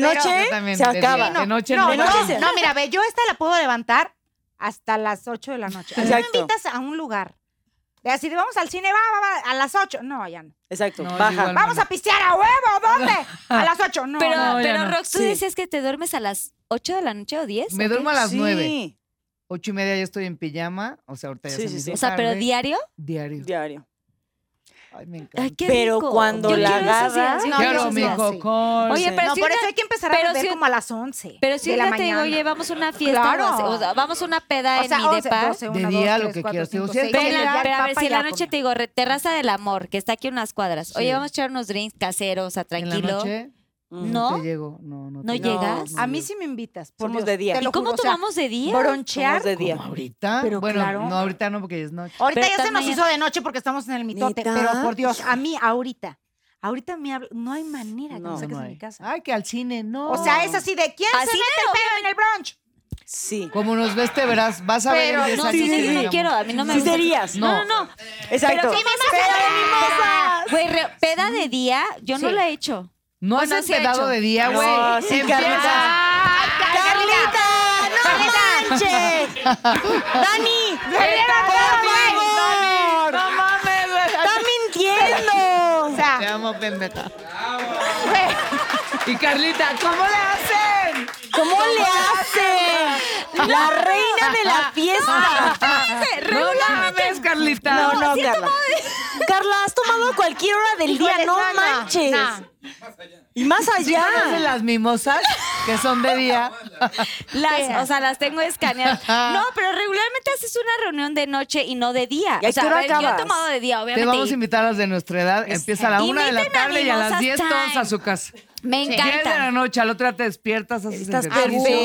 Speaker 6: Pero-
Speaker 11: noche
Speaker 6: Yo también,
Speaker 11: se
Speaker 6: de día.
Speaker 11: acaba.
Speaker 6: De noche
Speaker 10: No,
Speaker 6: no.
Speaker 11: De
Speaker 10: no,
Speaker 11: noche se-
Speaker 10: no, mira, ve, yo esta la puedo levantar hasta las 8 de la noche. Si me
Speaker 11: Exacto.
Speaker 10: invitas a un lugar, de así de vamos al cine, va, va, va, a las 8. No, ya no.
Speaker 11: Exacto,
Speaker 6: No, yo
Speaker 11: baja.
Speaker 6: igual.
Speaker 10: Vamos a pistear a huevo, ¿dónde? A las 8. No,
Speaker 2: Pero,
Speaker 10: no.
Speaker 2: pero Rox, ¿tú
Speaker 11: Sí.
Speaker 2: decías que te duermes a las 8 de la noche o 10?
Speaker 6: Me
Speaker 2: ¿O qué?
Speaker 6: duermo a las
Speaker 11: Sí.
Speaker 6: nueve. Ocho y media ya estoy en pijama. O sea, ahorita ya
Speaker 11: Sí,
Speaker 6: se
Speaker 11: sí,
Speaker 6: me
Speaker 11: sí.
Speaker 6: hizo
Speaker 2: O sea, pero
Speaker 6: tarde.
Speaker 2: diario.
Speaker 6: diario.
Speaker 11: Diario.
Speaker 6: Ay, me
Speaker 2: Ay,
Speaker 6: encanta.
Speaker 2: qué
Speaker 11: Pero
Speaker 2: rico.
Speaker 11: cuando
Speaker 2: Yo
Speaker 11: la
Speaker 2: quiero esas
Speaker 11: agarras-
Speaker 2: sensaciones.
Speaker 6: Claro,
Speaker 10: eso sí,
Speaker 6: mi
Speaker 10: no, sí.
Speaker 6: coco.
Speaker 2: Oye, pero
Speaker 10: No,
Speaker 2: si
Speaker 10: por
Speaker 2: una-
Speaker 10: eso hay que empezar
Speaker 2: pero
Speaker 10: a beber
Speaker 2: si-
Speaker 10: como a las 11.
Speaker 2: Pero si
Speaker 10: de
Speaker 2: un
Speaker 10: la
Speaker 2: día te digo,
Speaker 10: mañana.
Speaker 2: oye, vamos a una fiesta,
Speaker 10: Claro.
Speaker 2: o sea, o sea, vamos a una peda
Speaker 10: o
Speaker 2: en
Speaker 10: sea,
Speaker 2: mi
Speaker 10: 11,
Speaker 2: depa.
Speaker 10: 12, 1,
Speaker 6: De
Speaker 10: 2,
Speaker 6: día,
Speaker 10: 3,
Speaker 6: lo que
Speaker 10: 4,
Speaker 6: quieras, te digo,
Speaker 10: 5,
Speaker 6: siempre.
Speaker 10: 6,
Speaker 2: Pero,
Speaker 6: Oye,
Speaker 2: la- pero a ver, si en la
Speaker 10: comer.
Speaker 2: noche te digo, re- terraza del amor, que está aquí a unas cuadras. Oye,
Speaker 6: Sí.
Speaker 2: vamos a echar unos drinks caseros, o sea,
Speaker 6: en la
Speaker 2: tranquilo.
Speaker 6: noche
Speaker 2: No.
Speaker 6: te llego. No, no,
Speaker 2: ¿No
Speaker 6: te llego.
Speaker 2: llegas?
Speaker 6: No,
Speaker 10: A mí
Speaker 6: llego.
Speaker 10: sí me invitas. Por
Speaker 11: Somos
Speaker 10: Dios,
Speaker 11: de día.
Speaker 10: te lo
Speaker 2: ¿Y cómo
Speaker 10: juro, o sea,
Speaker 2: tomamos de día?
Speaker 10: Bronchear.
Speaker 11: Somos de día.
Speaker 6: ¿Cómo ahorita?
Speaker 10: Pero
Speaker 6: bueno,
Speaker 10: claro.
Speaker 6: no, ahorita no, porque ya es noche.
Speaker 10: Ahorita
Speaker 2: Pero
Speaker 10: ya se
Speaker 2: tan
Speaker 10: nos
Speaker 2: mañana-
Speaker 10: hizo de noche porque estamos en el mitote.
Speaker 11: ¿Neta?
Speaker 10: Pero por Dios, a mí ahorita. Ahorita me hablo. No hay manera que
Speaker 11: No,
Speaker 10: me
Speaker 11: no
Speaker 10: saques
Speaker 6: no
Speaker 10: de mi
Speaker 6: hay.
Speaker 10: casa.
Speaker 6: Ay, que al cine, no.
Speaker 10: O sea, es así de quién
Speaker 2: Al
Speaker 10: se
Speaker 2: cine,
Speaker 10: mete el pedo en el brunch.
Speaker 11: Sí.
Speaker 6: Como nos ves, te verás. Vas a
Speaker 10: Pero
Speaker 6: ver el
Speaker 2: No,
Speaker 6: desayuno.
Speaker 2: sí, sí,
Speaker 11: sí,
Speaker 2: yo
Speaker 6: digamos.
Speaker 2: no quiero, a mí no me
Speaker 11: Sí
Speaker 2: gusta.
Speaker 11: serías.
Speaker 6: No.
Speaker 2: No, no.
Speaker 11: Exacto.
Speaker 2: Pero Güey, re- peda de día, yo no
Speaker 10: Sí.
Speaker 2: la he hecho.
Speaker 6: No has
Speaker 2: Bueno, sí ha
Speaker 6: empedado
Speaker 2: hecho.
Speaker 6: de día, güey.
Speaker 11: No, sí,
Speaker 6: Empieza-
Speaker 11: Carlita.
Speaker 10: ¡Carlita!
Speaker 11: ¡Manche! ¡Dani! ¡Por favor!
Speaker 6: ¡No mames, güey!
Speaker 11: ¡Está mintiendo!
Speaker 10: O sea,
Speaker 6: Te amo, pendeja. Y Carlita, ¿cómo le hacen?
Speaker 11: ¿Cómo le hace? La reina de la fiesta.
Speaker 6: No mames, Carlita.
Speaker 11: No, no, Carla. Carla, has tomado cualquier hora del día,
Speaker 10: Híjole,
Speaker 11: no
Speaker 10: no, no,
Speaker 11: manches.
Speaker 10: no.
Speaker 11: Y más
Speaker 6: Hacen
Speaker 11: allá.
Speaker 6: las mimosas que son de día.
Speaker 2: Las, o sea, las tengo escaneadas. No, pero regularmente haces una reunión de noche y no de día.
Speaker 11: ¿Y a
Speaker 2: O sea,
Speaker 11: qué
Speaker 2: a
Speaker 11: hora
Speaker 2: ver, yo he
Speaker 11: acabas?
Speaker 2: tomado de día, obviamente.
Speaker 6: Te vamos
Speaker 2: y-
Speaker 6: a invitar a las de nuestra edad. Empieza a la una de la
Speaker 2: Inviten a
Speaker 6: tarde y a las
Speaker 2: mimosas
Speaker 6: 10
Speaker 2: time.
Speaker 6: todos a su casa.
Speaker 2: Me
Speaker 6: Diez de la
Speaker 2: encanta.
Speaker 6: noche, al otro día te despiertas, haces
Speaker 11: Estás
Speaker 10: a
Speaker 6: ejercicio.
Speaker 10: gusto,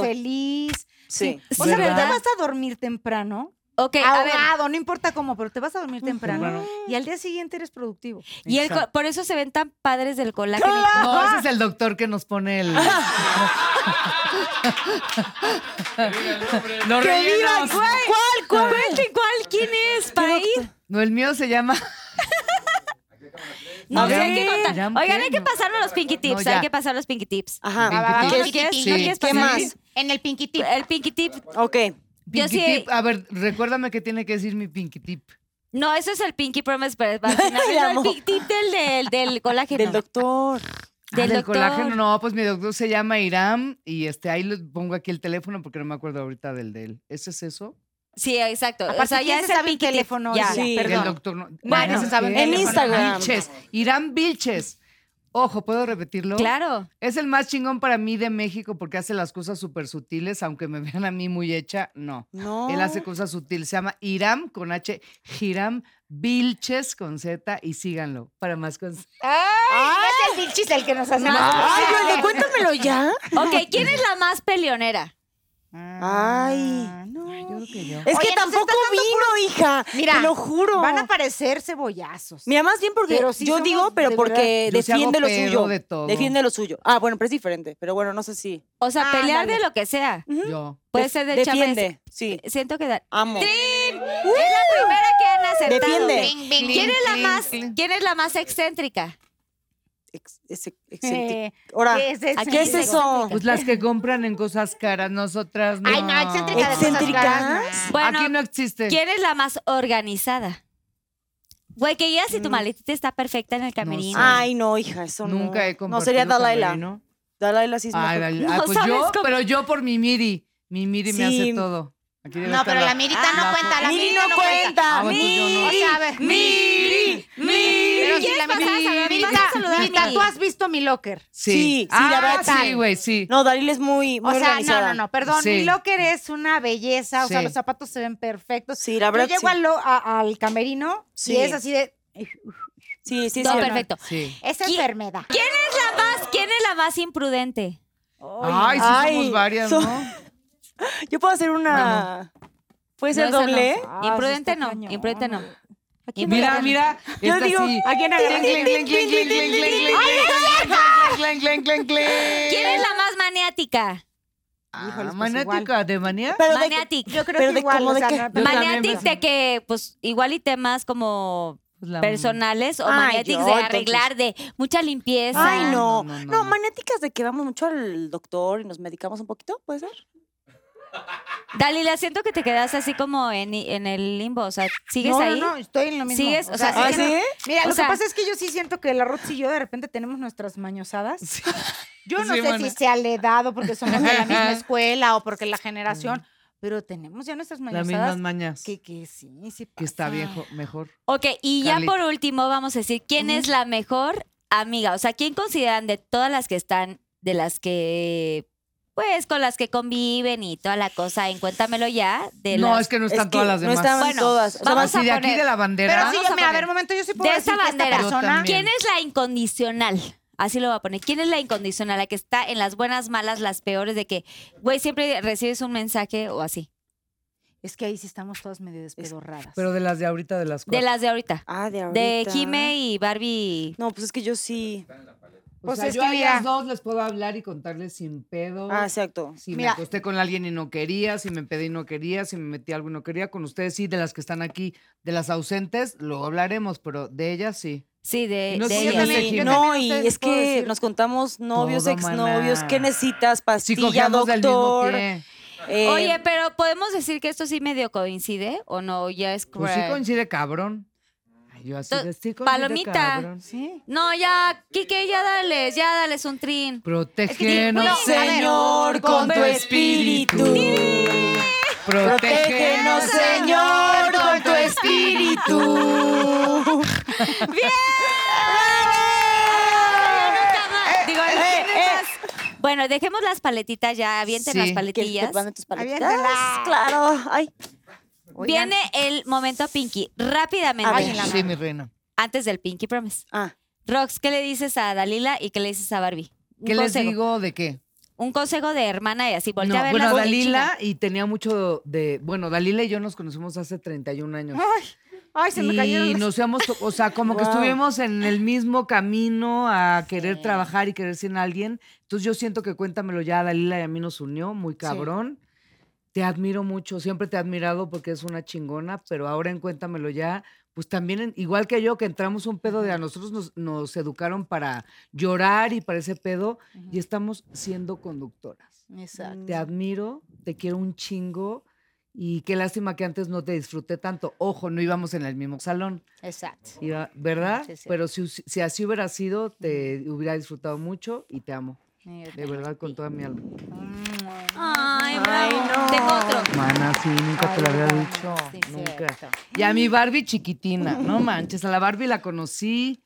Speaker 11: Perfecto.
Speaker 10: feliz.
Speaker 11: Sí.
Speaker 10: O sea, pero te
Speaker 6: ¿Verdad?
Speaker 10: vas a dormir temprano.
Speaker 11: Eh,
Speaker 2: Ok, a ver.
Speaker 10: Ahogado, no importa cómo, pero te vas a dormir temprano.
Speaker 6: Temprano.
Speaker 10: Y al día siguiente eres productivo.
Speaker 2: Y el co-
Speaker 6: Exacto.
Speaker 2: por eso se ven tan padres del colágeno.
Speaker 6: No, ese es el doctor que nos pone el. Lo
Speaker 11: ¡Que viva!
Speaker 6: rellenas.
Speaker 11: ¿Cuál? ¿Cuál?
Speaker 2: Cuente cuál, quién es para ir.
Speaker 6: No, el mío se llama.
Speaker 2: No,
Speaker 6: A
Speaker 2: o sea,
Speaker 6: ver.
Speaker 2: hay que contar.
Speaker 6: Ya,
Speaker 2: Oigan, hay que
Speaker 6: no.
Speaker 2: pasarnos los pinky tips.
Speaker 6: ya.
Speaker 2: Hay que pasar los pinky tips.
Speaker 11: Ajá.
Speaker 10: va,
Speaker 2: ¿No
Speaker 10: va,
Speaker 2: lo
Speaker 10: Sí.
Speaker 2: quieres?
Speaker 6: Sí.
Speaker 2: ¿No quieres
Speaker 11: ¿Qué
Speaker 2: pasar?
Speaker 11: más?
Speaker 10: En el pinky tip.
Speaker 2: El pinky tip.
Speaker 11: Ok.
Speaker 2: Yo
Speaker 6: Pinky
Speaker 2: sí-
Speaker 6: tip. A ver, recuérdame que tiene que decir mi pinky tip.
Speaker 2: No, eso es el pinky promise, pero al final,
Speaker 11: Ay,
Speaker 2: no,
Speaker 11: amo.
Speaker 2: el pinky tip del, del, del colágeno.
Speaker 11: Del doctor.
Speaker 6: Ah,
Speaker 2: Del
Speaker 6: del
Speaker 2: doctor.
Speaker 6: colágeno, no, pues mi doctor se llama Iram y este ahí les pongo aquí el teléfono porque no me acuerdo ahorita del de él. ¿Ese es eso?
Speaker 2: Sí, exacto. o
Speaker 10: Aparte,
Speaker 2: sea, ya
Speaker 10: ¿quién
Speaker 2: es
Speaker 10: se
Speaker 2: el
Speaker 10: sabe el
Speaker 2: pinky tip.
Speaker 10: teléfono
Speaker 2: Ya.
Speaker 10: hoy día?
Speaker 11: Sí.
Speaker 6: El
Speaker 10: Perdón.
Speaker 6: doctor no.
Speaker 10: Bueno,
Speaker 6: ya se sabe el
Speaker 11: en
Speaker 6: teléfono.
Speaker 11: Instagram.
Speaker 6: Vilches. Irán Vilches. Ojo, ¿puedo repetirlo?
Speaker 2: Claro.
Speaker 6: Es el más chingón para mí de México porque hace las cosas súper sutiles, aunque me vean a mí muy hecha, no.
Speaker 11: No.
Speaker 6: Él
Speaker 2: Oh.
Speaker 6: hace cosas sutiles. Se llama Iram con H, Hiram Vilches con Z y síganlo para más consejos.
Speaker 10: ¡Ay! no es el bichis el que nos hace más
Speaker 11: Ay, Waldo, cuéntamelo ya.
Speaker 2: Ok, ¿quién es la más peleonera?
Speaker 11: Ay.
Speaker 10: Ah,
Speaker 6: Yo creo que yo.
Speaker 11: Es que
Speaker 10: Oye, nos
Speaker 11: tampoco
Speaker 10: estás dando
Speaker 11: vino, hija.
Speaker 10: Mira,
Speaker 11: Te lo juro.
Speaker 10: Van a parecer cebollazos.
Speaker 11: Mira, más bien porque
Speaker 10: Pero sí
Speaker 11: yo
Speaker 10: somos
Speaker 11: digo, pero
Speaker 10: de
Speaker 11: porque
Speaker 6: verdad. Yo sí hago
Speaker 11: defiende lo
Speaker 6: pedo
Speaker 11: suyo.
Speaker 6: de todo.
Speaker 11: Defiende lo suyo. Ah, bueno, pero es diferente. Pero bueno, no sé si.
Speaker 2: O sea,
Speaker 10: Ah,
Speaker 2: pelear
Speaker 10: dale.
Speaker 2: de lo que sea.
Speaker 6: Yo.
Speaker 2: Puede
Speaker 11: Def-
Speaker 2: ser de
Speaker 11: Defiende.
Speaker 2: Chávez.
Speaker 11: Sí.
Speaker 2: Siento que da.
Speaker 11: Amo.
Speaker 2: ¡Trin! Es la primera que nace. acertado.
Speaker 11: Defiende.
Speaker 2: Bing, bing, ¿Quién es la
Speaker 6: cling,
Speaker 2: más,
Speaker 6: cling.
Speaker 2: quién es la más excéntrica?
Speaker 11: Ex- ex- excéntrico.
Speaker 10: Eh,
Speaker 11: Ahora,
Speaker 10: ¿qué es
Speaker 2: aquí
Speaker 11: ¿qué es
Speaker 2: dice
Speaker 11: eso?
Speaker 6: Pues las que compran en cosas caras, nosotras no.
Speaker 12: Ay, no, excéntrica de cosas
Speaker 11: ¿Excéntricas?
Speaker 12: caras.
Speaker 2: Bueno,
Speaker 6: Aquí no existe.
Speaker 2: ¿quién es la más organizada? Güey, que ya si tu maletita está perfecta en el camerino.
Speaker 6: Mm. sé.
Speaker 11: Ay, no, hija, eso no.
Speaker 6: Nunca he
Speaker 11: No
Speaker 6: compartido
Speaker 11: sería Dalai Lama.
Speaker 6: camerino.
Speaker 11: Dalai Lama sí es
Speaker 6: Ay,
Speaker 11: mejor.
Speaker 6: Dalai-
Speaker 2: No
Speaker 6: ay, pues
Speaker 2: sabes
Speaker 6: yo,
Speaker 2: cómo-
Speaker 6: pero yo por mi Miri. Mi Miri me
Speaker 11: Sí.
Speaker 6: hace todo. Aquí debe
Speaker 12: No,
Speaker 6: estar
Speaker 12: pero la mirita no cuenta, la
Speaker 11: Miri
Speaker 12: mirita
Speaker 11: no
Speaker 12: no cuenta.
Speaker 11: cuenta.
Speaker 6: Ah, bueno, pues yo no.
Speaker 12: O sea, a ver.
Speaker 6: Miri,
Speaker 12: Pero
Speaker 6: Miri.
Speaker 12: si la
Speaker 2: pasar a saludar?
Speaker 12: Miri-
Speaker 2: ¿Vas a saludar a
Speaker 12: Mirita,
Speaker 2: Miri?
Speaker 12: tú has visto mi locker.
Speaker 11: Sí, sí, la
Speaker 6: Ah,
Speaker 11: verdad,
Speaker 6: Sí,
Speaker 12: sí.
Speaker 6: güey, sí.
Speaker 11: No, Dalila es muy,
Speaker 12: O
Speaker 11: muy
Speaker 12: sea, no,
Speaker 11: organizada.
Speaker 12: no, no, perdón.
Speaker 6: Sí.
Speaker 12: Mi locker es una belleza. O sea,
Speaker 6: Sí.
Speaker 12: los zapatos se ven perfectos.
Speaker 11: Sí, la
Speaker 12: Yo
Speaker 11: verdad.
Speaker 12: llego
Speaker 11: sí.
Speaker 12: al, lo- a- al camerino
Speaker 11: Sí.
Speaker 12: y es así de.
Speaker 11: Sí, sí, sí.
Speaker 2: Todo
Speaker 11: no.
Speaker 2: perfecto.
Speaker 6: Sí.
Speaker 12: Es
Speaker 2: ¿Qui-
Speaker 12: enfermedad.
Speaker 2: ¿Quién es la más, quién es la más imprudente?
Speaker 6: Ay, sí
Speaker 11: Ay,
Speaker 6: somos varias,
Speaker 11: so-
Speaker 6: ¿no?
Speaker 11: Yo puedo hacer una. ¿Puede ser
Speaker 2: No, esa no.
Speaker 11: doble?
Speaker 6: Ah,
Speaker 2: Imprudente no, imprudente no.
Speaker 6: Mira, mira.
Speaker 11: Yo
Speaker 6: esta
Speaker 11: digo,
Speaker 6: sí.
Speaker 11: ¿a quién
Speaker 6: Clen,
Speaker 11: agarrar?
Speaker 6: clen, clen, clen, clen, clen, clen, clen, clen, clen, clen, clen, clen.
Speaker 2: ¿Quién es la más maniática?
Speaker 6: Ah,
Speaker 12: Híjoles, pues
Speaker 6: Maniática, de manía.
Speaker 11: Pero de-
Speaker 2: Maniática.
Speaker 12: Yo creo
Speaker 11: Pero
Speaker 12: que
Speaker 11: de
Speaker 12: igual.
Speaker 11: cómo,
Speaker 12: o
Speaker 11: de
Speaker 12: sea,
Speaker 11: qué.
Speaker 12: no-
Speaker 6: Yo también
Speaker 2: Maniática
Speaker 6: pensé.
Speaker 2: de que, pues, igual y temas como
Speaker 6: Pues la-
Speaker 2: personales o
Speaker 11: Ay,
Speaker 2: maniáticos
Speaker 11: yo,
Speaker 2: de
Speaker 11: entonces.
Speaker 2: arreglar, de mucha limpieza.
Speaker 11: Ay, no.
Speaker 6: No, no, no,
Speaker 11: No,
Speaker 6: no.
Speaker 11: maniáticas de que vamos mucho al doctor y nos medicamos un poquito, ¿puede ser?
Speaker 2: Dalila, siento que te quedas así como en, en el limbo. O sea, ¿sigues
Speaker 12: no,
Speaker 2: ahí?
Speaker 12: No, no, estoy en lo mismo.
Speaker 2: ¿Sigues? O sea,
Speaker 12: es
Speaker 2: ¿Ah,
Speaker 12: que no-
Speaker 11: sí?
Speaker 12: Mira,
Speaker 2: O
Speaker 12: lo
Speaker 2: sea-
Speaker 12: que pasa es que yo sí siento que la Rox y yo de repente tenemos nuestras mañosadas. Yo no
Speaker 6: Sí,
Speaker 12: sé
Speaker 6: mana.
Speaker 12: si sea la edad o porque somos de la misma escuela o porque la generación, pero tenemos ya nuestras
Speaker 6: Las mismas
Speaker 12: mañosadas
Speaker 6: mañas.
Speaker 12: que,
Speaker 6: Que
Speaker 12: que sí, sí
Speaker 6: está
Speaker 12: pasa.
Speaker 6: viejo, mejor.
Speaker 2: Ok, y ya
Speaker 6: Carlita.
Speaker 2: por último vamos a decir quién es la mejor amiga. O sea, ¿quién consideran de todas las que están, de las que, pues, con las que conviven y toda la cosa? En cuéntamelo ya. De
Speaker 6: No,
Speaker 2: las-
Speaker 6: es que no
Speaker 11: Es
Speaker 6: están
Speaker 11: que
Speaker 6: todas las
Speaker 11: no
Speaker 6: demás.
Speaker 11: estaban
Speaker 2: Bueno,
Speaker 11: todas. O sea,
Speaker 2: vamos
Speaker 11: más-
Speaker 2: a
Speaker 6: Así de aquí
Speaker 2: poner-
Speaker 6: de la
Speaker 12: Pero
Speaker 6: bandera.
Speaker 12: sí,
Speaker 2: Vamos a
Speaker 12: mira, a
Speaker 2: poner-
Speaker 12: ver, un momento, yo sí puedo
Speaker 2: de
Speaker 12: decir
Speaker 2: esa
Speaker 12: que esta
Speaker 2: bandera.
Speaker 12: persona...
Speaker 6: Yo
Speaker 2: ¿Quién es la incondicional? Así lo voy a poner. ¿Quién es la incondicional? La que está en las buenas, malas, las peores, de que, güey, siempre recibes un mensaje o así.
Speaker 12: Es que ahí sí estamos todas medio despedorradas.
Speaker 6: Pero de las de ahorita, de las
Speaker 2: De
Speaker 6: cuatro.
Speaker 2: las de ahorita.
Speaker 11: Ah, de ahorita.
Speaker 2: De Jime y Barbie.
Speaker 11: No, pues es que yo sí.
Speaker 6: O
Speaker 12: Pues
Speaker 6: sea,
Speaker 12: es
Speaker 6: yo
Speaker 12: que
Speaker 6: a
Speaker 12: mira-
Speaker 6: las dos les puedo hablar y contarles sin pedo.
Speaker 11: Ah, exacto.
Speaker 6: Si me
Speaker 12: Mira.
Speaker 6: acosté con alguien y no quería, si me pedí y no quería, si me metí algo y no quería, con ustedes sí, de las que están aquí, de las ausentes, luego hablaremos, pero de ellas sí.
Speaker 2: Sí, de,
Speaker 6: No
Speaker 2: de
Speaker 6: sé si
Speaker 2: ella.
Speaker 6: yo también-
Speaker 11: Sí,
Speaker 6: yo
Speaker 11: no,
Speaker 12: también
Speaker 11: y
Speaker 12: ustedes
Speaker 11: es
Speaker 12: puedo
Speaker 11: que
Speaker 12: decir-
Speaker 11: nos contamos novios,
Speaker 6: Todo,
Speaker 11: exnovios,
Speaker 6: maná.
Speaker 11: ¿qué necesitas?
Speaker 6: Si
Speaker 11: Pastilla,
Speaker 6: cogíamos del mismo
Speaker 11: doctor.
Speaker 6: pie.
Speaker 11: eh,
Speaker 2: Oye, pero podemos decir que esto sí medio coincide o no, ya es
Speaker 6: Pues sí
Speaker 2: cruel?
Speaker 6: coincide cabrón. Ay, yo así
Speaker 2: To-
Speaker 6: de, sí coincide
Speaker 2: palomita.
Speaker 6: cabrón.
Speaker 2: No, ya, Kike, ya dales, ya dales un
Speaker 6: Eh,
Speaker 2: trin.
Speaker 6: Protégenos,
Speaker 12: no,
Speaker 11: Señor, con tu espíritu. Protégenos, Señor, con tu espíritu.
Speaker 2: Nunca más. Digo,
Speaker 11: eh,
Speaker 2: Bueno, dejemos las paletitas ya, avienten
Speaker 6: Sí.
Speaker 2: las
Speaker 11: ¿Quieres que te
Speaker 2: paletillas.
Speaker 11: mande tus paletas?
Speaker 12: Aviéntala.
Speaker 11: Claro. Ay,
Speaker 12: Oigan,
Speaker 2: Viene el momento Pinky, rápidamente,
Speaker 11: A ver.
Speaker 6: Sí, mi reina.
Speaker 2: antes del Pinky Promise.
Speaker 11: ah,
Speaker 2: Rox, ¿qué le dices a Dalila y qué le dices a Barbie? Un
Speaker 6: ¿Qué les
Speaker 2: consejo.
Speaker 6: digo de qué?
Speaker 2: Un consejo de hermana y así, voltea
Speaker 6: No,
Speaker 2: a verlas
Speaker 6: bueno,
Speaker 2: y
Speaker 6: Dalila y tenía mucho de... Bueno, Dalila y yo nos conocimos hace 31 años.
Speaker 12: Ay, ay, se me cayeron
Speaker 6: y
Speaker 12: las-
Speaker 6: nos hemos, o sea, como que
Speaker 11: Wow.
Speaker 6: estuvimos en el mismo camino a querer trabajar y querer ser alguien. Entonces yo siento que cuéntamelo ya, Dalila y a mí nos unió, muy cabrón. Te admiro mucho, siempre te he admirado porque es una chingona, pero ahora en cuéntamelo ya, pues también, en- igual que yo, que entramos un pedo de a nosotros nos, nos educaron para llorar y para ese pedo, y estamos siendo conductoras.
Speaker 12: Exacto.
Speaker 6: Te admiro, te quiero un chingo y qué lástima que antes no te disfruté tanto. Ojo, no íbamos en el mismo salón,
Speaker 12: Exacto.
Speaker 6: iba- ¿verdad?
Speaker 12: Sí, es cierto.
Speaker 6: Pero si, us- si así hubiera sido, te hubiera disfrutado mucho y te amo. De verdad, con toda mi alma.
Speaker 2: Ay,
Speaker 11: Ay,
Speaker 2: bravo.
Speaker 11: no.
Speaker 2: Tengo otro.
Speaker 6: Mana, sí, nunca te lo había dicho.
Speaker 12: sí, Mm.
Speaker 6: nunca. Y a mi Barbie chiquitina, no manches, a la Barbie la conocí.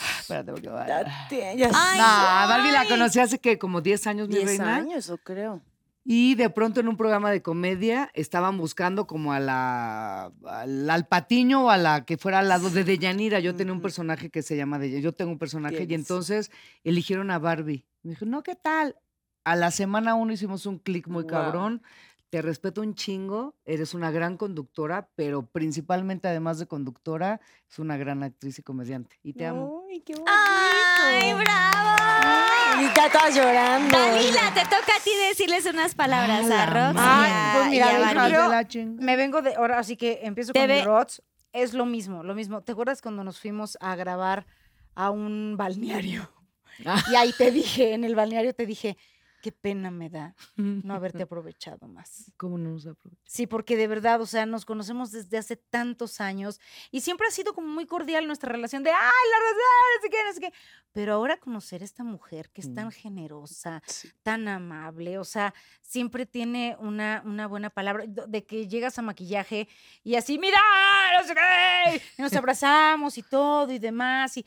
Speaker 12: Ah,
Speaker 6: Espérate, porque va.
Speaker 11: date, ya
Speaker 2: Ay,
Speaker 6: No, a Barbie la conocí hace que como 10 años, mi
Speaker 11: 10
Speaker 6: reina.
Speaker 11: años, o creo.
Speaker 6: Y de pronto en un programa de comedia estaban buscando como a la al, al patiño o a la que fuera al lado de Deyanira. Yo tenía un personaje que se llama Deyanira. Yo tengo un personaje y
Speaker 11: Tienes.
Speaker 6: entonces eligieron a Barbie. Me dijo, no, ¿qué tal? A la semana uno hicimos un clic muy
Speaker 11: Wow.
Speaker 6: cabrón. Te respeto un chingo, eres una gran conductora, pero principalmente además de conductora, es una gran actriz y comediante. Y te
Speaker 12: Mm,
Speaker 6: amo.
Speaker 11: Ay, qué bonito.
Speaker 2: Ay, bravo.
Speaker 11: Y ya todas llorando.
Speaker 2: Dalila, te toca a ti decirles unas palabras
Speaker 6: Ah,
Speaker 2: a
Speaker 6: la
Speaker 2: Rox. y
Speaker 6: madre.
Speaker 2: a-
Speaker 12: Ay, pues
Speaker 2: y
Speaker 12: mira,
Speaker 2: a
Speaker 12: yo
Speaker 2: Barbie.
Speaker 12: creo-
Speaker 6: la chinga.
Speaker 12: Me vengo de ahora, así que empiezo
Speaker 2: Te
Speaker 12: con
Speaker 2: ve-
Speaker 12: mi Rods.
Speaker 10: es lo mismo, lo mismo. ¿Te acuerdas cuando nos fuimos a grabar a un balneario?
Speaker 6: Ah.
Speaker 10: Y ahí te dije, en el balneario te dije, qué pena me da no haberte aprovechado más.
Speaker 6: ¿Cómo no nos aprovechamos?
Speaker 10: Sí, porque de verdad, o sea, nos conocemos desde hace tantos años y siempre ha sido como muy cordial nuestra relación de, ay, la verdad, no sé qué, no sé qué. Pero ahora conocer a esta mujer que es tan generosa, tan amable, o sea, siempre tiene una, una buena palabra, do- de que llegas a maquillaje y así, mira, no sé qué, y nos abrazamos y todo y demás. Y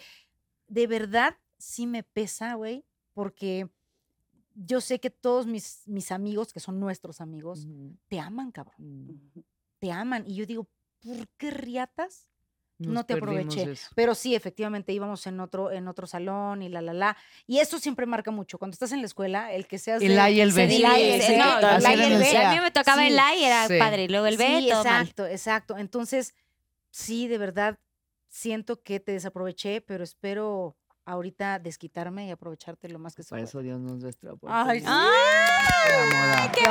Speaker 10: de verdad, sí me pesa, güey, porque yo sé que todos mis, mis amigos, que son nuestros amigos,
Speaker 6: Mm.
Speaker 10: te aman, cabrón. Te aman. Y yo digo, ¿por qué riatas? no te aproveché. Pero sí, efectivamente, íbamos en otro, en otro salón y la, la, la. Y eso siempre marca mucho. Cuando estás en la escuela, el que seas...
Speaker 6: El
Speaker 10: de-
Speaker 6: A y el B.
Speaker 10: Sí,
Speaker 6: El
Speaker 2: A y el
Speaker 10: el-
Speaker 2: C, total.
Speaker 10: no, el A y
Speaker 6: Así era
Speaker 10: el
Speaker 6: en
Speaker 10: B.
Speaker 6: el
Speaker 2: A mí me tocaba
Speaker 10: Sí.
Speaker 2: el A y era
Speaker 6: Sí.
Speaker 2: padre, y luego el B,
Speaker 10: Sí,
Speaker 2: todo mal.
Speaker 10: exacto, exacto. Entonces, sí, de verdad, siento que te desaproveché, pero espero ahorita desquitarme y aprovecharte lo más que se
Speaker 6: Por
Speaker 10: pueda.
Speaker 6: eso Dios nos nuestra
Speaker 10: Ay, sí.
Speaker 2: Ah,
Speaker 6: ¡Ay,
Speaker 2: ¡Qué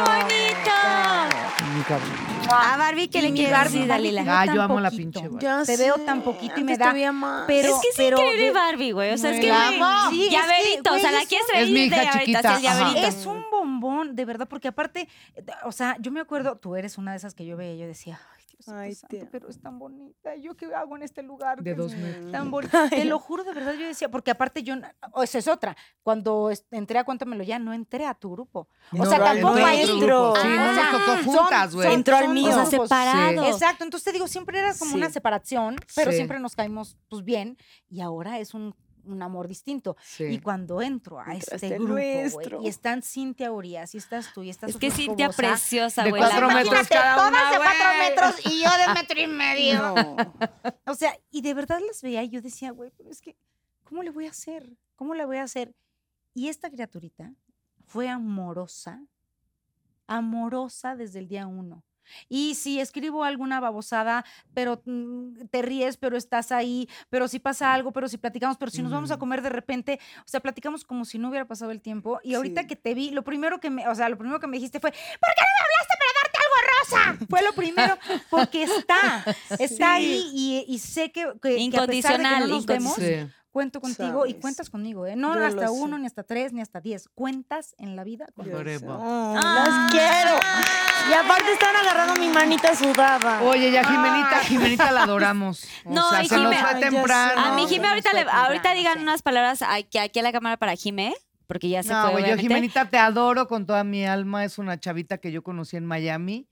Speaker 2: bonito! A Barbie, ¿qué le
Speaker 10: Mi
Speaker 2: quieres
Speaker 10: Barbie,
Speaker 2: decir,
Speaker 10: Barbie,
Speaker 2: Dalila?
Speaker 6: Ah,
Speaker 10: tan
Speaker 6: yo amo la
Speaker 10: poquito.
Speaker 6: pinche Barbie.
Speaker 10: Te veo tan poquito y me da... Pero,
Speaker 2: es que es
Speaker 10: pero
Speaker 2: increíble
Speaker 10: de-
Speaker 2: Barbie, güey. O sea, es que...
Speaker 10: La amo.
Speaker 2: Sí, Llaverito, o sea, la quieres traer
Speaker 6: Es mi
Speaker 2: de
Speaker 6: hija
Speaker 2: llaverito,
Speaker 6: chiquita,
Speaker 2: así el
Speaker 6: ajá.
Speaker 2: llaverito.
Speaker 10: Es un bombón, de verdad, porque aparte, eh, o sea, yo me acuerdo, tú eres una de esas que yo veía, yo decía, ay, Dios
Speaker 11: Ay, te amo.
Speaker 10: pero es tan bonita, ¿yo qué hago en este lugar?
Speaker 6: De
Speaker 10: que
Speaker 6: dos
Speaker 10: es
Speaker 6: metros.
Speaker 10: Tan bonita. Te lo juro, de verdad, yo decía, porque aparte yo, n- o esa es otra, cuando es- entré a Cuéntamelo ya, no entré a tu grupo. O sea, tampoco
Speaker 11: entré
Speaker 10: ahí
Speaker 11: a tu grupo.
Speaker 6: Sí,
Speaker 10: Ah,
Speaker 6: no nos tocó
Speaker 10: son-
Speaker 6: juntas, güey.
Speaker 10: son-
Speaker 11: Entró al
Speaker 10: son
Speaker 11: mío.
Speaker 2: O sea,
Speaker 10: grupos.
Speaker 2: separado.
Speaker 10: Exacto, entonces te digo, siempre era como una
Speaker 11: Sí.
Speaker 10: separación, pero
Speaker 6: Sí.
Speaker 10: siempre nos caímos pues bien y ahora es un, un amor distinto.
Speaker 6: Sí.
Speaker 10: Y cuando entro a
Speaker 11: Entraste
Speaker 10: este
Speaker 11: al
Speaker 10: grupo, güey,
Speaker 11: nuestro.
Speaker 10: y están Cintia Urias, y estás tú, y estás
Speaker 2: Es que
Speaker 10: Sofía
Speaker 2: Cintia
Speaker 10: Escobosa,
Speaker 2: preciosa,
Speaker 6: De
Speaker 2: güey. la
Speaker 6: cuatro
Speaker 2: amo.
Speaker 6: metros cada una,
Speaker 10: todas de cuatro
Speaker 6: güey.
Speaker 10: metros y yo de metro y medio.
Speaker 11: No.
Speaker 10: O sea, y de verdad las veía y yo decía, güey, pero es que, ¿cómo le voy a hacer? ¿Cómo le voy a hacer? Y esta criaturita fue amorosa, amorosa desde el día uno. Y si escribo alguna babosada, pero mm, te ríes, pero estás ahí, pero si pasa algo, pero si platicamos, pero si nos vamos a
Speaker 6: Mm.
Speaker 10: comer de repente, o sea, platicamos como si no hubiera pasado el tiempo. Y ahorita
Speaker 11: Sí.
Speaker 10: que te vi, lo primero que me, o sea, lo primero que me dijiste fue, ¿por qué no me hablaste para darte algo rosa? Fue lo primero, porque está, está ahí y, y sé que, que- que a pesar de que no
Speaker 2: Incondicional,
Speaker 10: nos vemos,
Speaker 6: Sí.
Speaker 10: cuento contigo y
Speaker 11: Sabes.
Speaker 10: cuentas conmigo, ¿eh? No
Speaker 11: Yo lo
Speaker 10: hasta
Speaker 11: sé.
Speaker 10: uno, ni hasta tres, ni hasta diez. Cuentas en la vida
Speaker 11: Yo
Speaker 10: conmigo.
Speaker 6: Forever.
Speaker 11: sé. Oh, Las quiero. Y aparte están agarrando mi manita sudada.
Speaker 6: Oye, ya Jimenita, Jimenita la adoramos. O
Speaker 2: No,
Speaker 6: sea,
Speaker 2: y
Speaker 6: se nos
Speaker 2: Jime-
Speaker 6: fue
Speaker 11: Ay, ya sé.
Speaker 6: temprano.
Speaker 2: A mi
Speaker 11: No,
Speaker 2: Jime
Speaker 11: no
Speaker 2: ahorita,
Speaker 11: estoy
Speaker 2: le, ahorita
Speaker 11: temprano,
Speaker 2: digan
Speaker 11: sí.
Speaker 2: unas palabras aquí, aquí a la cámara para Jime, porque ya se
Speaker 6: No,
Speaker 2: fue,
Speaker 6: güey, yo
Speaker 2: obviamente.
Speaker 6: Jimenita te adoro con toda mi alma. Es una chavita que yo conocí en Miami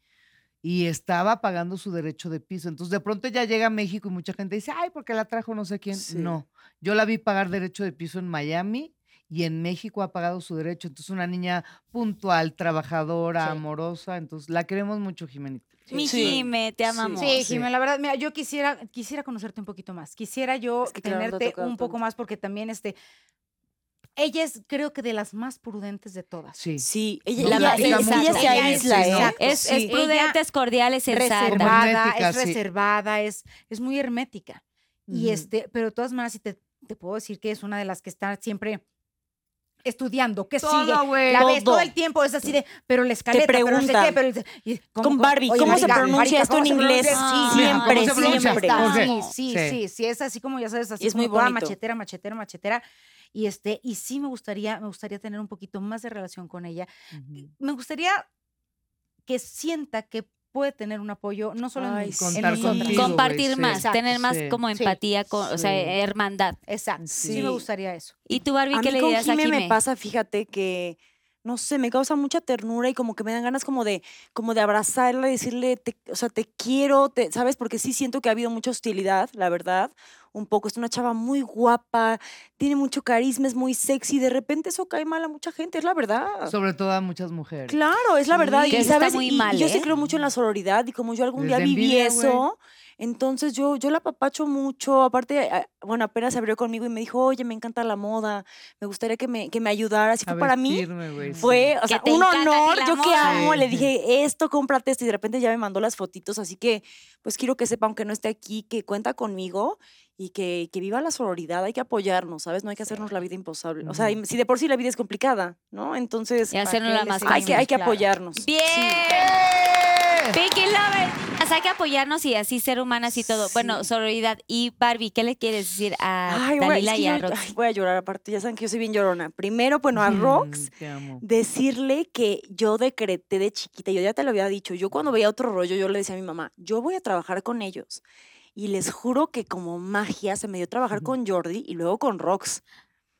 Speaker 6: y estaba pagando su derecho de piso. Entonces, de pronto ya llega a México y mucha gente dice, ay, porque la trajo no sé quién.
Speaker 11: Sí.
Speaker 6: No, yo la vi pagar derecho de piso en Miami y en México ha pagado su derecho. Entonces, una niña puntual, trabajadora, amorosa. Entonces, la queremos mucho, Jimenita.
Speaker 2: Mi
Speaker 11: Sí.
Speaker 2: Jime, te
Speaker 11: Sí.
Speaker 2: amamos.
Speaker 10: Sí,
Speaker 6: Sí.
Speaker 10: Jimena, la verdad, mira, yo quisiera, quisiera conocerte un poquito más. Quisiera yo
Speaker 11: Es que, claro, no ha
Speaker 10: tenerte
Speaker 11: tocado
Speaker 10: un poco
Speaker 11: tanto.
Speaker 10: más porque también, este, ella es, creo que de las más prudentes de todas.
Speaker 6: Sí.
Speaker 11: Sí, ella,
Speaker 6: No
Speaker 11: ella-
Speaker 6: platica
Speaker 11: ella-
Speaker 6: mucho.
Speaker 11: ella se
Speaker 10: Ella es-
Speaker 11: aísla, ¿eh?
Speaker 10: exacto,
Speaker 2: Es, es
Speaker 11: Sí.
Speaker 2: prudente, es cordial, es sensata.
Speaker 10: Reservada,
Speaker 6: Hermética,
Speaker 10: es
Speaker 6: sí.
Speaker 10: reservada, es, es muy hermética. Y
Speaker 6: Ujú.
Speaker 10: este, pero de todas maneras, sí te, te puedo decir que es una de las que está siempre estudiando, que sigue.
Speaker 6: Todo, güey.
Speaker 10: La ves todo
Speaker 11: todo.
Speaker 10: el tiemempo, es así de, pero la escaleta, pero no sé qué,
Speaker 11: preguntan.
Speaker 10: pero... y- ¿cómo-
Speaker 11: Con Barbie,
Speaker 10: oye,
Speaker 11: ¿cómo se
Speaker 10: marica,
Speaker 11: pronuncia
Speaker 10: marica,
Speaker 11: esto
Speaker 10: ¿cómo
Speaker 11: en
Speaker 10: se pronuncia?
Speaker 11: inglés? Sí,
Speaker 10: Sí, siempre,
Speaker 11: ¿cómo se pronuncia?
Speaker 10: siempre.
Speaker 11: ¿Por
Speaker 6: qué?
Speaker 10: Sí, sí,
Speaker 6: Sí.
Speaker 10: sí, sí, es así como, ya sabes, así
Speaker 11: Y es
Speaker 10: como
Speaker 11: muy
Speaker 10: toda
Speaker 11: bonito.
Speaker 10: machetera, machetera, machetera. Y este, y sí me gustaría, me gustaría tener un poquito más de relación con ella.
Speaker 6: Ujú.
Speaker 10: Me gustaría que sienta que puede tener un apoyo, no solo
Speaker 11: Ay,
Speaker 10: en mí,
Speaker 11: sí.
Speaker 10: en
Speaker 6: Contar
Speaker 10: nosotras.
Speaker 6: contigo, güey,
Speaker 2: Compartir
Speaker 6: sí.
Speaker 2: más,
Speaker 10: Exacto,
Speaker 2: tener más
Speaker 6: sí.
Speaker 2: como
Speaker 10: Sí.
Speaker 2: empatía, con- o sea,
Speaker 6: Sí.
Speaker 2: hermandad.
Speaker 10: Exacto. Sí.
Speaker 11: Sí.
Speaker 10: me gustaría eso.
Speaker 2: ¿Y tú, Barbie,
Speaker 11: A
Speaker 2: qué
Speaker 11: mí
Speaker 2: le
Speaker 11: con
Speaker 2: dirías a
Speaker 11: Jime
Speaker 2: Jime?
Speaker 11: me pasa, fíjate que no sé, me causa mucha ternura y como que me dan ganas como de como de abrazarla y decirle, te- o sea, te quiero, te, ¿sabes? Porque sí siento que ha habido mucha hostilidad, la verdad. Un poco, es una chava muy guapa, tiene mucho carisma, es muy sexy, de repente eso cae mal a mucha gente, es la verdad.
Speaker 6: Sobre todo a muchas mujeres.
Speaker 11: Claro, es la verdad.
Speaker 2: Sí, que
Speaker 11: y
Speaker 2: eso está
Speaker 11: sabes,
Speaker 2: muy
Speaker 11: Y- y
Speaker 2: mal,
Speaker 11: yo
Speaker 2: ¿eh?
Speaker 11: sí creo mucho en la sororidad y como yo algún
Speaker 6: Desde
Speaker 11: día viví
Speaker 6: envidia, güey.
Speaker 11: eso, entonces yo, yo la apapacho mucho. Aparte, a- bueno, apenas se abrió conmigo y me dijo, oye, me encanta la moda, me gustaría que me, que me ayudaras. Y
Speaker 6: A
Speaker 11: fue para mí,
Speaker 6: vestirme, güey, sí.
Speaker 11: fue, o
Speaker 2: Que
Speaker 11: sea,
Speaker 2: te
Speaker 11: un
Speaker 2: encanta a ti
Speaker 11: honor.
Speaker 2: la
Speaker 11: Yo que
Speaker 2: moda.
Speaker 11: amo, le
Speaker 6: Sí.
Speaker 11: dije, esto, cómprate esto. Y de repente ya me mandó las fotitos, así que pues quiero que sepa, aunque no esté aquí, que cuenta conmigo y que, que viva la sororidad. Hay que apoyarnos, ¿sabes? No hay que hacernos la vida imposible. O sea,
Speaker 6: Ujú.
Speaker 11: y si de por sí la vida es complicada, ¿no? Entonces,
Speaker 2: Y hacernos la más
Speaker 11: hay que, hay que apoyarnos.
Speaker 2: ¡Bien!
Speaker 11: Sí.
Speaker 6: ¡Eh!
Speaker 2: Pinky Lovers. O sea, hay que apoyarnos y así ser humanas y todo. Bueno, sororidad. Y Barbie, ¿qué le quieres decir a
Speaker 11: Ay, güey, es
Speaker 2: Dalila
Speaker 11: que
Speaker 2: y a
Speaker 11: yo-
Speaker 2: Rox?
Speaker 11: ay, voy a llorar aparte, ya saben que yo soy bien llorona. Primero, bueno, a Rox, decirle que yo decreté de chiquita, yo ya te lo había dicho, yo cuando veía otro rollo, yo le decía a mi mamá, yo voy a trabajar con ellos. Y les juro que como magia se me dio trabajar con Jordi y luego con Rox.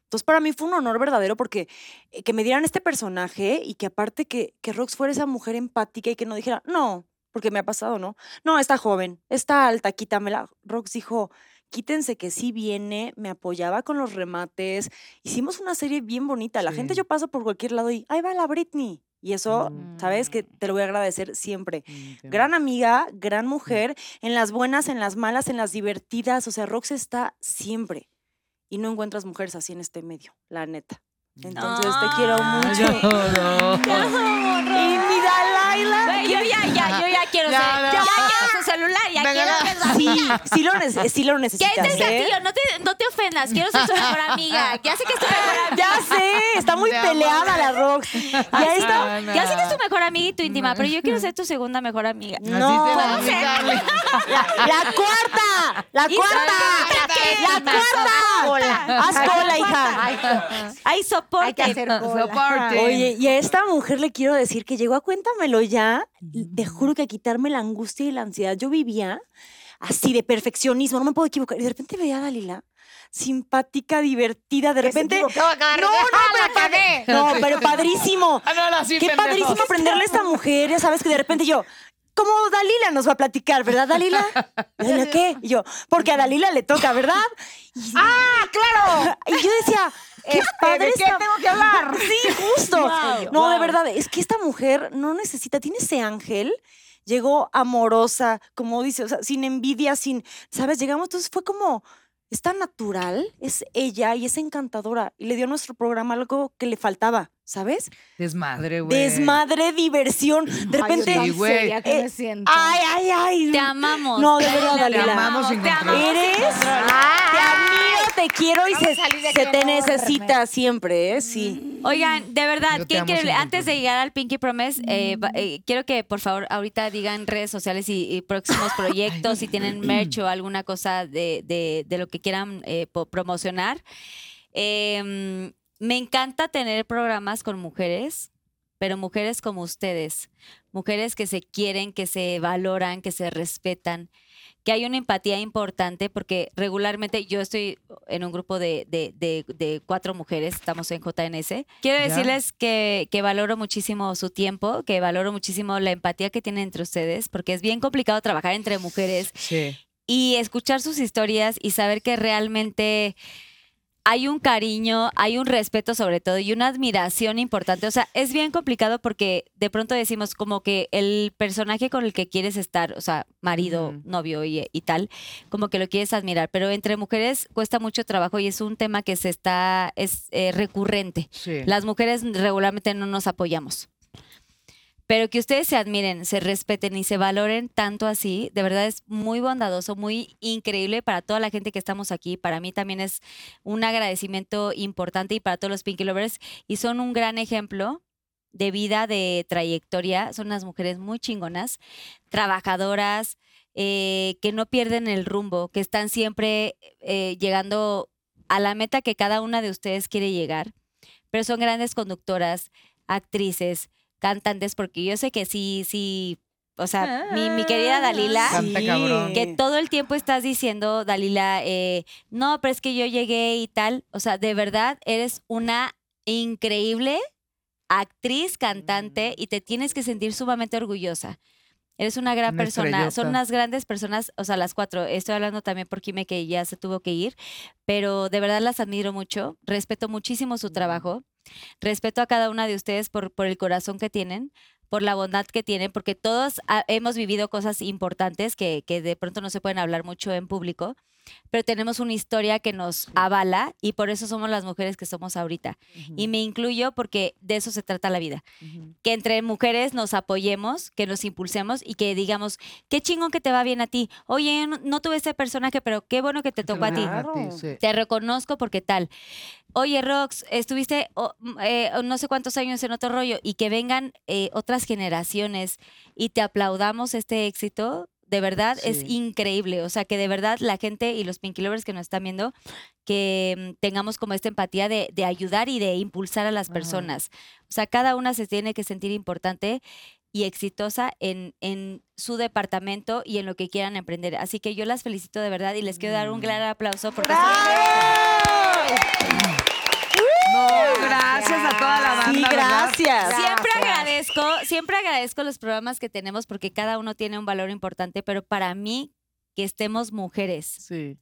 Speaker 11: Entonces para mí fue un honor verdadero porque eh, que me dieran este personaje y que aparte que, que Rox fuera esa mujer empática y que no dijera, no, porque me ha pasado, ¿no? No, está joven, está alta, quítamela. Rox dijo, quítense que sí viene, me apoyaba con los remates. Hicimos una serie bien bonita. La gente
Speaker 6: Sí.
Speaker 11: yo paso por cualquier lado y ahí va la Britney. Y eso, sabes que te lo voy a agradecer siempre. Gran amiga, gran mujer, en las buenas, en las malas, en las divertidas. O sea, Rox está siempre. Y no encuentras mujeres así en este medio, la neta. Entonces te quiero
Speaker 6: Ah,
Speaker 11: mucho. Y mi Dalila,
Speaker 2: Güey, yo ya, ya, yo ya quiero
Speaker 6: No,
Speaker 2: ser-
Speaker 6: no.
Speaker 2: Ya quiero su celular, ya
Speaker 6: Venga,
Speaker 2: quiero
Speaker 6: va.
Speaker 2: ser su amiga.
Speaker 11: Sí, sí lo, nece- sí lo
Speaker 2: Ya
Speaker 11: necesitas.
Speaker 2: es el
Speaker 11: ¿eh?
Speaker 2: gatillo, no te, no te ofendas. Quiero ser su mejor amiga. Ya sé que es tu mejor amiga.
Speaker 11: Ya sé, está muy
Speaker 6: Te amo,
Speaker 11: peleada la Rox. Ya está.
Speaker 6: Ana.
Speaker 2: Ya sé que es tu mejor amiga y tu íntima, pero yo quiero ser tu segunda mejor amiga.
Speaker 6: Así te
Speaker 11: No.
Speaker 6: va a quitarle.
Speaker 11: ¡La cuarta! ¡La cuarta! ¡La cuarta! ¡Haz cola, hija!
Speaker 2: Hay soporte.
Speaker 10: Hay que hacer
Speaker 6: Soporte.
Speaker 11: Oye, y a esta mujer le quiero decir que llegó a cuéntamelo ya. y Te juro que a quitarme la angustia y la ansiedad. Yo vivía así de perfeccionismo, no me puedo equivocar. Y de repente veía a Dalila simpática, divertida. De repente. No, no, pero pa- no, pero padrísimo.
Speaker 6: Ah, no, no, sí,
Speaker 11: Qué
Speaker 6: pendejo.
Speaker 11: padrísimo aprenderle a esta mujer, ya sabes que de repente yo, como Dalila nos va a platicar, ¿verdad, Dalila? ¿Dalila qué? Y yo, porque a Dalila le toca, ¿verdad? ¡Ah, claro! Y yo decía, qué padre
Speaker 10: qué
Speaker 11: esta-
Speaker 10: tengo que hablar?
Speaker 11: Sí, justo. no, de verdad, es que esta mujer no necesita, tiene ese ángel. Llegó amorosa, como dice, o sea, sin envidia, sin, ¿sabes? Llegamos, entonces fue como, es tan natural, es ella y es encantadora. Y le dio a nuestro programa algo que le faltaba, ¿sabes?
Speaker 6: Desmadre, güey.
Speaker 11: Desmadre, diversión. De repente,
Speaker 6: Sí, güey.
Speaker 12: Ya que
Speaker 11: Eh,
Speaker 12: me siento.
Speaker 11: ay, ay, ay.
Speaker 2: Te amamos.
Speaker 11: No, de verdad,
Speaker 6: Te
Speaker 11: Dalila.
Speaker 6: amamos sin
Speaker 2: Te
Speaker 6: control.
Speaker 11: Eres. Te admiro, te quiero y se, se te necesita siempre, ¿eh? Sí.
Speaker 2: Oigan, de verdad,
Speaker 6: Yo te
Speaker 2: qué
Speaker 6: amo
Speaker 2: increíble.
Speaker 6: sin
Speaker 2: Antes de llegar al Pinky Promise, eh, va- eh, quiero que por favor ahorita digan redes sociales y, y próximos proyectos, si tienen merch o alguna cosa de, de- de lo que quieran eh, po- promocionar. Eh, me encanta tener programas con mujeres, pero mujeres como ustedes, mujeres que se quieren, que se valoran, que se respetan, que hay una empatía importante, porque regularmente yo estoy en un grupo de, de- de- de cuatro mujeres, estamos en JNS. Quiero
Speaker 6: Ya.
Speaker 2: decirles que, que valoro muchísimo su tiempo, que valoro muchísimo la empatía que tienen entre ustedes, porque es bien complicado trabajar entre mujeres
Speaker 6: Sí.
Speaker 2: y escuchar sus historias y saber que realmente hay un cariño, hay un respeto sobre todo y una admiración importante. O sea, es bien complicado porque de pronto decimos como que el personaje con el que quieres estar, o sea, marido,
Speaker 6: Ujú.
Speaker 2: novio y, y tal, como que lo quieres admirar, pero entre mujeres cuesta mucho trabajo y es un tema que se está, es eh, recurrente.
Speaker 6: Sí.
Speaker 2: Las mujeres regularmente no nos apoyamos. Pero que ustedes se admiren, se respeten y se valoren tanto así, de verdad es muy bondadoso, muy increíble para toda la gente que estamos aquí. Para mí también es un agradecimiento importante y para todos los Pinky Lovers. Y son un gran ejemplo de vida, de trayectoria. Son unas mujeres muy chingonas, trabajadoras, eh, que no pierden el rumbo, que están siempre eh, llegando a la meta que cada una de ustedes quiere llegar. Pero son grandes conductoras, actrices, cantantes, porque yo sé que sí, sí. O sea, mi, mi querida Dalila,
Speaker 6: Canta
Speaker 11: Sí.
Speaker 6: cabrón.
Speaker 2: que todo el tiempo estás diciendo, Dalila, eh, no, pero es que yo llegué y tal. O sea, de verdad, eres una increíble actriz, cantante
Speaker 6: Mm.
Speaker 2: y te tienes que sentir sumamente orgullosa. Eres una gran
Speaker 6: Una
Speaker 2: persona, son
Speaker 6: estrellota.
Speaker 2: unas grandes personas, o sea, las cuatro. Estoy hablando también por Jime, que ya se tuvo que ir, pero de verdad las admiro mucho, respeto muchísimo
Speaker 6: Mm.
Speaker 2: su trabajo, respeto a cada una de ustedes por, por el corazón que tienen, por la bondad que tienen, porque todos ah, hemos vivido cosas importantes que, que de pronto no se pueden hablar mucho en público. pero tenemos una historia que nos avala y por eso somos las mujeres que somos ahorita. Y me incluyo porque de eso se trata la vida. Que entre mujeres nos apoyemos, que nos impulsemos y que digamos, qué chingón que te va bien a ti. Oye, no, no tuve ese personaje, pero qué bueno que te tocó a ti.
Speaker 6: sí.
Speaker 2: Te reconozco porque tal. Oye, Rox, estuviste o- m- eh, o no sé cuántos años en otro rollo y que vengan eh, otras generaciones y te aplaudamos este éxito. De verdad es
Speaker 6: Sí.
Speaker 2: increíble. O sea, que de verdad la gente y los Pinky Lovers que nos están viendo, que mm, tengamos como esta empatía de, de ayudar y de impulsar a las personas. O sea, cada una se tiene que sentir importante y exitosa en, en su departamento y en lo que quieran emprender. Así que yo las felicito de verdad y les quiero
Speaker 6: Mm.
Speaker 2: dar un gran aplauso porque son-
Speaker 6: No, gracias a toda la banda.
Speaker 11: Sí,
Speaker 6: ¿verdad?
Speaker 11: gracias.
Speaker 2: Siempre agradezco, siempre agradezco los programas que tenemos porque cada uno tiene un valor importante, pero para mí que estemos mujeres
Speaker 6: Sí.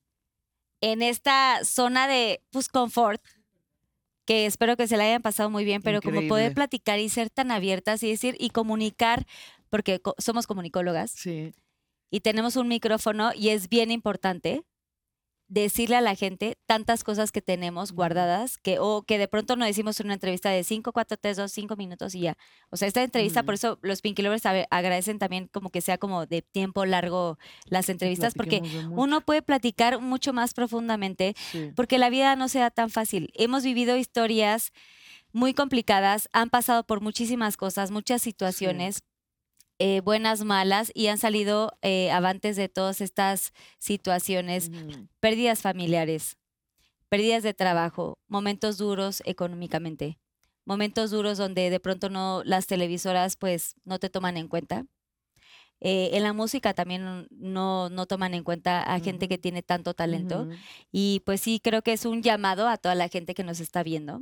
Speaker 2: en esta zona de pues, confort, que espero que se la hayan pasado muy bien, pero como poder
Speaker 6: Increíble.
Speaker 2: platicar y ser tan abiertas y decir y comunicar, porque co- somos comunicólogas
Speaker 6: Sí.
Speaker 2: y tenemos un micrófono y es bien importante decirle a la gente tantas cosas que tenemos guardadas que o que de pronto no decimos en una entrevista de 5, 4, 3, 2, 5 minutos y ya. O sea, esta entrevista, por eso los Pinky Lovers a- agradecen también como que sea como de tiempo largo las entrevistas, porque
Speaker 6: Platiquemos de mucho.
Speaker 2: uno puede platicar mucho más profundamente,
Speaker 6: Sí.
Speaker 2: porque la vida no se da tan fácil. Hemos vivido historias muy complicadas, han pasado por muchísimas cosas, muchas situaciones, eh, buenas, malas, y han salido eh, avantes de todas estas situaciones, pérdidas familiares, pérdidas de trabajo, momentos duros económicamente, momentos duros donde de pronto no las televisoras pues no te toman en cuenta. Eh, en la música también no, no toman en cuenta a gente que tiene tanto talento.
Speaker 6: Ujú.
Speaker 2: Y pues sí, creo que es un llamado a toda la gente que nos está viendo,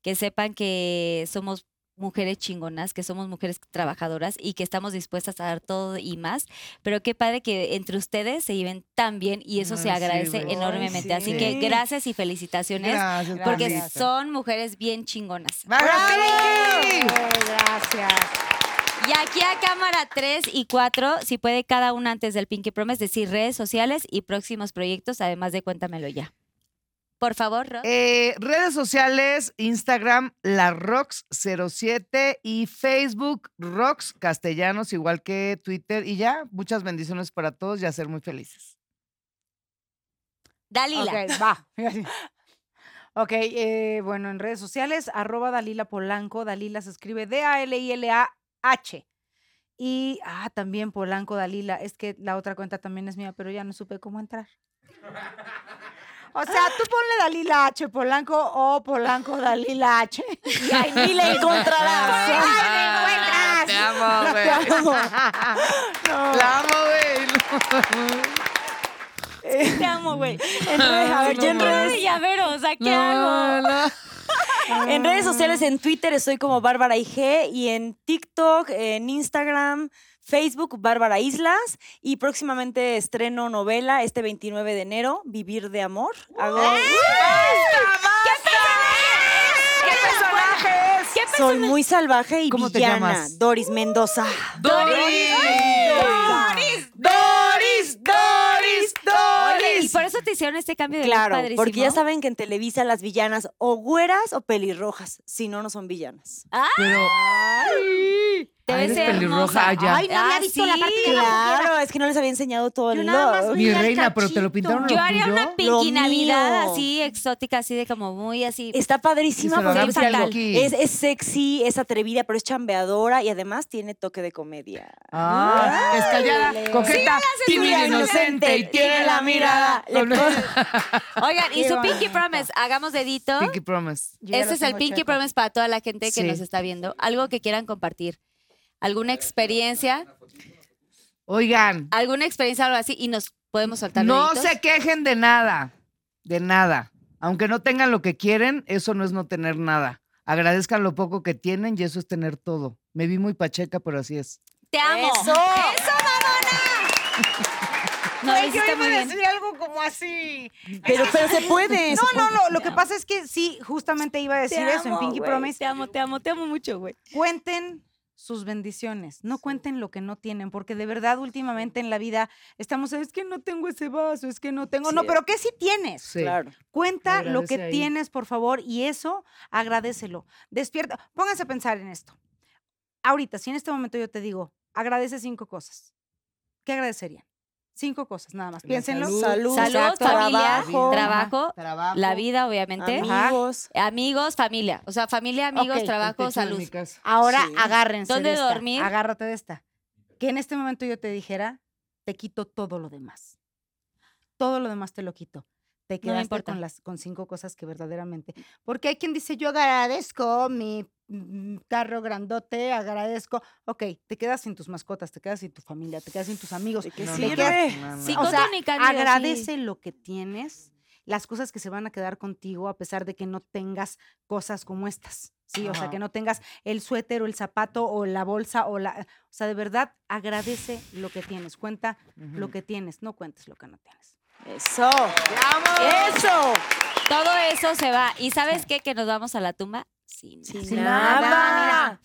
Speaker 2: que sepan que somos mujeres chingonas, que somos mujeres trabajadoras y que estamos dispuestas a dar todo y más, pero qué padre que entre ustedes se lleven tan bien y eso se
Speaker 6: Ay, sí,
Speaker 2: agradece
Speaker 6: güey.
Speaker 2: enormemente.
Speaker 6: Ay,
Speaker 2: Así que
Speaker 6: sí.
Speaker 2: gracias y felicitaciones,
Speaker 6: Gracias,
Speaker 2: porque
Speaker 6: Carlita.
Speaker 2: son mujeres bien chingonas.
Speaker 6: ¡Bravo!
Speaker 2: Y aquí a cámara 3 y 4, si puede cada una antes del Pinky Promise decir redes sociales y próximos proyectos, además de Cuéntamelo Ya. Por favor, Ros.
Speaker 6: Eh, redes sociales, Instagram, la Rox07 y Facebook, Rox Castellanos, igual que Twitter. Y ya, muchas bendiciones para todos y a ser muy felices.
Speaker 2: Dalila.
Speaker 12: Ok, va. Ok, eh, bueno, en redes sociales, arroba Dalila Polanco. Dalila se escribe D-A-L-I-L-A-H. Y, ah, también Polanco Dalila. Es que la otra cuenta también es mía, pero ya no supe cómo entrar. O sea, tú ponle Dalila H, Polanco o Polanco Dalila H.
Speaker 11: Y ahí la encontrarás.
Speaker 12: ¡Ay, me encuentras!
Speaker 6: Ah, Te amo, güey. La amo, güey.
Speaker 11: Te amo, güey. En redes- A ver, yo en
Speaker 2: Yo
Speaker 11: redes
Speaker 2: de llavero, o sea, ¿qué
Speaker 6: No,
Speaker 2: hago?
Speaker 6: no.
Speaker 11: En redes sociales, en Twitter estoy como Bárbara IG y en TikTok, en Instagram, Facebook, Bárbara Islas y próximamente estreno novela este 29 de enero, Vivir de Amor. Hago-
Speaker 6: ¡Qué personaje es!
Speaker 11: Soy muy salvaje y
Speaker 6: ¿Cómo te
Speaker 11: villana.
Speaker 6: llamas?
Speaker 11: Doris Mendoza.
Speaker 6: ¡Doris! ¡Doris! ¡Doris!
Speaker 2: Oye, y
Speaker 6: ¡Doris!
Speaker 2: por eso te hicieron este cambio de look
Speaker 11: Claro,
Speaker 2: padrísimo.
Speaker 11: porque ya saben que en Televisa las villanas o güeras o pelirrojas, si no, no son villanas.
Speaker 6: Pero,
Speaker 2: Te
Speaker 6: Ay,
Speaker 2: ves
Speaker 6: eres pelirroja,
Speaker 2: hermosa.
Speaker 6: ah, ya. Ay,
Speaker 2: no había visto la parte
Speaker 11: Claro, es que no les había enseñado todo el love.
Speaker 6: mi reina, pero te lo pintaron
Speaker 2: Yo
Speaker 6: lo
Speaker 2: haría una
Speaker 6: tuyo.
Speaker 2: pinky
Speaker 11: Lo
Speaker 2: navidad
Speaker 11: mío.
Speaker 2: así exótica, así de como muy así.
Speaker 11: Está padrísima
Speaker 6: Y se lo
Speaker 11: porque
Speaker 6: agarra
Speaker 11: es,
Speaker 6: algo
Speaker 11: fatal.
Speaker 6: aquí.
Speaker 11: es, es sexy, es atrevida, pero es chambeadora y además tiene toque de comedia.
Speaker 6: Ah, es callada,
Speaker 11: Dale.
Speaker 6: coqueta, tímida,
Speaker 11: Julia,
Speaker 6: inocente y tiene la mirada.
Speaker 11: le
Speaker 2: Oigan, y su pinky promise, hagamos dedito.
Speaker 6: Pinky Promise.
Speaker 2: Ese es el pinky promise para toda la gente que
Speaker 6: Sí.
Speaker 2: nos está viendo. Algo que quieran compartir. Alguna experiencia,
Speaker 6: Oigan,
Speaker 2: alguna experiencia algo así y nos podemos soltar
Speaker 6: no
Speaker 2: deditos.
Speaker 6: se quejen de nada, de nada. Aunque no tengan lo que quieren, eso no es no tener nada. Agradezcan lo poco que tienen y eso es tener todo. Me vi muy pacheca, pero así es.
Speaker 2: Te amo.
Speaker 11: ¡Eso!
Speaker 2: No, lo hiciste muy bien.
Speaker 12: algo como así.
Speaker 11: Pero, pero se puede.
Speaker 12: No, no, no. Lo que pasa es que sí, justamente iba a decir eso en Pinky Promise.
Speaker 2: Te amo, te amo, te amo mucho, güey.
Speaker 12: Cuenten
Speaker 9: sus bendiciones. No cuenten lo que no tienen, porque de verdad últimamente en la vida estamos, es que no tengo ese vaso, es que no tengo, no,
Speaker 11: Sí.
Speaker 9: pero ¿qué sí tienes?
Speaker 6: Sí.
Speaker 11: Claro.
Speaker 9: Cuenta lo
Speaker 6: Agradece
Speaker 9: que
Speaker 6: ahí.
Speaker 9: tienes, por favor, y eso agradecelo. Despierta, pónganse a pensar en esto. Ahorita, si en este momento yo te digo, agradece cinco cosas, ¿qué agradecerían? Cinco cosas, nada más.
Speaker 6: La
Speaker 9: Piénsenlo.
Speaker 6: salud,
Speaker 2: Salud,
Speaker 11: Exacto,
Speaker 2: familia,
Speaker 11: trabajo,
Speaker 2: trabajo,
Speaker 6: Trabajo.
Speaker 2: la vida, obviamente.
Speaker 11: amigos.
Speaker 2: Amigos, familia. O sea, familia, amigos,
Speaker 9: Ok, el
Speaker 6: el techo
Speaker 2: trabajo,
Speaker 6: de
Speaker 2: salud.
Speaker 6: mi casa.
Speaker 9: Ahora
Speaker 11: Sí.
Speaker 9: agárrense.
Speaker 2: ¿Dónde
Speaker 9: de esta,
Speaker 2: dormir?
Speaker 9: Agárrate de esta. Que en este momento yo te dijera, te quito todo lo demás. Todo lo demás te lo quito. Te quedaste
Speaker 2: importa.
Speaker 9: con las con cinco cosas que verdaderamente. Porque hay quien dice, yo agradezco mi mm, carro grandote, agradezco. Ok, te quedas sin tus mascotas, te quedas sin tu familia, te quedas sin tus amigos.
Speaker 11: ¿De qué
Speaker 9: te
Speaker 11: sirve?
Speaker 9: quedas-
Speaker 2: Sí,
Speaker 9: o sea,
Speaker 2: comunicar, digo, sí.
Speaker 9: agradece lo que tienes, las cosas que se van a quedar contigo a pesar de que no tengas cosas como estas. Sí, o sea, que no tengas el suéter o el zapato o la bolsa o la... O sea, de verdad, agradece lo que tienes, cuenta
Speaker 11: Mm.
Speaker 9: lo que tienes, no cuentes lo que no tienes.
Speaker 11: Eso. Eso.
Speaker 2: Todo eso se va. ¿Y sabes qué? Que nos vamos a la tumba sin
Speaker 11: Sin
Speaker 2: nada.
Speaker 11: nada.
Speaker 9: nada,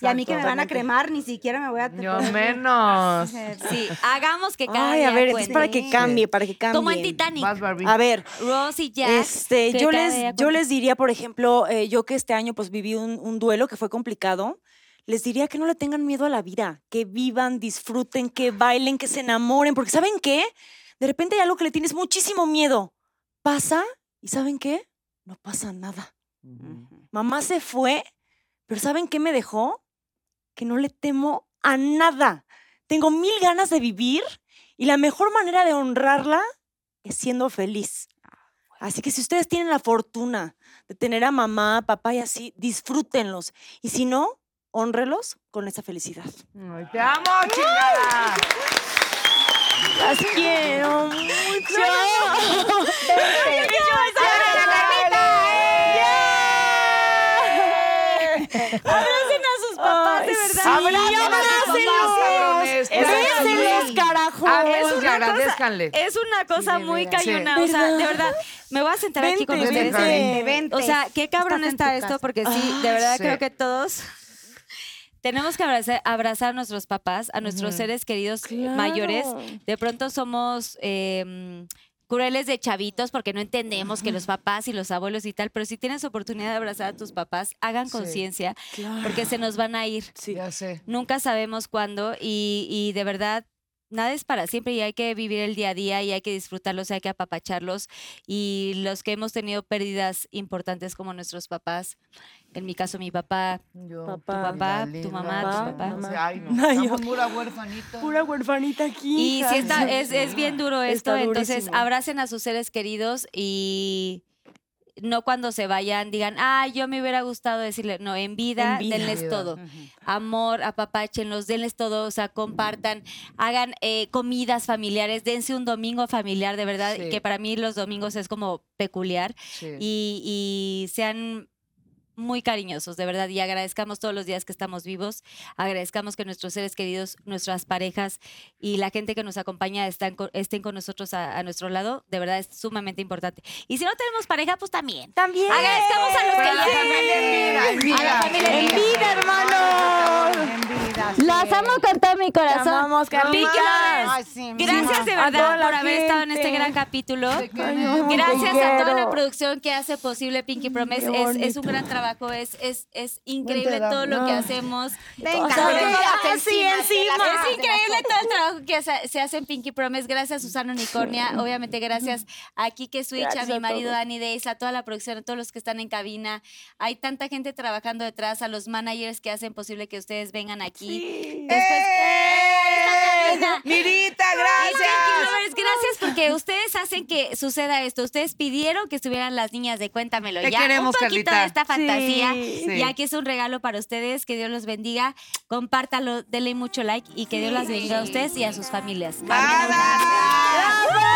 Speaker 9: Y a mí
Speaker 6: Exacto.
Speaker 9: que me van a cremar, ni siquiera me voy a...
Speaker 6: Yo menos.
Speaker 2: Sí, hagamos que cada
Speaker 11: Ay, a
Speaker 2: día
Speaker 11: ver, es
Speaker 2: cuente.
Speaker 11: para que cambie, para que cambie.
Speaker 2: Como en Titanic.
Speaker 6: Vas, Barbie.
Speaker 11: A ver,
Speaker 2: Rose y Jack.
Speaker 11: Este,
Speaker 2: que
Speaker 11: yo
Speaker 2: cada día
Speaker 11: les, yo
Speaker 2: cuenta.
Speaker 11: les diría, por ejemplo, eh, yo que este año pues viví un, un duelo que fue complicado, les diría que no le tengan miedo a la vida, que vivan, disfruten, que bailen, que se enamoren, porque ¿saben qué? De repente hay algo que le tienes muchísimo miedo. Pasa y ¿saben qué? No pasa nada. Mamá se fue, pero ¿saben qué me dejó? Que no le temo a nada. Tengo mil ganas de vivir y la mejor manera de honrarla es siendo feliz. Así que si ustedes tienen la fortuna de tener a mamá, papá y así, disfrútenlos. Y si no, honrelos con esa felicidad.
Speaker 6: Ay, te amo, chingada.
Speaker 11: Las quiero mucho. Abracen a sus papás, de verdad.
Speaker 6: Abrácenlos,
Speaker 11: Abrácenlos.
Speaker 6: cabrones, claro que
Speaker 11: Abrácenlos,
Speaker 6: sí.
Speaker 11: carajo.
Speaker 6: Ábrelos y
Speaker 2: una cosa- eh,
Speaker 6: agradezcanle.
Speaker 2: Es una cosa muy
Speaker 6: veras.
Speaker 2: cayona, o sea,
Speaker 11: ¿Verdad?
Speaker 2: de verdad, me voy a sentar aquí con
Speaker 11: Vente,
Speaker 2: ustedes.
Speaker 11: vente. Ah,
Speaker 2: O sea, qué cabrón
Speaker 9: Estás en
Speaker 2: está
Speaker 9: tu
Speaker 2: esto,
Speaker 9: casa.
Speaker 2: porque sí, de
Speaker 6: Ay,
Speaker 2: verdad
Speaker 6: sí.
Speaker 2: creo que todos tenemos que abrazar, abrazar a nuestros papás, a nuestros seres queridos mayores. De pronto somos eh, crueles de chavitos porque no entendemos que los papás y los abuelos y tal, pero si tienes oportunidad de abrazar a tus papás, hagan
Speaker 6: Sí.
Speaker 2: conciencia, porque se nos van a ir.
Speaker 11: Sí.
Speaker 6: Ya sé.
Speaker 2: Nunca sabemos cuándo y, y de verdad nada es para siempre y hay que vivir el día a día y hay que disfrutarlos, hay que apapacharlos y los que hemos tenido pérdidas importantes como nuestros papás, en mi caso mi papá,
Speaker 6: Yo,
Speaker 11: Papá.
Speaker 6: tu
Speaker 2: papá,
Speaker 6: vida
Speaker 2: tu
Speaker 6: linda,
Speaker 2: mamá,
Speaker 11: tu
Speaker 6: papá.
Speaker 11: papá.
Speaker 6: Ay, no.
Speaker 11: Ay,
Speaker 6: estamos
Speaker 11: yo-
Speaker 6: pura huérfanita.
Speaker 11: Pura huerfanita aquí.
Speaker 2: Y sí está, es, es
Speaker 6: Sí.
Speaker 2: bien duro esto,
Speaker 11: Está
Speaker 2: entonces
Speaker 11: durísimo.
Speaker 2: abracen a sus seres queridos y no cuando se vayan digan, ah, yo me hubiera gustado decirle, no, en vida,
Speaker 11: En vida.
Speaker 2: denles
Speaker 6: Vida.
Speaker 2: todo, amor, apapáchenlos, denles todo, o sea, compartan, hagan eh, comidas familiares, dense un domingo familiar, de verdad,
Speaker 6: Sí.
Speaker 2: que para mí los domingos es como peculiar
Speaker 6: Sí.
Speaker 2: y, y sean muy cariñosos, de verdad, y agradezcamos todos los días que estamos vivos, agradezcamos que nuestros seres queridos, nuestras parejas y la gente que nos acompaña están co- estén con nosotros a, a nuestro lado, de verdad es sumamente importante. Y si no tenemos pareja, pues también.
Speaker 11: También.
Speaker 2: Agradezcamos a los
Speaker 6: Pero
Speaker 2: que
Speaker 6: la familia en vida, en
Speaker 2: A la
Speaker 6: vida.
Speaker 2: familia en
Speaker 11: En vida, hermano.
Speaker 4: Las amo con todo mi
Speaker 11: Te
Speaker 4: corazón.
Speaker 11: amamos, Carlita.
Speaker 2: Gracias de
Speaker 11: A toda
Speaker 2: verdad
Speaker 11: la
Speaker 2: por haber estado en este
Speaker 11: gente.
Speaker 2: gran capítulo.
Speaker 11: Ay, amo, te
Speaker 2: Gracias a toda la
Speaker 11: quiero.
Speaker 2: producción que hace posible Pinky Promise. Es,
Speaker 11: Qué
Speaker 2: es un
Speaker 11: bonito.
Speaker 2: gran trabajo, es, es, es increíble todo lo que hacemos.
Speaker 11: O sea, que- sí, encima.
Speaker 2: Es increíble todo el trabajo que se- se hace en Pinky Promise. Gracias, Susana Unicornia. Obviamente, gracias a Kike Switch,
Speaker 11: Gracias
Speaker 2: a mi
Speaker 11: a
Speaker 2: marido
Speaker 11: todos.
Speaker 2: Dani Days, a toda la producción, a todos los que están en cabina. Hay tanta gente trabajando detrás, a los managers que hacen posible que ustedes vengan aquí. Después, ¡Esta cabina!
Speaker 6: Eh, Mirita,
Speaker 2: Ay, Pinky Lovers, gracias porque ustedes hacen que suceda esto. Ustedes pidieron que estuvieran las niñas de Cuéntamelo
Speaker 6: Te
Speaker 2: ya.
Speaker 6: queremos,
Speaker 2: un poquito
Speaker 6: Carlita.
Speaker 2: de esta fantasía.
Speaker 6: Sí.
Speaker 2: Y aquí es un regalo para ustedes. Que Dios los bendiga. Compártalo, denle mucho like y que Dios las bendiga a ustedes y a sus familias.
Speaker 6: ¡Nada!